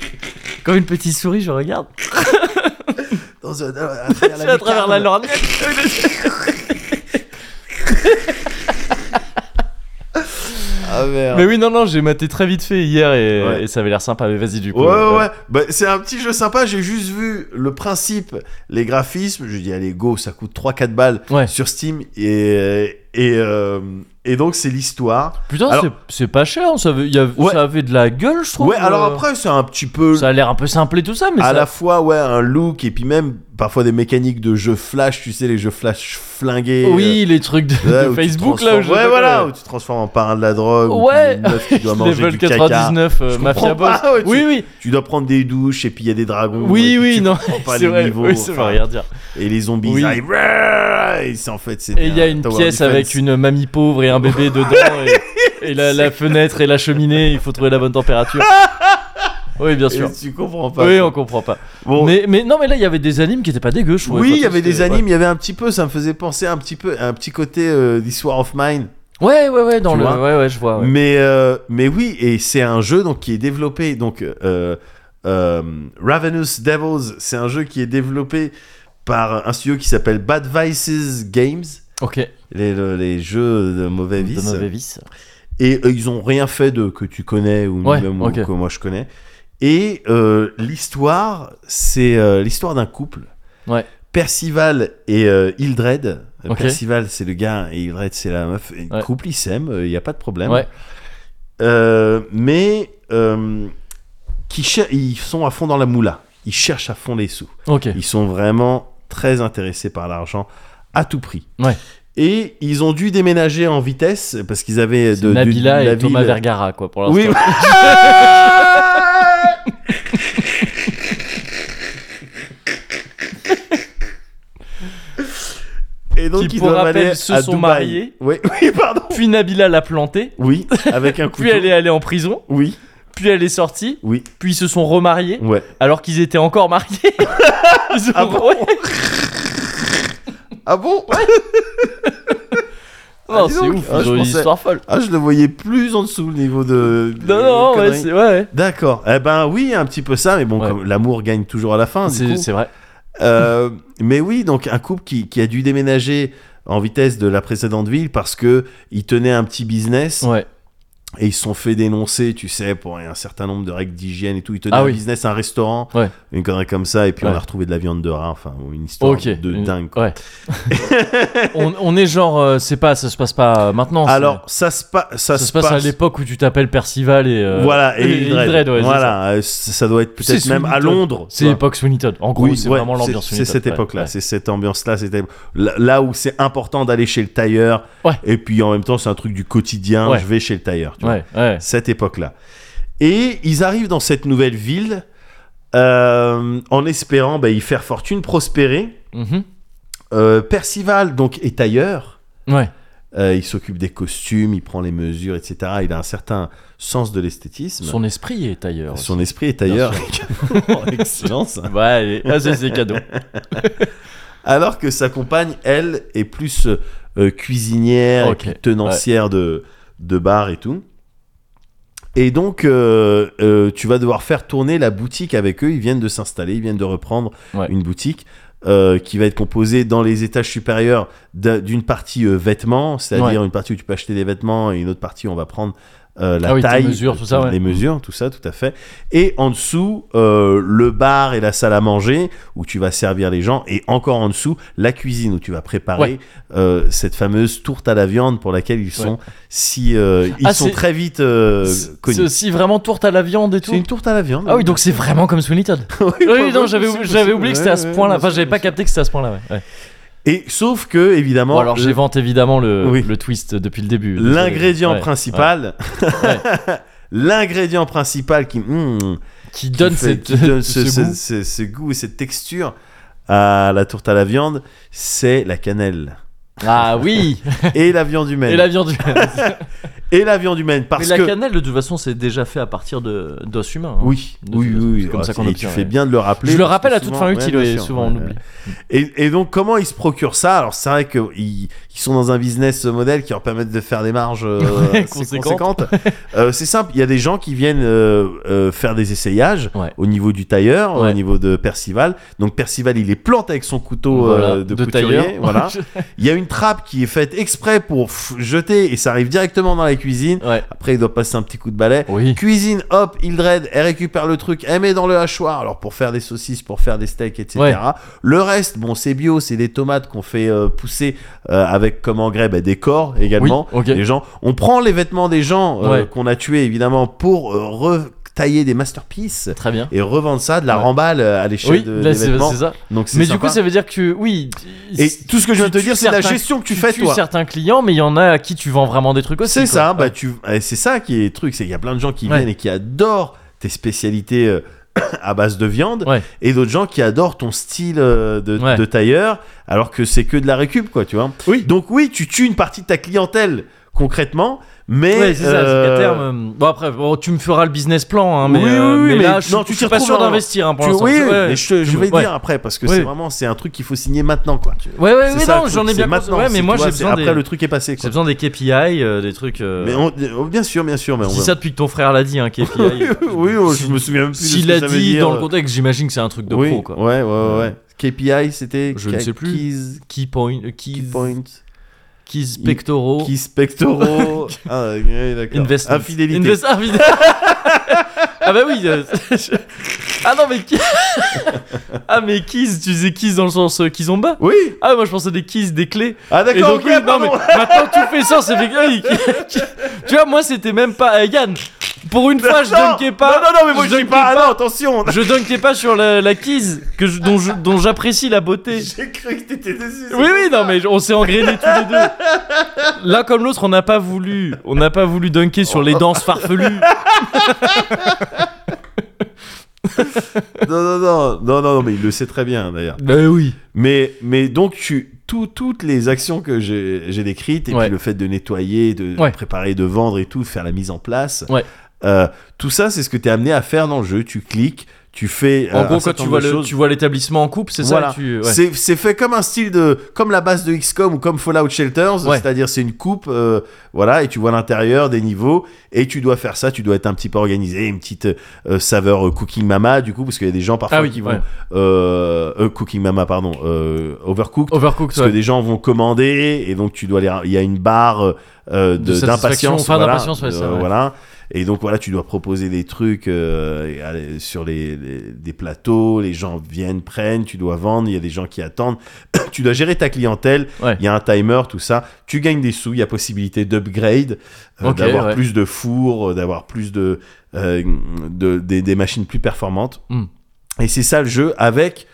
Comme une petite souris, je regarde.
Dans un- à,
C'est à travers la lorgnette.
Ah merde.
Mais oui, non, non, j'ai maté très vite fait hier et,
Ouais.
et ça avait l'air sympa. Mais vas-y, du coup.
Ouais,
euh,
ouais, ouais. Bah, c'est un petit jeu sympa. J'ai juste vu le principe, les graphismes. Je dis, allez, go, ça coûte 3-4 balles
Ouais.
sur Steam. Et, Et, euh, et donc, c'est l'histoire.
Putain,
Alors-
c'est- c'est pas cher, hein, ça avait, il y a-
Ouais.
ça avait de la gueule, je trouve.
Ouais, alors
euh,
après, c'est un petit peu.
Ça a l'air un peu simple et tout ça, mais
à
ça-
la fois, ouais, un look et puis même parfois des mécaniques de jeux flash, tu sais, les jeux flash flingués.
Oui, les trucs de,
euh,
de
ouais, où tu
Facebook,
te
là. où
transformes-
je-
Ouais, voilà, où tu te transformes en parrain de la drogue. ou
Ouais.
une meuf qui doit manger
Level
du caca.
99, euh,
Je
Mafia
comprends
Boss.
pas, ouais, tu-
oui, oui,
Tu dois prendre des douches et puis il y a des dragons.
oui,
et puis
oui,
tu
non.
comprends pas
C'est
les
vrai,
niveaux.
oui, ça veut
enfin,
rien dire.
Et les zombies,
Oui.
ils arrivent. Et c'est en fait, c'est.
Et il y a une pièce avec une mamie pauvre et un bébé dedans, et, et la, la fenêtre et la cheminée, il faut trouver la bonne température. Oui, bien sûr.
Tu comprends pas.
Oui, on comprend pas.
Bon,
Mais, mais non, mais là, il y avait des animes qui étaient pas dégueux, je trouvais.
oui,
quoi,
il y
parce
avait
que-
des animes, il y avait un petit peu, ça me faisait penser un petit peu, un petit côté euh, d'Histoire of Mine.
Ouais, ouais, ouais, ouais, dans
Tu
le.
vois
Ouais, ouais, je vois. ouais.
Mais, euh, mais oui, et c'est un jeu donc, qui est développé. Donc, euh, euh, Ravenous Devils, c'est un jeu qui est développé par un studio qui s'appelle Bad Vices Games.
Ok.
Les, le- les jeux de mauvais
De
vices.
mauvais vices.
Et euh, ils ont rien fait de que tu connais ou
Ouais,
même
ok.
que moi je connais. Et euh, l'histoire, c'est euh, l'histoire d'un couple.
Ouais.
Percival et euh, Hildred.
Ok.
Percival, c'est le gars et Hildred, c'est la meuf. Et le
Ouais.
couple, ils s'aiment, il n'y a pas de problème.
Ouais.
Euh, mais euh, qui cher- ils sont à fond dans la moula. Ils cherchent à fond les sous.
Ok.
Ils sont vraiment très intéressés par l'argent à tout prix.
Ouais.
Et ils ont dû déménager en vitesse parce qu'ils avaient
C'est
de,
Nabila
de-
et
la
Thomas
ville-
Vergara, quoi, pour l'instant.
Oui. Et donc
Qui,
ils
pour
doivent
rappel,
aller
se
à
sont
Dubaï.
mariés.
Oui, oui, pardon.
Puis Nabila l'a planté.
Oui, avec un couteau.
Puis elle est allée en prison.
Oui,
Puis elle est sortie.
oui,
Puis ils se sont remariés.
ouais.
Alors qu'ils étaient encore mariés. Ils ont-
Mm. Ah bon
ouais.
Ah bon
Non,
dis
c'est
donc.
ouf.
Ah,
ils
je
ont une
pensais-
histoire folle.
Ah, je le voyais plus en dessous le niveau de.
Non, non, ouais,
conneries.
c'est. Ouais.
D'accord. Eh ben oui, un petit peu ça, mais bon,
Ouais.
comme l'amour gagne toujours à la fin. Ah, du
C'est
coup.
c'est vrai.
Euh, mais oui, donc un couple qui, qui a dû déménager en vitesse de la précédente ville parce que ils tenaient un petit business
Ouais.
et ils se sont fait dénoncer, tu sais, pour un certain nombre de règles d'hygiène et tout. Ils tenaient
Ah
un
oui.
business, un restaurant,
Ouais.
une connerie comme ça, et puis on
Ouais.
a retrouvé de la viande de rat, enfin une histoire
Ok.
de
Une-
dingue. quoi.
Ouais. on, on est genre, euh, c'est pas, ça se passe pas euh, maintenant. c'est-
Alors ça se, pa-
ça,
ça
se passe à l'époque où tu t'appelles Percival et. euh,
voilà, et, Hildred.
Hildred, ouais, c'est ça.
voilà, euh, ça. ça doit être peut-être
C'est
même à
Sweeney Todd.
Londres. tu
C'est
vois.
l'époque Sweeney Todd. En gros,
Oui,
c'est
ouais,
vraiment l'ambiance
c'est-
Sweeney Todd,
C'est cette
ouais,
époque-là,
ouais.
c'est cette ambiance-là, c'était là, là où c'est important d'aller chez le tailleur.
Ouais.
Et puis en même temps, c'est un truc du quotidien.
Ouais.
Je vais chez le tailleur. Tu vois.
Ouais, ouais.
Cette époque-là. Et ils arrivent dans cette nouvelle ville euh, en espérant bah, y faire fortune, prospérer.
Mhm.
Euh, Percival donc est tailleur.
Ouais.
Euh, il s'occupe des costumes, il prend les mesures, etc. Il a un certain sens de l'esthétisme.
Son esprit est ailleurs.
Son esprit est tailleur. Oh, Excellence.
Ouais, allez, ah, ça, c'est cadeau.
Euh, Alors que sa compagne, elle, est plus euh, cuisinière, et
Ok,
puis tenancière de, de bar et tout. Et donc, euh, euh, tu vas devoir faire tourner la boutique avec eux. Ils viennent de s'installer, ils viennent de reprendre
Ouais.
une boutique euh, qui va être composée dans les étages supérieurs d'un- d'une partie euh, vêtements, c'est-à-dire une partie où tu peux acheter des vêtements et une autre partie où on va prendre euh, la
Ah oui, tes
taille,
mesures, tout ça, ouais.
les mesures, tout ça, tout à fait. Et en dessous, euh, le bar et la salle à manger où tu vas servir les gens, et encore en dessous, la cuisine où tu vas préparer
Ouais.
euh, cette fameuse tourte à la viande pour laquelle ils sont
Ouais.
si euh, ils
Ah,
sont
c'est-
très vite euh,
C'est c'est
connus.
aussi vraiment tourte à la viande et
C'est une
tout.
tourte à la viande.
Ah oui, donc c'est vraiment comme Sweeney Todd.
Oui,
Oui, non,
probablement,
j'avais
c'est
ou- j'avais
possible.
oublié que c'était à ce
Ouais, ouais,
point-là.
bien
Enfin,
sûr,
j'avais pas
bien sûr.
capté que c'était à ce point-là. ouais, ouais.
Et sauf que évidemment,
Bon, alors
le-
j'évente évidemment le,
Oui.
le twist depuis le début. désolé.
l'ingrédient
Ouais,
principal,
ouais.
l'ingrédient principal qui, hmm,
Qui
qui
donne,
fait-
cette,
qui donne
ce,
ce-
goût.
ce- ce goût et cette texture à la tourte à la viande, c'est la cannelle
Ah oui
et la viande humaine
Et la viande humaine.
Et la viande humaine
Mais
parce
la
Ben, que
cannelle, de toute façon, c'est déjà fait à partir de- d'os humains. hein.
Oui,
De
oui,
toute
oui,
façon,
oui.
c'est comme
Ah,
ça qu'on
et
obtient,
tu
ouais.
fais bien de le rappeler.
Je le
parce que
rappelle à toute
souvent-
fin
ouais,
utile,
bien
ouais,
sûr,
souvent
ouais,
on
ouais.
oublie.
Et, et donc, comment ils se procurent ça Alors, c'est vrai qu'ils ils sont dans un business model qui leur permet de faire des marges euh,
Ouais,
assez
conséquentes.
conséquentes. Euh, c'est simple, il y a des gens qui viennent euh, euh, faire des essayages
Ouais.
au niveau du tailleur,
Ouais.
au niveau de Percival. Donc, Percival, il les plante avec son couteau
Voilà,
euh, de, couturier.
tailleur.
Voilà. Il y a une trappe qui est faite exprès pour pff, jeter et ça arrive directement dans la cuisine.
Ouais.
Après, il doit passer un petit coup de balai.
Oui.
Cuisine, hop, Hildred, elle récupère le truc, elle met dans le hachoir. Alors, pour faire des saucisses, pour faire des steaks, etc.
Ouais.
Le reste, bon, c'est bio, c'est des tomates qu'on fait euh, pousser euh, avec comme engrais bah, des corps également.
Oui, ok.
Les gens, on prend les vêtements des gens euh,
Ouais.
qu'on a tués, évidemment, pour euh, retailler des masterpieces
Très bien.
et revendre ça de la
Ouais.
remballe euh, à l'échelle
Oui,
de,
là
des
c'est
vêtements.
c'est ça.
Donc, c'est
Mais du
sympa.
coup, ça veut dire que oui.
Et tout ce que je viens de te
tu
dire,
tues
c'est la
certains-
gestion que tu fais,
tues
toi.
certains clients, mais il y en a à qui tu vends vraiment des trucs aussi.
C'est
quoi.
ça, bah tu, eh, c'est ça qui est le truc, c'est qu'il y a plein de gens qui
Ouais.
viennent et qui adorent tes spécialités euh, à base de viande,
Ouais.
et d'autres gens qui adorent ton style euh, de,
Ouais.
de tailleur, alors que c'est que de la récup, quoi, tu vois.
Oui.
Donc oui, tu tues une partie de ta clientèle concrètement, mais
Ouais, c'est ça, c'est qu'à
euh,
terme. euh, Bon, après, bon, tu me feras le business plan, hein, mais,
Oui, oui,
euh,
oui,
mais,
mais
là, je,
non,
suis-
tu
je
t'y
suis pas sûr
retrouves, hein.
d'investir hein, pour
tu-
l'instant.
oui,
Ouais,
oui,
ouais.
mais je, je
Tu-
vais le
ouais.
dire après parce que
Ouais.
c'est vraiment c'est un truc qu'il faut signer maintenant, quoi.
Ouais, ouais,
C'est
mais
ça,
non,
le
j'en ai
truc, c'est
bien
maintenant,
conscience. Ouais,
c'est-
mais
tu
moi,
vois,
j'ai
c'est
besoin
après
des-
le truc est passé.
j'ai
Quoi.
besoin des KPI, euh, des trucs. euh,
Mais on- oh, bien sûr, bien sûr, mais on
Je dis
va-
ça depuis que ton frère l'a dit, hein, KPI.
oui, oui, oh, je me souviens même plus. de ce
S'il
que euh,
l'a
ça veut
dit
dire.
dans le contexte, j'imagine que c'est un truc de
oui,
pro, quoi. Euh,
Ouais, ouais, ouais. ouais. KPI, c'était.
Je ne sais plus.
Keys,
Key point, euh, keys,
key point,
keys pectoraux,
keys pectoraux. ah, ouais, d'accord.
investment.
Infidélité.
Invest- ah, fidé- ah bah oui. euh, je- ah non, mais qui- Ah, mais keys, tu disais keys dans le sens euh, keys en bas
Oui.
Ah, moi je pensais des keys, des clés.
Ah,
Et
d'accord.
donc,
ok,
oui, non,
pardon.
mais maintenant tout fait sens, c'est fait que- oui, qui- qui- Tu vois, moi c'était même pas. euh, Yann, pour une fois, je
Non,
dunkais pas.
Non, non, non, mais moi je dis
dunkais
pas. Ah non, attention.
Je dunkais pas sur la, la keys que je- dont je- dont j'apprécie la beauté.
J'ai cru que t'étais dessus. c'est
Oui, oui, non, mais on s'est engrainés tous les deux. L'un comme l'autre, on n'a pas voulu, on n'a pas voulu dunker sur les danses farfelues.
Non, non, non, non, non, non, mais il le sait très bien d'ailleurs.
Bah oui.
Mais, mais donc, tu, tout- toutes les actions que j'ai j'ai décrites, et
Ouais.
puis le fait de nettoyer, de
Ouais.
préparer, de vendre et tout, faire la mise en place,
Ouais.
euh, tout ça, c'est ce que tu es amené à faire dans le jeu. Tu cliques, tu fais.
En
euh, un
gros, quand
certain
tu vois
nombre de
le,
choses.
tu vois l'établissement en coupe, c'est
Voilà.
ça. Tu, ouais.
C'est c'est fait comme un style de comme la base de XCOM ou comme Fallout Shelters,
Ouais.
c'est-à-dire c'est une coupe, euh, voilà, et tu vois l'intérieur des niveaux et tu dois faire ça, tu dois être un petit peu organisé, une petite euh, saveur euh, Cooking Mama du coup parce qu'il y a des gens parfois
Ah oui,
qui vont
ouais.
euh, euh, Cooking Mama pardon, euh, Overcooked.
Overcooked.
parce
ouais.
que des gens vont commander et donc tu dois les ra- il y a une barre euh,
De
de-
satisfaction,
d'impatience
enfin,
voilà,
d'impatience, ouais,
euh,
ça, ouais.
voilà. et donc voilà tu dois proposer des trucs euh, et aller sur les, les- des plateaux les gens viennent prennent tu dois vendre il y a des gens qui attendent tu dois gérer ta clientèle
Ouais.
il y a un timer tout ça tu gagnes des sous il y a possibilité d'upgrade euh,
Ok,
d'avoir
ouais.
plus de fours euh, d'avoir plus de, euh, de- des, des machines plus performantes
Mm.
et c'est ça le jeu avec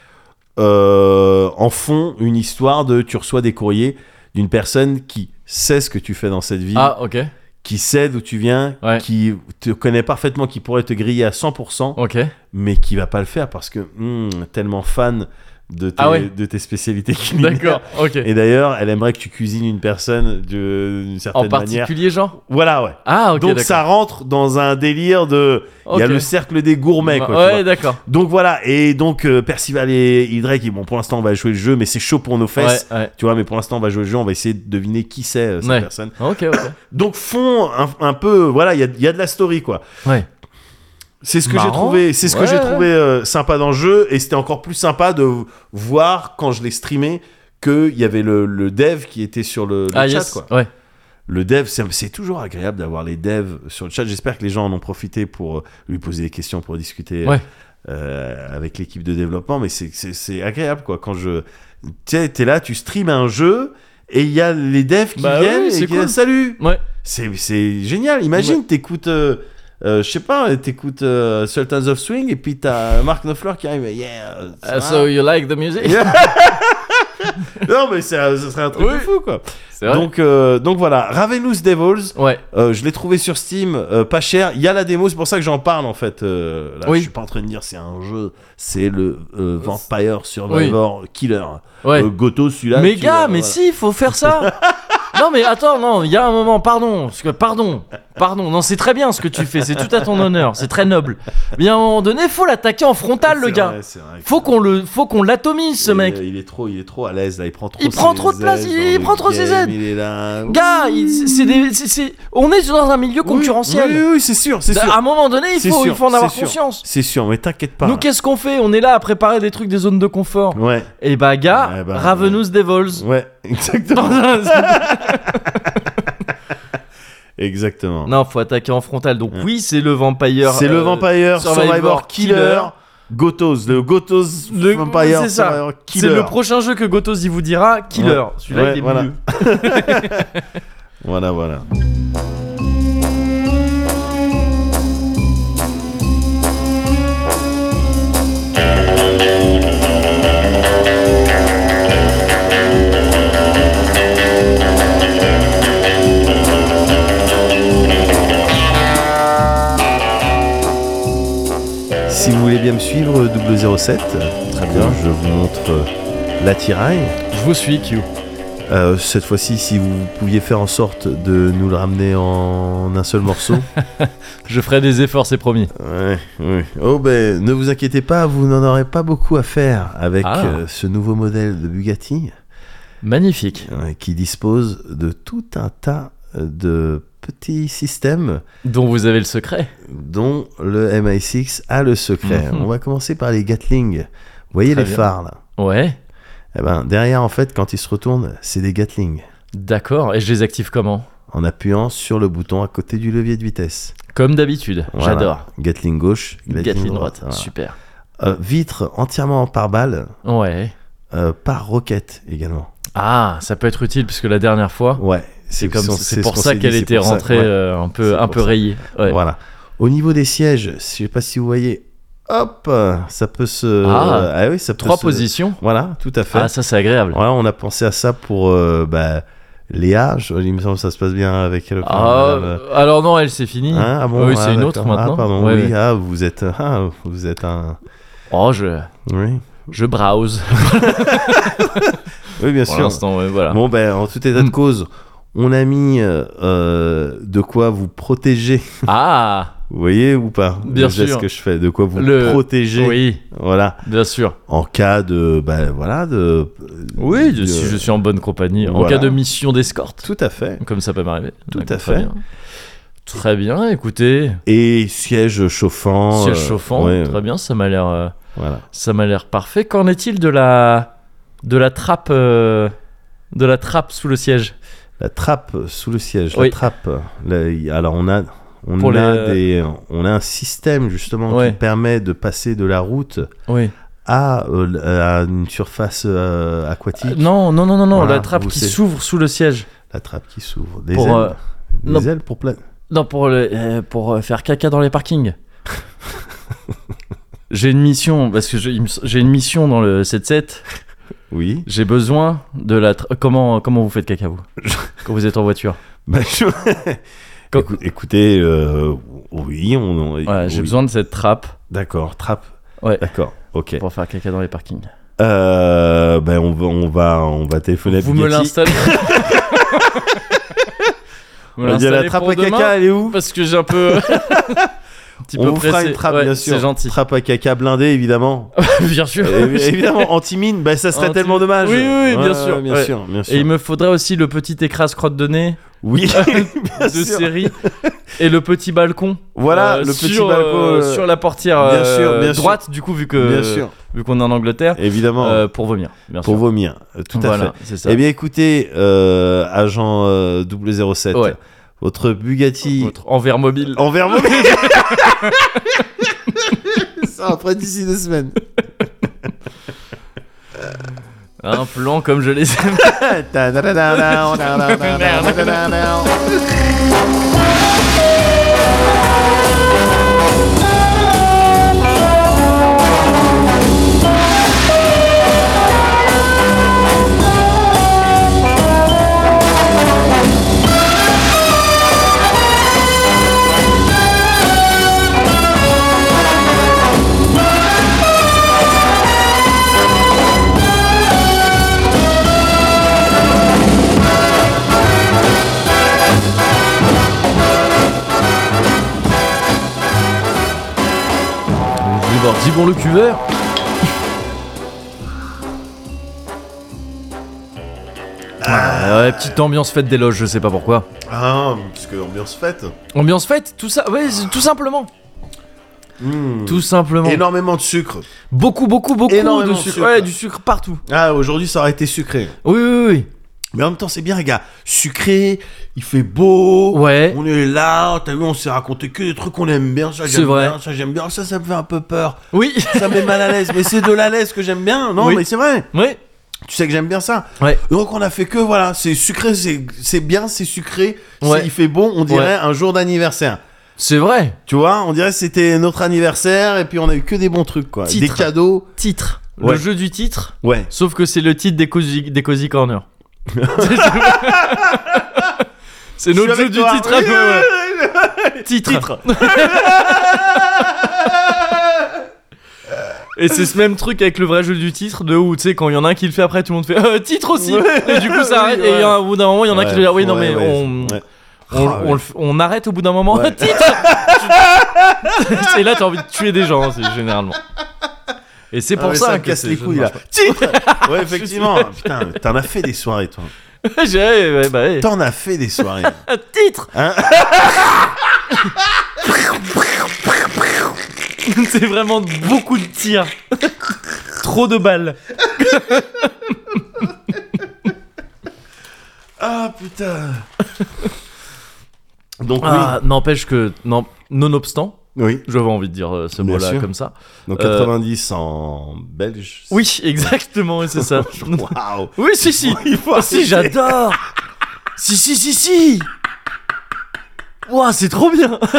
euh, en fond une histoire de tu reçois des courriers d'une personne qui sait ce que tu fais dans cette vie,
Ah ok,
qui sait d'où tu viens,
Ouais.
qui te connaît parfaitement, qui pourrait te griller à 100%,
ok.
mais qui va pas le faire parce que hmm, tellement fan de tes,
Ah ouais.
de tes spécialités culinaires.
D'accord. Ok.
Et d'ailleurs, elle aimerait que tu cuisines une personne de- d'une certaine
en
manière.
particulier, genre.
Voilà, ouais.
Ah ok.
Donc ça rentre dans un délire de... Il y a
Ok.
le cercle des gourmets, quoi. tu vois.
Ouais, d'accord.
Donc voilà, et donc euh, Percival et Hydra qui, bon, pour l'instant on va jouer le jeu, mais c'est chaud pour nos fesses.
Ouais, ouais.
Tu vois, mais pour l'instant on va jouer le jeu, on va essayer de deviner qui c'est euh, cette
Ouais.
personne.
Ok, ok.
Donc font un, un peu, voilà, il y a, il y a de la story quoi.
Ouais.
C'est ce que j'ai
Marrant.
trouvé, c'est ce que
Ouais,
j'ai
ouais.
trouvé euh, sympa dans le jeu, et c'était encore plus sympa de voir quand je l'ai streamé qu'il y avait le, le dev qui était sur le, le
ah
chat
yes.
quoi.
Ouais.
Le dev, c'est c'est toujours agréable d'avoir les devs sur le chat. J'espère que les gens en ont profité pour euh, lui poser des questions, pour discuter euh,
Ouais.
euh, avec l'équipe de développement. Mais c'est- c'est c'est agréable, quoi. Quand je. Tu es, là, tu streames un jeu et il y a les devs qui
Bah
viennent
oui,
et
c'est
qui
cool.
salut
Ouais.
C'est- C'est génial. Imagine, t'écoutes. euh, euh, je sais pas, t'écoutes euh, Sultans of Swing et puis t'as Mark Knopfler qui arrive. Yeah, ça
Ah,
va
so you like the music?
Non, mais ça, ça serait un truc
Oui.
de fou quoi.
C'est vrai.
Donc, euh, donc voilà, Ravenous Devils,
ouais.
euh, je l'ai trouvé sur Steam, euh, pas cher. Il y a la démo, c'est pour ça que j'en parle en fait. Euh, là,
Oui.
Je suis pas en train de dire c'est un jeu, c'est le euh, Vampire Survivor Killer.
Ouais.
Euh, Goto, celui-là.
mais
tu
gars,
vois,
mais
voilà.
si, faut faire ça. non, mais attends, non, il y a un moment, pardon, parce que pardon, pardon, non, c'est très bien ce que tu fais, c'est tout à ton honneur, c'est très noble. Mais à un moment donné, faut l'attaquer en frontal, le
C'est
gars.
vrai, euh, c'est vrai que-
Faut qu'on le, faut qu'on l'atomise, ce
Il est-
mec.
Il, est trop, il est trop à l'aise là. Il prend trop.
Il
ses
prend trop de place,
aides
il-
dans
il
le
prend trop ses
game,
aides.
Il est là.
Gars, il- c'est- c'est des- c'est- c'est- on est dans un milieu
Oui,
concurrentiel.
Oui, oui, oui, c'est sûr, c'est
à
sûr.
un moment donné, il
C'est
faut,
sûr,
il faut en avoir
c'est sûr.
conscience.
C'est sûr, mais t'inquiète pas.
Nous, qu'est-ce qu'on fait On est là à préparer des trucs des zones de confort.
Ouais,
Et bah, gars,
Eh ben,
Ravenous Devils.
ouais, exactement. Exactement.
Non, faut attaquer en frontal. Donc
Ouais.
oui, c'est le vampire.
C'est le
euh,
Vampire Survivor,
Survivor
Killer,
Killer.
Gotos, le Gotos
Le-
Vampire
c'est ça.
Survivor Killer.
C'est le prochain jeu que Gotos y vous dira, Killer.
Ouais.
Celui-là,
Ouais,
il est
voilà.
mieux.
Voilà, voilà. Si vous voulez bien me suivre, 007, très bien, je vous montre euh, l'attirail.
Je vous suis, Q.
Euh, cette fois-ci, si vous pouviez faire en sorte de nous le ramener en un seul morceau.
Je ferai des efforts, c'est promis.
ouais, ouais. Oh ben, ne vous inquiétez pas, vous n'en aurez pas beaucoup à faire avec
Ah.
euh, ce nouveau modèle de Bugatti
Magnifique.
euh, qui dispose de tout un tas de petits systèmes
Dont vous avez le secret.
dont le MI6 a le secret.
Mhm.
On va commencer par les Gatling. Vous voyez
Très
les
bien.
phares là
Ouais.
eh ben, derrière, en fait, quand ils se retournent, c'est des Gatling.
D'accord. Et je les active comment
En appuyant sur le bouton à côté du levier de vitesse.
Comme d'habitude.
Voilà.
J'adore.
Gatling gauche, Gatling,
Gatling
droite.
droite.
voilà.
Super.
Euh, vitre entièrement par balle,
Ouais.
euh, par roquette également.
Ah, ça peut être utile parce que la dernière fois,
Ouais,
c'est comme
ce-
c'est
ce
pour
qu'on
ça
s'est
qu'elle
dit,
était
c'est pour ça,
rentrée
ouais.
euh, un
C'est
peu un
pour
peu
ça.
rayée. Ouais.
Voilà. Au niveau des sièges, je sais pas si vous voyez, hop, euh, ça peut se.
Ah.
euh, oui, ça peut
Trois
se-
positions.
Voilà, tout à fait.
Ah, ça c'est agréable.
Voilà, on a pensé à ça pour euh, bah, Léa. Je- il me semble que ça se passe bien avec elle.
Ah,
Madame, euh,
alors non, elle c'est fini.
hein, ah bon,
oui,
ah,
c'est une autre
d'accord. Ah,
maintenant.
pardon,
Ouais,
oui,
ouais.
ah, vous êtes, ah, vous êtes un.
Oh, je
Oui,
je browse
oui bien
pour
sûr.
l'instant. ouais, voilà.
Bon, ben, en tout état de
Mm.
cause, on a mis euh, euh, de quoi vous protéger.
Ah,
Vous voyez ou pas
Bien
le geste
sûr.
que je fais, de quoi vous
Le-
protéger.
oui,
Voilà,
bien sûr.
en cas de. Ben, voilà, de.
Oui,
de-
si je suis en bonne compagnie, en
voilà.
cas de mission d'escorte,
Tout à fait.
comme ça peut m'arriver.
Tout
D'accord,
à
très
fait.
bien. Très bien, écoutez,
Et siège chauffant.
siège
euh,
chauffant,
ouais,
très bien, ça m'a l'air, euh,
Voilà.
ça m'a l'air parfait. Qu'en est-il de la, de la trappe, euh, de la trappe sous le siège
La trappe sous le siège.
Oui.
La trappe. la- y- alors, on a. On
Pour
a,
les-
des, on a un système justement
Ouais.
qui permet de passer de la route
Oui.
à, euh, l- à une surface euh, aquatique.
Non, non, non, non, non,
Voilà,
la trappe
vous
qui
savez.
s'ouvre sous le siège.
La trappe qui s'ouvre. Des
Pour,
ailes.
euh,
Des
non.
ailes pour plein.
Non, pour, le- euh, pour euh, faire caca dans les parkings. j'ai une mission, parce que je- il me s- j'ai une mission dans le 7-7.
Oui.
J'ai besoin de la. tra- Comment, comment vous faites caca, vous Quand vous êtes en voiture
Bah, je-
Quand-
Écou- écoutez, euh, oui, on. on-
Ouais, j'ai
oui.
besoin de cette trappe
D'accord, trappe.
Ouais.
D'accord, ok.
pour faire caca dans les parkings.
Euh, ben on va, on va, on va téléphoner à
Vous me
Bugatti.
l'installez Vous me
On va dire,
l'installez
la trappe
pour
à
demain
caca, elle est où
Parce que j'ai un peu. un petit
On
peu
vous fera
pressé.
une trappe,
Ouais,
bien sûr.
C'est gentil.
Trappe à caca blindée, évidemment.
bien sûr.
Euh, évidemment, anti-mine, ben ça serait
Anti-
tellement dommage.
Oui, oui, oui, bien
Ouais,
sûr,
ouais, bien
ouais.
sûr, bien sûr.
Et il me faudrait aussi le petit écrase crotte de nez
Oui,
de
bien sûr.
série et le petit balcon.
Voilà,
euh,
le petit
sur,
balcon.
euh,
euh,
sur la portière
Bien
euh,
sûr, bien sûr.
droite, du coup, vu que
bien sûr,
vu qu'on est en Angleterre,
évidemment,
euh, pour vomir. Bien
pour
sûr.
vomir. Euh, Tout à fait.
voilà, c'est ça.
Eh bien, écoutez, euh, agent euh, 007,
Ouais.
votre Bugatti.
Votre envers mobile.
Envers moi. Ça après d'ici deux semaines.
Un plan comme je les aime. D'abord, dis bon le cuveur. Ah, ouais, petite ambiance fête des loges, je sais pas pourquoi.
Ah, parce que ambiance fête.
Ambiance fête, tout ça, ouais, c'est- tout simplement.
Hmm.
Tout simplement.
Énormément de sucre.
Beaucoup, beaucoup, beaucoup
Énormément
de
de
sucre.
sucre.
Ouais, du sucre partout.
Ah, aujourd'hui ça aurait été sucré.
Oui, oui, oui.
Mais en même temps, c'est bien, gars. Sucré, il fait beau.
Ouais.
On est là, t'as vu, on s'est raconté que des trucs qu'on aime bien. Ça,
C'est
j'aime
vrai.
bien. Ça, j'aime bien. Ça, ça me fait un peu peur.
Oui.
Ça me met mal à l'aise. Mais c'est de la l'aise que j'aime bien. Non,
Oui.
mais c'est vrai.
ouais.
Tu sais que j'aime bien ça.
Ouais.
Donc, on a fait que, voilà, c'est sucré, c'est c'est bien, c'est sucré. c'est-
Ouais.
Il fait bon, on dirait
Ouais.
un jour d'anniversaire.
C'est vrai.
Tu vois, on dirait que c'était notre anniversaire et puis on a eu que des bons trucs, quoi.
Titre.
Des cadeaux.
Titre.
Ouais.
Le jeu du titre.
Ouais.
Sauf que c'est le titre des Cozy, des Cozy Corner. c'est notre jeu du titre. à peu, ouais. Titre. Et c'est ce même truc avec le vrai jeu du titre, de où tu sais, quand il y en a un qui le fait après, tout le monde fait euh, titre aussi.
Ouais.
Et du coup, ça
Oui,
arrête. Et
ouais.
il y a un- au bout d'un moment, il y en a qui le disent, oui, non, mais on. On,
Ah,
on le f- on arrête au bout d'un moment.
Ouais.
et là, t'as envie de tuer des gens, hein, c'est généralement. Et c'est pour
Ah, mais
ça,
me
que
casse
c'est-
les
je
couilles
ne
là.
marche
Titre Ouais, effectivement. Putain, t'en as fait des soirées, toi.
pas. J'ai- ouais, bah, ouais.
T'en as fait des soirées.
Un titre
Hein
C'est vraiment beaucoup de tirs. Trop de balles.
Ah putain. Donc
Ah, N'empêche que, non, nonobstant,
oui. Oui.
j'avais envie de dire euh, ce
Bien
mot-là
sûr.
comme ça.
Donc
Euh,
90 en belge.
Oui, exactement, c'est ça.
Waouh.
Oui, si, si.
Il faut
Ah, si,
arrêter.
j'adore. si, si, si, si. Ouah, c'est trop bien.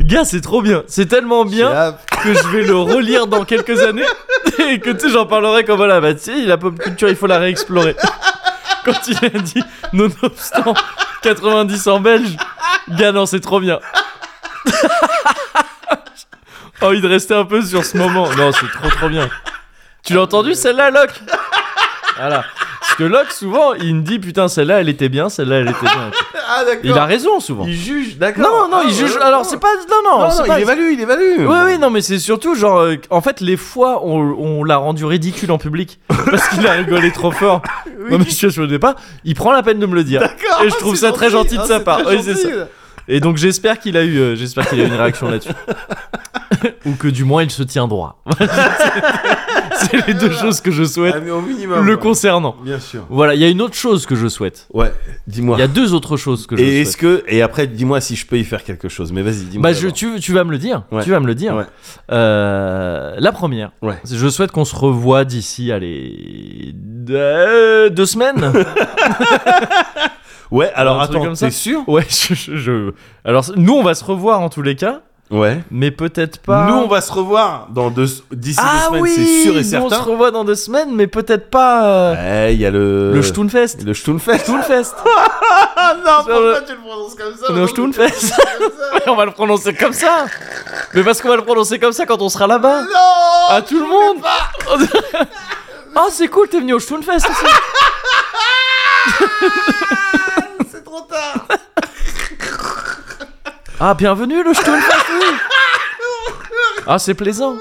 Gars, c'est trop bien. C'est tellement bien que je vais le relire dans quelques années et que tu sais, j'en parlerai comme voilà, bah tu sais, la pop culture, il faut la réexplorer. Quand il a dit nonobstant 90 en belge, gars, non, c'est trop bien. envie de rester Oh, un peu sur ce moment. Non, c'est trop trop bien. Tu l'as entendu celle-là, Locke Voilà. Parce que Locke, souvent, il me dit putain, celle-là, elle était bien, celle-là, elle était bien.
Ah d'accord.
Il a raison souvent.
Il juge,
Non,
d'accord.
non, il juge. Alors, c'est pas. Non, non,
Non,
c'est
non,
pas.
il évalue, il évalue.
Oui, oui, non, mais c'est surtout genre. euh, en fait, les fois, on, on l'a rendu ridicule en public parce qu'il a rigolé trop fort. Non, mais je ne pas. Il prend la peine de me le dire.
D'accord.
Et je trouve
c'est
ça très gentil de
Ah,
sa
c'est
part.
très
Oui, c'est
gentil.
Et donc, j'espère qu'il a eu, euh, j'espère qu'il a eu une réaction là-dessus. Ou que du moins, il se tient droit. c'est les deux choses que je
Ah,
souhaite
mais au minimum.
le
ouais.
concernant.
Bien sûr.
Voilà, il y a une autre chose que je souhaite.
Ouais. Dis-moi.
Il y a deux autres choses que je
Et est-ce
souhaite.
que et après dis-moi si je peux y faire quelque chose. Mais vas-y, dis-moi.
Bah, je,
d'abord.
tu, tu vas me le dire.
Ouais.
Tu vas me le dire.
Ouais.
Euh, la première.
Ouais.
Je souhaite qu'on se revoie d'ici, allez, deux, euh, deux semaines.
Ouais. Alors
Un truc
attends,
comme ça.
t'es sûr
ouais, je, je- je- Alors, nous, on va se revoir en tous les cas,
Ouais.
mais peut-être pas.
Nous, on va se revoir dans deux, d'ici
Ah
deux semaines,
oui,
c'est sûr et
nous, on se
certain.
revoit dans deux semaines, mais peut-être pas euh,
Ouais, il y a le.
le Stunfest.
Le Stunfest.
Stunfest.
Ah non,
pourquoi
tu le prononces comme ça
Le Stunfest. on va le prononcer comme ça. Mais parce qu'on va le prononcer comme ça quand on sera là-bas.
Non
à tout le monde Ah c'est cool, t'es venu au Stunfest aussi
C'est trop tard
Ah bienvenue le Stunfest oui. Ah c'est plaisant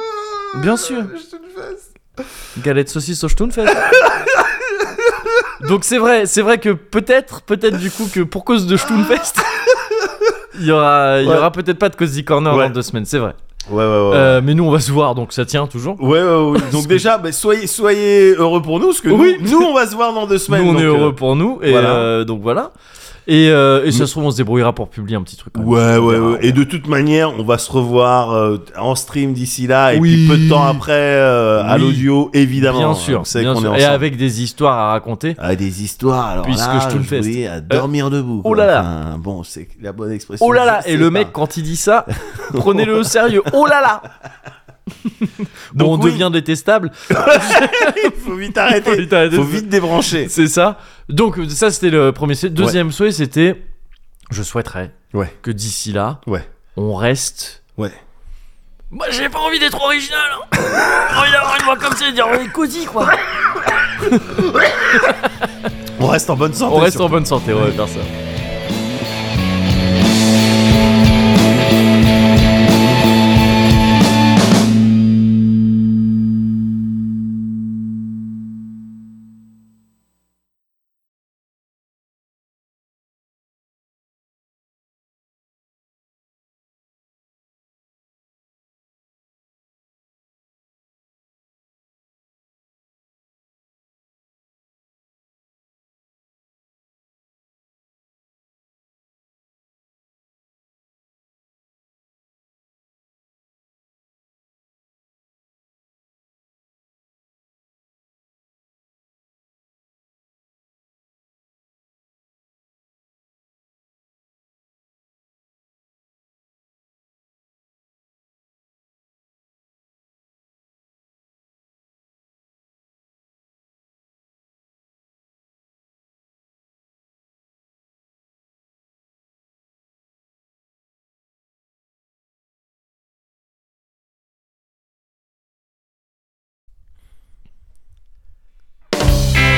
Bien sûr
Le Stunfest
Galette saucisse au Stunfest Donc c'est vrai, c'est vrai que peut-être, peut-être du coup que pour cause de Stunfest, il y aura, il y
Ouais.
aura peut-être pas de Cozy Corner
Ouais.
dans deux semaines, c'est vrai.
Ouais, ouais, ouais.
Euh, mais nous on va se voir donc ça tient toujours.
Ouais, ouais, ouais. Donc, déjà, bah, soyez, soyez heureux pour nous, parce que
Oui.
nous, nous, on va se voir dans deux semaines.
nous on
donc,
est
euh,
heureux pour nous et
voilà.
euh, donc voilà. Et, euh, et ça se trouve on se débrouillera pour publier un petit truc. quand même.
Ouais,
On
ouais,
verra,
ouais. Et de toute manière, on va se revoir euh, en stream d'ici là, et puis peu de temps après, euh, à
Oui.
l'audio, évidemment. hein,
Bien
On
sûr,
sait
bien
qu'on est
sûr.
ensemble.
et avec des histoires à raconter.
Ah, des histoires, alors
Puisque
là,
je te le
je
fais.
voulais à dormir debout.
oh
quoi.
là là.
Enfin, bon, c'est la bonne expression.
Oh là
je
là
sais
Et le
pas.
mec, quand il dit ça, prenez-le au sérieux. Oh là là Bon, on
Donc, oui.
devient détestable.
Il faut vite arrêter.
Putain,
Il faut vite débrancher.
C'est ça. Donc, ça, c'était le premier souhait. Deuxième souhait, c'était je souhaiterais
Ouais.
que d'ici là,
Ouais.
on reste.
Ouais.
Moi, j'ai pas envie d'être original. Hein. J'ai envie d'avoir une voix comme ça et de dire on est cosy, quoi.
On reste en bonne santé.
On reste
surtout.
en bonne santé, ouais, faire ça.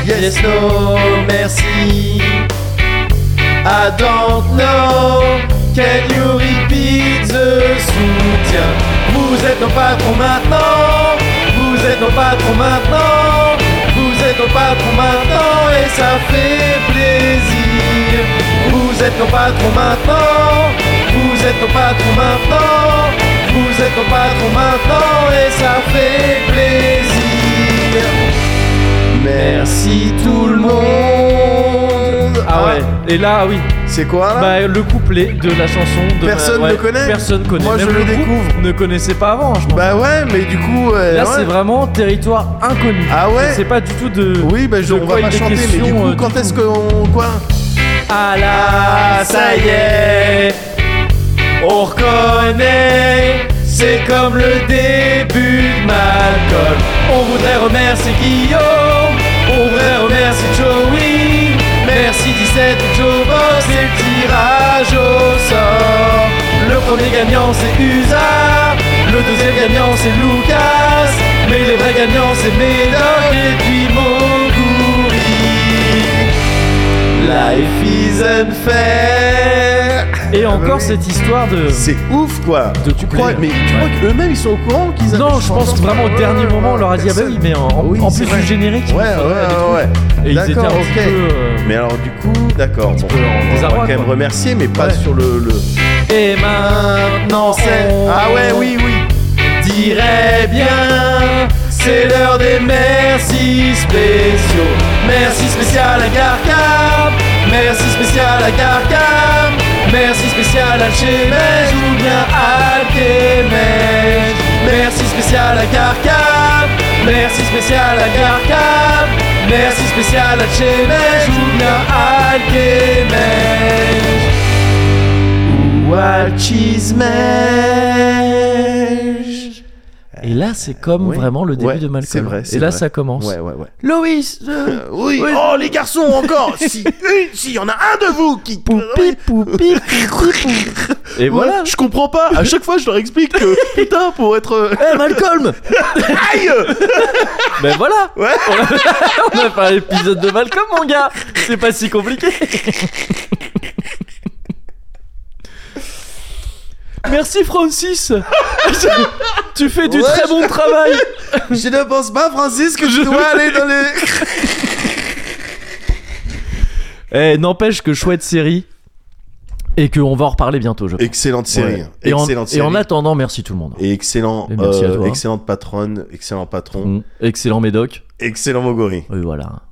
Yes, no, merci. I don't know. Can you repeat the soutien? Vous êtes nos patrons maintenant. Vous êtes nos patrons maintenant. Vous êtes nos patrons maintenant et ça fait plaisir. Vous êtes nos patrons maintenant. Vous êtes nos patrons maintenant. Vous êtes nos patrons maintenant et ça fait plaisir. Merci tout le monde.
Ah ouais. Et là, ah oui.
C'est quoi là
Bah, le couplet de la chanson. De
Personne
ouais,
ne connaît
Personne connaît.
Moi,
Même
je le
groupe
découvre.
Ne connaissait pas avant, je pense.
Bah ouais, mais du coup. euh,
Là,
ouais.
c'est vraiment territoire inconnu.
Ah ouais
C'est pas du tout de.
Oui, bah je,
de
on
quoi
va pas
il est
chanter, mais du
question,
coup,
euh, du
quand
coup.
est-ce qu'on. Quoi
Ah
Ah,
là,
ça y est On reconnaît C'est comme le début de Malcolm On voudrait remercier Guillaume On voudrait remercier Joey Merci 17 Octobre C'est le tirage au sort Le premier gagnant c'est Usa Le deuxième gagnant c'est Lucas Mais les vrais gagnants c'est Médoc Et puis Moguri Life is unfair.
Et encore cette histoire de.
C'est ouf quoi.
De
tu
couper,
crois
euh,
mais tu
ouais.
crois qu'eux-mêmes ils sont au courant qu'ils
Non, je pense vraiment au dernier moment, on leur a dit ah bah
Personne.
oui, mais en, en-
Oui,
en
c'est
plus
vrai.
du générique.
Ouais, ouais,
ils font,
ouais.
euh, des trucs.
ouais.
Et ils étaient un
D'accord,
petit
ok.
peu, euh,
Mais alors du coup, d'accord. bon,
peu en
on va
désarroi,
quand même
quoi.
remercier, mais pas
Ouais.
sur le. le...
Et maintenant c'est.
Ah ouais, oui, oui. Dirais bien, c'est l'heure des merci spéciaux. Merci spécial à Gargam, merci spécial à Gargam, merci spécial à Chemège ou bien à Alchemège. Merci spécial à Gargam, merci spécial à Gargam, merci spécial à Chemège ou bien à Alchemège. Watchismage.
Et là, c'est comme
Ouais.
vraiment le début
Ouais,
de Malcolm.
c'est vrai, c'est
Et là,
vrai.
ça commence.
Ouais, ouais, ouais.
Loïs euh,
Oui, oh les garçons, encore Si, une, si, y en a un de vous qui. Euh,
Poupi, poupi, poupi, poupi.
Et
voilà.
Je comprends pas, à chaque fois je leur explique que. Putain, pour être. euh,
Eh, Malcolm
Aïe
Ben voilà
Ouais.
On a fait un épisode de Malcolm, mon gars C'est pas si compliqué Merci Francis Tu fais du
Ouais,
très
je-
bon travail
Je ne pense pas, Francis, que je dois aller dans les.
Eh, n'empêche que chouette série et qu'on va en reparler bientôt, je pense.
Excellente série. hein.
Ouais. Et, en,
excellente
et en
série.
attendant, merci tout le monde.
Et excellent,
Et merci à toi.
excellente patronne, excellent patron,
Mm. Excellent médoc.
excellent Mogori.
Oui, voilà.